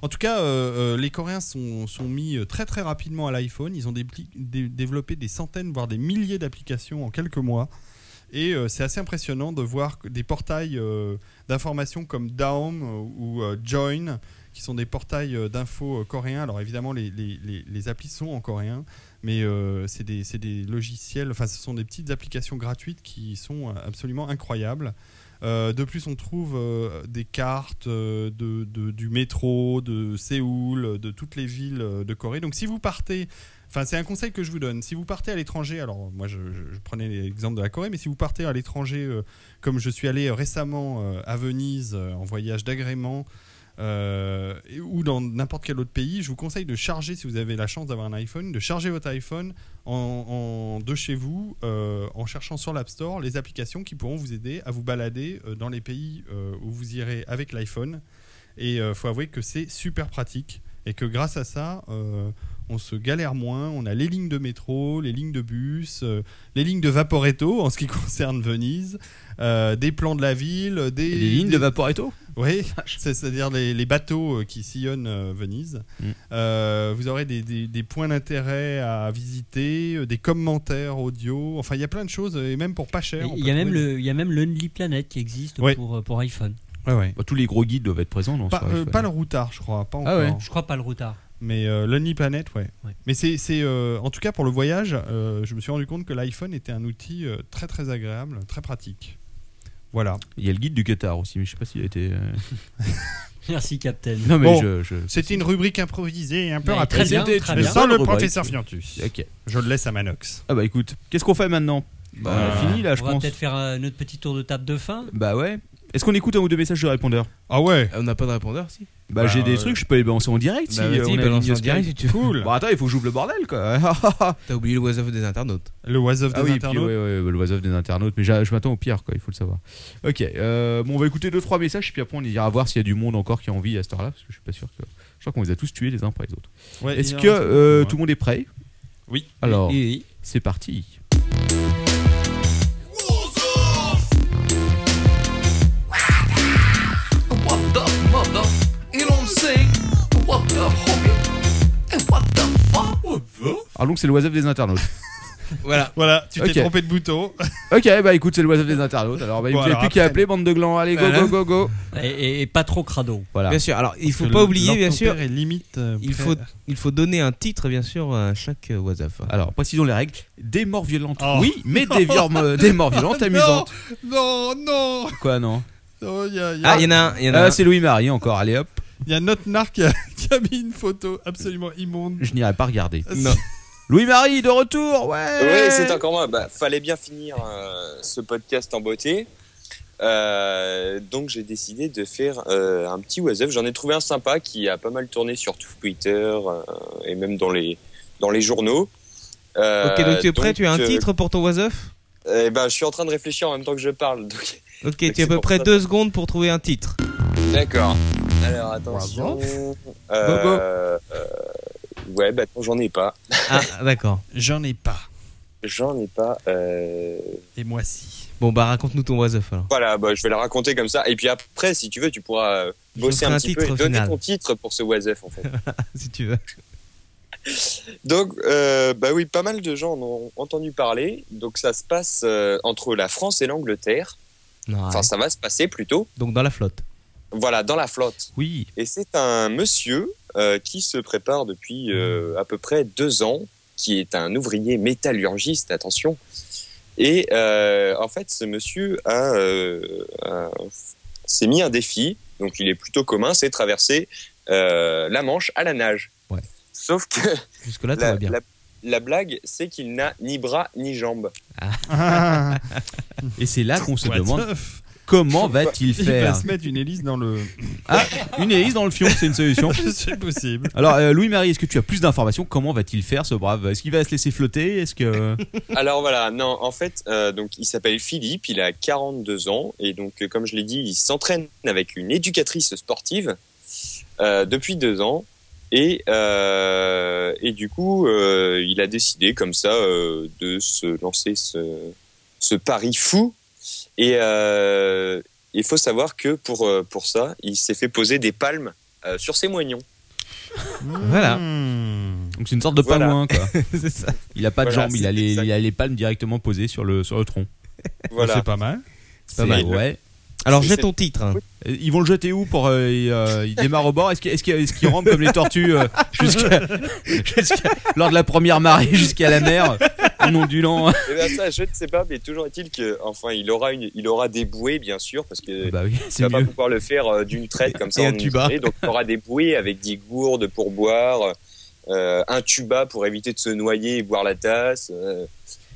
S6: En tout cas, euh, euh, les Coréens sont, sont mis euh, très très rapidement à l'iPhone. Ils ont dépli- dé- développé des centaines, voire des milliers d'applications en quelques mois. Et euh, c'est assez impressionnant de voir que des portails euh, d'informations comme Daum euh, ou euh, Join qui sont des portails euh, d'infos euh, coréens. Alors évidemment, les, les, les- les applis sont en coréen, mais euh, c'est des, c'est des logiciels, enfin ce sont des petites applications gratuites qui sont euh, absolument incroyables. Euh, de plus, on trouve euh, des cartes euh, de, de- du métro, de Séoul, de toutes les villes euh, de Corée. Donc si vous partez Enfin, c'est un conseil que je vous donne. Si vous partez à l'étranger, alors moi je, je- je prenais l'exemple de la Corée, mais si vous partez à l'étranger, euh, comme je suis allé euh, récemment euh, à Venise euh, en voyage d'agrément, euh, et- ou dans n'importe quel autre pays, je vous conseille de charger, si vous avez la chance d'avoir un iPhone, de charger votre iPhone en, en- de chez vous euh, en cherchant sur l'App Store les applications qui pourront vous aider à vous balader euh, dans les pays euh, où vous irez avec l'iPhone. Et il faut avouer que c'est super pratique et que grâce à ça, euh, on se galère moins. On a les lignes de métro, les lignes de bus, euh, les lignes de Vaporetto en ce qui concerne Venise, euh, des plans de la ville, des
S2: les lignes de
S6: Vaporetto. Oui, c'est- c'est-à-dire les, les bateaux euh, qui sillonnent euh, Venise.
S5: Mm.
S6: Euh, vous aurez des, des- des points d'intérêt à visiter, euh, des commentaires audio. Enfin, il y a plein de choses euh, et même pour pas cher.
S5: Et
S6: on
S5: Il
S6: peut
S5: y a même
S6: trouver-
S5: le, il y a même l'Only Planet qui existe
S6: Ouais.
S5: pour, euh, pour iPhone.
S2: Bah, tous les gros guides doivent être présents. Non,
S6: Pas,
S2: sur
S6: euh,
S2: iPhone.
S6: pas le routard, je crois. Pas
S2: Ah ouais.
S6: encore.
S5: Je crois pas le retard.
S6: Mais euh, Lonely Planet, ouais.
S5: Ouais.
S6: Mais c'est, c'est, euh, en tout cas pour le voyage, euh, je me suis rendu compte que l'iPhone était un outil euh, très très agréable, très pratique. Voilà.
S2: Il y a le guide du Qatar aussi, mais je sais pas s'il a été. euh,
S5: Merci, Captain.
S2: Non, mais
S6: Bon,
S2: je, je-
S6: C'était une rubrique improvisée, un peu
S2: Mais
S6: rapide.
S2: Ah, très bien,
S6: C'était-
S2: très
S6: mais
S2: bien.
S6: sans le
S2: Rubrique.
S6: professeur Fiantus.
S2: Ok.
S6: Je le laisse à Manox.
S2: Ah bah écoute, qu'est-ce qu'on fait maintenant Bah, on a fini là, je
S5: On va
S2: pense.
S5: peut-être faire euh, notre petit tour de table de fin.
S2: Bah ouais. Est-ce qu'on écoute un ou deux messages de répondeurs
S6: Ah ouais
S2: On n'a pas de répondeur si Bah,
S10: Bah,
S2: j'ai des
S10: euh,
S2: trucs, je peux les balancer en direct si
S10: bah,
S2: euh,
S10: vas-y,
S2: on a
S10: balance
S2: une ligne
S10: en direct
S2: Skype.
S10: si tu veux. Cool.
S2: Bon attends, il faut que j'ouvre le bordel quoi.
S4: T'as oublié le was-of des internautes.
S6: Le was-of
S2: Ah oui, et puis, ouais, ouais, ouais, le was-of des internautes, mais j'a- je m'attends au pire quoi, il faut le savoir. Ok, euh, bon on va écouter deux trois messages puis après on ira voir s'il y a du monde encore qui a envie à cette heure-là parce que je suis pas sûr que je crois qu'on les a tous tués les uns après les autres.
S6: Ouais,
S2: Est-ce
S6: il y en
S2: que
S6: a un,
S2: euh,
S6: ouais.
S2: tout le monde est prêt
S6: Oui.
S2: Alors,
S6: Oui, oui.
S2: c'est parti.
S14: What the mother? You don't say what the hobby? And what the fuck?
S2: Alors donc c'est le WhatsApp des internautes.
S4: voilà.
S6: Voilà, tu t'es
S2: Ok.
S6: trompé de bouton.
S2: ok, bah écoute, c'est le WhatsApp des internautes. Alors bah, il
S4: Bon,
S2: vous avez
S4: alors
S2: plus qu'à
S4: après-
S2: appeler bande de glands. Allez, go,
S4: Voilà.
S2: go, go, go.
S5: Et, et- et pas trop crado.
S2: Voilà.
S4: Bien sûr. Alors, il
S6: Parce
S4: faut
S6: que
S4: pas
S6: le-
S4: oublier, bien sûr.
S6: l'entourpère est limite, euh,
S4: il
S6: près-
S4: faut, il faut donner un titre, bien sûr, à chaque euh, WhatsApp.
S2: Alors, précisons les règles. Des morts violentes,
S4: Oh.
S2: oui, mais des, vior- euh, des morts violentes
S6: Non,
S2: amusantes.
S6: Non, non.
S2: Quoi, non
S6: Non, il y a- Euh, il y a-
S2: Ah, Ah, c'est Louis-Marie encore. Allez hop,
S6: Il y a notre nar qui a, qui a mis une photo absolument immonde.
S2: je n'irai pas regarder.
S6: Non.
S2: Louis-Marie, de retour, ouais
S8: Oui, c'est encore moi. Bah, fallait bien finir euh, ce podcast en beauté. Euh, donc j'ai décidé de faire euh, un petit was J'en ai trouvé un sympa qui a pas mal tourné sur Twitter euh, et même dans les, dans les journaux. Euh,
S4: ok, donc tu es prêt, tu as un
S8: euh,
S4: titre pour ton was-of
S8: eh ben, je suis en train de réfléchir en même temps que je parle. Donc...
S4: Ok,
S8: Donc
S4: tu as à
S8: c'est
S4: peu
S8: pour
S4: près
S8: ça.
S4: deux secondes pour trouver un titre.
S8: D'accord. Alors attention. Euh, euh, ouais, bah attends, j'en ai pas.
S4: Ah, d'accord.
S6: J'en ai pas.
S8: J'en ai pas. euh,
S6: Et moi si.
S4: Bon, bah, raconte-nous ton was-of alors.
S8: Voilà, bah, je vais la raconter comme ça. Et puis après, si tu veux, tu pourras euh,
S4: Je
S8: bosser
S4: ferai
S8: un
S4: un
S8: petit
S4: titre
S8: peu et
S4: au
S8: donner
S4: final.
S8: ton titre pour ce WhatsApp en fait.
S4: si tu veux.
S8: Donc, euh, bah oui, pas mal de gens en ont entendu parler. Donc, ça se passe euh, entre la France et l'Angleterre.
S4: Non,
S8: Enfin,
S4: ouais.
S8: ça va se passer plutôt.
S4: Donc, dans la flotte.
S8: Voilà, dans la flotte.
S2: Oui.
S8: Et c'est un monsieur euh, qui se prépare depuis euh, à peu près deux ans, qui est un ouvrier métallurgiste, attention. Et euh, en fait, ce monsieur a, euh, a- s'est mis un défi, donc il est plutôt commun, c'est traverser euh, la Manche à la nage. Sauf que
S4: Jusque-là, tout
S8: la,
S4: va bien.
S8: la- la blague, c'est qu'il n'a ni bras ni jambes.
S2: Et c'est là qu'on se
S8: What
S2: demande
S8: the
S2: comment va-t-il
S6: Il
S2: faire
S6: va se mettre une hélice dans le.
S2: Ah, une hélice dans le fion, c'est une solution.
S6: C'est possible.
S2: Alors, euh, Louis-Marie, est-ce que tu as plus d'informations Comment va-t-il faire ce brave Est-ce qu'il va se laisser flotter Est-ce que.
S8: Alors voilà, non, en fait, euh, donc il s'appelle Philippe, il a 42 ans et donc euh, comme je l'ai dit, il s'entraîne avec une éducatrice sportive euh, depuis deux ans et euh, et du coup, euh, il a décidé comme ça euh, de se lancer ce ce pari fou et euh, il faut savoir que pour euh, pour ça, il s'est fait poser des palmes euh, sur ses moignons.
S4: Voilà.
S2: Donc, c'est une sorte de
S8: Voilà.
S2: pingouin, quoi.
S4: Hmm. c'est ça.
S2: Il a pas de
S8: Voilà,
S2: jambes, il
S8: c'est
S2: a, les, il a les palmes directement posées sur le, sur le tronc.
S8: Voilà.
S6: C'est pas mal.
S2: C'est pas mal,
S8: Et le-
S2: ouais.
S4: Alors jette ton titre. hein.
S2: Euh, Ils vont le jeter où pour euh, ils, euh, ils démarrent au bord Est-ce qu'ils est-ce qu'ils- est-ce qu'ils rampent comme les tortues euh, jusqu'à- jusqu'à- lors de la première marée jusqu'à la mer en ondulant
S8: Eh ben, ça, je ne sais pas, mais toujours est-il que, enfin, il aura une, il aura des bouées, bien sûr, parce que
S2: Bah oui,
S8: tu
S2: c'est
S8: vas pas
S2: mieux.
S8: pouvoir le faire euh, d'une traite comme ça.
S2: Et un
S8: en une
S2: tuba.
S8: journée. donc, il aura des bouées avec des gourdes pour boire, euh, un tuba pour éviter de se noyer et boire la tasse. euh,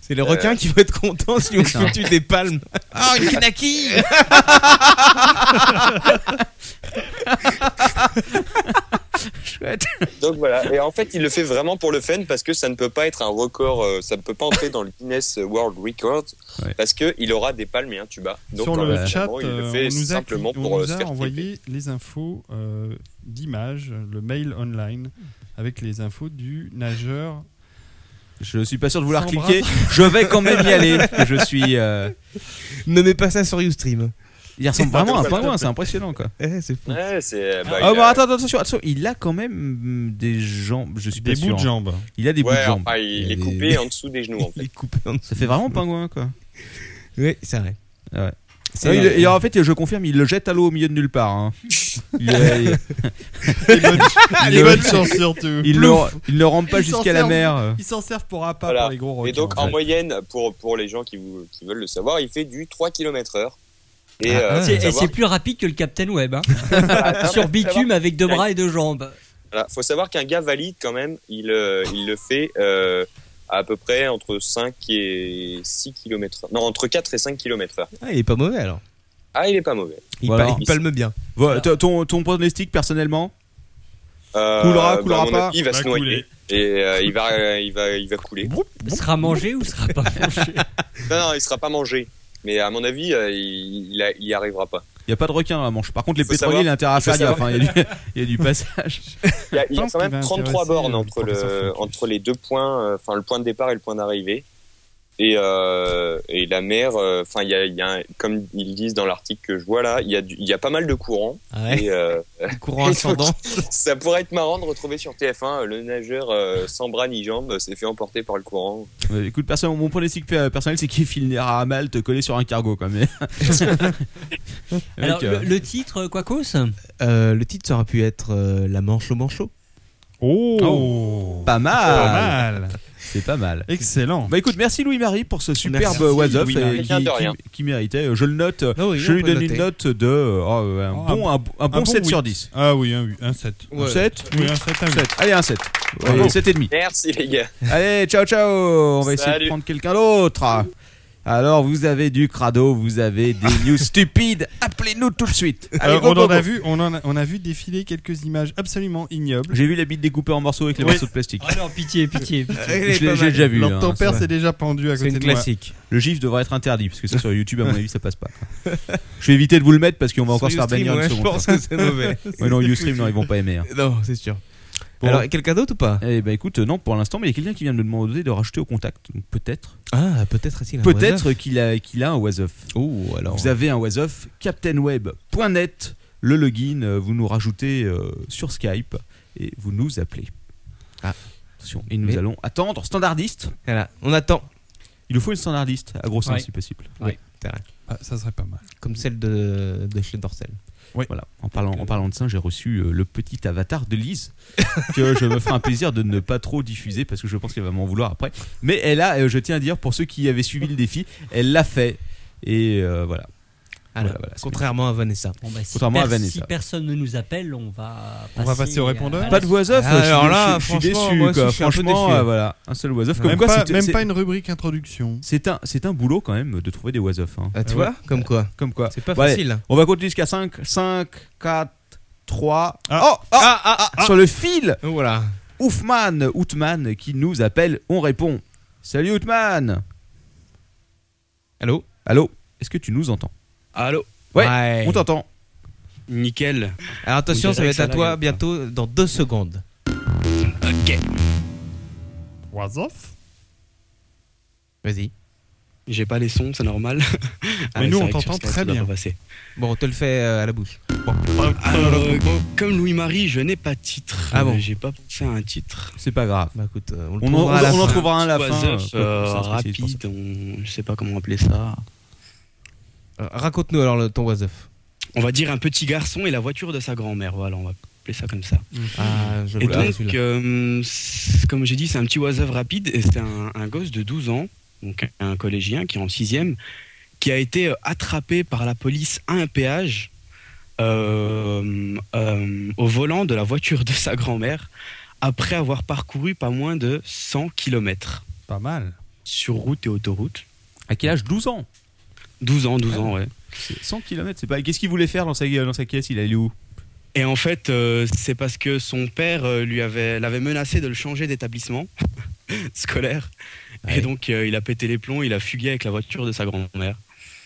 S4: C'est les requins qui vont être contents si on
S8: C'est ça.
S4: tue des palmes.
S6: Oh,
S14: Ah, une kanaki
S2: Chouette.
S8: Donc voilà, et en fait il le fait vraiment pour le fun parce que ça ne peut pas être un record, euh, ça ne peut pas entrer dans le Guinness World Record parce que il aura des palmes et un tuba. Donc
S6: Sur le
S8: euh,
S6: chat,
S8: finalement, il
S6: euh,
S8: le
S6: on
S8: fait
S6: nous a,
S8: simplement
S6: on
S8: pour euh,
S6: nous
S8: se
S6: a
S8: faire kiffer.
S6: envoyé les infos euh, d'images, le mail online avec les infos du nageur.
S2: Je suis pas sûr de vouloir
S6: S'embrasse.
S2: cliquer. Je vais quand même y aller. parce que Je suis. euh,
S4: Ne mets pas ça sur YouStream.
S2: Il ressemble vraiment à un pingouin, c'est impressionnant quoi.
S4: c'est fou.
S8: Ouais, c'est. bah,
S2: Ah,
S8: il
S2: bah,
S8: a-
S2: attends, attends, attention, attention, il a quand même mm, des jambes, je suis
S6: Des
S2: pas
S6: bouts
S2: sûr,
S6: de
S2: hein.
S6: jambes.
S2: Il a des bouts
S8: Ouais,
S2: de jambes.
S8: enfin, il,
S2: a
S8: est
S2: des-
S8: coupé en dessous des genoux hein. en fait.
S2: Ça fait vraiment pingouin quoi.
S4: Oui, c'est vrai.
S2: Ouais.
S4: C'est euh,
S2: Ah, il-
S4: vrai.
S2: et en fait, je confirme, il le jette à l'eau au milieu de nulle part. hein. Il, euh, il-
S6: Les bonnes-
S2: il
S6: les
S2: le-
S6: bonnes chances surtout.
S2: Il le,
S6: Plouf.
S2: il le rampe pas
S6: Ils s'en
S2: jusqu'à la
S6: servent-
S2: mer.
S6: Ils s'en servent pour appât
S8: Voilà.
S6: pour les gros requins.
S8: Et donc en
S6: fait.
S8: moyenne, pour, pour les gens qui, vous- qui veulent le savoir, il fait du 3 km heure.
S2: Ah,
S8: Et, euh, faut
S5: C'est- et
S8: savoir
S5: c'est plus rapide que le Captain Web. hein.
S8: Attends,
S5: Sur bitume
S8: savoir-
S5: avec deux bras et deux jambes.
S2: Bah,
S8: Voilà, faut savoir qu'un gars valide quand même, il, euh, il le fait euh, à peu près entre 5 et 6 km. Non, entre 4 et 5 km heure.
S4: Ah, il est pas mauvais alors.
S8: Ah, il est pas mauvais.
S4: Il,
S2: Voilà.
S4: pa- il palme bien.
S2: Voilà, t- ton, ton pronostic personnellement
S8: Euh,
S2: Coulera, coulera
S8: à mon
S2: pas.
S8: avis, il va,
S2: Va
S8: se noyer. Et euh, il, va, euh, il, va, il va couler.
S5: Sera mangé ou sera pas mangé
S8: Non, non, il sera pas mangé. Mais à mon avis, euh, il, il, a- il y arrivera pas.
S2: Il n'y a pas de requin dans la manche. Par contre, les
S8: Faut
S2: pétroliers,
S8: savoir-
S2: il a intérêt à
S8: faut
S2: faire gaffe.
S8: savoir-
S2: hein, Il y, a du- il y a du passage.
S8: Il y a, il y a
S2: pense
S8: quand
S2: qu'il va
S8: même 33
S2: intéresser
S8: bornes
S2: le
S8: entre,
S2: professeur
S8: le, entre les deux points, euh, enfin le point de départ et le point d'arrivée. Et, euh, et la mer, euh, enfin il y a, il y a un- comme ils disent dans l'article que je vois là, il y a, du- il y a pas mal de courants.
S4: Ah ouais.
S8: et, euh,
S4: courant
S8: et donc,
S4: ascendant.
S8: ça pourrait être marrant de retrouver sur TF1 euh, le nageur euh, sans bras ni jambes s'est fait emporter par le courant.
S2: Euh, écoute, perso- mon pronostic pe- personnel, c'est qu'il finira à Malte collé sur un cargo quand même.
S5: Alors,
S2: euh,
S5: le, le titre, Quacos
S4: Euh, le titre, ça aurait pu être euh, La manche au manchot.
S6: Oh,
S2: Pas mal.
S6: Pas mal.
S2: C'est pas mal.
S6: Excellent.
S2: Bah écoute, merci Louis-Marie pour ce superbe
S6: Merci,
S2: what's up
S6: Louis-Marie.
S2: euh, qui,
S6: Rien de
S2: qui-
S6: rien.
S2: qui méritait. Euh, Je le note.
S6: oui,
S2: je
S6: on
S2: lui
S6: peut le
S2: donne une note de euh, oh, un,
S6: Oh,
S2: bon, un, bon- un bon 7
S6: huit.
S2: sur 10.
S6: Ah oui, un, huit- un 7.
S2: Un 7
S6: Oui, un 7 à huit.
S2: Allez, un 7.
S6: Bravo.
S2: Allez, 7 et demi.
S8: Merci les gars.
S2: Allez, ciao, ciao. On va essayer de
S8: Salut.
S2: prendre quelqu'un d'autre. Alors, vous avez du crado, vous avez des news stupides. Appelez-nous tout de suite. Allez,
S6: Euh,
S2: go,
S6: on,
S2: go,
S6: en a
S2: go.
S6: vu, on, en a, on a vu défiler quelques images absolument ignobles.
S2: J'ai vu la bite découpée en morceaux avec les
S6: Oui.
S2: morceaux de plastique.
S5: Ah non, pitié, pitié, pitié.
S6: Elle est
S2: Je l'ai
S6: pas
S2: j'ai
S6: mal.
S2: déjà vu.
S6: Alors, ton
S2: hein,
S6: père
S2: ça.
S6: s'est déjà pendu à C'est côté une de moi. classique.
S2: Le gif devrait être interdit parce que ça sur YouTube à mon avis ça passe pas. quoi. Je vais éviter de vous le mettre parce qu'on
S4: Sur
S2: va encore se faire
S4: Ustream,
S2: bannir une
S4: ouais, je
S2: seconde.
S4: pense que c'est mauvais.
S2: Ouais, non, Ustream non, ils vont pas aimer. hein.
S4: Non, c'est sûr.
S2: Bon.
S4: Alors, quelqu'un d'autre ou pas
S2: Eh ben écoute, euh, non pour l'instant, mais il y a quelqu'un qui vient de me demander de racheter au contact. Donc peut-être.
S4: Ah, peut-être est-il un
S2: Peut-être
S4: oiseau.
S2: qu'il a, qu'il a un was
S4: Oh, alors.
S2: Vous avez un was captainweb.net, le login, euh, vous nous rajoutez euh, sur Skype et vous nous appelez.
S4: Ah.
S2: Attention, et nous
S4: Mais-
S2: allons attendre. Standardiste.
S4: Voilà, on attend.
S2: Il nous faut une standardiste à gros sens
S4: Ouais.
S2: si possible.
S4: Oui, c'est vrai.
S6: ça serait pas mal.
S4: Comme celle de, de chez Dorsel.
S2: Voilà. En parlant, en parlant de ça, j'ai reçu euh, le petit avatar de Lise que je me ferai un plaisir de ne pas trop diffuser parce que je pense qu'elle va m'en vouloir après. Mais elle a, euh, je tiens à dire pour ceux qui avaient suivi le défi, elle l'a fait et euh, voilà.
S4: Alors,
S2: Voilà, voilà, c'est
S4: contrairement à Vanessa.
S5: Bon, bah, si,
S2: Contrairement à
S5: pers-
S2: Vanessa.
S5: si personne ne nous appelle, on va passer,
S6: On va passer au
S5: à-
S6: répondeur.
S5: à-
S2: Pas de voix off,
S4: Ah,
S2: je suis-
S4: alors là,
S2: je suis, je suis
S4: franchement,
S2: déçu.
S4: moi aussi,
S2: quoi.
S4: je suis un peu
S2: franchement,
S4: déçu.
S2: euh, voilà, un seul was off. Comme
S6: même
S2: quoi,
S6: pas,
S2: c'est-
S6: même
S2: c'est-
S6: pas une rubrique introduction.
S2: C'est un, c'est un boulot quand même de trouver des was off. hein.
S4: Ah, tu vois Comme quoi
S2: Comme quoi.
S4: C'est pas
S2: Bon, allez,
S4: facile.
S2: on va compter jusqu'à 5, 5, 4, 3.
S4: Ah.
S2: Oh, ah, ah, Sur le fil
S4: Oh, Voilà.
S2: Oufman, Outman qui nous appelle, on répond. Salut Outman
S4: Allô
S2: Allô Est-ce que tu nous entends
S16: Allô
S2: Ouais,
S4: Ouais.
S2: on t'entend.
S16: Nickel.
S4: Alors attention,
S16: On
S4: ça va
S16: dirait
S4: être à
S16: que
S4: toi
S16: lag.
S4: bientôt dans deux secondes.
S16: Ok.
S6: What's off
S4: Vas-y.
S16: J'ai pas les sons, c'est normal. Ah ouais,
S4: nous,
S16: c'est vrai
S4: on
S16: que
S4: t'entend
S16: sur Skype,
S4: très
S16: ça doit
S4: bien.
S16: pas passer.
S4: Bon, on te le fait euh, à la bouche. Bon.
S16: Euh, comme Louis-Marie, je n'ai pas de titre.
S4: Ah bon.
S16: Euh, J'ai pas pensé à un titre.
S2: C'est pas grave.
S4: Bah écoute, euh, on, le
S2: On en-
S4: trouvera à
S2: on-
S4: la
S2: on en
S4: fin.
S2: trouvera un à la
S16: Soit
S2: fin,
S16: Zeus,
S2: euh,
S16: euh,
S2: quoi, c'est un spécialiste pour Ah.
S16: rapide, on... je sais pas comment appeler ça.
S4: Euh, Raconte-nous alors le- ton was of.
S16: On va dire un petit garçon et la voiture de sa grand-mère. Voilà, on va appeler ça comme ça.
S4: Ah, je
S16: et
S4: l'ai,
S16: donc,
S4: celui-là.
S16: euh, c'est- comme j'ai dit, c'est un petit oiseau rapide et c'est un, un gosse de 12 ans, donc un un collégien qui est en sixième, qui a été euh, attrapé par la police à un péage euh, euh, au volant de la voiture de sa grand-mère après avoir parcouru pas moins de 100 km.
S6: Pas mal.
S16: Sur route et autoroute.
S2: À quel âge 12 ans
S16: 12 ans, 12 ans, ouais.
S2: Ah C'est 100 km, c'est pas. Qu'est-ce qu'il voulait faire dans sa, dans sa caisse Il allait où
S16: Et en fait, euh, c'est parce que son père euh, lui avait, l'avait menacé de le changer d'établissement scolaire. Et donc, euh, il a pété les plombs, il a fugué avec la voiture de sa grand-mère.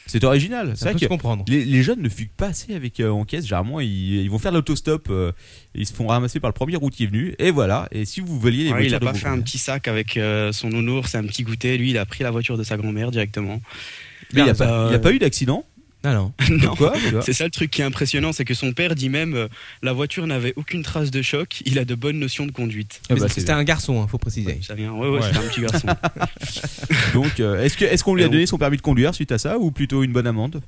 S2: C'est original.
S16: Ça
S2: C'est vrai
S16: peut
S2: que
S16: se comprendre.
S2: Les, les jeunes ne fuguent pas assez avec euh, en caisse. Généralement, ils, ils vont faire l'autostop. euh, et ils se font ramasser par le premier routier venu. Et voilà. Et si vous voliez les
S16: Ouais, il
S2: voitures
S16: a
S2: de
S16: pas
S2: vos-
S16: fait un petit sac avec euh, son nounours et un petit goûter. Lui, il a pris la voiture de sa grand-mère directement. Bah,
S2: Mais il n'y a, pas- il y a pas eu d'accident.
S4: Ah non.
S16: Non.
S2: Pourquoi tu vois
S16: C'est ça le truc qui est impressionnant, c'est que son père dit même euh, la voiture n'avait aucune trace de choc, il a de bonnes notions de conduite.
S2: Ah
S4: Mais
S2: bah,
S4: c'était un garçon, hein, faut préciser.
S16: ça vient. Eh bah, Ouais, ouais, c'était un petit garçon.
S2: Donc, euh, est-ce que- est-ce qu'on lui a donné son permis de conduire suite à ça ou plutôt une bonne amende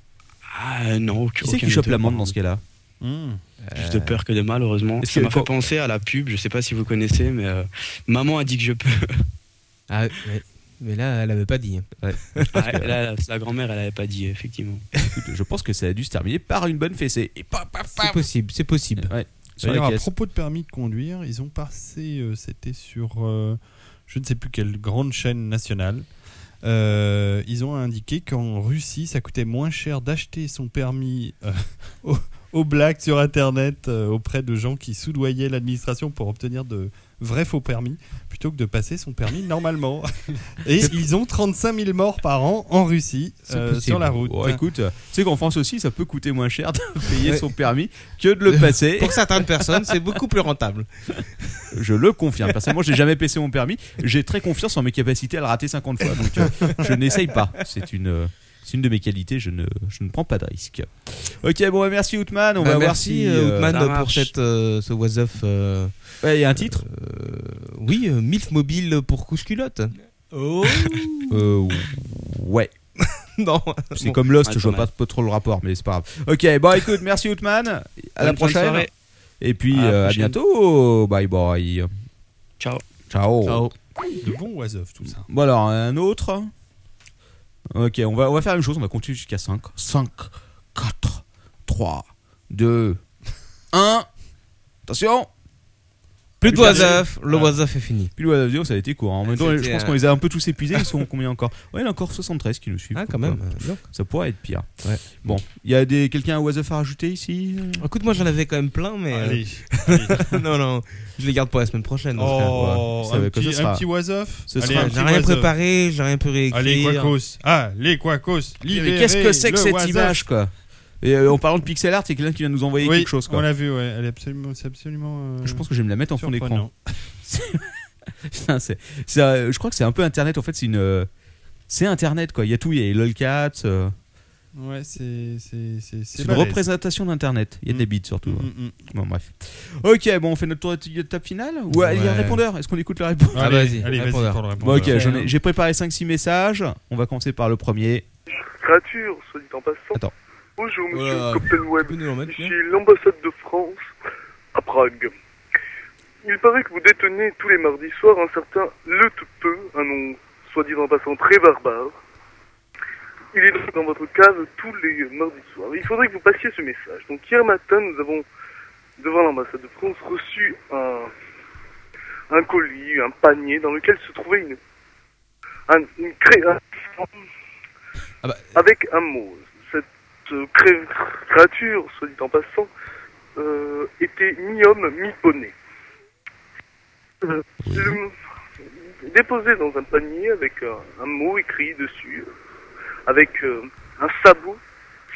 S16: Ah non, aucun.
S2: Qui c'est
S16: aucun
S2: qui chope
S16: des deux.
S2: l'amende dans ce cas-là
S16: Plus de peur que de mal, heureusement.
S2: Est-ce
S16: Ça
S2: que-
S16: m'a fait penser à la pub, je sais pas si vous connaissez, mais euh, Maman a dit que je peux.
S4: Ah, ouais. Mais là, elle avait pas dit. hein.
S16: Ouais, là, la, la grand-mère, elle avait pas dit, effectivement.
S2: Écoute, Je pense que ça a dû se terminer par une bonne fessée. Et paf, paf, paf.
S4: C'est possible, c'est possible.
S2: Ouais. Sur
S6: D'ailleurs,
S2: la
S6: à
S2: caisse.
S6: propos de permis de conduire, ils ont passé, euh, c'était sur euh, je ne sais plus quelle grande chaîne nationale. Euh, ils ont indiqué qu'en Russie, ça coûtait moins cher d'acheter son permis euh, au- aux blagues sur internet euh, auprès de gens qui soudoyaient l'administration pour obtenir de vrais faux permis plutôt que de passer son permis normalement. Et ils ont 35 000 morts par an en Russie
S2: C'est
S6: euh,
S2: possible.
S6: sur la route.
S2: Oh, écoute, euh, tu sais qu'en France aussi, ça peut coûter moins cher de payer
S6: Ouais.
S2: son permis que de le passer.
S4: Pour certaines personnes, c'est beaucoup plus rentable.
S2: Je le confirme. Personnellement, j'ai jamais passé mon permis. J'ai très confiance en mes capacités à le rater 50 fois. Donc, euh, je n'essaye pas. C'est une. euh, c'est une de mes qualités, je ne, je ne prends pas de risque. Ok, bon, bah, merci Outman. On
S4: Bah,
S2: va voir
S4: merci
S2: si.
S4: euh,
S2: euh,
S4: Outman
S2: ça
S4: pour
S2: marche.
S4: cette, euh, ce was of. euh,
S2: Ouais, il y a un titre
S4: euh, Oui, euh, MILF mobile pour couche culotte.
S5: Oh
S2: Euh, ouais.
S4: Non.
S2: C'est
S4: Bon.
S2: comme Lost,
S4: Ah,
S2: je vois
S4: dommage.
S2: pas, pas trop le rapport, mais c'est pas grave. Ok, bon, écoute, merci Outman. À la
S4: Bonne fin de
S2: prochaine.
S4: soirée.
S2: Et puis,
S4: À la
S2: euh, à
S4: prochaine.
S2: bientôt. Bye bye.
S16: Ciao.
S2: Ciao.
S6: Oh. De bons was of, tout ça.
S2: Bon alors, un autre. Ok, on va, on va faire la même chose, on va continuer jusqu'à 5. 5, 4, 3, 2, 1. Attention
S4: Plus de Wasaf, le Wasaf est fini.
S2: Plus de Wasaf ça a été court. hein. En même temps, je
S4: C'était euh,
S2: pense
S4: un-
S2: qu'on les a un peu tous épuisés. Ils sont combien encore Ouais, il y en a encore 73 qui nous suivent.
S4: Ah, quand
S2: comme
S4: même,
S2: quoi.
S4: euh, donc.
S2: Ça pourrait être pire. Bon, il y a des, quelqu'un à Wasaf à rajouter ici
S4: Écoute, moi j'en avais quand même plein, mais. euh,
S2: Allez,
S4: non, non, je les garde pour la semaine prochaine. dans ce cas.
S6: Oh,
S4: Ouais. Ça
S6: un
S4: va- comme
S6: petit-
S4: ça
S6: un
S4: sera-
S6: petit was-of
S4: Ce
S6: Allez,
S4: sera-
S6: un
S4: J'ai
S6: petit
S4: rien
S6: was-of.
S4: préparé, j'ai rien pu réécrire.
S6: Allez, Quacos. Ah, les Quacos.
S2: Mais qu'est-ce que c'est que cette image, quoi Et euh, en parlant de pixel art, il y a quelqu'un qui vient nous envoyer
S6: Oui,
S2: quelque chose, quoi.
S6: on l'a vu, ouais. Elle est absolument. C'est absolument euh,
S2: Je pense que je vais me la mettre en fond d'écran.
S6: surprenant.
S2: Putain, c'est- c'est, euh, je crois que c'est un peu Internet. En fait, c'est une. euh, c'est Internet, quoi. Il y a tout. Il y a les lolcats. euh,
S6: Ouais, c'est. C'est
S2: c'est
S6: c'est- c'est
S2: une
S6: balèze.
S2: représentation d'Internet. Il y a des bits surtout. hein.
S6: mm.
S2: Bon, bref. Ok, bon, on fait notre tour de table finale Ou euh, il y a un
S6: Ouais.
S2: répondeur Est-ce qu'on écoute le répondeur
S6: Ah, Allez, vas-y, allez, vas-y répondeur. pour le
S2: Bon, ok,
S6: répondeur.
S2: j'en ai- j'ai préparé 5-6 messages. On va commencer par le premier.
S17: Créature, soit dit en passant.
S2: Attends.
S17: Bonjour, monsieur
S2: Voilà.
S17: Coppenweb. Ici l'ambassade de France à Prague. Il paraît que vous détenez tous les mardis soirs un certain Le Peu, un nom soi-disant en passant très barbare. Il est donc dans votre cave tous les mardis soirs. Il faudrait que vous passiez ce message. Donc hier matin, nous avons, devant l'ambassade de France, reçu un, un colis, un panier dans lequel se trouvait une, un- une création avec un mot. Cette euh, cré- créature, soit dit en passant, euh, était mi-homme, mi-poney. Euh, le- Déposé dans un panier avec euh, un, un mot écrit dessus, euh, avec euh, un sabot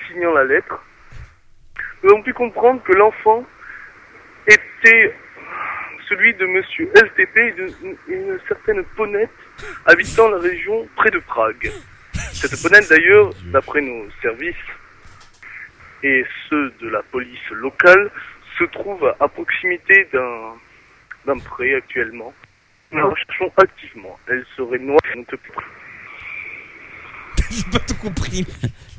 S17: signant la lettre, nous avons pu comprendre que l'enfant était celui de monsieur LTP et d'une une certaine ponette habitant la région près de Prague. Cette ponette, d'ailleurs, d'après nos services et ceux de la police locale, se trouve à proximité d'un d'un pré actuellement. Nous la recherchons activement. Elle serait noire et ne te-
S4: J'ai pas tout compris.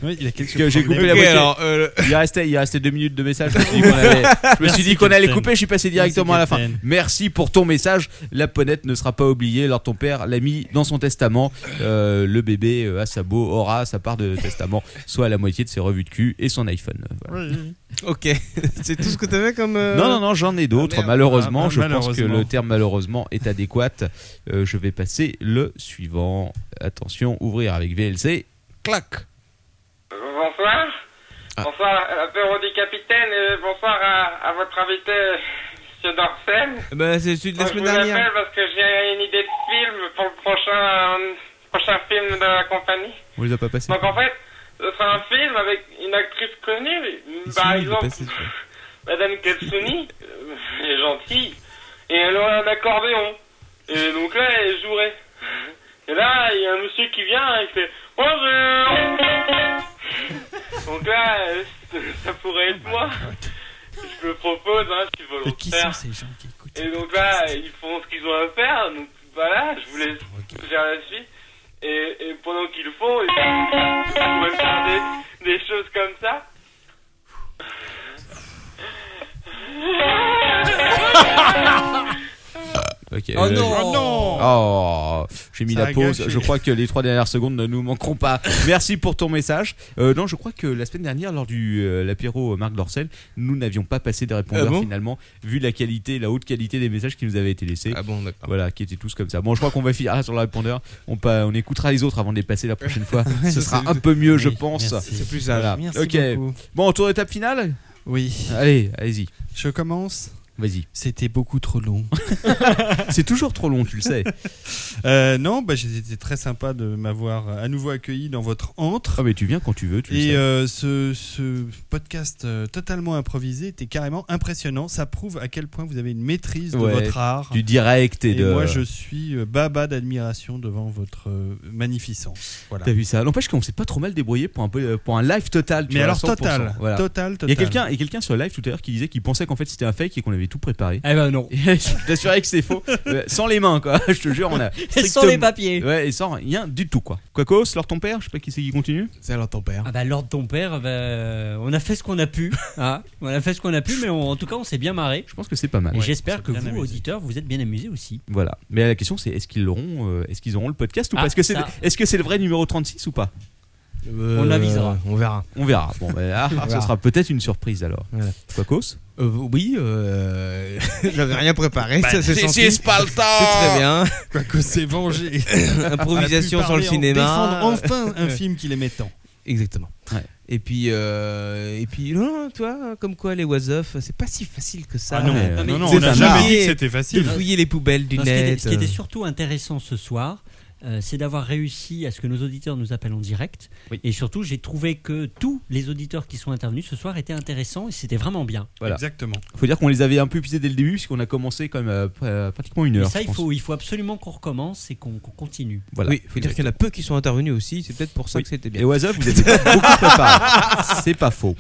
S6: il a
S2: Parce que j'ai coupé la moitié. il, restait, il restait deux minutes de message. Je me suis
S4: euh, Merci,
S2: dit qu'on allait, je me suis dit qu'on allait
S4: Capitaine.
S2: couper. Je suis passé directement
S4: Merci,
S2: à la fin.
S4: Capitaine.
S2: Merci pour ton message. La ponette ne sera pas oubliée. Alors ton père l'a mis dans son testament. Euh, le bébé euh, à sabot aura sa part de testament, soit la moitié de ses revues de cul et son iPhone. Voilà.
S4: Ok, c'est tout ce que t'avais comme. euh,
S2: Non, non, non, j'en ai d'autres.
S4: Ah, merde.
S2: malheureusement,
S4: Ah,
S2: je pense que
S4: malheureusement.
S2: le terme malheureusement est adéquat. Euh, je vais passer le suivant. Attention, ouvrir avec VLC. Clac.
S18: Euh, Bonsoir.
S4: Ah.
S18: Bonsoir à l'apéro du capitaine et bonsoir à, à votre invité, euh, Monsieur Dorsen.
S4: Bah, c'est celui de la
S18: Moi, je
S4: semaine
S18: vous appelle
S4: dernière.
S18: parce que j'ai une idée de film pour le prochain, euh, prochain film de la compagnie.
S2: On les a pas passés.
S18: Donc en fait, ce sera un film avec une actrice connue, Bah, par exemple Madame Katsuni, euh, elle est gentille, et elle aurait un accordéon. Et donc là, elle jouerait. Et là, il y a un monsieur qui vient et il fait Bonjour Donc là, euh, ça pourrait être moi. Je le propose, hein, si volontaire.
S14: qui sont ces gens qui
S18: Et donc là, ils font ce qu'ils ont à faire, donc voilà, je vous laisse faire la suite. Et, et pendant qu'ils le font, ils pourraient faire des, des choses comme ça.
S2: Ok,
S14: Oh
S2: euh,
S14: non.
S2: je-
S14: Oh non.
S2: Oh, J'ai mis
S14: Ça
S2: la
S14: a
S2: pause.
S14: gâché.
S2: Je crois que les trois dernières secondes ne nous manqueront pas. Merci pour ton message. Euh, non, je crois que la semaine dernière, lors du euh, l'apéro Marc Dorcel, nous n'avions pas passé des répondeurs
S4: Ah bon
S2: finalement, vu la qualité, la haute qualité des messages qui nous avaient été
S4: Ah
S2: laissés. Voilà, qui étaient tous comme ça. Bon, je crois qu'on va finir là sur le répondeur. On, pa- on écoutera les autres avant de les passer la prochaine fois. Ce sera un peu mieux, je
S4: Oui,
S2: pense.
S4: merci. C'est plus sage. Merci
S2: ok.
S4: beaucoup.
S2: Bon, tour d'étape finale
S6: Oui.
S2: Allez, allez-y.
S6: Je commence.
S2: Vas-y.
S6: C'était beaucoup trop long.
S2: C'est toujours trop long, tu le sais.
S6: Euh, non, bah, c'était très sympa de m'avoir euh, à nouveau accueilli dans votre antre.
S2: Ah, mais tu viens quand tu veux, tu le
S6: Et
S2: sais.
S6: euh, ce, ce podcast euh, totalement improvisé était carrément impressionnant. Ça prouve à quel point vous avez une maîtrise
S2: Ouais,
S6: de votre art.
S2: du direct et de-
S6: moi, je suis euh, baba d'admiration devant votre euh, magnificence. Voilà.
S2: T'as vu ça N'empêche qu'on s'est pas trop mal débrouillé pour un, peu- euh, pour un live total. tu vois,
S6: Mais alors
S2: 100%,
S6: total,
S2: voilà. Il
S6: total,
S2: y a
S6: total.
S2: quelqu'un et quelqu'un sur le live tout à l'heure qui disait qu'il pensait qu'en fait c'était un fake et qu'on avait tout préparé.
S5: Eh ben non.
S2: je t'assurais que c'est faux. Euh, sans les mains quoi. Je te jure on a.
S5: Et sans
S2: strictement-
S5: les papiers.
S2: Ouais et sans rien du tout quoi. Quacos, Lord ton père, je sais pas qui c'est qui continue.
S4: C'est Lord ton père.
S5: Ah bah Lord ton père, bah, on a fait ce qu'on a pu. hein. on a fait ce qu'on a pu, mais on- en tout cas on s'est bien marré.
S2: Je pense que c'est pas mal.
S5: Et
S2: Ouais,
S5: j'espère
S2: c'est
S5: que vous,
S2: bien amusé.
S5: auditeurs, vous êtes bien amusés aussi.
S2: Voilà. Mais la question c'est est-ce qu'ils l'auront, euh, est-ce qu'ils auront le podcast ou
S5: Ah,
S2: pas Est-ce que c'est
S5: ça.
S2: est-ce que c'est le vrai numéro 36 ou pas
S4: Euh, On avisera. on verra.
S2: On verra. Bon, bah, ah,
S4: On
S2: ce
S4: verra.
S2: sera peut-être une surprise alors.
S4: Voilà.
S2: Quacos
S4: Euh, oui, euh, j'avais rien préparé.
S2: Bah,
S4: ça s'est
S2: this
S4: senti.
S2: is Palta.
S4: C'est très bien.
S6: Quoique c'est vengé.
S4: Improvisation sur
S6: On a pu
S4: le
S6: parler,
S4: cinéma.
S6: on défendre enfin un film qu'il aimait tant.
S4: Exactement. Et puis, euh, et puis, non, toi, comme quoi les was off, c'est pas si facile que ça.
S6: Ah non,
S4: Euh,
S6: non, non,
S4: de
S6: on n'a
S4: fouiller-
S6: jamais dit que c'était facile.
S4: De fouiller les poubelles du
S5: Non, ce qui était-
S4: net. euh.
S5: Ce qui était surtout intéressant ce soir, euh, c'est d'avoir réussi à ce que nos auditeurs nous appellent en direct. Et surtout, j'ai trouvé que tous les auditeurs qui sont intervenus ce soir étaient intéressants et c'était vraiment bien.
S2: Voilà. Faut dire qu'on les avait un peu épuisés dès le début, puisqu'on a commencé quand même euh, pr- euh, pratiquement une
S5: Et
S2: heure.
S5: ça,
S2: je
S5: il
S2: pense.
S5: faut, il faut absolument qu'on recommence et qu'on qu'on continue.
S2: Voilà.
S4: Oui, faut dire qu'il y en a peu qui sont intervenus aussi. C'est peut-être pour ça que c'était bien.
S2: Et What's Up, vous avez pas beaucoup préparé. C'est pas faux.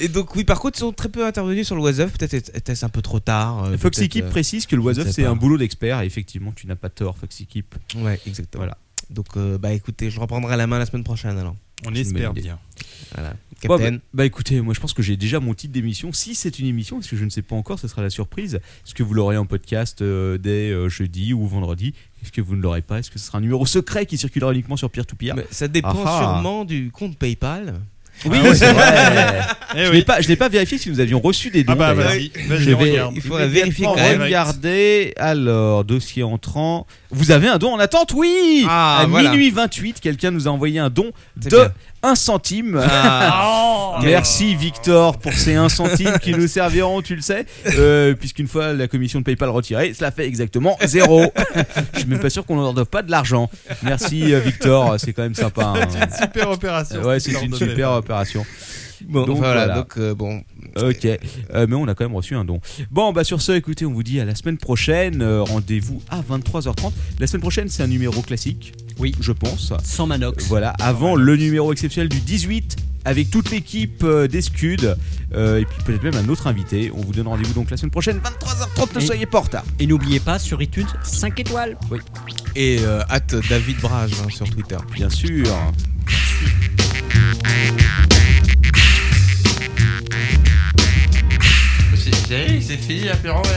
S4: Et donc, oui, par contre, ils sont très peu intervenus sur le was off. Peut-être était-ce un peu trop tard. euh,
S2: Foxy
S4: peut-être,
S2: Keep
S4: euh,
S2: précise que le Was
S4: je
S2: Up,
S4: sais
S2: c'est
S4: pas.
S2: un boulot d'expert, et effectivement, tu n'as pas tort, Foxy Keep.
S4: Ouais, exactement. Voilà. Donc, euh, bah écoutez, je reprendrai la main la semaine prochaine alors.
S6: On
S2: C'est une bonne idée.
S4: Voilà.
S2: Bon,
S4: Captain.
S2: bah, bah, écoutez, moi je pense que j'ai déjà mon titre d'émission. Si c'est une émission, parce que je ne sais pas encore, ce sera la surprise. Est-ce que vous l'aurez en podcast euh, dès euh, jeudi ou vendredi Est-ce que vous ne l'aurez pas Est-ce que ce sera un numéro secret qui circulera uniquement sur peer-to-peer
S4: Ça dépend
S2: Ah, ah.
S4: sûrement du compte PayPal. Ah Eh
S2: Oui, Ah c'est vrai. Eh je l'ai pas, je l'ai pas vérifié si nous avions reçu des dons.
S4: Ah bah,
S2: d'ailleurs.
S4: vas-y, vas-y,
S2: Je vais-
S4: regarde. Il faudrait vérifier quand même.
S2: Regardez, alors dossier entrant. Vous avez un don en attente, oui.
S4: Ah,
S2: à
S4: voilà.
S2: minuit 28, quelqu'un nous a envoyé un don
S4: C'est
S2: de
S4: bien.
S2: 1 centime.
S4: Ah.
S2: Oh. Merci Victor pour ces 1 centime qui nous serviront, tu le sais, euh, puisqu'une fois la commission de PayPal retirée, cela fait exactement zéro. Je suis même pas sûr qu'on leur donne pas de l'argent. Merci euh, Victor, c'est quand même sympa. hein.
S6: C'est une super opération.
S2: Ouais,
S6: cette
S2: c'est une
S6: histoire de
S2: super
S6: téléphone.
S2: opération.
S4: Bon, voilà, donc, euh, bon.
S2: Ok, Euh, mais on a quand même reçu un don. Bon, bah sur ce, écoutez, on vous dit à la semaine prochaine. Euh, Rendez-vous à 23h30. La semaine prochaine, c'est un numéro classique. Oui. Je pense.
S5: Sans Manox.
S2: Voilà, avant le numéro exceptionnel du 18 avec toute l'équipe euh, des Scuds euh, et puis peut-être même un autre invité. On vous donne rendez-vous donc la semaine prochaine, 23h30, ne
S5: Et-
S2: soyez pas en retard.
S5: Et n'oubliez pas, sur iTunes, 5 étoiles.
S2: Oui.
S4: Et euh, hâte David Brage hein, sur Twitter.
S2: Bien sûr.
S12: C'est c'est- c'est fini l'apéro, ouais